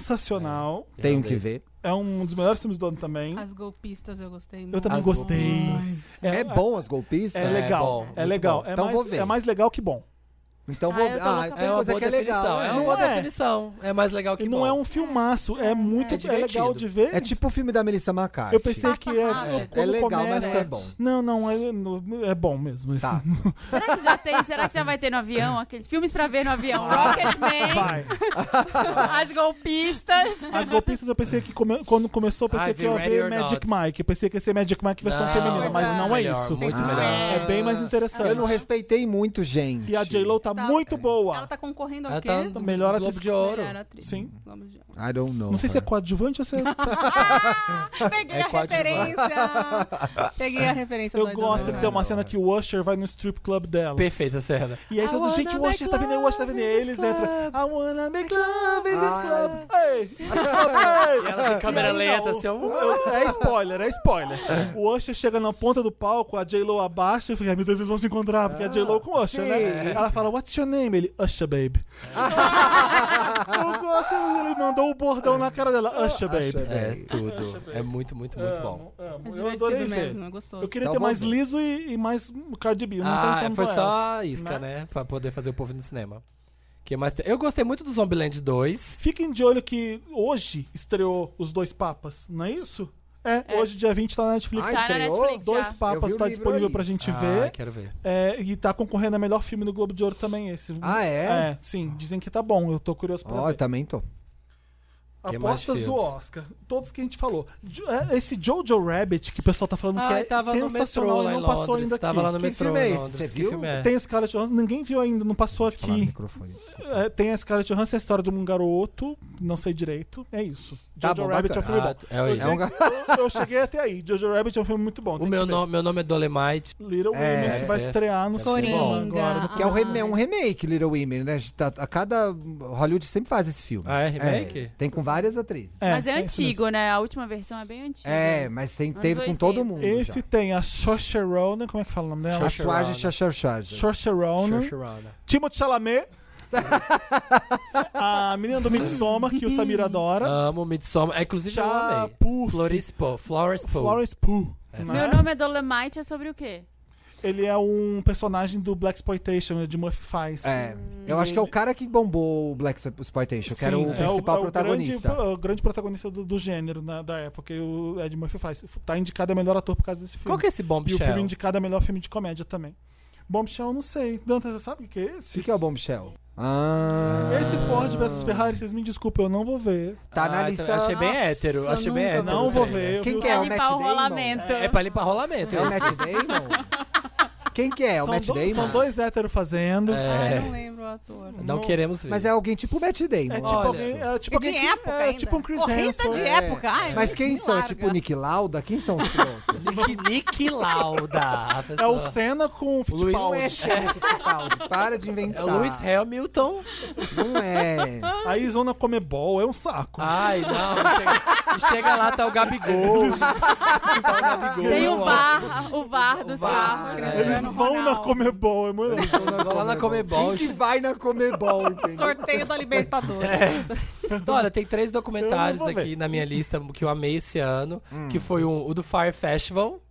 [SPEAKER 3] sensacional.
[SPEAKER 2] Tenho que ver.
[SPEAKER 3] É. um dos melhores filmes do ano também.
[SPEAKER 5] As golpistas eu gostei muito.
[SPEAKER 3] Eu também
[SPEAKER 4] As
[SPEAKER 3] gostei.
[SPEAKER 4] golpistas.
[SPEAKER 2] É, bom as golpistas?
[SPEAKER 3] É legal.
[SPEAKER 4] bom,
[SPEAKER 3] É,
[SPEAKER 4] muito
[SPEAKER 3] legal.
[SPEAKER 2] bom.
[SPEAKER 3] É,
[SPEAKER 2] Então
[SPEAKER 3] mais,
[SPEAKER 2] vou ver.
[SPEAKER 3] é mais legal que bom.
[SPEAKER 2] Então
[SPEAKER 1] Ah,
[SPEAKER 2] vou.
[SPEAKER 1] eu tô
[SPEAKER 2] Ah,
[SPEAKER 1] louca
[SPEAKER 2] tem
[SPEAKER 4] É uma
[SPEAKER 2] coisa
[SPEAKER 4] boa
[SPEAKER 2] que é legal.
[SPEAKER 4] definição. É uma
[SPEAKER 2] né?
[SPEAKER 4] boa
[SPEAKER 3] É.
[SPEAKER 4] definição. É mais legal que
[SPEAKER 3] e não
[SPEAKER 4] bom.
[SPEAKER 3] é um filmaço. É, muito
[SPEAKER 4] É
[SPEAKER 3] é legal
[SPEAKER 4] divertido.
[SPEAKER 3] de ver.
[SPEAKER 2] É tipo o filme da Melissa McCarthy.
[SPEAKER 3] Eu pensei que
[SPEAKER 5] Passa
[SPEAKER 3] é.
[SPEAKER 5] rápido.
[SPEAKER 3] quando
[SPEAKER 2] É legal,
[SPEAKER 3] começa,
[SPEAKER 2] mas não é bom.
[SPEAKER 3] Não, não, é, no- é bom mesmo.
[SPEAKER 2] Tá.
[SPEAKER 3] assim.
[SPEAKER 1] Será que já tem? Será que já vai ter no avião? Aqueles filmes pra ver no avião.
[SPEAKER 4] Ah.
[SPEAKER 1] Rocketman,
[SPEAKER 3] Vai.
[SPEAKER 1] As Golpistas.
[SPEAKER 3] As golpistas eu pensei que come- quando começou, eu pensei
[SPEAKER 4] Ai,
[SPEAKER 3] que ia
[SPEAKER 4] Ready
[SPEAKER 3] ver
[SPEAKER 4] or
[SPEAKER 3] Magic
[SPEAKER 4] Not.
[SPEAKER 3] Mike. Eu pensei que ia ser Magic Mike versão
[SPEAKER 4] Não,
[SPEAKER 3] feminina, mas
[SPEAKER 5] coisa
[SPEAKER 3] não é
[SPEAKER 4] melhor,
[SPEAKER 3] isso.
[SPEAKER 4] muito
[SPEAKER 2] Ah.
[SPEAKER 4] melhor.
[SPEAKER 3] É bem mais interessante.
[SPEAKER 2] Eu não respeitei muito, gente.
[SPEAKER 3] E a J-Lo tá,
[SPEAKER 5] Tá-
[SPEAKER 3] muito boa.
[SPEAKER 5] Ela tá concorrendo ao
[SPEAKER 4] Ela
[SPEAKER 5] quê?
[SPEAKER 4] tá no
[SPEAKER 3] Melhor
[SPEAKER 4] Globo
[SPEAKER 3] atriz-
[SPEAKER 4] de Ouro.
[SPEAKER 5] Melhor atriz.
[SPEAKER 3] Sim.
[SPEAKER 5] Vamos de ouro.
[SPEAKER 2] I don't know.
[SPEAKER 3] Não sei se é
[SPEAKER 2] her.
[SPEAKER 3] coadjuvante ou se é.
[SPEAKER 5] Peguei
[SPEAKER 4] É
[SPEAKER 5] a
[SPEAKER 4] coadjuvante.
[SPEAKER 5] referência. Peguei a referência do
[SPEAKER 3] Eu
[SPEAKER 5] Edu
[SPEAKER 3] gosto que
[SPEAKER 5] Miller.
[SPEAKER 3] tem um uma cena que o Usher vai no strip club dela.
[SPEAKER 4] Perfeita cena.
[SPEAKER 3] E aí
[SPEAKER 4] I
[SPEAKER 3] todo gente, o
[SPEAKER 4] wanna
[SPEAKER 3] Usher tá
[SPEAKER 4] make
[SPEAKER 3] vindo, o Usher tá vindo. E aí
[SPEAKER 4] love in
[SPEAKER 3] eles
[SPEAKER 4] this
[SPEAKER 3] entram. I wanna make love in this
[SPEAKER 2] Ai.
[SPEAKER 3] club. Ei, in this club, ei.
[SPEAKER 4] E ela tem câmera
[SPEAKER 3] aí,
[SPEAKER 4] lenta,
[SPEAKER 3] não,
[SPEAKER 4] assim, ó.
[SPEAKER 3] eu- É spoiler, é spoiler. O Usher chega na ponta do palco, a J-Lo abaixa e fica, "Ai, meu Deus, eles vão se encontrar, porque é a J-Lo com o Usher,
[SPEAKER 2] sim.
[SPEAKER 3] né? Ela fala, what's your name? Ele, Usher, baby. eu gosto, ele mandou o bordão na cara dela, Usher,
[SPEAKER 2] Usher,
[SPEAKER 3] baby.
[SPEAKER 4] É tudo. É muito, muito, muito bom.
[SPEAKER 3] Amo, amo.
[SPEAKER 5] É
[SPEAKER 3] Eu adorei
[SPEAKER 5] divertido
[SPEAKER 3] ver.
[SPEAKER 5] mesmo, é gostoso.
[SPEAKER 3] Eu queria
[SPEAKER 2] Então
[SPEAKER 3] ter mais
[SPEAKER 2] vamos ver.
[SPEAKER 3] liso e, e mais Cardi B. Não
[SPEAKER 4] ah,
[SPEAKER 3] tem tanto
[SPEAKER 4] foi
[SPEAKER 3] elas.
[SPEAKER 4] só isca, né? Pra poder fazer o povo ir no cinema. Que mais tem? Eu gostei muito do Zombieland 2.
[SPEAKER 3] Fiquem de olho que hoje estreou Os Dois Papas, não é isso? É,
[SPEAKER 1] É.
[SPEAKER 3] hoje, dia 20, tá na Netflix.
[SPEAKER 1] Tá na
[SPEAKER 2] estreou?
[SPEAKER 1] Netflix
[SPEAKER 3] Dois
[SPEAKER 1] já.
[SPEAKER 2] Eu vi
[SPEAKER 3] Papas
[SPEAKER 2] o
[SPEAKER 3] tá
[SPEAKER 2] livro
[SPEAKER 3] disponível
[SPEAKER 2] aí.
[SPEAKER 3] pra gente
[SPEAKER 4] ah,
[SPEAKER 3] ver.
[SPEAKER 4] quero ver.
[SPEAKER 3] É, e tá concorrendo a melhor filme do Globo de Ouro também, esse.
[SPEAKER 2] Ah, é?
[SPEAKER 3] sim, dizem que tá bom. Eu tô curioso pra
[SPEAKER 2] Ó, eu
[SPEAKER 4] tá
[SPEAKER 3] ver.
[SPEAKER 2] também tô.
[SPEAKER 4] Tem mais
[SPEAKER 3] Apostas do
[SPEAKER 4] filmes.
[SPEAKER 3] Oscar. Todos que a gente falou. Jo- é, Esse Jojo Rabbit, que o pessoal tá falando que
[SPEAKER 4] Ah,
[SPEAKER 3] é
[SPEAKER 4] e tava no metrô
[SPEAKER 3] sensacional
[SPEAKER 4] lá
[SPEAKER 3] e
[SPEAKER 4] em
[SPEAKER 3] não passou
[SPEAKER 4] Londres.
[SPEAKER 3] ainda
[SPEAKER 4] Tava lá
[SPEAKER 3] aqui.
[SPEAKER 4] no
[SPEAKER 2] Que
[SPEAKER 4] metrô
[SPEAKER 2] filme é
[SPEAKER 4] em
[SPEAKER 2] esse?
[SPEAKER 4] Londres.
[SPEAKER 2] Você
[SPEAKER 4] Que
[SPEAKER 2] viu?
[SPEAKER 4] filme é?
[SPEAKER 3] Tem a Scarlett Johansson, ninguém viu ainda, não passou
[SPEAKER 2] Falar no
[SPEAKER 3] aqui.
[SPEAKER 2] microfone, desculpa.
[SPEAKER 3] É, tem a Scarlett Johansson, a história de um garoto, não sei direito. É isso.
[SPEAKER 2] Tá
[SPEAKER 3] Jojo
[SPEAKER 2] bom,
[SPEAKER 3] Rabbit
[SPEAKER 2] bacana.
[SPEAKER 3] é um filme
[SPEAKER 4] Ah,
[SPEAKER 3] bom.
[SPEAKER 4] é
[SPEAKER 3] eu,
[SPEAKER 4] isso.
[SPEAKER 3] sei-
[SPEAKER 2] É um ga-
[SPEAKER 3] eu- eu cheguei até aí. Jojo Rabbit é um filme muito bom.
[SPEAKER 4] O
[SPEAKER 3] tem
[SPEAKER 4] meu
[SPEAKER 3] que ver.
[SPEAKER 4] nome, meu nome é Dolemite.
[SPEAKER 3] Little
[SPEAKER 2] É,
[SPEAKER 3] Women, que vai
[SPEAKER 4] é.
[SPEAKER 3] estrear no
[SPEAKER 4] Coringa.
[SPEAKER 3] cinema agora.
[SPEAKER 5] Ah.
[SPEAKER 2] Que é um, rem- é um remake, Little Women, né? A gente tá- A cada. Hollywood sempre faz esse filme.
[SPEAKER 4] Ah, é remake?
[SPEAKER 2] tem com várias atrizes.
[SPEAKER 3] É,
[SPEAKER 1] Mas é,
[SPEAKER 3] isso mesmo.
[SPEAKER 1] antigo, né? A última versão é bem antiga.
[SPEAKER 2] É, mas tem,
[SPEAKER 1] Anos
[SPEAKER 2] teve com todo
[SPEAKER 1] 80.
[SPEAKER 2] mundo.
[SPEAKER 3] Esse tem a Saoirse Ronan, como é que fala o nome
[SPEAKER 2] já. A
[SPEAKER 3] dela?
[SPEAKER 4] Saoirse Ronan.
[SPEAKER 2] Suarge Chachar
[SPEAKER 3] Saoirse Ronan,
[SPEAKER 4] Shosharana.
[SPEAKER 3] Timothée Chalamet, a menina do Midsommar, que o Samir adora,
[SPEAKER 4] Amo Midsommar. É, inclusive, eu
[SPEAKER 3] Chá
[SPEAKER 4] amei.
[SPEAKER 3] Puff,
[SPEAKER 4] Florence Pugh. Florence Pugh.
[SPEAKER 3] Florence Pugh.
[SPEAKER 4] É.
[SPEAKER 3] né?
[SPEAKER 1] Meu nome é Dolemite, é sobre o quê?
[SPEAKER 3] ele é um personagem do Black Exploitation, de Murphy Faz.
[SPEAKER 2] É, eu acho que é o cara que bombou o Black Exploitation, que era
[SPEAKER 3] Sim,
[SPEAKER 2] o
[SPEAKER 3] é
[SPEAKER 2] principal
[SPEAKER 3] é o
[SPEAKER 2] protagonista.
[SPEAKER 3] grande- é O grande, protagonista do, do gênero na- da época, e o Ed Murphy faz. Tá indicado a melhor ator por causa desse filme.
[SPEAKER 4] Qual que é esse
[SPEAKER 3] E o filme
[SPEAKER 4] bombshell?
[SPEAKER 3] indicado a melhor filme de comédia também. Bombshell, eu não sei. Dante, você sabe o que é
[SPEAKER 2] O que
[SPEAKER 3] esse?
[SPEAKER 2] que é o Bombshell? Ah,
[SPEAKER 3] Esse Ford versus Ferrari, vocês me desculpem, eu não vou ver.
[SPEAKER 2] tá na
[SPEAKER 4] Ah,
[SPEAKER 2] lista.
[SPEAKER 4] Achei bem hétero.
[SPEAKER 5] Nossa,
[SPEAKER 4] Achei bem
[SPEAKER 5] nunca
[SPEAKER 4] hétero.
[SPEAKER 3] Não
[SPEAKER 4] tá
[SPEAKER 3] vou
[SPEAKER 4] ligado?
[SPEAKER 3] ver. eu vi
[SPEAKER 2] Quem
[SPEAKER 3] o-
[SPEAKER 2] que é o Matt
[SPEAKER 1] limpar o
[SPEAKER 2] Damon?
[SPEAKER 1] rolamento.
[SPEAKER 4] É pra limpar rolamento.
[SPEAKER 2] É
[SPEAKER 4] né?
[SPEAKER 2] o Matt Damon? Quem que é? É o
[SPEAKER 3] são,
[SPEAKER 2] Matt
[SPEAKER 3] do-
[SPEAKER 2] Damon?
[SPEAKER 3] são dois héteros fazendo. É,
[SPEAKER 5] Ai, Ah, não
[SPEAKER 4] É,
[SPEAKER 5] lembro o ator.
[SPEAKER 4] não queremos ver.
[SPEAKER 2] Mas é alguém tipo o Matt Damon.
[SPEAKER 3] tipo
[SPEAKER 4] Olha.
[SPEAKER 3] alguém. É tipo
[SPEAKER 5] E de
[SPEAKER 3] alguém que-
[SPEAKER 5] época
[SPEAKER 3] é
[SPEAKER 5] ainda.
[SPEAKER 3] tipo um Chris
[SPEAKER 5] Corrida
[SPEAKER 3] Hemsworth.
[SPEAKER 5] de
[SPEAKER 2] É.
[SPEAKER 5] época. Ai,
[SPEAKER 2] Mas
[SPEAKER 5] me
[SPEAKER 2] quem são?
[SPEAKER 5] larga.
[SPEAKER 2] Tipo o Nick Lauda? Quem são os pilotos?
[SPEAKER 4] Nick, Nick Lauda. a
[SPEAKER 3] É o
[SPEAKER 4] pessoa.
[SPEAKER 3] Senna com o
[SPEAKER 4] Luiz-
[SPEAKER 2] Não
[SPEAKER 3] Fittipaldi.
[SPEAKER 2] é Sheriff Fittipaldi. Para de inventar.
[SPEAKER 3] Tá.
[SPEAKER 4] É o Lewis Hamilton.
[SPEAKER 2] Não é.
[SPEAKER 3] Aí Zona Comebol é um saco.
[SPEAKER 4] Ai, não. e Chega, e chega lá, tá o Gabigol. tá o Gabigol.
[SPEAKER 1] Tem o VAR, o VAR dos
[SPEAKER 4] VAR,
[SPEAKER 1] carros.
[SPEAKER 4] é.
[SPEAKER 1] Cristiano
[SPEAKER 3] Eles vão na
[SPEAKER 1] Ronaldo.
[SPEAKER 3] Comebol, é muito.
[SPEAKER 4] Vou lá na Comebol.
[SPEAKER 2] Quem que vai na Comebol, entendeu?
[SPEAKER 5] Sorteio da Libertadores.
[SPEAKER 4] Então, olha, tem três documentários
[SPEAKER 3] Eu não vou Hum.
[SPEAKER 4] aqui na minha lista que eu amei esse ano. Que foi um- o do Fire Festival.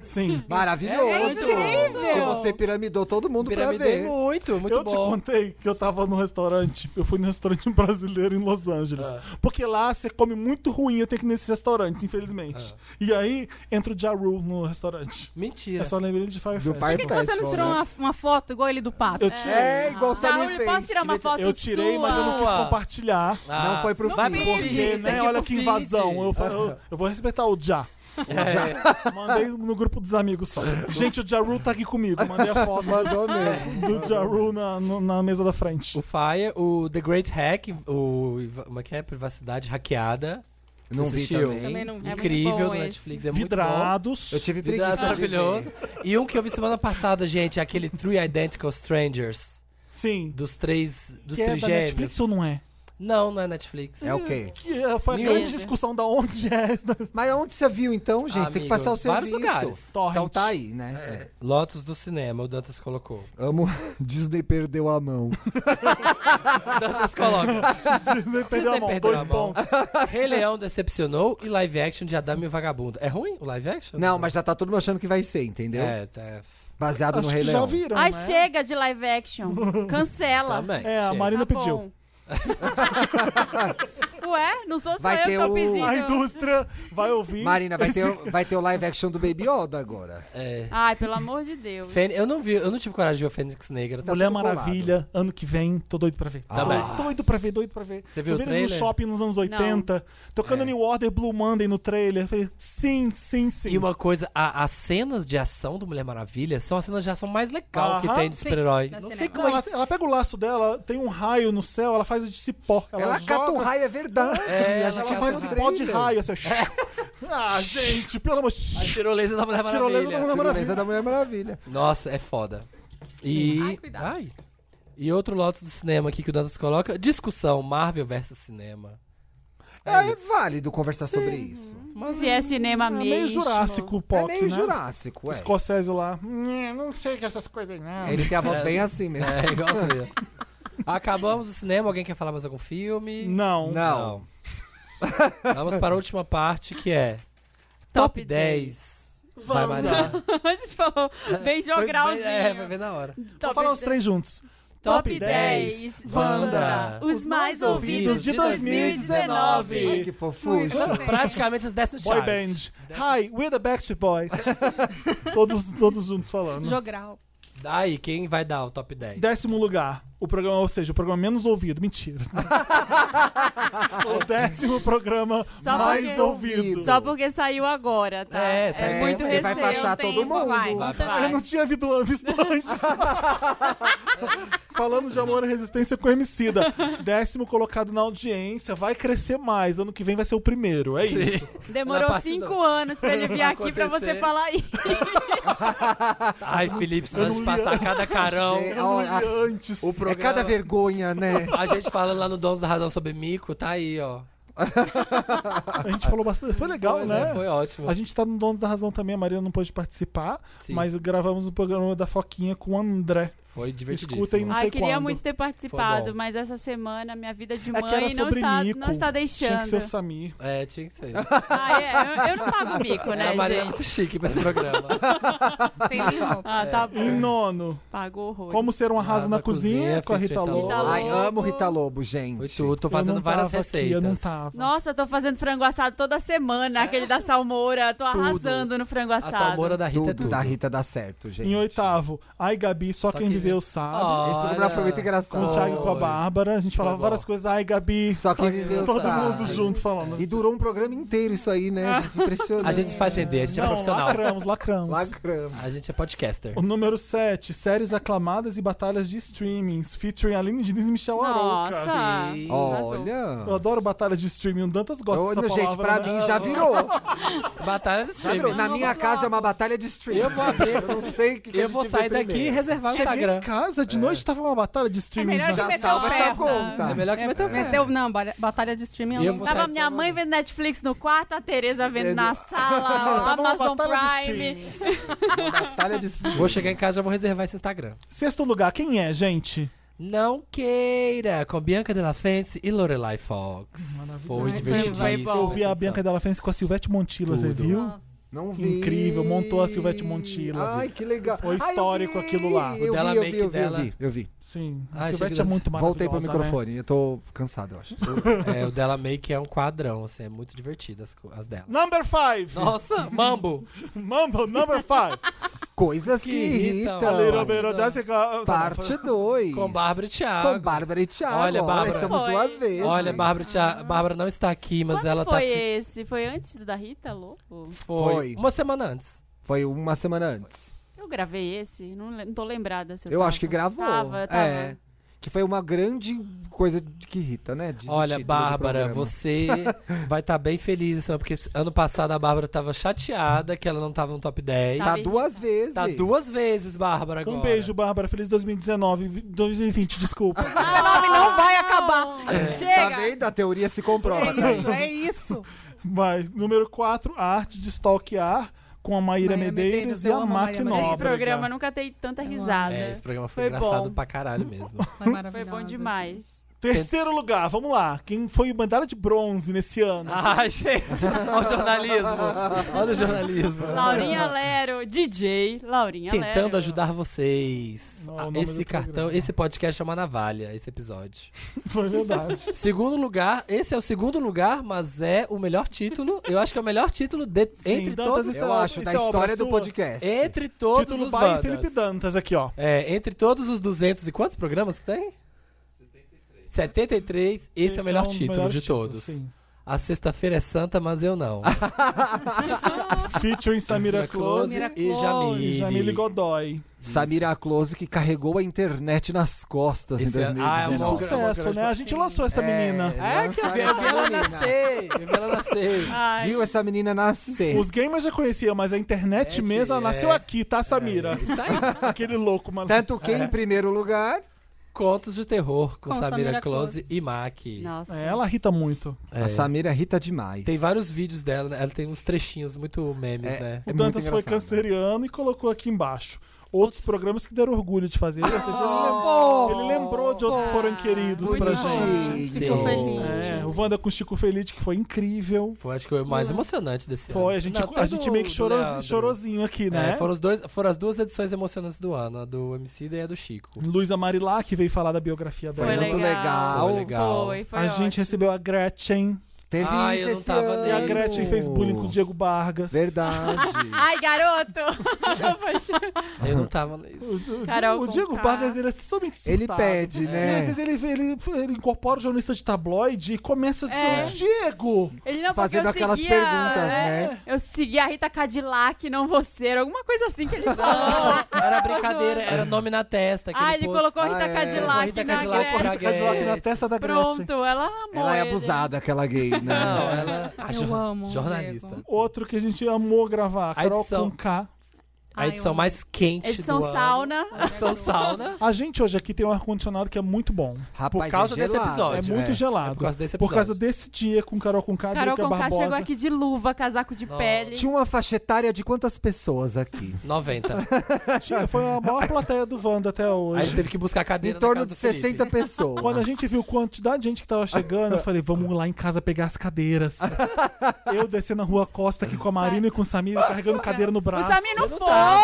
[SPEAKER 3] Sim.
[SPEAKER 2] Maravilhoso.
[SPEAKER 4] É
[SPEAKER 5] incrível.
[SPEAKER 2] que você piramidou todo mundo pra
[SPEAKER 4] Piramidei
[SPEAKER 2] ver.
[SPEAKER 4] muito, muito
[SPEAKER 3] eu te
[SPEAKER 4] bom.
[SPEAKER 3] contei que eu tava num restaurante, eu fui num restaurante brasileiro em Los Angeles.
[SPEAKER 4] Ah.
[SPEAKER 3] Porque lá você come muito ruim, eu tenho que ir nesses restaurantes, infelizmente.
[SPEAKER 4] Ah.
[SPEAKER 3] E aí entra o Ja Rule no restaurante.
[SPEAKER 4] Mentira.
[SPEAKER 3] Eu só lembrei de Fire
[SPEAKER 2] Do
[SPEAKER 3] Festival.
[SPEAKER 2] Fire
[SPEAKER 5] Por que, que você não
[SPEAKER 2] Festival,
[SPEAKER 5] tirou
[SPEAKER 2] né?
[SPEAKER 5] uma, uma foto igual ele do pato?
[SPEAKER 3] Eu tirei.
[SPEAKER 2] É, igual o Samir
[SPEAKER 1] Saúl,
[SPEAKER 2] fez.
[SPEAKER 1] posso tirar uma foto
[SPEAKER 3] Eu tirei, mas eu não quis
[SPEAKER 4] sua.
[SPEAKER 3] compartilhar.
[SPEAKER 2] Não foi pro
[SPEAKER 4] Vai
[SPEAKER 2] fim.
[SPEAKER 4] pro feed,
[SPEAKER 3] Porque,
[SPEAKER 4] tem ir
[SPEAKER 3] né?
[SPEAKER 4] pro
[SPEAKER 3] Olha que
[SPEAKER 4] feed.
[SPEAKER 3] invasão. Eu, fa- eu, eu vou respeitar o Ja.
[SPEAKER 4] É.
[SPEAKER 3] Mandei no grupo dos amigos só. Gente, o Ja Rule tá aqui comigo. Mandei a foto
[SPEAKER 2] Mandou mesmo.
[SPEAKER 3] do Ja Rule na, no- na mesa da frente.
[SPEAKER 4] O Fire, o The Great Hack, o. Como é que é? Privacidade hackeada.
[SPEAKER 2] Não vi
[SPEAKER 4] Assistiu.
[SPEAKER 2] também.
[SPEAKER 5] Também não vi.
[SPEAKER 1] É muito
[SPEAKER 4] Incrível
[SPEAKER 1] bom
[SPEAKER 4] do
[SPEAKER 1] esse.
[SPEAKER 4] Netflix. É muito bom.
[SPEAKER 3] Vidrados.
[SPEAKER 2] Eu tive
[SPEAKER 4] Vidrado
[SPEAKER 2] preguiça de ver.
[SPEAKER 4] maravilhoso. E um que eu vi semana passada, gente, é aquele Three Identical Strangers.
[SPEAKER 3] Sim.
[SPEAKER 4] Dos três. Dos
[SPEAKER 3] que é da
[SPEAKER 4] trigêmeos.
[SPEAKER 3] Netflix ou não é?
[SPEAKER 4] Não, não é Netflix.
[SPEAKER 2] É o quê?
[SPEAKER 3] Que é, foi a
[SPEAKER 4] News,
[SPEAKER 3] grande
[SPEAKER 1] né?
[SPEAKER 3] discussão da onde é.
[SPEAKER 2] Mas onde você viu então, gente? Tem que
[SPEAKER 4] Amigo,
[SPEAKER 2] passar o
[SPEAKER 4] vários
[SPEAKER 2] serviço.
[SPEAKER 4] lugares.
[SPEAKER 3] Torrent.
[SPEAKER 2] Então tá aí,
[SPEAKER 3] É.
[SPEAKER 2] né?
[SPEAKER 4] Lotus do cinema, o Dantas colocou.
[SPEAKER 2] É. Amo. Disney perdeu a mão.
[SPEAKER 4] O Dantas coloca.
[SPEAKER 3] Disney perdeu a
[SPEAKER 4] Disney
[SPEAKER 3] mão,
[SPEAKER 4] perdeu
[SPEAKER 3] dois
[SPEAKER 4] a mão.
[SPEAKER 3] pontos.
[SPEAKER 4] Rei Leão decepcionou e live action de Adame e o Vagabundo. É ruim o live action?
[SPEAKER 2] Não, mas já tá todo mundo achando que vai ser, entendeu?
[SPEAKER 4] É, tá.
[SPEAKER 2] Baseado
[SPEAKER 3] Acho
[SPEAKER 2] no Rei
[SPEAKER 3] que já
[SPEAKER 2] Leão.
[SPEAKER 3] viram,
[SPEAKER 1] Ai,
[SPEAKER 3] né?
[SPEAKER 1] chega de live action. Cancela.
[SPEAKER 4] Também.
[SPEAKER 3] É, a
[SPEAKER 4] chega.
[SPEAKER 3] Marina
[SPEAKER 1] Tá
[SPEAKER 3] pediu.
[SPEAKER 1] bom. Ué, não sou só
[SPEAKER 2] Vai
[SPEAKER 1] eu
[SPEAKER 2] ter
[SPEAKER 1] que tô
[SPEAKER 2] o-
[SPEAKER 1] pedindo.
[SPEAKER 3] A indústria vai ouvir.
[SPEAKER 2] Marina, vai ter, o- vai ter o live action do Baby Yoda agora.
[SPEAKER 4] É.
[SPEAKER 1] Ai, pelo amor de Deus.
[SPEAKER 4] Fên- Eu não vi, eu não tive coragem de ver o Fênix Negra.
[SPEAKER 2] Tá
[SPEAKER 3] Mulher
[SPEAKER 2] tudo bolado.
[SPEAKER 3] Maravilha, ano que vem, tô doido pra ver.
[SPEAKER 4] Tá
[SPEAKER 3] tô
[SPEAKER 4] bem.
[SPEAKER 3] doido pra ver, doido pra ver.
[SPEAKER 4] Você viu
[SPEAKER 3] eu
[SPEAKER 4] o
[SPEAKER 3] vi eles
[SPEAKER 4] trailer?
[SPEAKER 3] no shopping nos anos 80, tocando
[SPEAKER 4] É.
[SPEAKER 3] New Order, Blue Monday no trailer. Eu Falei, sim, sim, sim.
[SPEAKER 4] E uma coisa, a- as cenas de ação do Mulher Maravilha são as cenas de ação mais legal que
[SPEAKER 3] Aham.
[SPEAKER 4] tem de
[SPEAKER 5] Sim,
[SPEAKER 4] super-herói.
[SPEAKER 5] no
[SPEAKER 4] Não sei
[SPEAKER 5] cinema.
[SPEAKER 4] como
[SPEAKER 3] Não,
[SPEAKER 4] é que
[SPEAKER 3] ela, ela pega o laço dela, tem um raio no céu, ela faz de cipó. Ela,
[SPEAKER 2] Ela,
[SPEAKER 3] joga,
[SPEAKER 2] cata o raio, é verdade.
[SPEAKER 4] É, ela
[SPEAKER 3] ela
[SPEAKER 4] cata
[SPEAKER 3] faz
[SPEAKER 4] o É.
[SPEAKER 3] esse pó de
[SPEAKER 2] raio.
[SPEAKER 3] raio, assim. ó. ah, gente, pelo amor de
[SPEAKER 4] a tirolesa da Mulher
[SPEAKER 3] Tirolesa
[SPEAKER 2] Maravilha.
[SPEAKER 3] da Mulher
[SPEAKER 4] Maravilha.
[SPEAKER 3] Maravilha.
[SPEAKER 2] É, da Mulher Maravilha.
[SPEAKER 4] Nossa, é foda. E...
[SPEAKER 5] Ai, cuidado.
[SPEAKER 4] Ai. E outro lote do cinema aqui que o Dantas coloca, discussão Marvel versus cinema.
[SPEAKER 2] É, é válido conversar sobre isso.
[SPEAKER 4] Mas
[SPEAKER 1] Se é cinema
[SPEAKER 3] É
[SPEAKER 1] mesmo.
[SPEAKER 3] meio Jurássico o
[SPEAKER 2] É
[SPEAKER 3] pop,
[SPEAKER 2] meio
[SPEAKER 3] né?
[SPEAKER 2] jurássico,
[SPEAKER 3] O
[SPEAKER 2] é.
[SPEAKER 3] Escocese lá. Hum, "Nhê, Não sei que essas coisas aí, não.
[SPEAKER 2] Ele tem a voz bem assim mesmo.
[SPEAKER 4] É igualzinho. Acabamos o cinema, alguém quer falar mais algum filme?
[SPEAKER 3] Não.
[SPEAKER 2] Não.
[SPEAKER 4] Não. Vamos para a última parte que é Top 10. Vai,
[SPEAKER 3] Vamos
[SPEAKER 4] Maria.
[SPEAKER 1] A gente falou bem
[SPEAKER 4] Foi
[SPEAKER 1] jogralzinho.
[SPEAKER 4] bem- É, vai ver na hora.
[SPEAKER 1] Top
[SPEAKER 3] Vou falar os
[SPEAKER 1] 10.
[SPEAKER 3] três juntos.
[SPEAKER 4] Top
[SPEAKER 1] 10,
[SPEAKER 4] 10, Wanda.
[SPEAKER 1] Wanda. Os mais ouvidos de 2019.
[SPEAKER 2] Ai, que fofuxa.
[SPEAKER 4] Praticamente as 10 no
[SPEAKER 3] Boy
[SPEAKER 4] chart.
[SPEAKER 3] Band. Hi, we're the Backstreet Boys. todos, todos juntos falando.
[SPEAKER 5] Jogral.
[SPEAKER 4] Daí, quem vai dar o top 10?
[SPEAKER 3] Décimo lugar, o programa, ou seja, o programa menos ouvido. Mentira. o décimo programa
[SPEAKER 1] Só
[SPEAKER 3] mais
[SPEAKER 1] porque-
[SPEAKER 3] ouvido.
[SPEAKER 1] Só um porque saiu agora, tá?
[SPEAKER 4] É, saiu
[SPEAKER 1] muito
[SPEAKER 2] porque
[SPEAKER 1] recente.
[SPEAKER 2] vai passar
[SPEAKER 5] Eu tenho,
[SPEAKER 2] todo mundo.
[SPEAKER 4] Vai,
[SPEAKER 5] vai, com certeza.
[SPEAKER 4] vai.
[SPEAKER 3] Eu não tinha visto, visto antes. Falando de amor e resistência com Emicida. Décimo colocado na audiência, vai crescer mais. Ano que vem vai ser o primeiro, é isso.
[SPEAKER 4] Na
[SPEAKER 1] Demorou
[SPEAKER 4] parte
[SPEAKER 1] cinco
[SPEAKER 4] do-
[SPEAKER 1] anos pra ele vir
[SPEAKER 4] Vai
[SPEAKER 1] aqui pra
[SPEAKER 4] acontecer.
[SPEAKER 1] você falar aí.
[SPEAKER 4] Ai, Felipe, se
[SPEAKER 3] Eu
[SPEAKER 4] nós
[SPEAKER 3] não
[SPEAKER 4] passar
[SPEAKER 3] ia.
[SPEAKER 4] cada carão.
[SPEAKER 2] Gente.
[SPEAKER 3] Eu não li
[SPEAKER 2] a- a-
[SPEAKER 3] antes.
[SPEAKER 2] O pro- É cada vergonha, né?
[SPEAKER 4] A gente falando lá no Donos da Razão sobre Mico, tá aí, ó.
[SPEAKER 3] A gente falou bastante. Foi legal,
[SPEAKER 4] Foi,
[SPEAKER 3] né?
[SPEAKER 4] Foi ótimo.
[SPEAKER 3] A gente tá no Dono da Razão também, a Maria não pôde participar,
[SPEAKER 4] Sim.
[SPEAKER 3] mas gravamos o programa da Foquinha com o André.
[SPEAKER 4] Foi divertidíssimo.
[SPEAKER 3] Escutem não
[SPEAKER 1] Ai,
[SPEAKER 3] sei
[SPEAKER 1] queria
[SPEAKER 3] quando.
[SPEAKER 1] muito ter participado,
[SPEAKER 4] bom.
[SPEAKER 1] mas essa semana minha vida de
[SPEAKER 3] É que era
[SPEAKER 1] mãe não,
[SPEAKER 3] sobre
[SPEAKER 1] está,
[SPEAKER 3] Nico.
[SPEAKER 1] não está
[SPEAKER 3] Tinha que ser o
[SPEAKER 1] deixando.
[SPEAKER 3] Samir.
[SPEAKER 4] É, tinha que ser.
[SPEAKER 1] Ah, é, eu, eu não pago o bico,
[SPEAKER 4] É,
[SPEAKER 1] né,
[SPEAKER 4] a Maria é muito
[SPEAKER 1] gente?
[SPEAKER 4] chique pra esse programa.
[SPEAKER 5] Tem nenhum.
[SPEAKER 1] Ah, tá
[SPEAKER 3] Em
[SPEAKER 1] bom.
[SPEAKER 3] nono,
[SPEAKER 1] Pagou horror.
[SPEAKER 3] É. como ser um arraso
[SPEAKER 4] Arraso
[SPEAKER 3] na,
[SPEAKER 4] É. Ah, na
[SPEAKER 3] cozinha,
[SPEAKER 4] cozinha,
[SPEAKER 3] com a
[SPEAKER 4] feito
[SPEAKER 3] Rita
[SPEAKER 4] Rita
[SPEAKER 3] Lobo.
[SPEAKER 4] Lobo.
[SPEAKER 1] Rita
[SPEAKER 2] Ai,
[SPEAKER 1] Lobo.
[SPEAKER 2] amo Rita Lobo, gente.
[SPEAKER 4] Foi tudo. Tô
[SPEAKER 3] Eu não
[SPEAKER 4] fazendo várias
[SPEAKER 3] tava aqui,
[SPEAKER 4] receitas.
[SPEAKER 3] eu não tava.
[SPEAKER 1] Nossa, eu tô fazendo frango assado toda semana, aquele da salmoura. Tô arrasando no frango
[SPEAKER 4] A
[SPEAKER 1] assado.
[SPEAKER 4] salmoura da Rita
[SPEAKER 2] Tudo,
[SPEAKER 4] é tudo.
[SPEAKER 2] da Rita dá certo, gente.
[SPEAKER 3] Em oitavo, ai Gabi, só,
[SPEAKER 4] Só
[SPEAKER 3] quem
[SPEAKER 4] quem
[SPEAKER 3] viveu
[SPEAKER 4] vive-
[SPEAKER 3] sabe.
[SPEAKER 2] Esse programa foi muito engraçado.
[SPEAKER 3] Com o Thiago e com a
[SPEAKER 4] Oi. Tá
[SPEAKER 3] Bárbara, a gente falava
[SPEAKER 4] bom.
[SPEAKER 3] várias coisas. Ai Gabi,
[SPEAKER 2] Só quem viveu
[SPEAKER 3] todo
[SPEAKER 2] sabe.
[SPEAKER 3] mundo junto falando.
[SPEAKER 2] E durou um programa inteiro isso aí, né, gente? Impressionante.
[SPEAKER 4] A gente faz render, a gente é
[SPEAKER 3] Não,
[SPEAKER 4] profissional.
[SPEAKER 3] lacramos, lacramos.
[SPEAKER 2] Lacramos.
[SPEAKER 4] A gente é podcaster.
[SPEAKER 3] O número 7, séries aclamadas e batalhas de streamings, featuring Aline Diniz e Michel Arouca.
[SPEAKER 1] Nossa.
[SPEAKER 4] Sim.
[SPEAKER 3] Eu
[SPEAKER 2] Olha.
[SPEAKER 3] adoro batalhas de streaming, o Dantas gosta
[SPEAKER 2] Eu-
[SPEAKER 3] dessa
[SPEAKER 2] gente, pra
[SPEAKER 3] palavra, né?
[SPEAKER 2] mim já virou.
[SPEAKER 4] Batalha de
[SPEAKER 2] Já virou.
[SPEAKER 4] streaming.
[SPEAKER 2] Na minha casa é uma batalha de stream.
[SPEAKER 4] Eu vou abrir-
[SPEAKER 2] não sei o que, que a
[SPEAKER 4] Eu
[SPEAKER 2] gente
[SPEAKER 4] vou
[SPEAKER 2] vê
[SPEAKER 4] sair daqui e
[SPEAKER 2] primeiro.
[SPEAKER 4] reservar o
[SPEAKER 3] Cheguei
[SPEAKER 4] Instagram.
[SPEAKER 3] em casa, de noite tava uma batalha de streaming.
[SPEAKER 5] melhor
[SPEAKER 2] Já
[SPEAKER 5] Meteu
[SPEAKER 2] salva essa
[SPEAKER 5] peça.
[SPEAKER 2] conta.
[SPEAKER 4] É melhor que meter o pé.
[SPEAKER 5] Meteu, não, ba- batalha de streaming
[SPEAKER 4] Eu
[SPEAKER 5] não-
[SPEAKER 4] vou
[SPEAKER 1] Tava
[SPEAKER 4] sair
[SPEAKER 1] minha
[SPEAKER 4] só-
[SPEAKER 1] mãe vendo Netflix no quarto, a Tereza vendo na sala, o
[SPEAKER 3] Tava uma
[SPEAKER 1] Amazon
[SPEAKER 3] batalha de
[SPEAKER 1] Prime.
[SPEAKER 2] Batalha de stream.
[SPEAKER 4] Vou chegar em casa e já vou reservar esse Instagram.
[SPEAKER 3] Sexto lugar, quem é, gente?
[SPEAKER 4] Não queira, com Bianca Della Fence e Lorelai Fox. Foi
[SPEAKER 5] Ai,
[SPEAKER 4] divertidíssimo.
[SPEAKER 1] foi bom.
[SPEAKER 3] Eu vi a Bianca Della Fence com a Silvete Montila, você
[SPEAKER 4] Tudo.
[SPEAKER 3] viu?
[SPEAKER 5] Nossa.
[SPEAKER 2] Não
[SPEAKER 3] Que
[SPEAKER 2] vi.
[SPEAKER 3] incrível, montou a Silvete Montilla.
[SPEAKER 2] Ai, que legal.
[SPEAKER 3] Foi
[SPEAKER 2] Ai, eu
[SPEAKER 3] histórico
[SPEAKER 2] vi,
[SPEAKER 3] aquilo lá. O
[SPEAKER 2] Eu
[SPEAKER 4] dela
[SPEAKER 2] vi, eu
[SPEAKER 4] make
[SPEAKER 2] vi, eu vi, eu
[SPEAKER 4] dela.
[SPEAKER 2] vi, eu vi.
[SPEAKER 3] Sim, a
[SPEAKER 4] Ai,
[SPEAKER 3] Silvete é
[SPEAKER 4] chega
[SPEAKER 3] muito
[SPEAKER 2] Voltei
[SPEAKER 3] maravilhosa.
[SPEAKER 2] pro microfone. Eu tô cansado, eu acho.
[SPEAKER 4] É, o dela meio que é um quadrão, assim, é muito divertido as, co- as dela.
[SPEAKER 3] Né? Number 5!
[SPEAKER 4] Nossa, mambo!
[SPEAKER 3] Mambo, number 5!
[SPEAKER 2] Coisas que,
[SPEAKER 4] Que irritam.
[SPEAKER 2] irritam.
[SPEAKER 4] A
[SPEAKER 3] Little
[SPEAKER 4] Little
[SPEAKER 3] Bit of Jessica... uh, um
[SPEAKER 2] Parte 2.
[SPEAKER 4] Com Bárbara e Thiago.
[SPEAKER 2] Com Bárbara e Thiago.
[SPEAKER 4] Olha,
[SPEAKER 2] Olha,
[SPEAKER 4] Bárbara.
[SPEAKER 2] estamos
[SPEAKER 1] Foi.
[SPEAKER 2] duas vezes.
[SPEAKER 4] Olha, Bárbara, e Thiago- Bárbara não está aqui, mas
[SPEAKER 1] Quando
[SPEAKER 4] ela
[SPEAKER 1] foi
[SPEAKER 4] tá. fi-
[SPEAKER 1] esse? Foi antes do da Rita Lobo?
[SPEAKER 4] Foi.
[SPEAKER 2] Foi.
[SPEAKER 4] Uma semana antes.
[SPEAKER 2] Foi uma semana antes.
[SPEAKER 1] Eu gravei esse? Não, le- não tô lembrada se eu
[SPEAKER 2] Eu
[SPEAKER 1] tava.
[SPEAKER 2] acho que gravou.
[SPEAKER 1] Tava, eu tava.
[SPEAKER 2] É. Que foi uma grande coisa que irrita, né? Diz o
[SPEAKER 4] Olha,
[SPEAKER 2] título do
[SPEAKER 4] Bárbara,
[SPEAKER 2] programa.
[SPEAKER 4] você vai estar bem feliz, esse ano, porque esse- ano passado a Bárbara tava chateada que ela não tava no top 10.
[SPEAKER 1] Tá
[SPEAKER 2] Tá duas vezes.
[SPEAKER 4] Tá duas vezes, Bárbara, agora.
[SPEAKER 3] Um beijo, Bárbara. Feliz 2019. vi- 2020, desculpa.
[SPEAKER 2] Ah,
[SPEAKER 1] Ah,
[SPEAKER 5] O nome não vai acabar.
[SPEAKER 2] Tá
[SPEAKER 5] Chega.
[SPEAKER 2] vendo? A teoria se comprova. tá?
[SPEAKER 5] é isso, é isso.
[SPEAKER 3] Vai. Número 4, a arte de stalkear com a Maíra,
[SPEAKER 5] Maíra
[SPEAKER 3] Medeiros,
[SPEAKER 5] Medeiros,
[SPEAKER 3] e
[SPEAKER 5] eu
[SPEAKER 3] a
[SPEAKER 5] amo a
[SPEAKER 3] Mac
[SPEAKER 5] Maíra Medeiros.
[SPEAKER 1] Esse
[SPEAKER 3] Nóbrega.
[SPEAKER 1] programa nunca tem tanta risada.
[SPEAKER 4] É, esse programa foi,
[SPEAKER 1] Foi
[SPEAKER 4] engraçado
[SPEAKER 1] bom.
[SPEAKER 4] pra caralho mesmo.
[SPEAKER 5] Tá
[SPEAKER 1] Foi
[SPEAKER 5] maravilhosa.
[SPEAKER 1] bom demais.
[SPEAKER 3] Terceiro lugar, vamos lá. Quem foi medalha de bronze nesse ano?
[SPEAKER 4] Ai, gente, olha o jornalismo. Olha o jornalismo.
[SPEAKER 1] Laurinha Lero, DJ Laurinha
[SPEAKER 4] Tentando
[SPEAKER 1] Lero.
[SPEAKER 4] ajudar vocês.
[SPEAKER 3] Não, o
[SPEAKER 4] Ah,
[SPEAKER 3] nome
[SPEAKER 4] Esse
[SPEAKER 3] do
[SPEAKER 4] cartão,
[SPEAKER 3] programa.
[SPEAKER 4] esse podcast é uma navalha, esse episódio.
[SPEAKER 3] Foi verdade.
[SPEAKER 4] Segundo lugar, esse é o segundo lugar, mas é o melhor título. Eu acho que é o melhor título de-
[SPEAKER 3] Sim,
[SPEAKER 4] entre
[SPEAKER 3] Dantas
[SPEAKER 4] todos.
[SPEAKER 3] Isso é
[SPEAKER 2] Eu
[SPEAKER 3] obra
[SPEAKER 2] acho, da
[SPEAKER 3] sua?
[SPEAKER 2] história do podcast.
[SPEAKER 4] Entre todos
[SPEAKER 3] Título
[SPEAKER 4] os
[SPEAKER 3] by
[SPEAKER 4] Vandas.
[SPEAKER 3] Felipe Dantas aqui, ó.
[SPEAKER 4] É, entre todos os 200 e quantos programas que tem? 73. Esse, é o melhor
[SPEAKER 3] um dos
[SPEAKER 4] título
[SPEAKER 3] melhores
[SPEAKER 4] de
[SPEAKER 3] títulos,
[SPEAKER 4] todos.
[SPEAKER 3] sim.
[SPEAKER 4] A sexta-feira é santa, mas eu não.
[SPEAKER 3] Featuring Samira Close
[SPEAKER 5] Samira
[SPEAKER 4] e
[SPEAKER 5] Close.
[SPEAKER 4] Jamile.
[SPEAKER 3] e Jamile Godoy.
[SPEAKER 2] Samira Close, que carregou a internet nas costas
[SPEAKER 4] Esse
[SPEAKER 2] em
[SPEAKER 4] é- ah, é um
[SPEAKER 3] Que
[SPEAKER 2] 2019.
[SPEAKER 4] programa
[SPEAKER 3] sucesso, né? A gente lançou essa menina.
[SPEAKER 4] É, que eu vi, eu vi ela nascer. Eu vi ela nascer.
[SPEAKER 1] Ai,
[SPEAKER 2] Viu essa menina nascer.
[SPEAKER 3] Os gamers já conheciam, mas a internet
[SPEAKER 4] É,
[SPEAKER 3] mesmo ela
[SPEAKER 4] é.
[SPEAKER 3] nasceu aqui, tá, Samira?
[SPEAKER 4] É, isso aí.
[SPEAKER 3] Aquele louco, É. mano.
[SPEAKER 2] Tanto que,
[SPEAKER 4] É.
[SPEAKER 2] em primeiro lugar,
[SPEAKER 4] Contos de terror com,
[SPEAKER 5] Com
[SPEAKER 4] Samira,
[SPEAKER 5] Samira
[SPEAKER 4] Close,
[SPEAKER 5] Close.
[SPEAKER 4] e Mac.
[SPEAKER 1] Nossa.
[SPEAKER 3] É, ela irrita muito.
[SPEAKER 4] É.
[SPEAKER 2] a Samira irrita demais.
[SPEAKER 4] Tem vários vídeos dela, né? Ela tem uns trechinhos muito memes,
[SPEAKER 2] É.
[SPEAKER 4] né?
[SPEAKER 3] O
[SPEAKER 2] É muito
[SPEAKER 3] Dantas foi
[SPEAKER 2] engraçado.
[SPEAKER 3] canceriano e colocou aqui embaixo. Outros programas que deram orgulho de fazer. Ou seja, ele, lembrou, ele lembrou de outros que foram queridos
[SPEAKER 2] Muito
[SPEAKER 3] pra
[SPEAKER 2] bom.
[SPEAKER 3] gente.
[SPEAKER 5] Ficou
[SPEAKER 4] Sim.
[SPEAKER 5] feliz.
[SPEAKER 3] É, o Wanda com o Chico Feliz, que foi incrível.
[SPEAKER 4] Foi, acho que foi o mais emocionante desse ano.
[SPEAKER 3] Foi, a gente,
[SPEAKER 4] Não, até
[SPEAKER 3] a gente
[SPEAKER 4] do-
[SPEAKER 3] meio que
[SPEAKER 4] do
[SPEAKER 3] chorou-
[SPEAKER 4] Leandro.
[SPEAKER 3] chorouzinho aqui,
[SPEAKER 4] É,
[SPEAKER 3] né?
[SPEAKER 4] foram, os dois, foram as duas edições emocionantes do ano, a do MC e a do Chico.
[SPEAKER 3] Luísa Marilá, que veio falar da biografia
[SPEAKER 2] Foi,
[SPEAKER 3] dela. Então,
[SPEAKER 1] Foi
[SPEAKER 2] muito legal.
[SPEAKER 1] legal.
[SPEAKER 4] Foi legal.
[SPEAKER 1] Foi, foi
[SPEAKER 3] a gente
[SPEAKER 4] é
[SPEAKER 1] ótimo.
[SPEAKER 3] recebeu a Gretchen.
[SPEAKER 2] Teve
[SPEAKER 4] Ah,
[SPEAKER 2] isso
[SPEAKER 4] eu não
[SPEAKER 2] esse
[SPEAKER 4] tava
[SPEAKER 2] ano.
[SPEAKER 3] E a
[SPEAKER 4] Isso.
[SPEAKER 3] Gretchen fez bullying com o Diego Vargas.
[SPEAKER 4] assim.
[SPEAKER 2] Verdade.
[SPEAKER 1] Ai, garoto! Foi tipo-
[SPEAKER 4] Eu não tava nisso.
[SPEAKER 3] O, o Diego-
[SPEAKER 1] Carol
[SPEAKER 3] o Diego
[SPEAKER 1] Conká.
[SPEAKER 3] Vargas, ele é totalmente
[SPEAKER 2] ele
[SPEAKER 3] surtado.
[SPEAKER 2] pede,
[SPEAKER 3] E às
[SPEAKER 2] né?
[SPEAKER 3] vezes ele, ele, ele incorpora o jornalista de tabloide e começa a
[SPEAKER 1] É.
[SPEAKER 3] dizer, Diego!
[SPEAKER 1] Ele não, porque
[SPEAKER 2] Fazendo
[SPEAKER 1] eu
[SPEAKER 2] aquelas
[SPEAKER 1] seguia,
[SPEAKER 2] perguntas,
[SPEAKER 1] é,
[SPEAKER 2] né?
[SPEAKER 1] Eu segui a Rita Cadillac, não você, era alguma coisa assim que ele falou.
[SPEAKER 4] Era brincadeira, era nome na testa. aquele
[SPEAKER 1] ah, ele
[SPEAKER 4] post.
[SPEAKER 1] colocou a
[SPEAKER 2] Ah,
[SPEAKER 1] Rita
[SPEAKER 2] é.
[SPEAKER 1] Cadillac
[SPEAKER 4] Rita
[SPEAKER 1] na
[SPEAKER 4] Cadillac,
[SPEAKER 1] greve.
[SPEAKER 4] Rita
[SPEAKER 3] Cadillac na
[SPEAKER 4] Gretchen.
[SPEAKER 3] testa da Gretchen.
[SPEAKER 1] Pronto, ela né? amou
[SPEAKER 2] Ela é
[SPEAKER 1] ele.
[SPEAKER 2] abusada, aquela gay, né?
[SPEAKER 4] Não, ela.
[SPEAKER 5] Eu
[SPEAKER 4] jor-
[SPEAKER 5] amo o
[SPEAKER 4] Jornalista.
[SPEAKER 5] Diego.
[SPEAKER 3] Outro que a gente amou gravar,
[SPEAKER 4] A
[SPEAKER 3] Carol
[SPEAKER 4] edição.
[SPEAKER 3] com K.
[SPEAKER 4] A
[SPEAKER 1] Ai, eu
[SPEAKER 4] edição
[SPEAKER 1] amo.
[SPEAKER 4] mais quente
[SPEAKER 1] Edição
[SPEAKER 4] do ano.
[SPEAKER 1] sauna.
[SPEAKER 4] Edição sauna.
[SPEAKER 3] A gente hoje aqui tem um ar-condicionado que é muito bom.
[SPEAKER 2] Rapaz,
[SPEAKER 4] Por causa
[SPEAKER 2] é
[SPEAKER 4] desse
[SPEAKER 2] gelado.
[SPEAKER 4] episódio.
[SPEAKER 3] É muito gelado.
[SPEAKER 4] É por causa desse
[SPEAKER 3] Por causa
[SPEAKER 4] episódio.
[SPEAKER 3] desse dia com Carol com K,
[SPEAKER 1] Carol
[SPEAKER 3] que é
[SPEAKER 1] Conká
[SPEAKER 3] Barbosa.
[SPEAKER 1] chegou aqui de luva, casaco de
[SPEAKER 4] Nossa.
[SPEAKER 1] pele.
[SPEAKER 2] Tinha um uma faixa etária de quantas pessoas aqui?
[SPEAKER 4] 90.
[SPEAKER 3] Tinha- Foi a maior plateia do Wanda até
[SPEAKER 4] Aí a gente
[SPEAKER 3] hoje.
[SPEAKER 4] teve que buscar a cadeira
[SPEAKER 2] em
[SPEAKER 4] na
[SPEAKER 2] torno
[SPEAKER 4] casa
[SPEAKER 2] de
[SPEAKER 4] do Felipe.
[SPEAKER 2] 60 pessoas.
[SPEAKER 3] Quando a gente viu a quantidade de gente que tava chegando, eu falei, vamos lá em casa pegar as cadeiras. eu descendo na rua Costa aqui com a Marina e com o Samir, carregando cadeira no
[SPEAKER 1] O
[SPEAKER 3] braço.
[SPEAKER 1] Samir não
[SPEAKER 4] não
[SPEAKER 1] foi,
[SPEAKER 4] tava, não
[SPEAKER 1] a-
[SPEAKER 4] tava.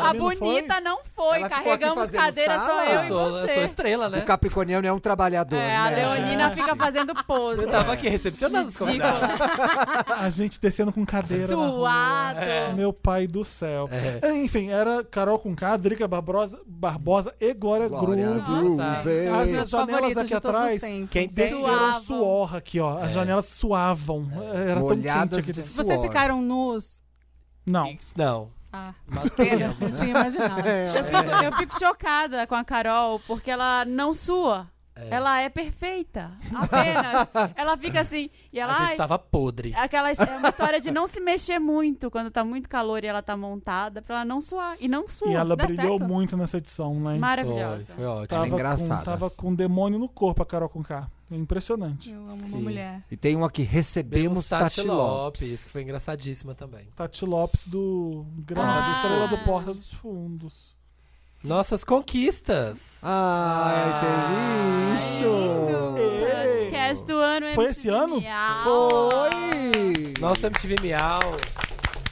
[SPEAKER 1] a,
[SPEAKER 4] Samir
[SPEAKER 3] não foi?
[SPEAKER 1] bonita não foi.
[SPEAKER 2] Ela ficou
[SPEAKER 1] Carregamos
[SPEAKER 2] aqui fazendo
[SPEAKER 1] cadeira, só
[SPEAKER 2] sala?
[SPEAKER 1] eu
[SPEAKER 4] Eu
[SPEAKER 1] e
[SPEAKER 4] sou, eu sou
[SPEAKER 1] você.
[SPEAKER 4] estrela, né?
[SPEAKER 2] O Capricorniano é um trabalhador,
[SPEAKER 1] É, a
[SPEAKER 2] né?
[SPEAKER 1] Leonina fica fazendo pose. Tipo,
[SPEAKER 4] Eu tava aqui recepcionando os convidados.
[SPEAKER 1] Ridícula,
[SPEAKER 3] A gente descendo com cadeira na rua.
[SPEAKER 1] suado.
[SPEAKER 3] É, Meu pai do céu.
[SPEAKER 2] É.
[SPEAKER 3] É, Enfim, era Carol com K, Drica Barbosa, Barbosa e Glória,
[SPEAKER 2] Glória
[SPEAKER 3] Groove.
[SPEAKER 2] Groove.
[SPEAKER 3] As
[SPEAKER 5] Meus
[SPEAKER 3] janelas
[SPEAKER 5] favoritos
[SPEAKER 3] aqui
[SPEAKER 5] de todos os
[SPEAKER 3] atrás
[SPEAKER 5] tempos.
[SPEAKER 4] Quem tem
[SPEAKER 3] desceram
[SPEAKER 1] Suavam.
[SPEAKER 3] suor aqui, ó. As janelas suavam. Era tão
[SPEAKER 2] É. Molhadas
[SPEAKER 3] quente aqui
[SPEAKER 2] de
[SPEAKER 3] dentro.
[SPEAKER 2] suor.
[SPEAKER 5] Vocês ficaram nus?
[SPEAKER 3] Não.
[SPEAKER 4] Não.
[SPEAKER 5] Ah,
[SPEAKER 4] Mas
[SPEAKER 5] pena,
[SPEAKER 4] queríamos,
[SPEAKER 5] não tinha imaginado.
[SPEAKER 1] Eu fico, eu fico chocada com a Carol, porque ela não sua. Ela é perfeita. Apenas. ela fica assim. E ela.
[SPEAKER 4] A
[SPEAKER 1] "Ai,
[SPEAKER 4] gente tava podre.
[SPEAKER 1] Aquela his- é uma história de não se mexer muito quando tá muito calor e ela tá montada, pra ela não suar. E não sua.
[SPEAKER 3] E ela
[SPEAKER 5] Dá
[SPEAKER 3] brilhou
[SPEAKER 5] certo.
[SPEAKER 3] muito nessa edição, né?
[SPEAKER 1] Maravilhosa.
[SPEAKER 4] Foi, foi ótimo.
[SPEAKER 3] Tava
[SPEAKER 2] Tá engraçada.
[SPEAKER 3] Com, tava com um demônio no corpo a Carol com K. É impressionante.
[SPEAKER 5] Eu amo uma
[SPEAKER 4] Sim.
[SPEAKER 5] mulher.
[SPEAKER 2] E tem um aqui, recebemos
[SPEAKER 4] Vemos Tati
[SPEAKER 2] Tatiló.
[SPEAKER 4] Lopes, que foi engraçadíssima também.
[SPEAKER 3] Tati Lopes do Grande
[SPEAKER 1] Ah.
[SPEAKER 3] Estrela do Porta dos Fundos.
[SPEAKER 4] Nossas conquistas.
[SPEAKER 2] Ai,
[SPEAKER 4] Ah.
[SPEAKER 2] tem isso!
[SPEAKER 3] Ei.
[SPEAKER 1] Esquece do ano, é
[SPEAKER 3] Foi
[SPEAKER 1] MTV Ah.
[SPEAKER 3] esse ano?
[SPEAKER 1] Miau.
[SPEAKER 2] Foi!
[SPEAKER 4] Nosso MTV Miau.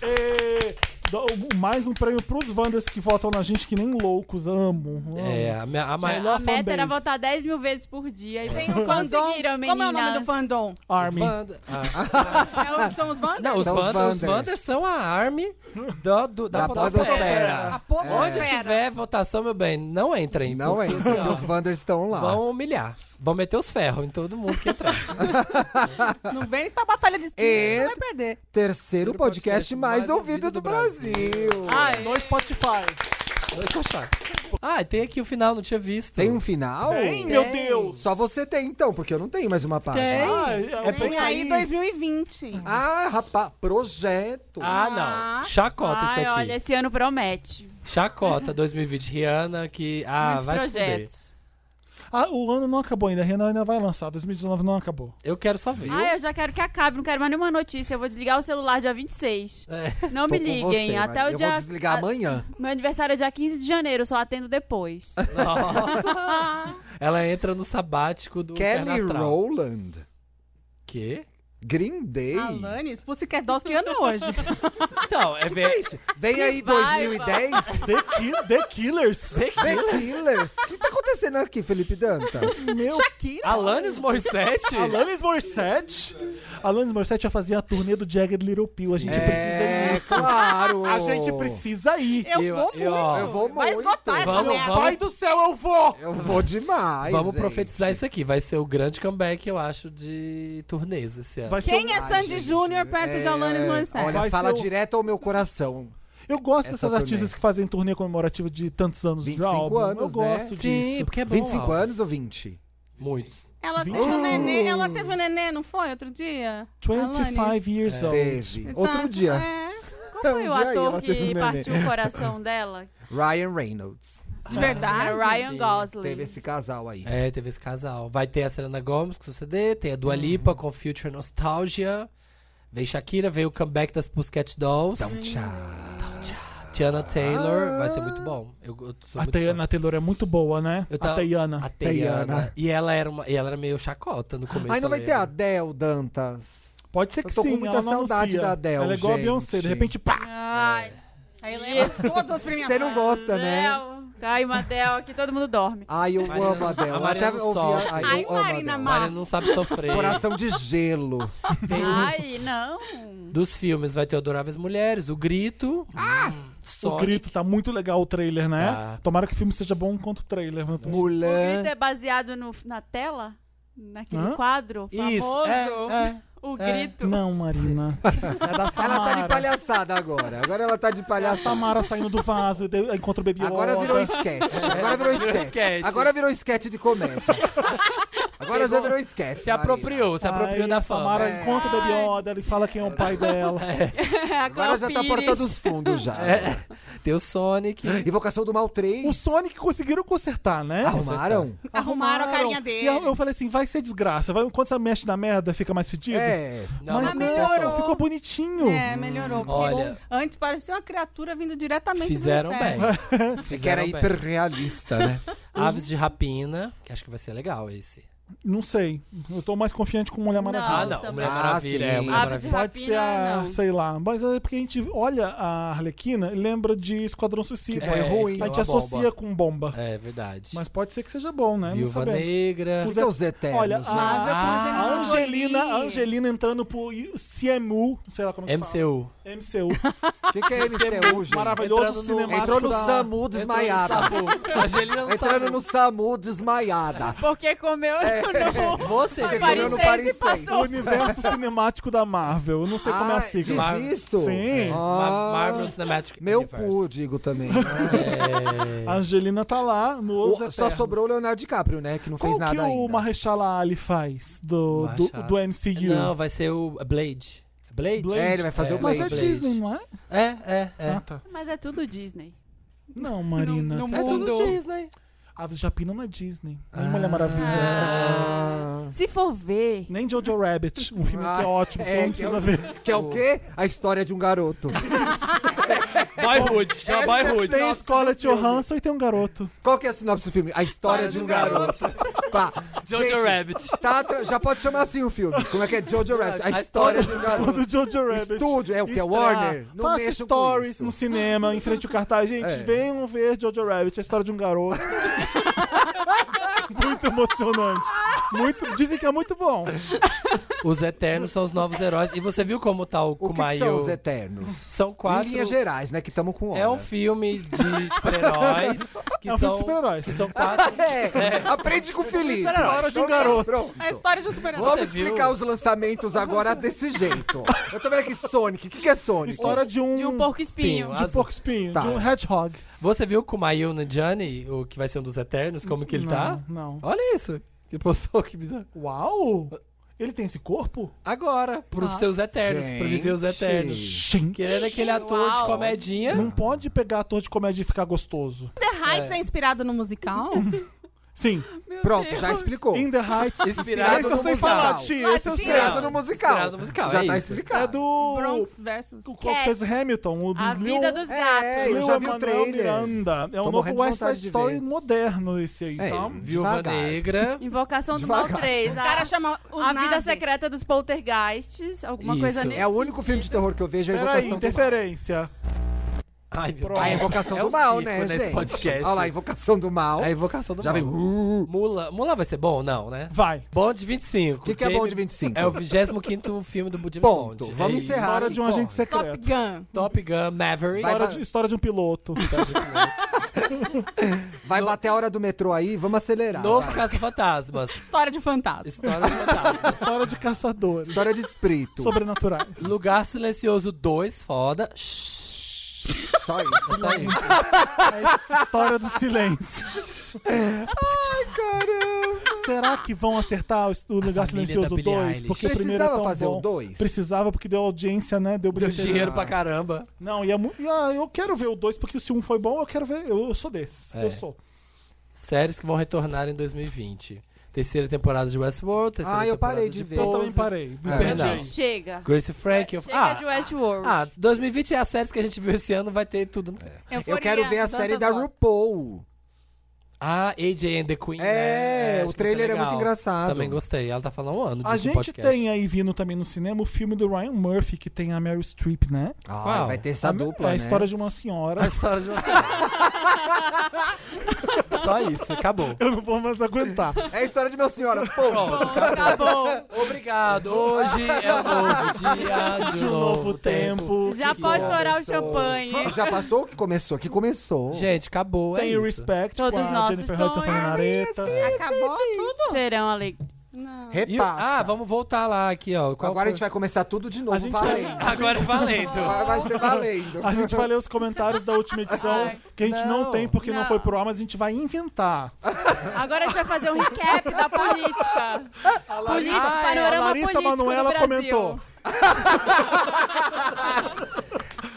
[SPEAKER 3] Ê, dou- Mais um prêmio pros Wanders que votam na gente, que nem loucos. Amo. amo.
[SPEAKER 4] É, a, minha- a maior.
[SPEAKER 1] A meta era
[SPEAKER 3] fanbase.
[SPEAKER 1] votar 10 mil vezes por dia. E
[SPEAKER 5] Tem o fandom.
[SPEAKER 1] conseguiram, meninas.
[SPEAKER 5] Como é o nome do fandom?
[SPEAKER 3] Armin.
[SPEAKER 4] Wanda- ah,
[SPEAKER 5] É, o- são os Wanders?
[SPEAKER 4] não,
[SPEAKER 2] São Então,
[SPEAKER 4] os
[SPEAKER 2] os
[SPEAKER 4] Wanders, os
[SPEAKER 2] Wanders.
[SPEAKER 4] Wanders são a Army do, do-
[SPEAKER 2] Da
[SPEAKER 4] da,
[SPEAKER 2] podosfera.
[SPEAKER 5] A
[SPEAKER 4] podosfera.
[SPEAKER 5] pouco
[SPEAKER 4] Onde
[SPEAKER 5] espera.
[SPEAKER 4] tiver votação, meu bem, não entrem.
[SPEAKER 2] Não é
[SPEAKER 4] porque,
[SPEAKER 2] isso,
[SPEAKER 4] assim, ó,
[SPEAKER 2] porque os Wanders estão lá.
[SPEAKER 4] Vão humilhar. Vão meter os ferros em todo mundo que entrar.
[SPEAKER 5] Não vem pra batalha de espinhos,
[SPEAKER 2] E-
[SPEAKER 5] você vai perder.
[SPEAKER 2] Terceiro podcast mais ouvido do Brasil.
[SPEAKER 1] Ai,
[SPEAKER 3] No Spotify.
[SPEAKER 4] Deixa eu achar. Ah, e tem aqui o final, não tinha visto.
[SPEAKER 2] Tem um final?
[SPEAKER 3] Tem, meu Deus.
[SPEAKER 2] Só você tem então, porque eu não tenho mais uma página.
[SPEAKER 4] Tem.
[SPEAKER 3] Ah, é
[SPEAKER 5] Vem
[SPEAKER 3] bem
[SPEAKER 5] aí 2020.
[SPEAKER 2] Ah, rapaz, projeto.
[SPEAKER 4] Ah, não. Chacota
[SPEAKER 1] ai,
[SPEAKER 4] isso aqui.
[SPEAKER 1] olha, esse ano promete.
[SPEAKER 4] Chacota 2020, Rihanna, que. Ah,
[SPEAKER 1] Muitos
[SPEAKER 4] vai se fuder.
[SPEAKER 1] projetos.
[SPEAKER 3] Ah, o ano não acabou ainda. A Renan ainda vai lançar. 2019 não acabou.
[SPEAKER 4] Eu quero só ver.
[SPEAKER 1] Ai, eu já quero que acabe, não quero mais nenhuma notícia. Eu vou desligar o celular dia 26.
[SPEAKER 4] É.
[SPEAKER 1] Não
[SPEAKER 2] Tô
[SPEAKER 1] me
[SPEAKER 2] com
[SPEAKER 1] liguem.
[SPEAKER 2] você,
[SPEAKER 1] até
[SPEAKER 2] Maria.
[SPEAKER 1] o dia.
[SPEAKER 2] Eu vou desligar
[SPEAKER 1] a-
[SPEAKER 2] amanhã.
[SPEAKER 1] Meu aniversário é dia 15 de janeiro, eu só atendo depois.
[SPEAKER 4] Nossa. Ela entra no sabático do
[SPEAKER 2] Kelly
[SPEAKER 4] Inferno Astral.
[SPEAKER 2] Rowland.
[SPEAKER 4] Quê?
[SPEAKER 2] Green Day.
[SPEAKER 5] Alanis, Pussycat Dolls, que ano é hoje?
[SPEAKER 4] Então, é ver.
[SPEAKER 2] Vem aí
[SPEAKER 1] raiva.
[SPEAKER 2] 2010.
[SPEAKER 3] The, Ki- The Killers.
[SPEAKER 2] The Killers. O que tá acontecendo aqui, Felipe Dantas?
[SPEAKER 3] Meu
[SPEAKER 5] Shakira.
[SPEAKER 4] Alanis Morissette?
[SPEAKER 3] Alanis Morissette? Alanis Morissette vai fazer a turnê do Jagged Little Pill. A gente precisa
[SPEAKER 2] É,
[SPEAKER 3] ir.
[SPEAKER 2] claro.
[SPEAKER 3] A gente precisa ir.
[SPEAKER 5] Eu,
[SPEAKER 4] Eu-
[SPEAKER 5] vou
[SPEAKER 4] eu-
[SPEAKER 5] muito.
[SPEAKER 2] Eu vou
[SPEAKER 5] Vai
[SPEAKER 2] muito.
[SPEAKER 5] esgotar essa
[SPEAKER 4] Vamos,
[SPEAKER 5] merda.
[SPEAKER 4] vamos.
[SPEAKER 3] Pai do céu, eu vou!
[SPEAKER 2] Eu vou demais.
[SPEAKER 4] Vamos
[SPEAKER 2] gente.
[SPEAKER 4] profetizar isso aqui. Vai ser o grande comeback, eu acho, de turnês esse ano.
[SPEAKER 3] Vai ser
[SPEAKER 5] Quem
[SPEAKER 3] um-
[SPEAKER 5] é Sandy Júnior perto de Alanis Morissette?
[SPEAKER 2] é. Olha,
[SPEAKER 3] Vai
[SPEAKER 2] fala
[SPEAKER 3] ser o-
[SPEAKER 2] direto ao meu coração.
[SPEAKER 3] Eu gosto
[SPEAKER 2] Essa
[SPEAKER 3] dessas
[SPEAKER 2] turnê.
[SPEAKER 3] artistas que fazem turnê comemorativa de tantos anos de
[SPEAKER 2] 25
[SPEAKER 3] álbum. eu
[SPEAKER 2] anos, né?
[SPEAKER 3] gosto
[SPEAKER 4] Sim,
[SPEAKER 3] disso.
[SPEAKER 4] porque é bom.
[SPEAKER 2] 25
[SPEAKER 4] Alves.
[SPEAKER 2] anos ou 20?
[SPEAKER 4] Muitos.
[SPEAKER 5] Ela teve,
[SPEAKER 3] Vinte.
[SPEAKER 5] um nenê, ela teve um nenê, não foi? Outro dia?
[SPEAKER 3] 25
[SPEAKER 5] Alanis.
[SPEAKER 3] years old.
[SPEAKER 2] É. Teve. Outro
[SPEAKER 5] Então,
[SPEAKER 2] dia.
[SPEAKER 5] é,
[SPEAKER 1] Qual
[SPEAKER 2] É, um
[SPEAKER 1] foi o
[SPEAKER 2] dia aí
[SPEAKER 1] ator
[SPEAKER 2] ela
[SPEAKER 1] que
[SPEAKER 2] teve um neném.
[SPEAKER 1] partiu o coração dela?
[SPEAKER 2] Ryan Reynolds.
[SPEAKER 5] de
[SPEAKER 1] É
[SPEAKER 5] verdade.
[SPEAKER 1] Ryan
[SPEAKER 2] Teve
[SPEAKER 4] sim.
[SPEAKER 1] Gosling.
[SPEAKER 2] esse casal aí.
[SPEAKER 4] É, teve esse casal. Vai ter a Selena Gomez com o CD, tem a Dua Lipa com Future Nostalgia. Veio Shakira, veio o comeback das Pussycat Dolls.
[SPEAKER 2] Então, tchau.
[SPEAKER 4] Tiana
[SPEAKER 2] Ah.
[SPEAKER 4] Taylor, vai ser muito bom. Eu, eu sou
[SPEAKER 3] A
[SPEAKER 4] muito fã.
[SPEAKER 3] Tayana Taylor é muito boa, né?
[SPEAKER 4] Eu
[SPEAKER 3] A
[SPEAKER 4] tava- A
[SPEAKER 3] Tayana.
[SPEAKER 4] Teiana.
[SPEAKER 2] Teiana.
[SPEAKER 4] E ela era uma, e ela era meio chacota no começo. né?
[SPEAKER 2] Aí não vai
[SPEAKER 4] eu
[SPEAKER 2] ter a
[SPEAKER 4] lembro.
[SPEAKER 2] Adele, Dantas.
[SPEAKER 3] Pode ser que
[SPEAKER 2] Eu tô com
[SPEAKER 3] sim,
[SPEAKER 2] muita
[SPEAKER 3] ela não
[SPEAKER 2] saudade
[SPEAKER 3] anuncia.
[SPEAKER 2] da Adele,
[SPEAKER 3] Ela é igual a
[SPEAKER 2] gente.
[SPEAKER 3] Beyoncé, de repente, pá!
[SPEAKER 1] Ai,
[SPEAKER 5] Aí lembra todas as
[SPEAKER 2] Você
[SPEAKER 5] premiações.
[SPEAKER 2] não gosta, né?
[SPEAKER 1] Adele. Ai, Madel, Tá aqui todo mundo dorme.
[SPEAKER 2] Ai, eu
[SPEAKER 4] Marina
[SPEAKER 2] amo a
[SPEAKER 4] não-
[SPEAKER 2] Adele.
[SPEAKER 4] a
[SPEAKER 2] Eu
[SPEAKER 4] Marina
[SPEAKER 2] Até
[SPEAKER 4] não
[SPEAKER 2] ouvi
[SPEAKER 4] sofre.
[SPEAKER 2] a... Ai,
[SPEAKER 5] Ai,
[SPEAKER 2] eu amo a
[SPEAKER 5] Marina,
[SPEAKER 2] Adele.
[SPEAKER 5] ma-
[SPEAKER 4] Maria não sabe sofrer.
[SPEAKER 2] Coração de gelo.
[SPEAKER 4] Tem um-
[SPEAKER 1] Ai, não.
[SPEAKER 4] Dos filmes vai ter Adoráveis Mulheres, O Grito. Ah!
[SPEAKER 3] O grito tá muito legal o trailer, né?
[SPEAKER 4] Tá.
[SPEAKER 3] Tomara que o filme seja bom quanto o trailer. Né?
[SPEAKER 1] O grito
[SPEAKER 2] Mulan.
[SPEAKER 1] é baseado no, na tela? Naquele
[SPEAKER 3] Hã?
[SPEAKER 1] quadro
[SPEAKER 4] Isso.
[SPEAKER 1] famoso?
[SPEAKER 4] É, é.
[SPEAKER 1] O
[SPEAKER 4] é.
[SPEAKER 1] grito.
[SPEAKER 3] Não, Marina. É da Samara.
[SPEAKER 2] Ela tá de palhaçada agora. Agora ela tá de
[SPEAKER 3] É a
[SPEAKER 2] palhaçada.
[SPEAKER 3] Samara saindo do vaso, e deu- encontra o Baby
[SPEAKER 2] Agora
[SPEAKER 3] Yoda.
[SPEAKER 2] virou esquete. Agora virou esquete.
[SPEAKER 4] esquete.
[SPEAKER 2] Agora virou esquete de comédia. Agora já virou esquete.
[SPEAKER 4] Se apropriou, se apropriou
[SPEAKER 3] Aí
[SPEAKER 4] da
[SPEAKER 3] a
[SPEAKER 4] fama. É.
[SPEAKER 3] Samara
[SPEAKER 2] É.
[SPEAKER 3] encontra o Baby Yoda, ele fala quem é o pai dela.
[SPEAKER 2] Agora já tá por todos os fundos já.
[SPEAKER 4] Tem o Sonic.
[SPEAKER 2] Invocação do Mal 3.
[SPEAKER 3] É. O Sonic conseguiram consertar, né?
[SPEAKER 2] Arrumaram?
[SPEAKER 5] Arrumaram a carinha dele.
[SPEAKER 3] E eu, eu falei assim, vai ser desgraça. Vai, quando você mexe na merda, fica mais fedido.
[SPEAKER 2] É.
[SPEAKER 4] Não,
[SPEAKER 3] Mas
[SPEAKER 4] não
[SPEAKER 3] não,
[SPEAKER 5] melhorou.
[SPEAKER 3] ficou
[SPEAKER 4] Hum.
[SPEAKER 3] bonitinho.
[SPEAKER 5] É, melhorou. porque
[SPEAKER 4] Olha.
[SPEAKER 5] antes parecia uma criatura vindo diretamente
[SPEAKER 4] Fizeram
[SPEAKER 5] do
[SPEAKER 4] bem.
[SPEAKER 5] inferno.
[SPEAKER 2] É
[SPEAKER 4] Fizeram
[SPEAKER 2] que era
[SPEAKER 4] bem.
[SPEAKER 2] hiperrealista, né?
[SPEAKER 1] Uhum.
[SPEAKER 4] Aves de rapina, que acho que vai ser legal esse.
[SPEAKER 3] Não sei. Eu tô mais confiante com Mulher Maravilha.
[SPEAKER 4] Ah,
[SPEAKER 1] Não,
[SPEAKER 4] não.
[SPEAKER 1] também.
[SPEAKER 4] Mulher
[SPEAKER 2] Ah,
[SPEAKER 4] Maravilha.
[SPEAKER 2] sim.
[SPEAKER 4] É, Mulher
[SPEAKER 1] Aves de
[SPEAKER 4] Maravilha.
[SPEAKER 3] Pode ser a,
[SPEAKER 1] Rapina, não.
[SPEAKER 3] sei lá. Mas é porque a gente olha a Arlequina e lembra de Esquadrão Suicida.
[SPEAKER 4] Que foi
[SPEAKER 3] É,
[SPEAKER 4] ruim.
[SPEAKER 3] A gente
[SPEAKER 4] Uma
[SPEAKER 3] associa
[SPEAKER 4] bomba.
[SPEAKER 3] com bomba.
[SPEAKER 4] É verdade.
[SPEAKER 3] Mas pode ser que seja bom, né?
[SPEAKER 4] Viúva
[SPEAKER 3] Não sabemos.
[SPEAKER 4] Negra.
[SPEAKER 2] Os seus eternos.
[SPEAKER 3] Olha,
[SPEAKER 2] né?
[SPEAKER 3] a, a
[SPEAKER 5] Ah,
[SPEAKER 3] Angelina, a
[SPEAKER 5] Jolie.
[SPEAKER 3] Angelina entrando pro CMU, sei lá como é que
[SPEAKER 4] MCU.
[SPEAKER 3] fala. MCU.
[SPEAKER 2] O que, que é MCU, gente?
[SPEAKER 3] Maravilhoso
[SPEAKER 4] Entrando no-
[SPEAKER 3] cinemático
[SPEAKER 2] Entrou no
[SPEAKER 3] da-
[SPEAKER 2] SAMU desmaiada.
[SPEAKER 4] Entrou no Sabu. Angelina no
[SPEAKER 2] Entrando
[SPEAKER 4] Sabu.
[SPEAKER 2] no SAMU desmaiada.
[SPEAKER 1] Porque comeu no
[SPEAKER 4] Você
[SPEAKER 2] Porque
[SPEAKER 4] Paris
[SPEAKER 2] comeu no
[SPEAKER 1] seis
[SPEAKER 2] Paris
[SPEAKER 1] e
[SPEAKER 2] seis.
[SPEAKER 3] O
[SPEAKER 1] passou.
[SPEAKER 3] universo cinemático da Marvel. Eu não sei como é a
[SPEAKER 2] Ai,
[SPEAKER 3] sigla.
[SPEAKER 4] Mar-
[SPEAKER 2] Diz isso?
[SPEAKER 3] Sim.
[SPEAKER 4] Ma-
[SPEAKER 2] Ah,
[SPEAKER 4] Marvel Cinematic
[SPEAKER 2] Meu
[SPEAKER 4] Universe. É.
[SPEAKER 2] cu, digo também.
[SPEAKER 3] A Angelina tá lá no Os
[SPEAKER 2] O- só
[SPEAKER 3] Eternos.
[SPEAKER 2] sobrou o Leonardo DiCaprio, né? Que não fez
[SPEAKER 3] Qual
[SPEAKER 2] nada
[SPEAKER 3] que é o
[SPEAKER 2] ainda.
[SPEAKER 3] Marrechal Ali faz do, do,
[SPEAKER 4] Machado.
[SPEAKER 3] do MCU?
[SPEAKER 4] Não, vai ser o Blade. Blade?
[SPEAKER 3] Blade.
[SPEAKER 2] É, ele vai fazer
[SPEAKER 4] É,
[SPEAKER 2] o
[SPEAKER 3] Mas
[SPEAKER 2] Blade.
[SPEAKER 3] é
[SPEAKER 4] Blade.
[SPEAKER 3] Disney, não é?
[SPEAKER 4] É, é, é.
[SPEAKER 3] Ah, tá.
[SPEAKER 1] Mas é tudo Disney.
[SPEAKER 3] Não, Marina.
[SPEAKER 5] Não- não
[SPEAKER 4] é tudo
[SPEAKER 5] Mundo.
[SPEAKER 4] Disney.
[SPEAKER 3] Aves de Rapina não é Disney. Nem Mulher Maravilha.
[SPEAKER 2] Hum.
[SPEAKER 4] Ah.
[SPEAKER 1] Se for ver,
[SPEAKER 3] Nem Jojo Rabbit. Um filme que é
[SPEAKER 2] Ah,
[SPEAKER 3] ótimo, que
[SPEAKER 2] é,
[SPEAKER 3] eu não
[SPEAKER 2] que é
[SPEAKER 3] precisa
[SPEAKER 2] o-
[SPEAKER 3] ver.
[SPEAKER 2] Que é o quê? A história de um garoto.
[SPEAKER 4] Boyhood. Já
[SPEAKER 2] Essa
[SPEAKER 4] Boyhood.
[SPEAKER 2] é
[SPEAKER 3] Tem a escola de Johansson e tem um garoto.
[SPEAKER 2] Qual que é a sinopse do filme? A história de um garoto. Pá.
[SPEAKER 4] Jojo
[SPEAKER 2] Gente,
[SPEAKER 4] Rabbit.
[SPEAKER 2] tá atra- já pode chamar assim o filme. Como é que é Jojo Rabbit?
[SPEAKER 4] A
[SPEAKER 2] A história de um
[SPEAKER 3] O
[SPEAKER 2] garoto.
[SPEAKER 3] do Jojo Rabbit.
[SPEAKER 2] Estúdio, é o que? É
[SPEAKER 3] Estreia.
[SPEAKER 2] Warner? Não
[SPEAKER 3] Faça
[SPEAKER 2] mexam com
[SPEAKER 3] stories
[SPEAKER 2] isso.
[SPEAKER 3] no cinema, em frente ao cartaz. Gente,
[SPEAKER 2] É.
[SPEAKER 3] venham ver Jojo Rabbit, a história de um garoto. muito emocionante. Muito, dizem que é muito bom.
[SPEAKER 4] Os Eternos são os novos heróis. E você viu como tá o
[SPEAKER 2] O que, que são
[SPEAKER 4] Kumayo?
[SPEAKER 2] os Eternos?
[SPEAKER 4] São
[SPEAKER 2] Em
[SPEAKER 4] quatro.
[SPEAKER 2] linhas gerais, né? Que estamos com hora.
[SPEAKER 4] É um filme de super-heróis. que
[SPEAKER 3] É um filme
[SPEAKER 4] são-
[SPEAKER 3] de super-heróis.
[SPEAKER 4] Que são quatro.
[SPEAKER 2] É, aprende com o Felipe.
[SPEAKER 3] História de um garoto.
[SPEAKER 2] Pronto.
[SPEAKER 5] A história de um super-herói.
[SPEAKER 2] Vamos
[SPEAKER 4] viu?
[SPEAKER 2] explicar os lançamentos agora desse jeito. Eu tô vendo aqui Sonic. O que, que é Sonic?
[SPEAKER 3] História de um,
[SPEAKER 1] de um porco espinho.
[SPEAKER 4] Espinho,
[SPEAKER 3] de um porco espinho,
[SPEAKER 2] Tá.
[SPEAKER 3] de um hedgehog.
[SPEAKER 4] Você viu o Kumayo Nanjiani, o que vai ser um dos Eternos, como que ele
[SPEAKER 3] não,
[SPEAKER 4] tá?
[SPEAKER 3] Não.
[SPEAKER 4] Olha isso. Ele postou, que bizarro.
[SPEAKER 3] Uau! Ele tem esse corpo?
[SPEAKER 4] Agora, pros
[SPEAKER 5] Nossa.
[SPEAKER 4] seus Eternos, pra viver os
[SPEAKER 2] Gente.
[SPEAKER 4] Eternos.
[SPEAKER 3] Gente.
[SPEAKER 4] Que ele
[SPEAKER 2] é
[SPEAKER 4] era aquele ator de
[SPEAKER 1] Uau.
[SPEAKER 4] comedinha.
[SPEAKER 2] Hum.
[SPEAKER 3] Não pode pegar ator de comédia e ficar gostoso.
[SPEAKER 5] The Heights é, inspirado no musical?
[SPEAKER 3] Sim.
[SPEAKER 2] Pronto, já explicou.
[SPEAKER 3] In the Heights.
[SPEAKER 4] Inspirado
[SPEAKER 3] Esse eu
[SPEAKER 2] no
[SPEAKER 3] sei
[SPEAKER 2] musical.
[SPEAKER 3] falar, tia. Esse eu sei.
[SPEAKER 2] Inspirado no
[SPEAKER 4] Não,
[SPEAKER 2] musical.
[SPEAKER 4] inspirado no musical,
[SPEAKER 2] Já
[SPEAKER 4] é
[SPEAKER 2] tá
[SPEAKER 4] isso.
[SPEAKER 2] explicado.
[SPEAKER 3] É do...
[SPEAKER 5] Bronx versus...
[SPEAKER 3] O qual que fez
[SPEAKER 1] Cats.
[SPEAKER 3] Hamilton? O
[SPEAKER 1] A
[SPEAKER 3] Lin-
[SPEAKER 1] vida dos
[SPEAKER 2] É,
[SPEAKER 1] gatos.
[SPEAKER 2] eu
[SPEAKER 3] Lin
[SPEAKER 2] já vi o
[SPEAKER 3] Manuel
[SPEAKER 2] trailer.
[SPEAKER 3] Miranda.
[SPEAKER 2] Tô
[SPEAKER 3] É um novo
[SPEAKER 2] morrendo de
[SPEAKER 3] West Side
[SPEAKER 2] vontade de
[SPEAKER 3] Story
[SPEAKER 2] ver.
[SPEAKER 3] moderno esse aí.
[SPEAKER 2] É,
[SPEAKER 3] Então,
[SPEAKER 4] Viúva
[SPEAKER 2] Devagar.
[SPEAKER 4] Negra.
[SPEAKER 1] Invocação do
[SPEAKER 2] Devagar.
[SPEAKER 1] Mal Ah, 3.
[SPEAKER 5] O
[SPEAKER 1] A,
[SPEAKER 5] cara chama os
[SPEAKER 1] a vida
[SPEAKER 5] Nave.
[SPEAKER 1] secreta dos poltergeists. Alguma
[SPEAKER 4] Isso.
[SPEAKER 1] coisa nesse
[SPEAKER 2] É o único filme de
[SPEAKER 1] sentido.
[SPEAKER 2] terror que eu vejo é a
[SPEAKER 3] peraí,
[SPEAKER 2] Invocação do Mal.
[SPEAKER 3] interferência.
[SPEAKER 4] Ai, meu
[SPEAKER 3] Pronto.
[SPEAKER 4] Deus.
[SPEAKER 2] A Invocação
[SPEAKER 4] É
[SPEAKER 2] do
[SPEAKER 4] um
[SPEAKER 2] Mal,
[SPEAKER 4] circo
[SPEAKER 2] né,
[SPEAKER 4] nesse
[SPEAKER 2] gente?
[SPEAKER 4] podcast.
[SPEAKER 2] Olha lá, Invocação do Mal.
[SPEAKER 4] É a invocação do
[SPEAKER 2] Já vem.
[SPEAKER 4] mal.
[SPEAKER 2] uh.
[SPEAKER 4] Mula. Mula vai ser bom? Não, né?
[SPEAKER 3] Vai.
[SPEAKER 4] Bond 25. O
[SPEAKER 2] Que que é Bond 25?
[SPEAKER 4] É o 25 filme do James
[SPEAKER 2] Ponto.
[SPEAKER 4] Bond.
[SPEAKER 2] Vamos
[SPEAKER 4] É isso.
[SPEAKER 2] encerrar.
[SPEAKER 3] História
[SPEAKER 2] Ai,
[SPEAKER 3] de um
[SPEAKER 2] corre.
[SPEAKER 3] agente
[SPEAKER 5] Top
[SPEAKER 3] secreto.
[SPEAKER 5] Gun.
[SPEAKER 4] Top Gun Maverick.
[SPEAKER 2] Vai-
[SPEAKER 3] História de, história de um piloto.
[SPEAKER 2] Vai bater a hora do metrô aí, vamos acelerar.
[SPEAKER 4] Novo
[SPEAKER 2] vai.
[SPEAKER 4] Caça-Fantasmas.
[SPEAKER 5] História de fantasma.
[SPEAKER 4] História de fantasmas.
[SPEAKER 3] história de caçadores.
[SPEAKER 2] História de espírito.
[SPEAKER 3] Sobrenaturais.
[SPEAKER 4] Lugar Silencioso 2, foda. Shhh.
[SPEAKER 2] Só isso.
[SPEAKER 4] Só isso.
[SPEAKER 3] história do silêncio.
[SPEAKER 2] É.
[SPEAKER 3] Será que vão acertar o- o Lugar
[SPEAKER 4] família
[SPEAKER 3] Silencioso
[SPEAKER 4] da Billie
[SPEAKER 3] 2?
[SPEAKER 4] Eilish.
[SPEAKER 3] Porque o primeiro é
[SPEAKER 2] Precisava
[SPEAKER 3] tão
[SPEAKER 2] fazer
[SPEAKER 3] bom.
[SPEAKER 2] o dois?
[SPEAKER 3] Precisava, porque deu audiência, né? Deu
[SPEAKER 4] Deu
[SPEAKER 3] bilheteria.
[SPEAKER 4] dinheiro pra caramba.
[SPEAKER 3] Não, e, é mu- e, ah, eu quero ver o 2, porque se um foi bom, eu quero ver. Eu, eu sou desses.
[SPEAKER 4] É.
[SPEAKER 3] Eu sou.
[SPEAKER 4] Séries que vão retornar em 2020. Terceira temporada de Westworld. Terceira
[SPEAKER 2] Ah, eu
[SPEAKER 4] temporada
[SPEAKER 2] parei
[SPEAKER 4] de
[SPEAKER 2] de ver.
[SPEAKER 3] Eu
[SPEAKER 4] Pose.
[SPEAKER 3] também parei. Me
[SPEAKER 4] É.
[SPEAKER 3] perdi.
[SPEAKER 4] Não.
[SPEAKER 1] Chega.
[SPEAKER 4] Grace Frank. eu-
[SPEAKER 1] Chega de
[SPEAKER 4] Ah,
[SPEAKER 1] Westworld.
[SPEAKER 4] ah, 2020 é a série que a gente viu esse ano, vai ter tudo.
[SPEAKER 2] Eu
[SPEAKER 5] Euforia,
[SPEAKER 2] quero ver a
[SPEAKER 5] Dantas
[SPEAKER 2] série da
[SPEAKER 5] Ross.
[SPEAKER 2] RuPaul.
[SPEAKER 4] Ah, AJ and the Queen.
[SPEAKER 2] É,
[SPEAKER 4] né?
[SPEAKER 2] o
[SPEAKER 4] acho que
[SPEAKER 2] trailer
[SPEAKER 4] vai ser
[SPEAKER 2] é muito
[SPEAKER 4] legal.
[SPEAKER 2] engraçado.
[SPEAKER 4] Também gostei. Ela tá falando um ano disso
[SPEAKER 3] A
[SPEAKER 4] no
[SPEAKER 3] gente
[SPEAKER 4] podcast.
[SPEAKER 3] tem aí vindo também no cinema o filme do Ryan Murphy, que tem a Meryl Streep, né?
[SPEAKER 2] Ah,
[SPEAKER 4] Qual?
[SPEAKER 2] vai ter essa
[SPEAKER 3] a,
[SPEAKER 2] dupla,
[SPEAKER 3] É a
[SPEAKER 2] né?
[SPEAKER 3] história de uma senhora.
[SPEAKER 4] A história de você. Só isso, acabou.
[SPEAKER 3] Eu não vou mais aguentar.
[SPEAKER 2] É a história de Minha Senhora. Pô,
[SPEAKER 1] Acabou.
[SPEAKER 4] Obrigado. Hoje é um novo dia de
[SPEAKER 3] De um novo tempo.
[SPEAKER 1] Já
[SPEAKER 4] que
[SPEAKER 1] pode estourar o
[SPEAKER 2] começou?
[SPEAKER 1] champanhe.
[SPEAKER 2] que já passou o que começou? Que começou.
[SPEAKER 4] Gente, acabou.
[SPEAKER 3] Tem
[SPEAKER 4] é
[SPEAKER 3] o
[SPEAKER 4] isso.
[SPEAKER 3] Respect
[SPEAKER 1] Todos
[SPEAKER 3] com a
[SPEAKER 1] nossos
[SPEAKER 3] Jennifer Hudson
[SPEAKER 1] sonhos.
[SPEAKER 3] Fernareta.
[SPEAKER 5] Acabou tudo.
[SPEAKER 1] Serão ali.
[SPEAKER 5] Não.
[SPEAKER 4] E o-
[SPEAKER 2] Repassa.
[SPEAKER 4] ah, vamos voltar lá aqui, ó. Qual
[SPEAKER 2] Agora a
[SPEAKER 4] foi?
[SPEAKER 2] gente vai começar tudo de
[SPEAKER 3] A
[SPEAKER 2] novo,
[SPEAKER 3] gente vai-
[SPEAKER 2] valendo.
[SPEAKER 4] Agora é valendo.
[SPEAKER 2] Agora vai ser valendo.
[SPEAKER 3] A gente vai ler os comentários da última edição,
[SPEAKER 1] Ai,
[SPEAKER 3] que a gente não,
[SPEAKER 4] não.
[SPEAKER 3] tem porque não.
[SPEAKER 1] Não.
[SPEAKER 3] foi pro ar, mas a gente vai inventar.
[SPEAKER 1] Agora a gente vai fazer um recap da política. Política,
[SPEAKER 3] Ah, é,
[SPEAKER 1] panorama
[SPEAKER 3] a Larissa
[SPEAKER 1] político do
[SPEAKER 3] Manoela
[SPEAKER 1] Brasil.
[SPEAKER 3] comentou.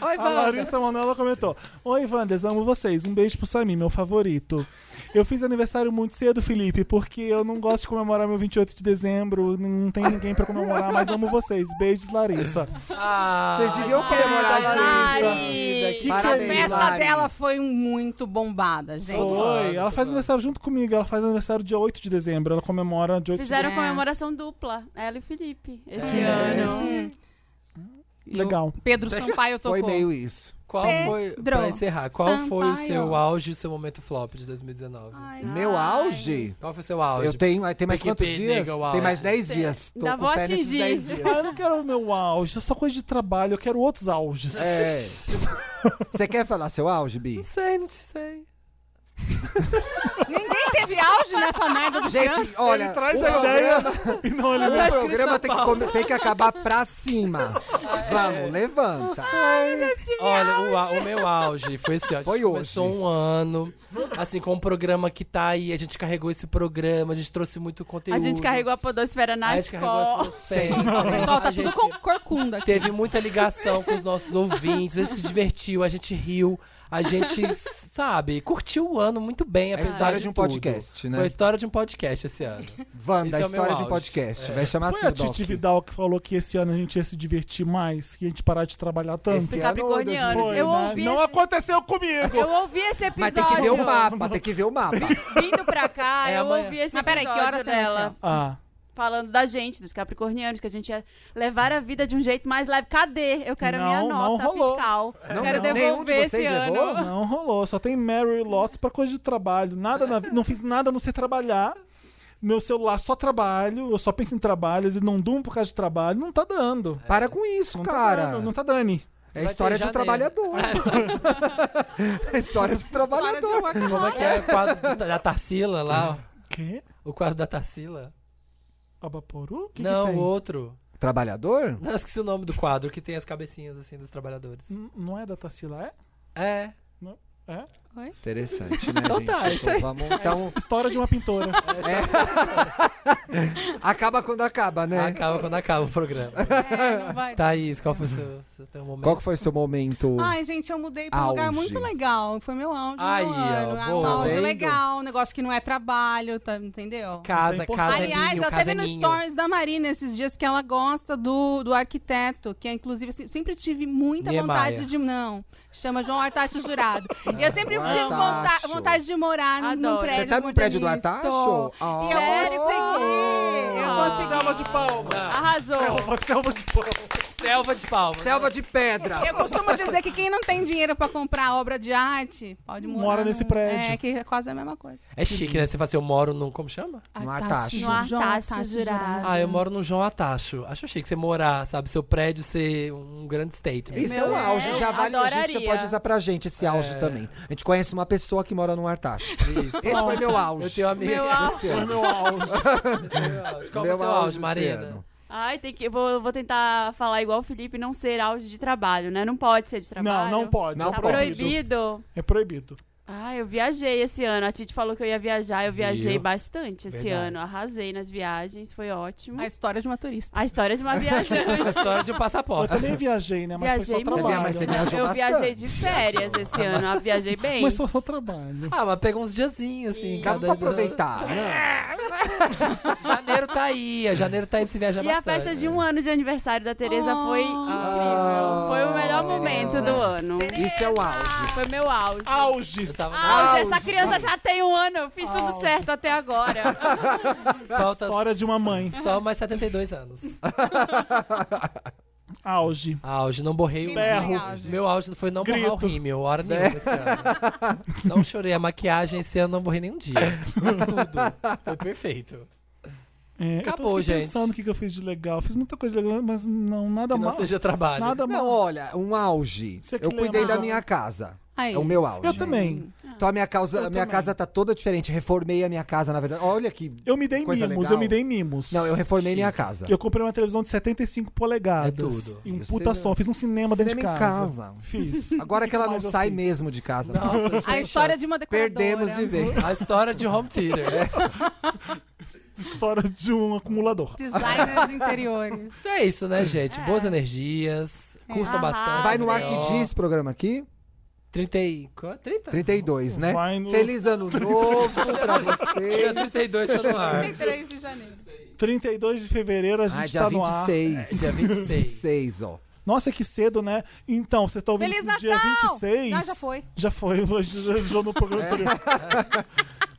[SPEAKER 2] Oi,
[SPEAKER 3] A Larissa Manoela comentou: Oi, Wanders, amo vocês. Um beijo pro Samir, meu favorito. Eu fiz aniversário muito cedo, Felipe, porque eu não gosto de comemorar meu 28 de dezembro. Não tem ninguém pra comemorar, mas amo vocês. Beijos, Larissa.
[SPEAKER 4] Ah,
[SPEAKER 2] Vocês deviam comemorar a
[SPEAKER 1] Lari.
[SPEAKER 2] Larissa.
[SPEAKER 4] que
[SPEAKER 5] A
[SPEAKER 2] Parabéns,
[SPEAKER 5] festa
[SPEAKER 2] Lari.
[SPEAKER 5] dela foi muito bombada, gente.
[SPEAKER 3] Oi,
[SPEAKER 4] lado,
[SPEAKER 3] ela faz
[SPEAKER 4] todo
[SPEAKER 3] aniversário junto comigo. Ela faz aniversário dia 8 de dezembro. Ela comemora dia 8
[SPEAKER 1] Fizeram
[SPEAKER 5] É.
[SPEAKER 1] comemoração dupla, ela e Felipe, este
[SPEAKER 3] É.
[SPEAKER 1] ano.
[SPEAKER 3] de Legal.
[SPEAKER 2] um.
[SPEAKER 5] Pedro Sampaio tocou.
[SPEAKER 2] Foi meio isso.
[SPEAKER 4] Qual foi,
[SPEAKER 5] Cedro
[SPEAKER 4] pra encerrar, qual foi o
[SPEAKER 5] Sampaio. Ah.
[SPEAKER 4] seu auge e o seu momento flop de 2019?
[SPEAKER 5] Ai,
[SPEAKER 2] Meu
[SPEAKER 1] Ai.
[SPEAKER 2] auge?
[SPEAKER 4] Qual foi o seu auge?
[SPEAKER 2] Eu tenho. Tem mais
[SPEAKER 4] Pique
[SPEAKER 2] quantos
[SPEAKER 4] peniga,
[SPEAKER 2] dias?
[SPEAKER 4] o
[SPEAKER 2] Tem mais
[SPEAKER 4] auge.
[SPEAKER 2] 10 dias. Tô
[SPEAKER 1] Ainda
[SPEAKER 2] com
[SPEAKER 1] vou
[SPEAKER 2] fé nesses
[SPEAKER 1] atingir.
[SPEAKER 2] 10 dias.
[SPEAKER 3] Ah, eu não quero o meu auge, é só coisa de trabalho, eu quero outros auges.
[SPEAKER 2] É. Você quer falar seu auge, Bi?
[SPEAKER 4] Não sei, não sei.
[SPEAKER 5] Ninguém teve auge nessa merda do
[SPEAKER 2] Gente, olha,
[SPEAKER 3] Ele traz
[SPEAKER 2] o
[SPEAKER 3] a ideia
[SPEAKER 2] programa,
[SPEAKER 3] e não é ele
[SPEAKER 2] o programa tem, que come- tem que acabar pra cima. Vamos, levanta.
[SPEAKER 4] Olha, o, au- o meu auge foi assim, ó. a gente
[SPEAKER 2] Foi hoje.
[SPEAKER 4] começou um ano, assim, com um programa que tá aí, a gente carregou esse programa, a gente trouxe muito conteúdo.
[SPEAKER 1] A gente carregou a podosfera
[SPEAKER 4] a
[SPEAKER 1] nas
[SPEAKER 4] gente carregou
[SPEAKER 1] costas.
[SPEAKER 4] as Sim.
[SPEAKER 5] O pessoal tá tudo com corcunda aqui.
[SPEAKER 4] Teve muita ligação com os nossos ouvintes, a gente se divertiu, a gente riu, a gente, sabe, curtiu o ano muito bem,
[SPEAKER 2] É a
[SPEAKER 4] apesar
[SPEAKER 2] história de um
[SPEAKER 4] tudo.
[SPEAKER 2] podcast, né?
[SPEAKER 4] Foi a história de um podcast esse ano.
[SPEAKER 2] Wanda, a
[SPEAKER 4] Esse é o meu
[SPEAKER 2] história de um
[SPEAKER 4] auge.
[SPEAKER 2] podcast. Vai chamar
[SPEAKER 3] Foi a
[SPEAKER 2] assim o
[SPEAKER 3] Titi
[SPEAKER 2] doc.
[SPEAKER 3] Vidal que falou que esse ano a gente ia se divertir mais, que a gente parar de trabalhar tanto.
[SPEAKER 2] Esse ano,
[SPEAKER 1] Capricornianos.
[SPEAKER 3] Foi,
[SPEAKER 1] eu,
[SPEAKER 3] né?
[SPEAKER 1] ouvi
[SPEAKER 3] Não
[SPEAKER 1] esse,
[SPEAKER 3] aconteceu comigo!
[SPEAKER 1] eu ouvi esse
[SPEAKER 2] Mas
[SPEAKER 1] episódio
[SPEAKER 2] tem que ver o mapa, tem que ver o mapa.
[SPEAKER 1] vindo pra cá,
[SPEAKER 4] É
[SPEAKER 1] eu
[SPEAKER 4] amanhã.
[SPEAKER 1] ouvi esse
[SPEAKER 5] Mas
[SPEAKER 1] episódio
[SPEAKER 5] peraí, que horas você
[SPEAKER 1] dela.
[SPEAKER 5] nasceu?
[SPEAKER 3] Ah,
[SPEAKER 1] Falando da gente, dos capricornianos, que a gente ia levar a vida de um jeito mais leve. Cadê? Eu quero a minha
[SPEAKER 3] Não, não
[SPEAKER 1] nota
[SPEAKER 3] rolou.
[SPEAKER 1] fiscal.
[SPEAKER 2] Não,
[SPEAKER 1] quero
[SPEAKER 2] não. Nenhum de
[SPEAKER 1] devolver esse
[SPEAKER 2] vocês
[SPEAKER 1] ano.
[SPEAKER 2] levou?
[SPEAKER 3] não rolou, só tem Mary Lots pra coisa de trabalho. Nada na- não fiz nada, não sei trabalhar. Meu celular só trabalho, eu só penso em trabalhos e não durmo por causa de trabalho. Não tá dando.
[SPEAKER 2] Para com isso,
[SPEAKER 3] Não tá
[SPEAKER 2] É, cara.
[SPEAKER 3] dando, não tá dando.
[SPEAKER 2] É a
[SPEAKER 4] Vai ter
[SPEAKER 2] história de um
[SPEAKER 4] janeiro.
[SPEAKER 2] trabalhador. É a história de um
[SPEAKER 5] História de
[SPEAKER 2] trabalhador.
[SPEAKER 4] Como é que
[SPEAKER 5] workaholic.
[SPEAKER 4] é o quadro do- da Tarsila lá, ó?
[SPEAKER 3] Quê?
[SPEAKER 4] O quadro da Tarsila?
[SPEAKER 3] Abaporu? Que que
[SPEAKER 4] não,
[SPEAKER 3] tem?
[SPEAKER 4] o outro.
[SPEAKER 2] Trabalhador?
[SPEAKER 4] Não, eu esqueci o nome do quadro, que tem as cabecinhas, assim, dos trabalhadores.
[SPEAKER 3] N- Não é da Tassila, é?
[SPEAKER 4] É.
[SPEAKER 3] É?
[SPEAKER 2] Interessante, né,
[SPEAKER 4] Então
[SPEAKER 2] gente?
[SPEAKER 4] tá, isso aí.
[SPEAKER 2] vamos, então,
[SPEAKER 3] História de uma pintora.
[SPEAKER 2] é. Acaba quando acaba, né?
[SPEAKER 4] Acaba quando acaba o programa.
[SPEAKER 5] É, não vai.
[SPEAKER 4] Thaís, qual foi o seu, seu teu momento?
[SPEAKER 2] Qual que foi seu momento?
[SPEAKER 5] Ai, gente, eu mudei pra um
[SPEAKER 2] Auge.
[SPEAKER 5] lugar muito legal. Foi meu auge do
[SPEAKER 4] Aí, ó,
[SPEAKER 5] ano. É um
[SPEAKER 4] boa.
[SPEAKER 5] auge
[SPEAKER 2] Vendo?
[SPEAKER 5] legal, um negócio que não é trabalho, tá, entendeu?
[SPEAKER 3] Isso é
[SPEAKER 4] Casa,
[SPEAKER 3] importante.
[SPEAKER 4] casa
[SPEAKER 5] Aliás,
[SPEAKER 4] ninho,
[SPEAKER 5] eu até
[SPEAKER 4] casa é
[SPEAKER 5] vi no
[SPEAKER 4] ninho.
[SPEAKER 5] stories da Marina esses dias que ela gosta do, do arquiteto, que é, inclusive, assim, sempre tive muita
[SPEAKER 4] Niemeyer.
[SPEAKER 5] vontade de. Não, chama João Artacho Jurado. E eu sempre tive
[SPEAKER 2] Artacho.
[SPEAKER 5] vonta- vontade de morar num, num
[SPEAKER 1] Adoro.
[SPEAKER 5] prédio.
[SPEAKER 2] Você tá no prédio do
[SPEAKER 5] modernista.
[SPEAKER 2] Artacho? Ah.
[SPEAKER 5] E eu
[SPEAKER 1] Sério?
[SPEAKER 5] consegui! Eu
[SPEAKER 1] Ah.
[SPEAKER 5] consegui.
[SPEAKER 3] Selva de palma!
[SPEAKER 1] Arrasou.
[SPEAKER 3] Selva de palma!
[SPEAKER 4] Selva de palmas.
[SPEAKER 2] Selva de pedra.
[SPEAKER 5] Eu costumo dizer que quem não tem dinheiro pra comprar obra de arte, pode morar.
[SPEAKER 3] Mora nesse
[SPEAKER 5] num-
[SPEAKER 3] prédio.
[SPEAKER 5] É, que é quase a mesma coisa.
[SPEAKER 4] É chique, né? Você fala assim, eu moro num... Como chama?
[SPEAKER 2] No Artacho.
[SPEAKER 1] No
[SPEAKER 5] João
[SPEAKER 1] Artacho Jurado.
[SPEAKER 4] Ah, eu moro num João Atacho. Acho chique você morar, sabe? Seu prédio ser um grande statement.
[SPEAKER 2] Isso é
[SPEAKER 1] Meu
[SPEAKER 2] um auge,
[SPEAKER 1] Deus,
[SPEAKER 2] já vale, a gente já
[SPEAKER 1] adoraria.
[SPEAKER 2] pode usar pra gente esse
[SPEAKER 4] É.
[SPEAKER 2] auge também. A gente conhece uma pessoa que mora no Artacho.
[SPEAKER 4] Isso.
[SPEAKER 2] Esse foi meu auge.
[SPEAKER 4] Eu tenho uma amiga...
[SPEAKER 1] Meu auge.
[SPEAKER 2] Luciano.
[SPEAKER 3] Meu auge.
[SPEAKER 4] Qual foi
[SPEAKER 2] Meu
[SPEAKER 4] o seu auge,
[SPEAKER 2] Luciano.
[SPEAKER 4] Marina?
[SPEAKER 1] Ai, tem que, eu vou, vou tentar falar igual o Felipe, não ser auge de trabalho, né? Não pode ser de
[SPEAKER 3] Não,
[SPEAKER 1] trabalho.
[SPEAKER 3] não pode.
[SPEAKER 2] Não
[SPEAKER 3] é
[SPEAKER 1] Tá
[SPEAKER 2] pode.
[SPEAKER 1] proibido.
[SPEAKER 3] É proibido.
[SPEAKER 1] Ah, eu viajei esse ano. A Titi falou que eu ia viajar, eu viajei
[SPEAKER 4] Viu?
[SPEAKER 1] bastante esse
[SPEAKER 4] Verdade.
[SPEAKER 1] ano. Arrasei nas viagens, foi ótimo.
[SPEAKER 5] A história de uma turista.
[SPEAKER 1] A história de uma viajante.
[SPEAKER 4] A história de um
[SPEAKER 3] Eu
[SPEAKER 4] passaporte.
[SPEAKER 3] também viajei, né? Mas
[SPEAKER 1] Viajei
[SPEAKER 3] foi então. só
[SPEAKER 1] muito.
[SPEAKER 3] trabalho.
[SPEAKER 2] Mas você viajou
[SPEAKER 1] eu
[SPEAKER 2] bastante.
[SPEAKER 1] viajei de férias esse ano, eu viajei bem.
[SPEAKER 3] Mas foi só trabalho.
[SPEAKER 4] Ah, mas pega uns diazinhos, assim.
[SPEAKER 2] Dá pra
[SPEAKER 4] cada-
[SPEAKER 2] aproveitar, né?
[SPEAKER 4] Janeiro tá aí, a janeiro tá aí pra se viajar
[SPEAKER 1] E
[SPEAKER 4] bastante.
[SPEAKER 1] a festa de um ano de aniversário da Tereza foi incrível.
[SPEAKER 2] Ah.
[SPEAKER 1] Foi o melhor momento do ano.
[SPEAKER 2] Isso é o auge.
[SPEAKER 1] Foi meu auge.
[SPEAKER 3] Auge!
[SPEAKER 4] Eu tava
[SPEAKER 1] Auge, essa
[SPEAKER 2] auge.
[SPEAKER 1] criança já tem um ano, eu fiz tudo certo até agora.
[SPEAKER 4] Falta
[SPEAKER 3] História de uma mãe.
[SPEAKER 4] Só mais 72 anos.
[SPEAKER 3] Auge.
[SPEAKER 4] Auge, não borrei o
[SPEAKER 5] Quem mais tem
[SPEAKER 4] rímel.
[SPEAKER 5] auge?
[SPEAKER 4] Meu auge foi não borrar
[SPEAKER 3] Grito.
[SPEAKER 4] o rímel, hora nenhuma esse ano. Não chorei a maquiagem esse ano, não borrei nenhum dia. Tudo. Foi perfeito.
[SPEAKER 3] É,
[SPEAKER 4] Acabou,
[SPEAKER 3] eu tô aqui
[SPEAKER 4] gente.
[SPEAKER 3] pensando o que que eu fiz de legal. Fiz muita coisa legal, mas não, nada
[SPEAKER 4] Que não
[SPEAKER 3] mal.
[SPEAKER 4] seja trabalho.
[SPEAKER 3] Nada
[SPEAKER 2] Não,
[SPEAKER 3] mal.
[SPEAKER 2] olha, um auge.
[SPEAKER 3] Você é que
[SPEAKER 2] Eu cuidei
[SPEAKER 3] lembra.
[SPEAKER 2] da minha casa.
[SPEAKER 5] Aí.
[SPEAKER 2] É o meu auge.
[SPEAKER 3] Eu também.
[SPEAKER 2] Então a minha, causa,
[SPEAKER 5] Eu
[SPEAKER 2] a minha
[SPEAKER 5] também.
[SPEAKER 2] casa tá toda diferente. Reformei a minha casa, na verdade. Olha que.
[SPEAKER 3] Eu me dei
[SPEAKER 2] Coisa
[SPEAKER 3] mimos,
[SPEAKER 2] legal.
[SPEAKER 3] eu me dei mimos.
[SPEAKER 2] Não, eu reformei minha casa.
[SPEAKER 3] Eu comprei uma televisão de 75 polegadas.
[SPEAKER 4] É tudo.
[SPEAKER 3] E um
[SPEAKER 2] Eu
[SPEAKER 3] puta
[SPEAKER 2] sei,
[SPEAKER 3] som. Fiz um cinema, dentro de
[SPEAKER 2] Cinema em
[SPEAKER 3] casa.
[SPEAKER 2] casa.
[SPEAKER 3] Fiz.
[SPEAKER 2] Agora que ela não
[SPEAKER 3] Mas eu
[SPEAKER 2] sai
[SPEAKER 3] fiz.
[SPEAKER 2] mesmo de casa.
[SPEAKER 4] Nossa,
[SPEAKER 5] A
[SPEAKER 4] sem
[SPEAKER 5] história
[SPEAKER 4] chance.
[SPEAKER 5] de uma decoradora.
[SPEAKER 2] Perdemos de vez.
[SPEAKER 4] A história de home theater.
[SPEAKER 3] História de um acumulador.
[SPEAKER 5] Designer de interiores.
[SPEAKER 4] Então é isso, né, gente?
[SPEAKER 1] É.
[SPEAKER 4] Boas energias.
[SPEAKER 5] É.
[SPEAKER 4] Curtam
[SPEAKER 1] Arrasa.
[SPEAKER 4] bastante.
[SPEAKER 2] Vai no ar que
[SPEAKER 4] Ó,
[SPEAKER 2] diz esse programa aqui.
[SPEAKER 4] 30 e... qual? 30?
[SPEAKER 2] 32, né?
[SPEAKER 3] Vai no-
[SPEAKER 2] Feliz ano novo pra
[SPEAKER 4] Dia
[SPEAKER 2] você.
[SPEAKER 4] 32 tá no ar.
[SPEAKER 5] 23 de janeiro.
[SPEAKER 3] 32 de fevereiro a gente
[SPEAKER 2] Ah,
[SPEAKER 3] tá
[SPEAKER 2] dia
[SPEAKER 3] no ar.
[SPEAKER 2] 26.
[SPEAKER 4] Dia 26.
[SPEAKER 2] 26, ó.
[SPEAKER 3] Nossa, que cedo, né? Então, você tá ouvindo
[SPEAKER 5] Feliz
[SPEAKER 3] isso dia
[SPEAKER 5] Natal!
[SPEAKER 3] 26?
[SPEAKER 5] Não, já foi.
[SPEAKER 3] Já foi, hoje já já no
[SPEAKER 2] É.
[SPEAKER 3] programa anterior.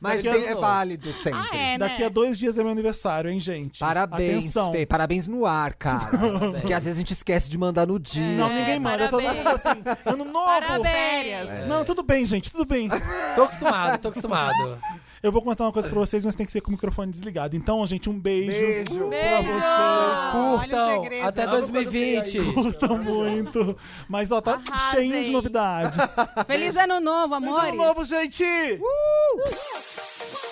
[SPEAKER 2] Mas
[SPEAKER 3] Daqui a
[SPEAKER 2] tem- é
[SPEAKER 4] pouco.
[SPEAKER 2] válido sempre.
[SPEAKER 5] Ah, é, né?
[SPEAKER 3] Daqui a dois dias é meu aniversário, hein, gente?
[SPEAKER 2] Parabéns,
[SPEAKER 3] Atenção.
[SPEAKER 2] Fê. Parabéns no ar, cara.
[SPEAKER 4] Parabéns.
[SPEAKER 2] Porque às vezes a gente esquece de mandar no dia.
[SPEAKER 3] Não, ninguém manda. Todo mundo
[SPEAKER 1] É, parabéns.
[SPEAKER 3] assim, ano novo!
[SPEAKER 1] Parabéns!
[SPEAKER 5] Férias.
[SPEAKER 3] Não, tudo bem, gente, tudo bem.
[SPEAKER 4] Tô acostumado, tô acostumado.
[SPEAKER 3] Eu vou contar uma coisa pra vocês, mas tem que ser com o microfone desligado. Então, gente, um beijo.
[SPEAKER 2] Beijo.
[SPEAKER 1] Beijo!
[SPEAKER 5] Ah, Olha o
[SPEAKER 4] Curtam.
[SPEAKER 5] segredo.
[SPEAKER 4] Até
[SPEAKER 5] Vamos
[SPEAKER 4] 2020.
[SPEAKER 3] Curtam muito. Mas, ó, tá
[SPEAKER 1] Arrasem.
[SPEAKER 3] cheinho de novidades.
[SPEAKER 5] Feliz ano novo, amores.
[SPEAKER 3] Ano novo, gente!
[SPEAKER 7] Shake,